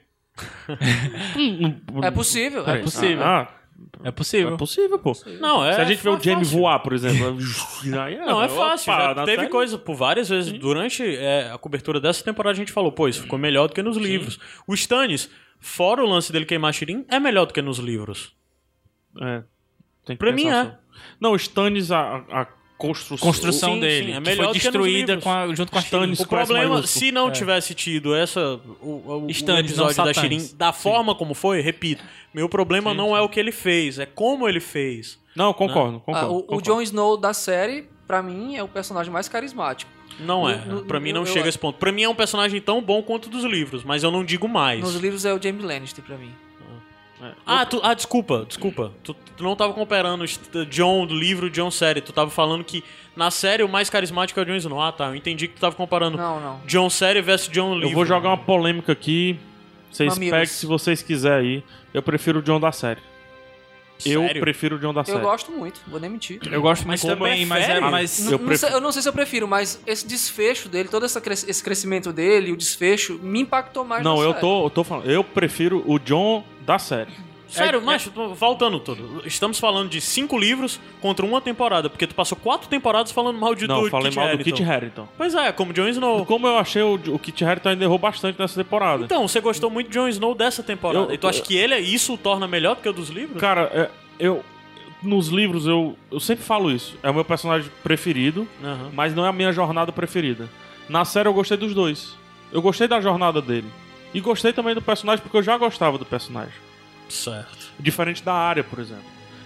Speaker 3: É possível, é
Speaker 2: Peraí.
Speaker 3: possível.
Speaker 2: Ah,
Speaker 4: É
Speaker 2: ah,
Speaker 1: Tá
Speaker 4: possível.
Speaker 2: é possível, pô. Se
Speaker 1: Não, é
Speaker 2: a gente vê o
Speaker 1: fa-
Speaker 2: Jamie
Speaker 1: fácil.
Speaker 2: voar, por exemplo. *laughs* aí
Speaker 1: Não, é fácil.
Speaker 2: opa,
Speaker 1: já
Speaker 2: na
Speaker 1: teve
Speaker 2: série-
Speaker 1: coisa por várias vezes. Durante é, a cobertura dessa temporada, a gente falou, pô, isso ficou melhor do que nos livros. O Stannis, fora o lance dele queimar Shirin, é melhor do que nos livros.
Speaker 2: É. Tem que
Speaker 1: Pra mim é.
Speaker 2: pensar só. Não, o Stannis, a, a construção...
Speaker 4: Construção
Speaker 1: Sim,
Speaker 4: dele.
Speaker 1: sim, é melhor
Speaker 4: que
Speaker 1: do
Speaker 4: foi
Speaker 1: que nos
Speaker 4: destruída
Speaker 1: livros.
Speaker 4: com a- junto com a
Speaker 2: Stannis.
Speaker 4: Shirin.
Speaker 1: O
Speaker 2: com S
Speaker 1: problema,
Speaker 2: maiúsculo.
Speaker 1: se não tivesse tido essa o, o,
Speaker 4: Stannis,
Speaker 1: o episódio
Speaker 4: não
Speaker 1: da
Speaker 4: Satanis.
Speaker 1: Shirin, da forma como foi, repito, meu problema não é o que ele fez, é como ele fez.
Speaker 2: Não, concordo,
Speaker 3: Ah,
Speaker 2: concordo.
Speaker 3: o, o
Speaker 2: concordo.
Speaker 3: Jon Snow da série, pra mim, é o personagem mais carismático.
Speaker 1: Não é.
Speaker 3: No- no-
Speaker 1: Pra mim não
Speaker 3: eu-
Speaker 1: chega
Speaker 3: eu-
Speaker 1: a esse ponto. Pra mim é um personagem tão bom quanto dos livros, mas eu não digo mais.
Speaker 3: Nos livros é o Jaime Lannister pra mim.
Speaker 1: Ah, tu- ah, desculpa, desculpa. Tu, tu não tava comparando o John do livro e John série. Tu tava falando que na série o mais carismático é o John Snow. Ah, tá. Eu entendi que tu tava comparando
Speaker 3: Não, não.
Speaker 1: John série versus John livro.
Speaker 2: Eu vou jogar uma polêmica aqui. Vocês
Speaker 3: Mamilos.
Speaker 2: peguem se vocês quiserem aí. Eu prefiro o John da série. Eu
Speaker 1: Sério?
Speaker 2: prefiro o John da
Speaker 3: Eu
Speaker 2: série.
Speaker 3: gosto muito, vou nem mentir.
Speaker 4: Eu gosto muito
Speaker 1: também
Speaker 4: também,
Speaker 1: é
Speaker 4: mas é
Speaker 1: férias.
Speaker 4: mas
Speaker 2: Eu
Speaker 3: Não- não
Speaker 2: prefiro-
Speaker 3: sei- eu não sei se eu prefiro, mas esse desfecho dele, todo essa cres- esse crescimento dele, o desfecho, me impactou mais
Speaker 2: Não,
Speaker 3: na
Speaker 2: eu
Speaker 3: série.
Speaker 2: tô, eu tô falando. Eu prefiro o John da série.
Speaker 1: Sério,
Speaker 2: É,
Speaker 1: mas tu- voltando tudo. Estamos falando de cinco livros contra uma temporada, porque tu passou quatro temporadas falando mal de
Speaker 2: Não,
Speaker 1: do
Speaker 2: falei
Speaker 1: Kit
Speaker 2: mal do
Speaker 1: Harington.
Speaker 2: Kit Harington.
Speaker 1: Pois é, como John Snow.
Speaker 2: Como eu achei, o, o Kit Harington ainda errou bastante nessa temporada.
Speaker 1: Então, você gostou muito de Jon Snow dessa temporada.
Speaker 2: Eu-
Speaker 1: e tu acha que ele é isso o torna melhor do que o dos livros?
Speaker 2: Cara, é, eu. Nos livros eu, eu sempre falo isso. É o meu personagem preferido,
Speaker 1: Aham.
Speaker 2: mas não é a minha jornada preferida. Na série eu gostei dos dois. Eu gostei da jornada dele. E gostei também do personagem porque eu já gostava do personagem.
Speaker 1: Certo.
Speaker 2: Diferente da área, por exemplo.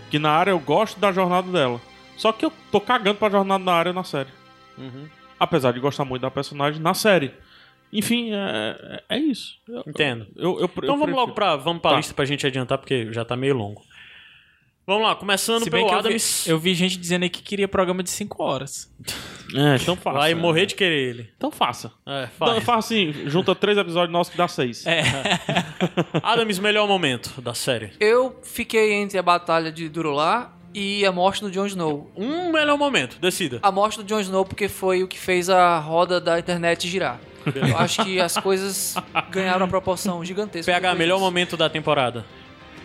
Speaker 2: Que na área eu gosto da jornada dela. Só que eu
Speaker 1: Uhum.
Speaker 2: tô cagando pra jornada da área na série. Apesar de gostar muito da personagem na série. Enfim, é, é isso. Eu-
Speaker 1: Entendo.
Speaker 2: eu- eu-
Speaker 1: Então
Speaker 2: eu
Speaker 1: vamos logo
Speaker 2: prefiro.
Speaker 1: pra, vamos pra
Speaker 2: Tá.
Speaker 1: lista pra gente adiantar, porque já tá meio longo. Vamos lá, começando
Speaker 4: Se bem
Speaker 1: pelo
Speaker 4: que eu vi,
Speaker 1: Adams.
Speaker 4: eu vi gente dizendo aí que queria programa de 5 horas.
Speaker 2: É, então faça.
Speaker 1: Vai morrer de querer ele.
Speaker 2: Então faça.
Speaker 1: É,
Speaker 2: Então,
Speaker 1: faz.
Speaker 2: faça assim, junta três episódios nossos que dá seis.
Speaker 4: É.
Speaker 1: Adams, melhor momento da série.
Speaker 3: Eu fiquei entre a batalha de Durular e a morte do Jon Snow.
Speaker 1: Um melhor momento, decida.
Speaker 3: A morte do Jon Snow porque foi o que fez a roda da internet girar. Eu acho que as coisas ganharam uma proporção gigantesca.
Speaker 1: PH,
Speaker 3: depois
Speaker 1: melhor
Speaker 3: disso.
Speaker 1: momento da temporada.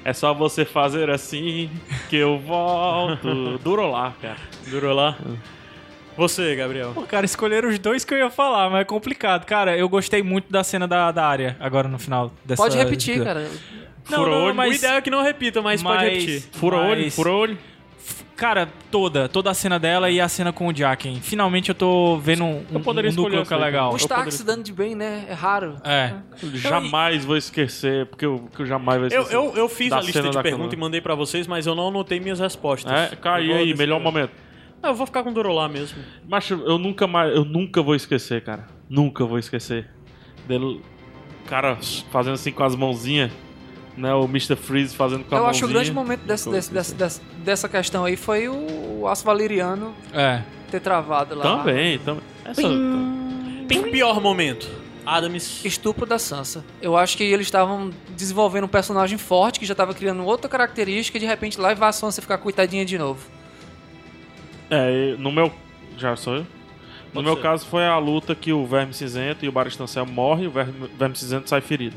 Speaker 2: É só você fazer assim que eu volto. Durou lá, cara.
Speaker 1: Durou lá. Você, Gabriel.
Speaker 4: Pô, cara, escolheram os dois que eu ia falar, mas é complicado. Cara, eu gostei muito da cena da, da área agora no final dessa.
Speaker 3: Pode repetir, cara.
Speaker 4: Não,
Speaker 2: Furou
Speaker 4: não,
Speaker 2: olho,
Speaker 1: O
Speaker 4: mas-
Speaker 1: ideal é que não repita, mas, pode
Speaker 4: mas-
Speaker 1: repetir.
Speaker 2: Fura olho,
Speaker 4: Mas-
Speaker 2: fura olho.
Speaker 4: Cara, toda. Toda a cena dela e a cena com o Jacken. Finalmente eu tô vendo um, um,
Speaker 2: Eu poderia
Speaker 4: um núcleo
Speaker 2: escolher
Speaker 4: que
Speaker 2: essa
Speaker 4: é
Speaker 2: aí.
Speaker 4: legal.
Speaker 3: O Stark
Speaker 2: poderia-
Speaker 3: se dando de bem, né? É raro.
Speaker 4: É.
Speaker 2: Jamais vou esquecer, porque eu, que eu jamais vou
Speaker 1: Eu,
Speaker 2: esquecer.
Speaker 1: eu, eu fiz
Speaker 2: Da
Speaker 1: a lista
Speaker 2: cena
Speaker 1: de
Speaker 2: da
Speaker 1: perguntas e
Speaker 2: canoa.
Speaker 1: mandei pra vocês, mas eu não anotei minhas respostas.
Speaker 2: É, cara, e
Speaker 1: Eu vou
Speaker 2: aí,
Speaker 1: decidir.
Speaker 2: melhor momento.
Speaker 1: Ah, eu vou ficar com Durolá mesmo.
Speaker 2: Mas eu nunca mais, eu nunca vou esquecer, cara. Nunca vou esquecer. Dele, cara, fazendo assim com as mãozinhas, né? O Mr. Freeze fazendo com a
Speaker 3: Eu acho
Speaker 2: mãozinha.
Speaker 3: que o grande momento desse-
Speaker 2: Nunca
Speaker 3: desse-
Speaker 2: vou
Speaker 3: desse-
Speaker 2: esquecer.
Speaker 3: desse- dessa questão aí foi o Aço Valeriano
Speaker 4: É.
Speaker 3: ter travado lá. né?
Speaker 2: Também, também. Essa-
Speaker 1: Tem pior momento. Adams.
Speaker 3: Estupro da Sansa. Eu acho que eles estavam desenvolvendo um personagem forte que já estava criando outra característica e de repente lá vai a Sansa ficar coitadinha de novo.
Speaker 2: É, e no meu. Já sou eu? No
Speaker 1: Pode
Speaker 2: meu
Speaker 1: ser.
Speaker 2: caso foi a luta que o Verme Cinzento e o Barista Ansel morrem e o Verme, Verme Cinzento sai ferido.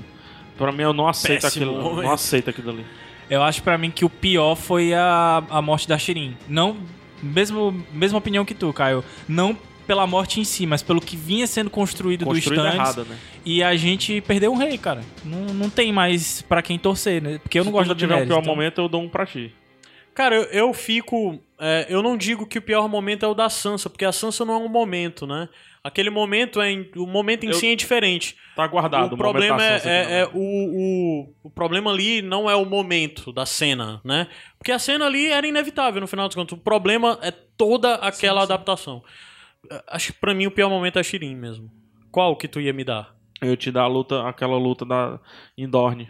Speaker 2: Pra mim eu não aceito
Speaker 1: Péssimo
Speaker 2: aquilo.
Speaker 1: momento.
Speaker 2: Não aceito aquilo ali.
Speaker 4: Eu acho pra mim que o pior foi a, a morte da Shirin. Não. Mesmo, mesma opinião que tu, Caio. Não pela morte em si, mas pelo que vinha sendo construído,
Speaker 2: Construído
Speaker 4: do Stannis.
Speaker 2: errada, né?
Speaker 4: E a gente perdeu um rei, cara. Não, não tem mais pra quem torcer, né? Porque eu não
Speaker 2: Se
Speaker 4: gosto
Speaker 2: tu
Speaker 4: da
Speaker 2: tiver
Speaker 4: Daenerys,
Speaker 2: um pior
Speaker 4: então.
Speaker 2: momento, eu dou um pra ti.
Speaker 1: Cara, eu, eu fico. é, eu não digo que o pior momento é o da Sansa, porque a Sansa não é um momento, né? Aquele momento é. em- O momento em
Speaker 2: Eu-
Speaker 1: si é indiferente.
Speaker 2: Tá guardado.
Speaker 1: o problema é,
Speaker 2: momentaço, assim,
Speaker 1: é- é
Speaker 2: né?
Speaker 1: o, o, o problema ali não é o momento da cena, né? Porque a cena ali era inevitável no final dos contos. O problema é toda aquela adaptação. Eh, Acho que pra mim o pior momento é a Shirin mesmo. Qual que tu ia me dar?
Speaker 2: Eu te dar a luta, aquela luta da Indorne.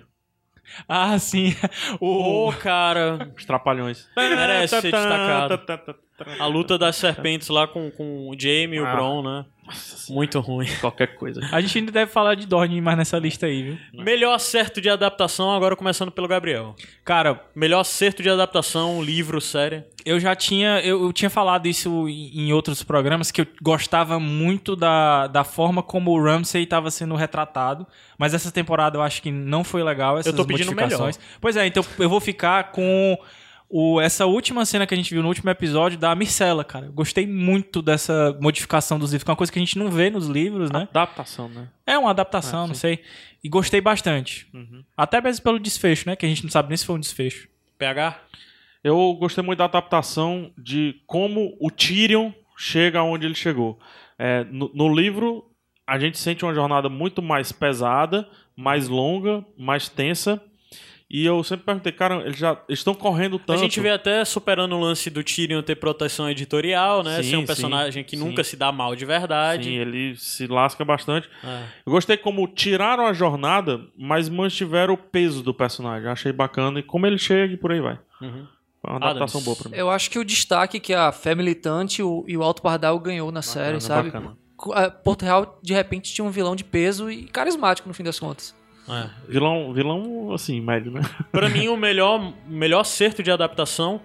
Speaker 4: Ah, sim. *laughs*
Speaker 1: Ô,
Speaker 4: O...
Speaker 1: cara,
Speaker 2: *laughs* Os trapalhões.
Speaker 1: Merece ser destacado. a
Speaker 2: A luta.
Speaker 1: luta das serpentes lá com, com o Jamie e o
Speaker 2: Ah.
Speaker 1: Bron, né? Muito ruim.
Speaker 2: Qualquer coisa.
Speaker 4: A gente ainda deve falar de Dorne mais nessa lista aí, viu?
Speaker 1: Melhor acerto de adaptação, agora começando pelo Gabriel.
Speaker 4: Cara,
Speaker 1: Melhor acerto de adaptação, um livro, série.
Speaker 4: eu já tinha. Eu, eu tinha falado isso em em outros programas que eu gostava muito da, da forma como o Ramsay estava sendo retratado. Mas essa temporada eu acho que não foi legal. Essas
Speaker 1: Eu tô pedindo
Speaker 4: modificações. Pois é, então eu vou ficar com. O, essa última cena que a gente viu no último episódio da Mircela, cara. Eu gostei muito dessa modificação dos livros, que é uma coisa que a gente não vê nos livros,
Speaker 1: Ah.
Speaker 4: né?
Speaker 2: Adaptação, né?
Speaker 4: É uma adaptação, não sei. E gostei bastante.
Speaker 1: Uhum.
Speaker 4: Até mesmo pelo desfecho, né? Que a gente não sabe nem se foi um desfecho.
Speaker 1: PH?
Speaker 2: Eu gostei muito da adaptação de como o Tyrion chega onde ele chegou. É, no, no livro, a gente sente uma jornada muito mais pesada, mais longa, mais tensa. E eu sempre perguntei, cara, eles já estão correndo tanto.
Speaker 1: A gente vê até superando o lance do Tyrion ter proteção editorial, né?
Speaker 2: Sim,
Speaker 1: Ser um
Speaker 2: sim,
Speaker 1: personagem que
Speaker 2: sim.
Speaker 1: nunca se dá mal de
Speaker 2: Sim,
Speaker 1: verdade.
Speaker 2: ele se lasca bastante.
Speaker 1: É.
Speaker 2: Eu gostei como tiraram a jornada, mas mantiveram o peso do personagem. Eu Achei bacana. E como ele chega e por aí vai.
Speaker 1: Uhum.
Speaker 2: Foi uma adaptação
Speaker 1: Adams.
Speaker 2: boa pra mim.
Speaker 3: Eu acho que o destaque que a Fé Militante o- e o Alto Pardal ganhou na série, sabe?
Speaker 2: bacana.
Speaker 3: Co- a Porto Real, de repente, tinha um vilão de peso e carismático, no fim das contas.
Speaker 1: É.
Speaker 2: Vilão, vilão, assim, médio, né?
Speaker 1: Pra mim, o melhor, melhor acerto de adaptação,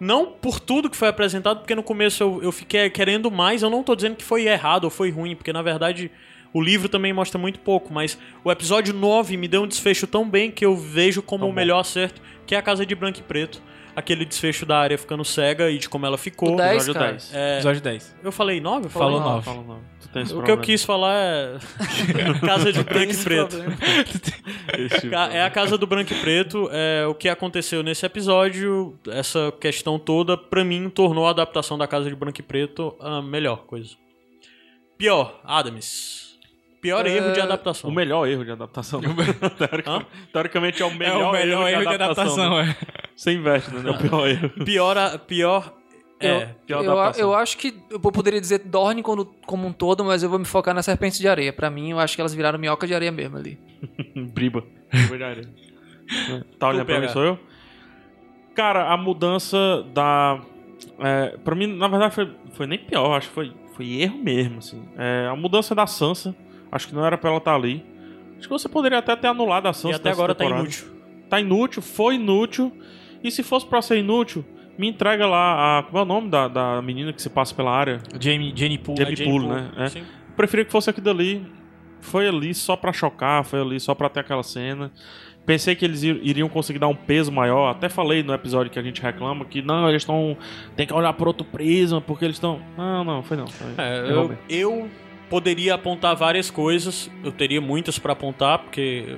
Speaker 1: não por tudo que foi apresentado, porque no começo eu, eu fiquei querendo mais, eu não tô dizendo que foi errado ou foi ruim, porque na verdade o livro também mostra muito pouco, mas o episódio 9 me deu um desfecho tão bem que eu vejo como
Speaker 2: Tão
Speaker 1: o
Speaker 2: bom.
Speaker 1: melhor acerto, que é a Casa de Branco e Preto. Aquele desfecho da área ficando cega e de como ela ficou.
Speaker 3: O 10,
Speaker 2: Episódio
Speaker 3: cara.
Speaker 2: 10.
Speaker 1: É,
Speaker 4: Episódio 10.
Speaker 1: eu falei 9?
Speaker 4: Falou
Speaker 3: Falou
Speaker 4: nove.
Speaker 2: Fala não. Tu tem esse
Speaker 1: O que eu
Speaker 2: problema.
Speaker 1: quis falar é.
Speaker 2: *laughs*
Speaker 1: casa de branco e
Speaker 3: Esse
Speaker 1: preto.
Speaker 3: problema.
Speaker 1: *laughs*
Speaker 2: Esse tipo de
Speaker 1: Ca- É
Speaker 2: problema.
Speaker 1: a casa do branco e preto. É, o que aconteceu nesse episódio, essa questão toda, pra mim, tornou a adaptação da casa de branco e preto a melhor coisa. Pior, Adams. Pior
Speaker 3: É,
Speaker 1: erro de adaptação.
Speaker 2: O melhor erro
Speaker 1: *laughs*
Speaker 2: de adaptação. né?
Speaker 1: Hã?
Speaker 2: *laughs* Teoricamente é o melhor,
Speaker 4: é o melhor erro de adaptação,
Speaker 2: né?
Speaker 4: é.
Speaker 2: Você investe, né? É o pior erro.
Speaker 1: Pior, a- pior É,
Speaker 2: pior
Speaker 3: eu, a-
Speaker 2: adaptação.
Speaker 3: eu acho que eu poderia dizer Dorne quando- como um todo, mas eu vou me focar na Serpente de Areia. Pra mim, eu acho que elas viraram minhoca de areia mesmo ali.
Speaker 2: *laughs* Briba. Briba de areia. tá olhando pra mim,
Speaker 1: PH.
Speaker 2: sou eu? Cara, a mudança da. É, pra mim, na verdade, foi, foi nem pior, acho que foi, foi erro mesmo, assim. É, a mudança da Sansa, acho que não era pra ela estar ali. Acho que você poderia até ter anulado a
Speaker 1: E
Speaker 2: Sansa.
Speaker 1: até
Speaker 2: dessa
Speaker 1: agora tá
Speaker 2: temporada.
Speaker 1: inútil.
Speaker 2: Tá inútil, foi inútil. E se fosse pra ser inútil, me entrega lá a. Como é o nome da, da menina que se passa pela área?
Speaker 4: Jamie, Jenny Poole.
Speaker 2: Jamie
Speaker 4: né?
Speaker 2: Poole. pulo, né? É.
Speaker 1: tipo, Sim.
Speaker 2: preferia que fosse aquilo ali. Foi ali só pra chocar, foi ali só pra ter aquela cena. Pensei que eles ir- iriam conseguir dar um peso maior. Até falei no episódio que a gente reclama que não, eles estão. Tem que olhar por outro prisma, porque eles estão. Não, não, foi não. Foi.
Speaker 1: É,
Speaker 2: errou
Speaker 1: eu,
Speaker 2: mesmo.
Speaker 1: eu poderia apontar várias coisas, eu teria muitas pra apontar, porque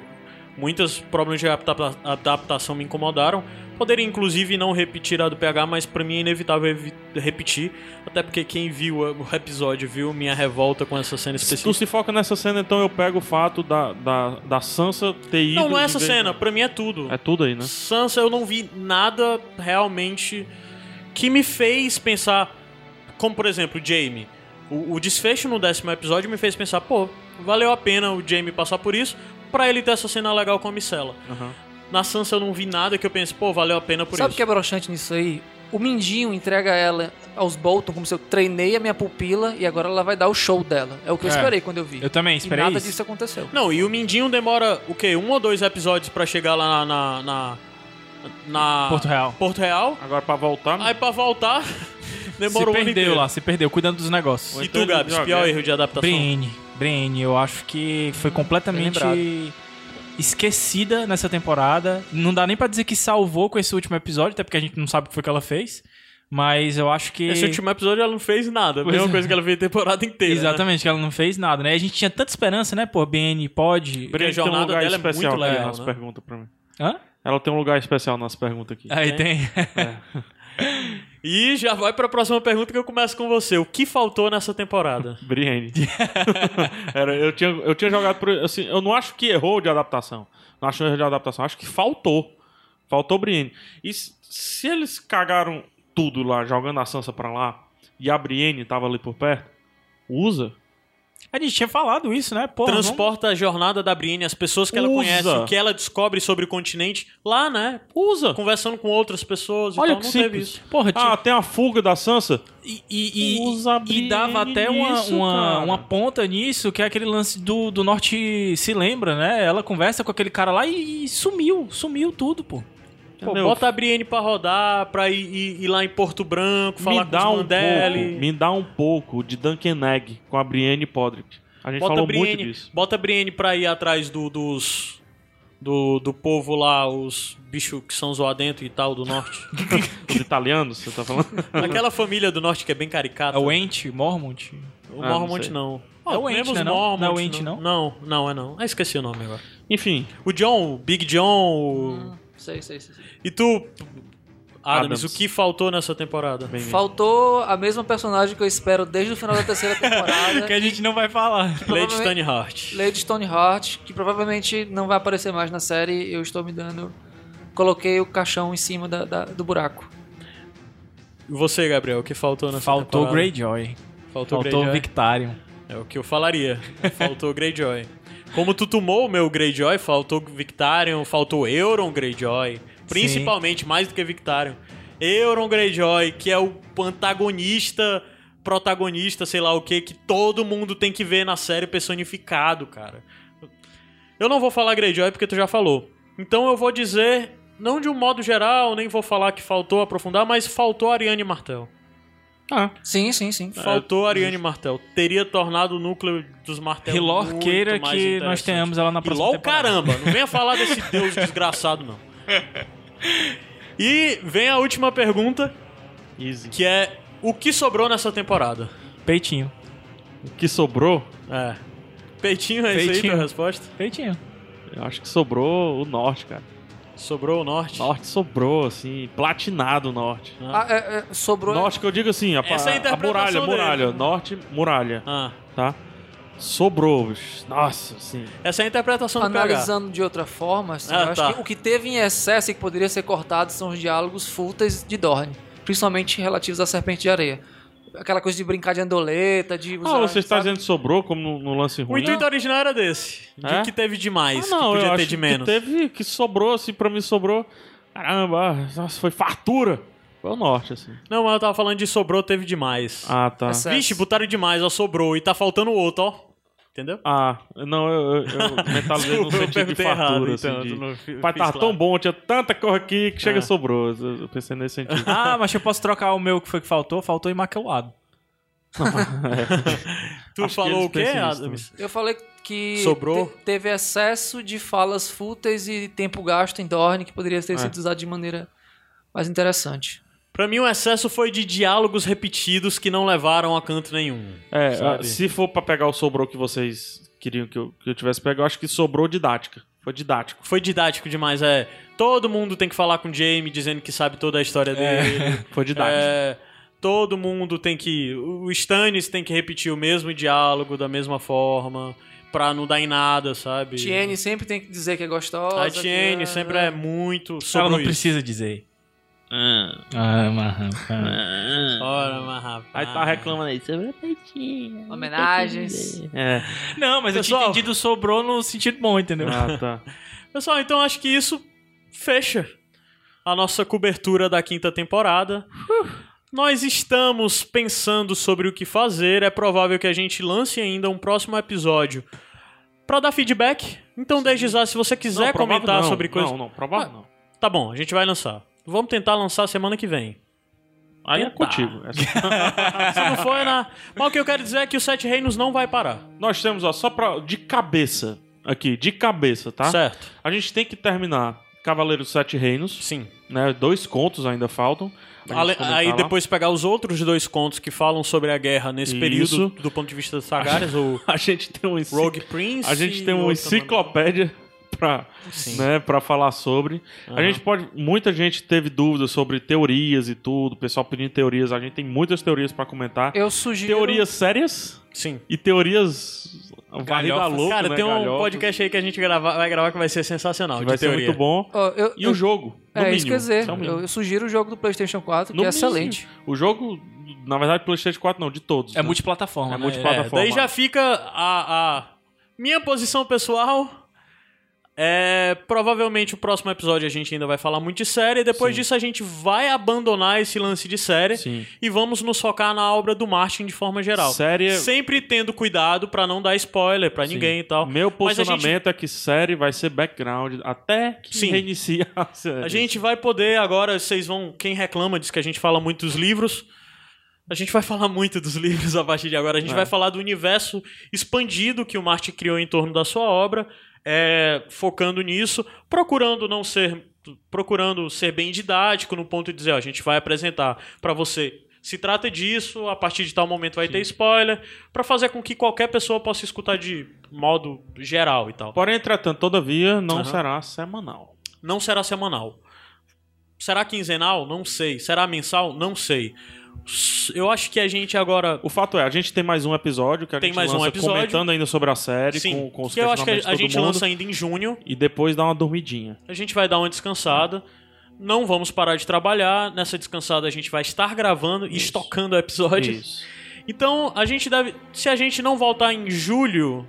Speaker 1: muitas problemas de adapta- adaptação me incomodaram. Poderia, inclusive, não repetir a do PH, mas pra mim é inevitável evi- repetir, até porque quem viu o episódio viu minha revolta com essa cena
Speaker 2: Se tu
Speaker 1: específica.
Speaker 2: se foca nessa cena, então eu pego o fato da, da, da Sansa ter ido.
Speaker 1: Não, não é
Speaker 2: em
Speaker 1: essa
Speaker 2: vez-
Speaker 1: cena, pra mim é tudo.
Speaker 2: É tudo aí, né?
Speaker 1: Sansa, eu não vi nada realmente que me fez pensar. Como, por exemplo, Jamie. O, o desfecho no décimo episódio me fez pensar, pô, valeu a pena o Jamie passar por isso pra ele ter essa cena legal com a Micela. Na Sansa eu não vi nada que eu pense, pô, valeu a pena por
Speaker 3: Sabe o
Speaker 1: isso.
Speaker 3: que é broxante nisso aí? O Mindinho entrega ela aos Bolton como se eu treinei a minha pupila e agora ela vai dar o show dela. É o que eu
Speaker 4: É.
Speaker 3: esperei quando eu vi.
Speaker 4: Eu também
Speaker 3: e
Speaker 4: esperei
Speaker 3: nada
Speaker 4: isso.
Speaker 3: disso aconteceu.
Speaker 1: Não, e o Mindinho demora, o quê? Um ou dois episódios pra chegar lá na. na. na- na-
Speaker 4: Porto Real.
Speaker 1: Porto Real.
Speaker 2: Agora pra voltar. né?
Speaker 1: Aí pra voltar, *laughs* demora
Speaker 4: se
Speaker 1: um ano
Speaker 4: perdeu
Speaker 1: inteiro.
Speaker 4: lá, se perdeu, cuidando dos negócios.
Speaker 1: E
Speaker 2: Então
Speaker 1: tu,
Speaker 2: ele
Speaker 1: Gabs,
Speaker 2: joga,
Speaker 1: pior
Speaker 2: é.
Speaker 1: erro de adaptação.
Speaker 4: Brienne, Brienne, eu acho que foi completamente
Speaker 3: lembrado.
Speaker 4: esquecida nessa temporada. Não dá nem pra dizer que salvou com esse último episódio, até porque a gente não sabe o que foi que ela fez. Mas eu acho que.
Speaker 1: Esse último episódio ela não fez nada. A
Speaker 4: Pois
Speaker 1: mesma
Speaker 4: é.
Speaker 1: coisa que ela fez a temporada inteira. Né?
Speaker 4: Exatamente, que ela não fez nada, né? A gente tinha tanta esperança, né? Pô, BN pode.
Speaker 1: Porque a
Speaker 2: Tem um
Speaker 1: jornada
Speaker 2: lugar
Speaker 1: dela é
Speaker 2: especial
Speaker 1: muito
Speaker 2: aqui
Speaker 1: legal,
Speaker 2: nas
Speaker 1: né?
Speaker 2: perguntas pra mim.
Speaker 4: Hã?
Speaker 2: Ela tem um lugar especial nas perguntas aqui.
Speaker 4: Aí tem.
Speaker 1: E já vai pra próxima pergunta que eu começo com você. O que faltou nessa
Speaker 2: *laughs*
Speaker 1: temporada?
Speaker 2: Brienne. Era, eu, tinha, eu tinha jogado por. Assim, eu não acho que errou de adaptação. Não acho erro de adaptação. Acho que faltou. Faltou Brienne. E se, se eles cagaram tudo lá, jogando a Sansa pra lá, e a Brienne tava ali por perto, usa.
Speaker 4: A gente tinha falado isso, né? Pô,
Speaker 1: Transporta a jornada da Brienne, as pessoas que ela
Speaker 2: Usa.
Speaker 1: conhece, o que ela descobre sobre o continente, lá, né?
Speaker 2: Usa.
Speaker 1: Conversando com outras pessoas e
Speaker 2: Olha
Speaker 1: tal.
Speaker 2: que
Speaker 1: Então Não teve
Speaker 2: simples.
Speaker 1: isso.
Speaker 4: Porra, tinha...
Speaker 2: Ah, tem a fuga da Sansa?
Speaker 4: E, e, e-
Speaker 2: Usa a
Speaker 4: e dava
Speaker 2: Brienne
Speaker 4: até uma,
Speaker 2: nisso,
Speaker 4: uma,
Speaker 2: cara.
Speaker 4: uma ponta nisso, que é aquele lance do, do Norte se lembra, né? Ela conversa com aquele cara lá e, e sumiu, sumiu tudo, pô.
Speaker 1: Pô,
Speaker 2: Entendeu?
Speaker 1: bota a Brienne pra rodar, pra ir, ir- ir lá em Porto Branco, falar
Speaker 2: me
Speaker 1: com os
Speaker 2: dá um pouco,
Speaker 1: Mandelli.
Speaker 2: Me dá um pouco de Duncanegg com a Brienne e Podrick. A gente
Speaker 1: bota, a
Speaker 2: falou muito
Speaker 1: Brienne,
Speaker 2: disso.
Speaker 1: bota a Brienne pra ir atrás do, dos... Do, do povo lá, os bichos que são zoadentos e tal, do norte.
Speaker 2: Os italianos, você tá
Speaker 1: *laughs*
Speaker 2: falando?
Speaker 1: Aquela família do norte que é bem caricata.
Speaker 4: Uhum. É o Ent, Mormont.
Speaker 1: O
Speaker 2: Ah,
Speaker 1: Mormont não.
Speaker 4: É o Ent,
Speaker 1: Lembra
Speaker 4: né,
Speaker 1: os
Speaker 4: não?
Speaker 1: Mormont,
Speaker 4: Não é o Ent,
Speaker 1: Não, não é não. Ah, esqueci o nome agora.
Speaker 2: Enfim,
Speaker 1: O John, o Big John. o-
Speaker 4: Uhum.
Speaker 3: Sei, sei, sei. sei.
Speaker 1: E tu, Adams,
Speaker 2: Adams.
Speaker 1: o que faltou nessa temporada?
Speaker 2: bem
Speaker 3: Faltou a mesma personagem que eu espero desde o final da terceira temporada.
Speaker 4: Que é a gente não vai falar.
Speaker 1: Lady
Speaker 3: provavelmente-
Speaker 1: Stoneheart.
Speaker 3: Lady Stoneheart, que provavelmente não vai aparecer mais na série, eu estou me dando. Coloquei o caixão em cima da- da- do buraco.
Speaker 1: E você, Gabriel, o que faltou nessa
Speaker 4: Faltou
Speaker 1: temporada?
Speaker 4: Greyjoy.
Speaker 1: Faltou Greyjoy.
Speaker 4: Faltou Victarion.
Speaker 1: É o que eu falaria. *laughs* Faltou Greyjoy. Como tu tomou o meu Greyjoy, faltou Victarion, faltou Euron Greyjoy. Principalmente, mais do que Victarion. Euron Greyjoy, que é o antagonista, protagonista, sei lá o que, que todo mundo tem que ver na série personificado, cara. Eu não vou falar Greyjoy porque tu já falou. Então eu vou dizer, não de um modo geral, nem vou falar que faltou aprofundar, mas faltou Ariane Martel.
Speaker 2: Ah,
Speaker 3: Sim, sim, sim.
Speaker 1: É, Faltou a Ariane Martel. Teria tornado o núcleo dos Martel
Speaker 4: Hilor
Speaker 1: muito
Speaker 4: queira
Speaker 1: mais
Speaker 4: que
Speaker 1: interessante.
Speaker 4: nós tenhamos ela na próxima
Speaker 1: Hilor,
Speaker 4: temporada.
Speaker 1: caramba! Não venha falar
Speaker 4: *laughs*
Speaker 1: desse deus desgraçado, não. E vem a última pergunta,
Speaker 2: easy.
Speaker 1: que é... O que sobrou nessa temporada?
Speaker 4: Peitinho.
Speaker 2: O que sobrou,
Speaker 1: É. Peitinho é isso aí,
Speaker 4: Peitinho.
Speaker 1: tua resposta?
Speaker 4: Peitinho.
Speaker 2: eu acho que sobrou o norte, cara.
Speaker 1: Sobrou o norte?
Speaker 2: Norte sobrou, assim, platinado o norte.
Speaker 3: Ah, é, é, sobrou.
Speaker 2: Norte que eu digo assim, a, pa-
Speaker 1: Essa é a
Speaker 2: a
Speaker 1: interpretação
Speaker 2: muralha,
Speaker 1: dele.
Speaker 2: muralha. Norte, muralha,
Speaker 1: Ah,
Speaker 2: tá? Sobrou, bicho. Nossa, assim.
Speaker 1: essa é a interpretação do PH.
Speaker 3: Analisando de outra forma, assim,
Speaker 1: Ah,
Speaker 3: eu acho
Speaker 1: tá.
Speaker 3: que o que teve em excesso e que poderia ser cortado são os diálogos fúteis de Dorne. principalmente relativos à serpente de areia. Aquela coisa de brincar de andoleta, de usar...
Speaker 2: Ah, você está
Speaker 3: sabe?
Speaker 2: dizendo que sobrou, como no, no lance
Speaker 1: O
Speaker 2: ruim.
Speaker 1: intuito original era desse. De
Speaker 2: É?
Speaker 1: que teve demais,
Speaker 2: Ah, não,
Speaker 1: que
Speaker 2: eu
Speaker 1: podia ter
Speaker 2: acho
Speaker 1: de menos.
Speaker 2: Que teve, que sobrou, assim, pra mim sobrou. Caramba, ah, nossa, foi fartura. Foi o norte, assim.
Speaker 1: Não, mas eu tava falando de sobrou, teve demais.
Speaker 2: Ah, tá.
Speaker 3: Essa-
Speaker 1: Vixe, botaram demais, ó, sobrou. E tá faltando outro, ó. Entendeu?
Speaker 2: Ah, não, eu, eu, *laughs* eu mentalizei no
Speaker 1: Desculpa, eu
Speaker 2: sentido de
Speaker 1: perguntei
Speaker 2: fartura,
Speaker 1: errado,
Speaker 2: assim.
Speaker 1: então,
Speaker 2: de-
Speaker 1: eu não fi-
Speaker 2: Pai,
Speaker 1: fiz
Speaker 2: tá
Speaker 1: claro.
Speaker 2: tão bom, tinha tanta cor aqui que chega
Speaker 1: É.
Speaker 2: sobrou. Eu eu pensei nesse sentido.
Speaker 4: Ah, mas eu posso trocar o meu que foi que faltou? Faltou imaculado.
Speaker 1: Tu
Speaker 2: Acho que
Speaker 1: falou
Speaker 2: eles
Speaker 1: o quê, Ah,
Speaker 2: pensam nisso
Speaker 1: Adams?
Speaker 3: Eu falei que
Speaker 1: Sobrou?
Speaker 3: te- teve excesso de falas fúteis e tempo gasto em Dorne que poderia ter sido usado de maneira mais interessante.
Speaker 1: Pra mim, o excesso foi de diálogos repetidos que não levaram a canto nenhum.
Speaker 2: É,
Speaker 1: Sabe?
Speaker 2: ah, se for pra pegar o sobrou que vocês queriam que eu, que eu tivesse pego, eu acho que sobrou didática. Foi didático.
Speaker 1: Foi didático demais, é. Todo mundo tem que falar com o Jamie dizendo que sabe toda a história
Speaker 2: *laughs*
Speaker 1: dele.
Speaker 2: Foi didático.
Speaker 1: É, todo mundo tem que. O Stannis tem que repetir o mesmo diálogo da mesma forma. Pra não dar em nada, sabe?
Speaker 3: Tiene né? sempre tem que dizer que é gostosa.
Speaker 1: A
Speaker 3: que
Speaker 1: Tiene sempre é muito sobre
Speaker 4: Ela não
Speaker 1: isso.
Speaker 4: precisa dizer.
Speaker 5: Ah,
Speaker 4: Ah, marrão.
Speaker 5: ah.
Speaker 1: Ora, mas rapaz.
Speaker 5: Aí tá reclamando aí, sobre a peitinha.
Speaker 3: Homenagens.
Speaker 2: É.
Speaker 4: Não, mas eu
Speaker 1: Pessoal.
Speaker 4: tinha entendido sobrou no sentido bom, entendeu?
Speaker 2: Ah, tá.
Speaker 1: Pessoal, então acho que isso fecha a nossa cobertura da quinta temporada. Nós estamos pensando sobre o que fazer. É provável que a gente lance ainda um próximo episódio pra dar feedback. Então, desde já, se você
Speaker 2: Não,
Speaker 1: quiser
Speaker 2: provável
Speaker 1: comentar
Speaker 2: não,
Speaker 1: sobre coisas.
Speaker 2: Não, não, provável
Speaker 1: Ah,
Speaker 2: não.
Speaker 1: Tá bom, a gente vai lançar. Vamos tentar lançar semana que vem.
Speaker 2: Aí é
Speaker 1: tentar.
Speaker 2: contigo. É só-
Speaker 1: Se não for, é na. Mas o que eu quero dizer é que o Sete Reinos não vai parar.
Speaker 2: Nós temos, ó, só pra. De cabeça. Aqui, de cabeça, tá?
Speaker 1: Certo?
Speaker 2: A gente tem que terminar Cavaleiro dos Sete Reinos,
Speaker 1: Sim.
Speaker 2: né? Dois contos ainda faltam. pra
Speaker 1: Ale-
Speaker 2: gente comentar
Speaker 1: aí
Speaker 2: lá.
Speaker 1: depois pegar os outros dois contos que falam sobre a guerra nesse
Speaker 2: Isso.
Speaker 1: período, do ponto de vista dos
Speaker 2: *laughs*
Speaker 1: Sagares, o
Speaker 2: *laughs* A gente tem um enciclo-
Speaker 1: Rogue Prince.
Speaker 2: A gente
Speaker 1: e
Speaker 2: tem um uma
Speaker 1: outro nome.
Speaker 2: enciclopédia pra,
Speaker 1: Sim.
Speaker 2: né, pra falar sobre. A
Speaker 1: Aham.
Speaker 2: gente pode. Muita gente teve dúvidas sobre teorias e tudo, o pessoal pedindo teorias. A gente tem muitas teorias pra comentar.
Speaker 3: Eu sugiro.
Speaker 2: Teorias sérias
Speaker 1: Sim.
Speaker 2: e teorias varrida
Speaker 4: Galhofas.
Speaker 2: louca.
Speaker 1: Cara,
Speaker 2: né,
Speaker 1: tem um
Speaker 2: galhofas,
Speaker 1: podcast aí que a gente grava- vai gravar que vai ser sensacional.
Speaker 2: que
Speaker 1: de
Speaker 2: vai ser
Speaker 1: teoria.
Speaker 2: muito bom.
Speaker 3: Ó, eu-
Speaker 2: E
Speaker 3: eu-
Speaker 2: o jogo. no
Speaker 3: É, isso
Speaker 2: mínimo,
Speaker 3: quer dizer.
Speaker 2: isso é o mínimo.
Speaker 3: Eu, eu sugiro o jogo do PlayStation 4,
Speaker 2: No
Speaker 3: que é
Speaker 2: mínimo.
Speaker 3: excelente.
Speaker 2: O jogo, na verdade, PlayStation 4 não, de todos.
Speaker 4: É
Speaker 2: né?
Speaker 4: multiplataforma.
Speaker 2: É
Speaker 4: né?
Speaker 1: É,
Speaker 2: multiplataforma.
Speaker 1: daí já fica a, a minha posição pessoal. É, provavelmente o próximo episódio a gente ainda vai falar muito de série. e Depois disso a gente vai abandonar esse lance de série
Speaker 2: Sim.
Speaker 1: e vamos nos focar na obra do Martin de forma geral.
Speaker 2: Série-
Speaker 1: Sempre tendo cuidado pra não dar spoiler pra ninguém e tal.
Speaker 2: Meu
Speaker 1: Mas a gente-
Speaker 2: posicionamento é que série vai ser background até que
Speaker 1: Sim.
Speaker 2: reinicia a série.
Speaker 1: A gente vai poder agora, vocês vão. Quem reclama diz que a gente fala muito dos livros. A gente vai *laughs* falar muito dos livros a partir de agora. A gente
Speaker 2: É.
Speaker 1: vai falar do universo expandido que o Martin criou em torno da sua obra, é, focando nisso, procurando não ser. Procurando ser bem didático no ponto de dizer, ó, a gente vai apresentar pra você. Se trata disso, a partir de tal momento vai ter spoiler, pra fazer com que qualquer pessoa possa escutar de modo geral e tal.
Speaker 2: Porém, entretanto, todavia, não
Speaker 1: Aham.
Speaker 2: será semanal.
Speaker 1: não será semanal. Será quinzenal? Não sei. Será mensal? Não sei. S- Eu acho que a gente agora.
Speaker 2: O fato é, a gente tem mais um episódio que a
Speaker 1: Tem
Speaker 2: gente
Speaker 1: mais um
Speaker 2: lança
Speaker 1: episódio.
Speaker 2: comentando ainda sobre a série,
Speaker 1: Sim,
Speaker 2: com, com os
Speaker 1: que eu acho que
Speaker 2: questionamentos
Speaker 1: a, a
Speaker 2: de todo
Speaker 1: gente
Speaker 2: mundo,
Speaker 1: lança ainda em junho.
Speaker 2: E depois dá uma dormidinha.
Speaker 1: A gente vai dar uma descansada. Não vamos parar de trabalhar. Nessa descansada a gente vai estar gravando e estocando episódios.
Speaker 2: Isso.
Speaker 1: Então a gente deve. Se a gente não voltar em julho,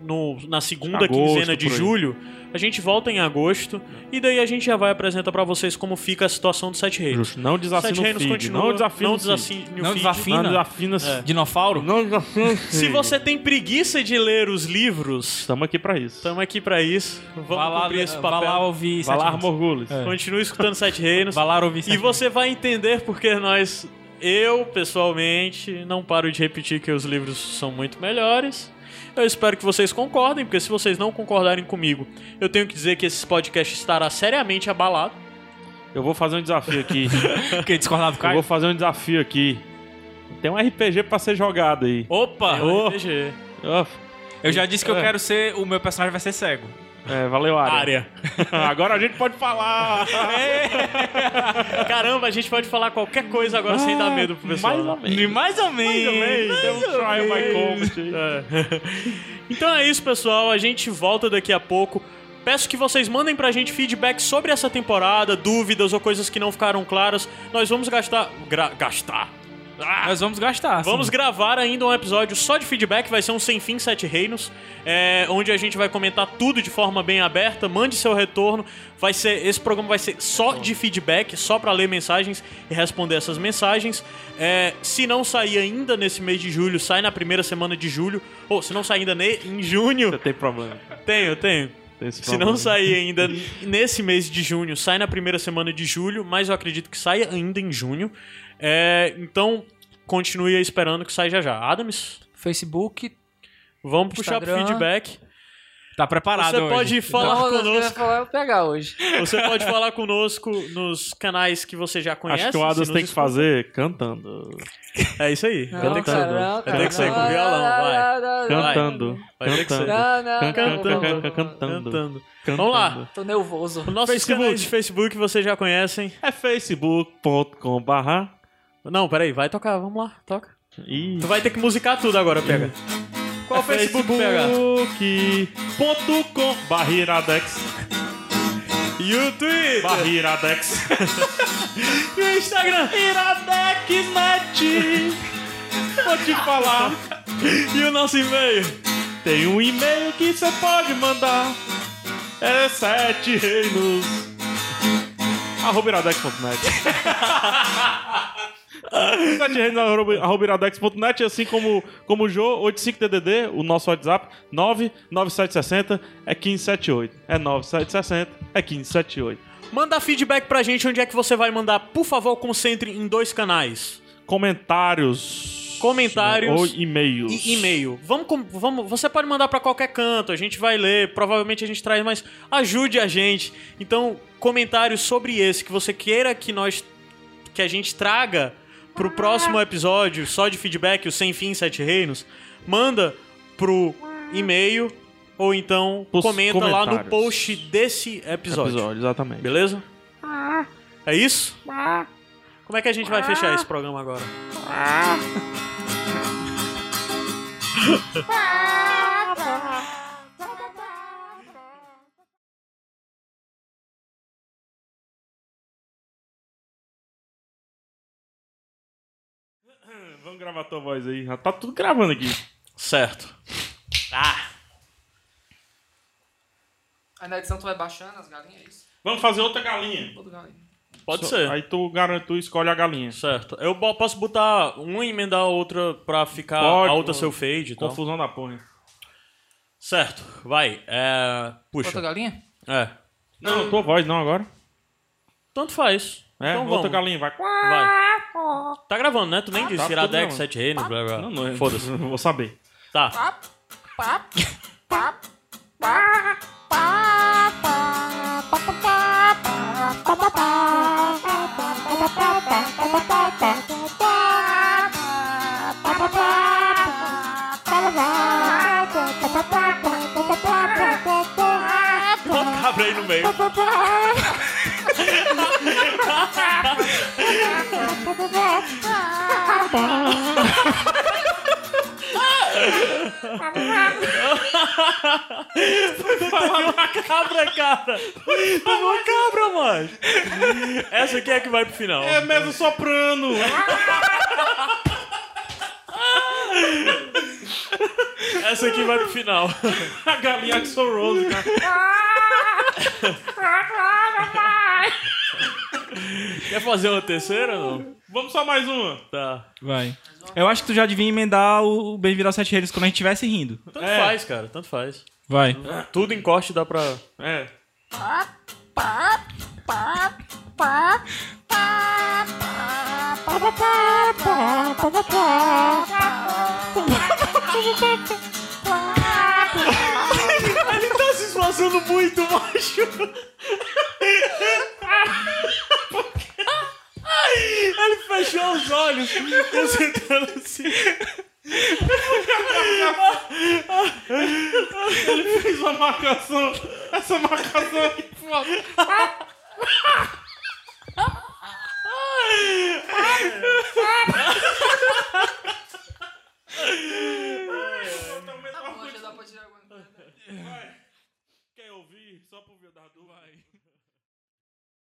Speaker 1: no- na segunda
Speaker 2: Agosto,
Speaker 1: quinzena de
Speaker 2: por aí.
Speaker 1: julho, a gente volta em agosto. E daí a gente já vai apresentar pra vocês como fica a situação do Sete Reis.
Speaker 2: Justo. Não desafina
Speaker 1: Sete
Speaker 2: o
Speaker 1: Reinos
Speaker 2: feed.
Speaker 1: continua.
Speaker 2: Não desafina
Speaker 1: não
Speaker 2: o feed.
Speaker 1: desafine o
Speaker 4: Não
Speaker 1: feed.
Speaker 4: desafine.
Speaker 2: Não desafina.
Speaker 1: É.
Speaker 4: Dinossauro?
Speaker 2: Não desafina o
Speaker 1: Se
Speaker 2: feed.
Speaker 1: você tem preguiça de ler os livros,
Speaker 2: Estamos aqui pra isso.
Speaker 1: estamos aqui pra isso. Vamos
Speaker 4: Vá lá,
Speaker 1: cumprir esse
Speaker 4: vá lá
Speaker 1: papel.
Speaker 4: ouvir.
Speaker 2: Valar
Speaker 4: Sete Reinos.
Speaker 2: Morgulis.
Speaker 4: É.
Speaker 1: Continue escutando Sete
Speaker 4: *laughs*
Speaker 1: Reinos.
Speaker 4: Vá lá ouvir.
Speaker 1: E
Speaker 4: Sete
Speaker 1: você vai entender porque nós, eu pessoalmente, não paro de repetir que os livros são muito melhores. Eu espero que vocês concordem, porque se vocês não concordarem comigo, eu tenho que dizer que esse podcast estará seriamente abalado.
Speaker 2: Eu vou fazer um
Speaker 1: *laughs*
Speaker 2: desafio aqui.
Speaker 4: Reinos. Porque discordar do
Speaker 2: Eu
Speaker 4: Caio?
Speaker 2: vou fazer um desafio aqui. Tem um RPG pra ser jogado aí.
Speaker 1: Opa!
Speaker 2: Ô.
Speaker 1: RPG.
Speaker 2: Ó,
Speaker 4: Eu já disse que eu quero ser. O meu personagem vai ser cego.
Speaker 2: É, valeu, área.
Speaker 4: *laughs*
Speaker 1: Área.
Speaker 2: *laughs* Agora a gente pode falar.
Speaker 1: Caramba, a gente pode falar qualquer coisa agora sem dar medo pro pessoal. né?
Speaker 2: Mais ou menos.
Speaker 4: Mais ou menos.
Speaker 2: Tem um trial by combat aí.
Speaker 1: É. Então é isso, pessoal. A gente volta daqui a pouco Peço que vocês mandem pra gente feedback sobre essa temporada, dúvidas ou coisas que não ficaram claras. Nós vamos gastar. gra- gastar. Ah!
Speaker 4: Nós vamos gastar. assim. sim.
Speaker 1: Vamos gravar ainda um episódio só de feedback, vai ser um Sem Fim Sete Reinos, é, onde a gente vai comentar tudo de forma bem aberta, mande seu retorno, vai ser esse programa vai ser só de feedback, só pra ler mensagens e responder essas mensagens. É, se não sair ainda nesse mês de julho, sai na primeira semana de julho, ou se não sair ainda ne- em junho,
Speaker 2: Você tem problema.
Speaker 1: tenho, tenho.
Speaker 2: Tem esse
Speaker 1: Se
Speaker 2: problema.
Speaker 1: não sair ainda nesse mês de junho, sai na primeira semana de julho, mas eu acredito que saia ainda em junho. É, então, continue aí esperando que saia já já. Adams,
Speaker 3: Facebook.
Speaker 1: vamos puxar pro
Speaker 3: Instagram.
Speaker 1: feedback.
Speaker 4: Tá preparado
Speaker 1: Você
Speaker 4: hoje.
Speaker 1: pode falar
Speaker 3: Não, eu ia
Speaker 1: conosco.
Speaker 3: falar, eu vou pegar hoje.
Speaker 1: Você pode falar conosco nos canais que você já conhece.
Speaker 2: Acho que o Adas
Speaker 1: se
Speaker 2: tem
Speaker 1: nos
Speaker 2: que fazer cantando.
Speaker 1: escuta. É isso aí.
Speaker 3: Não,
Speaker 1: Vai ter que ser.
Speaker 3: cara, não,
Speaker 1: Vai ter que sair com
Speaker 3: cara, não,
Speaker 1: violão, vai.
Speaker 3: não, não, não,
Speaker 1: Vai.
Speaker 2: Cantando.
Speaker 1: Vai ter que ser.
Speaker 2: Cantando.
Speaker 3: Não, não, não,
Speaker 2: Cantando,
Speaker 3: não, não,
Speaker 2: cantando,
Speaker 3: não.
Speaker 2: cantando.
Speaker 1: Cantando.
Speaker 2: cantando.
Speaker 1: Vamos lá.
Speaker 3: Tô nervoso.
Speaker 1: Os nossos
Speaker 2: Facebook.
Speaker 1: canais de Facebook vocês já conhecem.
Speaker 2: É facebook.com barra.
Speaker 1: Não, peraí, vai tocar, vamos lá, toca.
Speaker 2: Ih.
Speaker 1: Tu vai ter que musicar tudo agora, pega. Qual é o Facebook, pega?
Speaker 2: Facebook.com barriradex.
Speaker 1: E o Twitter?
Speaker 2: *laughs* Barriradex.
Speaker 1: E o Instagram?
Speaker 2: Iradexnet. Vou te falar.
Speaker 1: E o nosso e-mail?
Speaker 2: Tem um e-mail que você pode mandar. É sete reinos. Arroba iradex.net. sete reinos arroba- arroba iradex.net, assim como, como o Jô, 85DDD, o nosso WhatsApp, 99760 é 1578. É 9760 é 1578.
Speaker 1: Manda feedback pra gente onde é que você vai mandar. Por favor, concentre em dois canais.
Speaker 2: Comentários.
Speaker 1: Comentários.
Speaker 2: Ou e-mails.
Speaker 1: E e-mail. Vamos, com- vamos, você pode mandar pra qualquer canto, a gente vai ler, provavelmente a gente traz, mas ajude a gente. Então, comentários sobre esse que você queira que nós que a gente traga pro próximo episódio, só de feedback, o Sem Fim Sete Reinos, manda pro e-mail ou então
Speaker 2: Pros
Speaker 1: comenta lá no
Speaker 2: comentários.
Speaker 1: post desse episódio.
Speaker 2: Episódio, exatamente.
Speaker 1: Beleza? É isso? Como é que a gente vai fechar esse programa agora?
Speaker 2: Vamos gravar tua voz aí. Já tá tudo gravando aqui.
Speaker 1: Certo.
Speaker 3: Aí na edição tu vai baixando as galinhas, é isso?
Speaker 2: Vamos fazer outra galinha.
Speaker 3: Todo galinha.
Speaker 1: Pode
Speaker 2: Só-
Speaker 1: ser.
Speaker 2: Aí tu, garante, tu escolhe a galinha.
Speaker 1: Certo. Eu bo- posso botar uma e emendar a outra pra ficar
Speaker 2: Pode,
Speaker 1: a outra
Speaker 2: pô.
Speaker 1: seu fade e tal.
Speaker 2: Confusão da porra.
Speaker 1: Certo. Vai. É...
Speaker 3: Outra
Speaker 1: Puxa.
Speaker 3: galinha?
Speaker 1: É.
Speaker 2: Não, tua voz não agora.
Speaker 1: Tanto faz.
Speaker 2: É,
Speaker 1: então
Speaker 2: outra
Speaker 1: vamos.
Speaker 2: galinha, vai.
Speaker 1: Vai. Tá gravando, né? Tu nem disse.
Speaker 2: tá tudo
Speaker 1: Iradex,
Speaker 2: gravando.
Speaker 1: Sete Reinos, blá blá.
Speaker 2: Não, não, eu-
Speaker 1: Foda-se.
Speaker 2: eu Vou saber.
Speaker 1: Tá. Bota o *laughs* cabra aí no meio. *laughs* Cabra, cara. Tomou é cabra, mano. Essa aqui é a que vai pro final.
Speaker 2: É mesmo soprano. *laughs*
Speaker 1: Essa aqui vai pro final. *laughs*
Speaker 2: a É galinha que sou Rose, cara.
Speaker 1: Quer fazer uma terceira ou não?
Speaker 2: Vamos só mais uma.
Speaker 1: Tá.
Speaker 4: Vai. Eu acho que tu já devia emendar o Bem-vindo aos Sete Reinos quando a gente estivesse rindo.
Speaker 1: Tanto
Speaker 2: É.
Speaker 1: faz, cara. Tanto faz.
Speaker 4: Vai.
Speaker 1: Tudo em corte dá pra...
Speaker 2: É.
Speaker 1: *laughs* Ele tá se esforçando muito, macho. *laughs* Ele fechou os olhos, concentrando assim.
Speaker 2: Fiz uma marcação. Essa marcação aqui.
Speaker 3: Tá bom, já dá pra tirar agora.
Speaker 2: Quer ouvir? vídeo só pro Viu da Dúvida.
Speaker 4: Vai.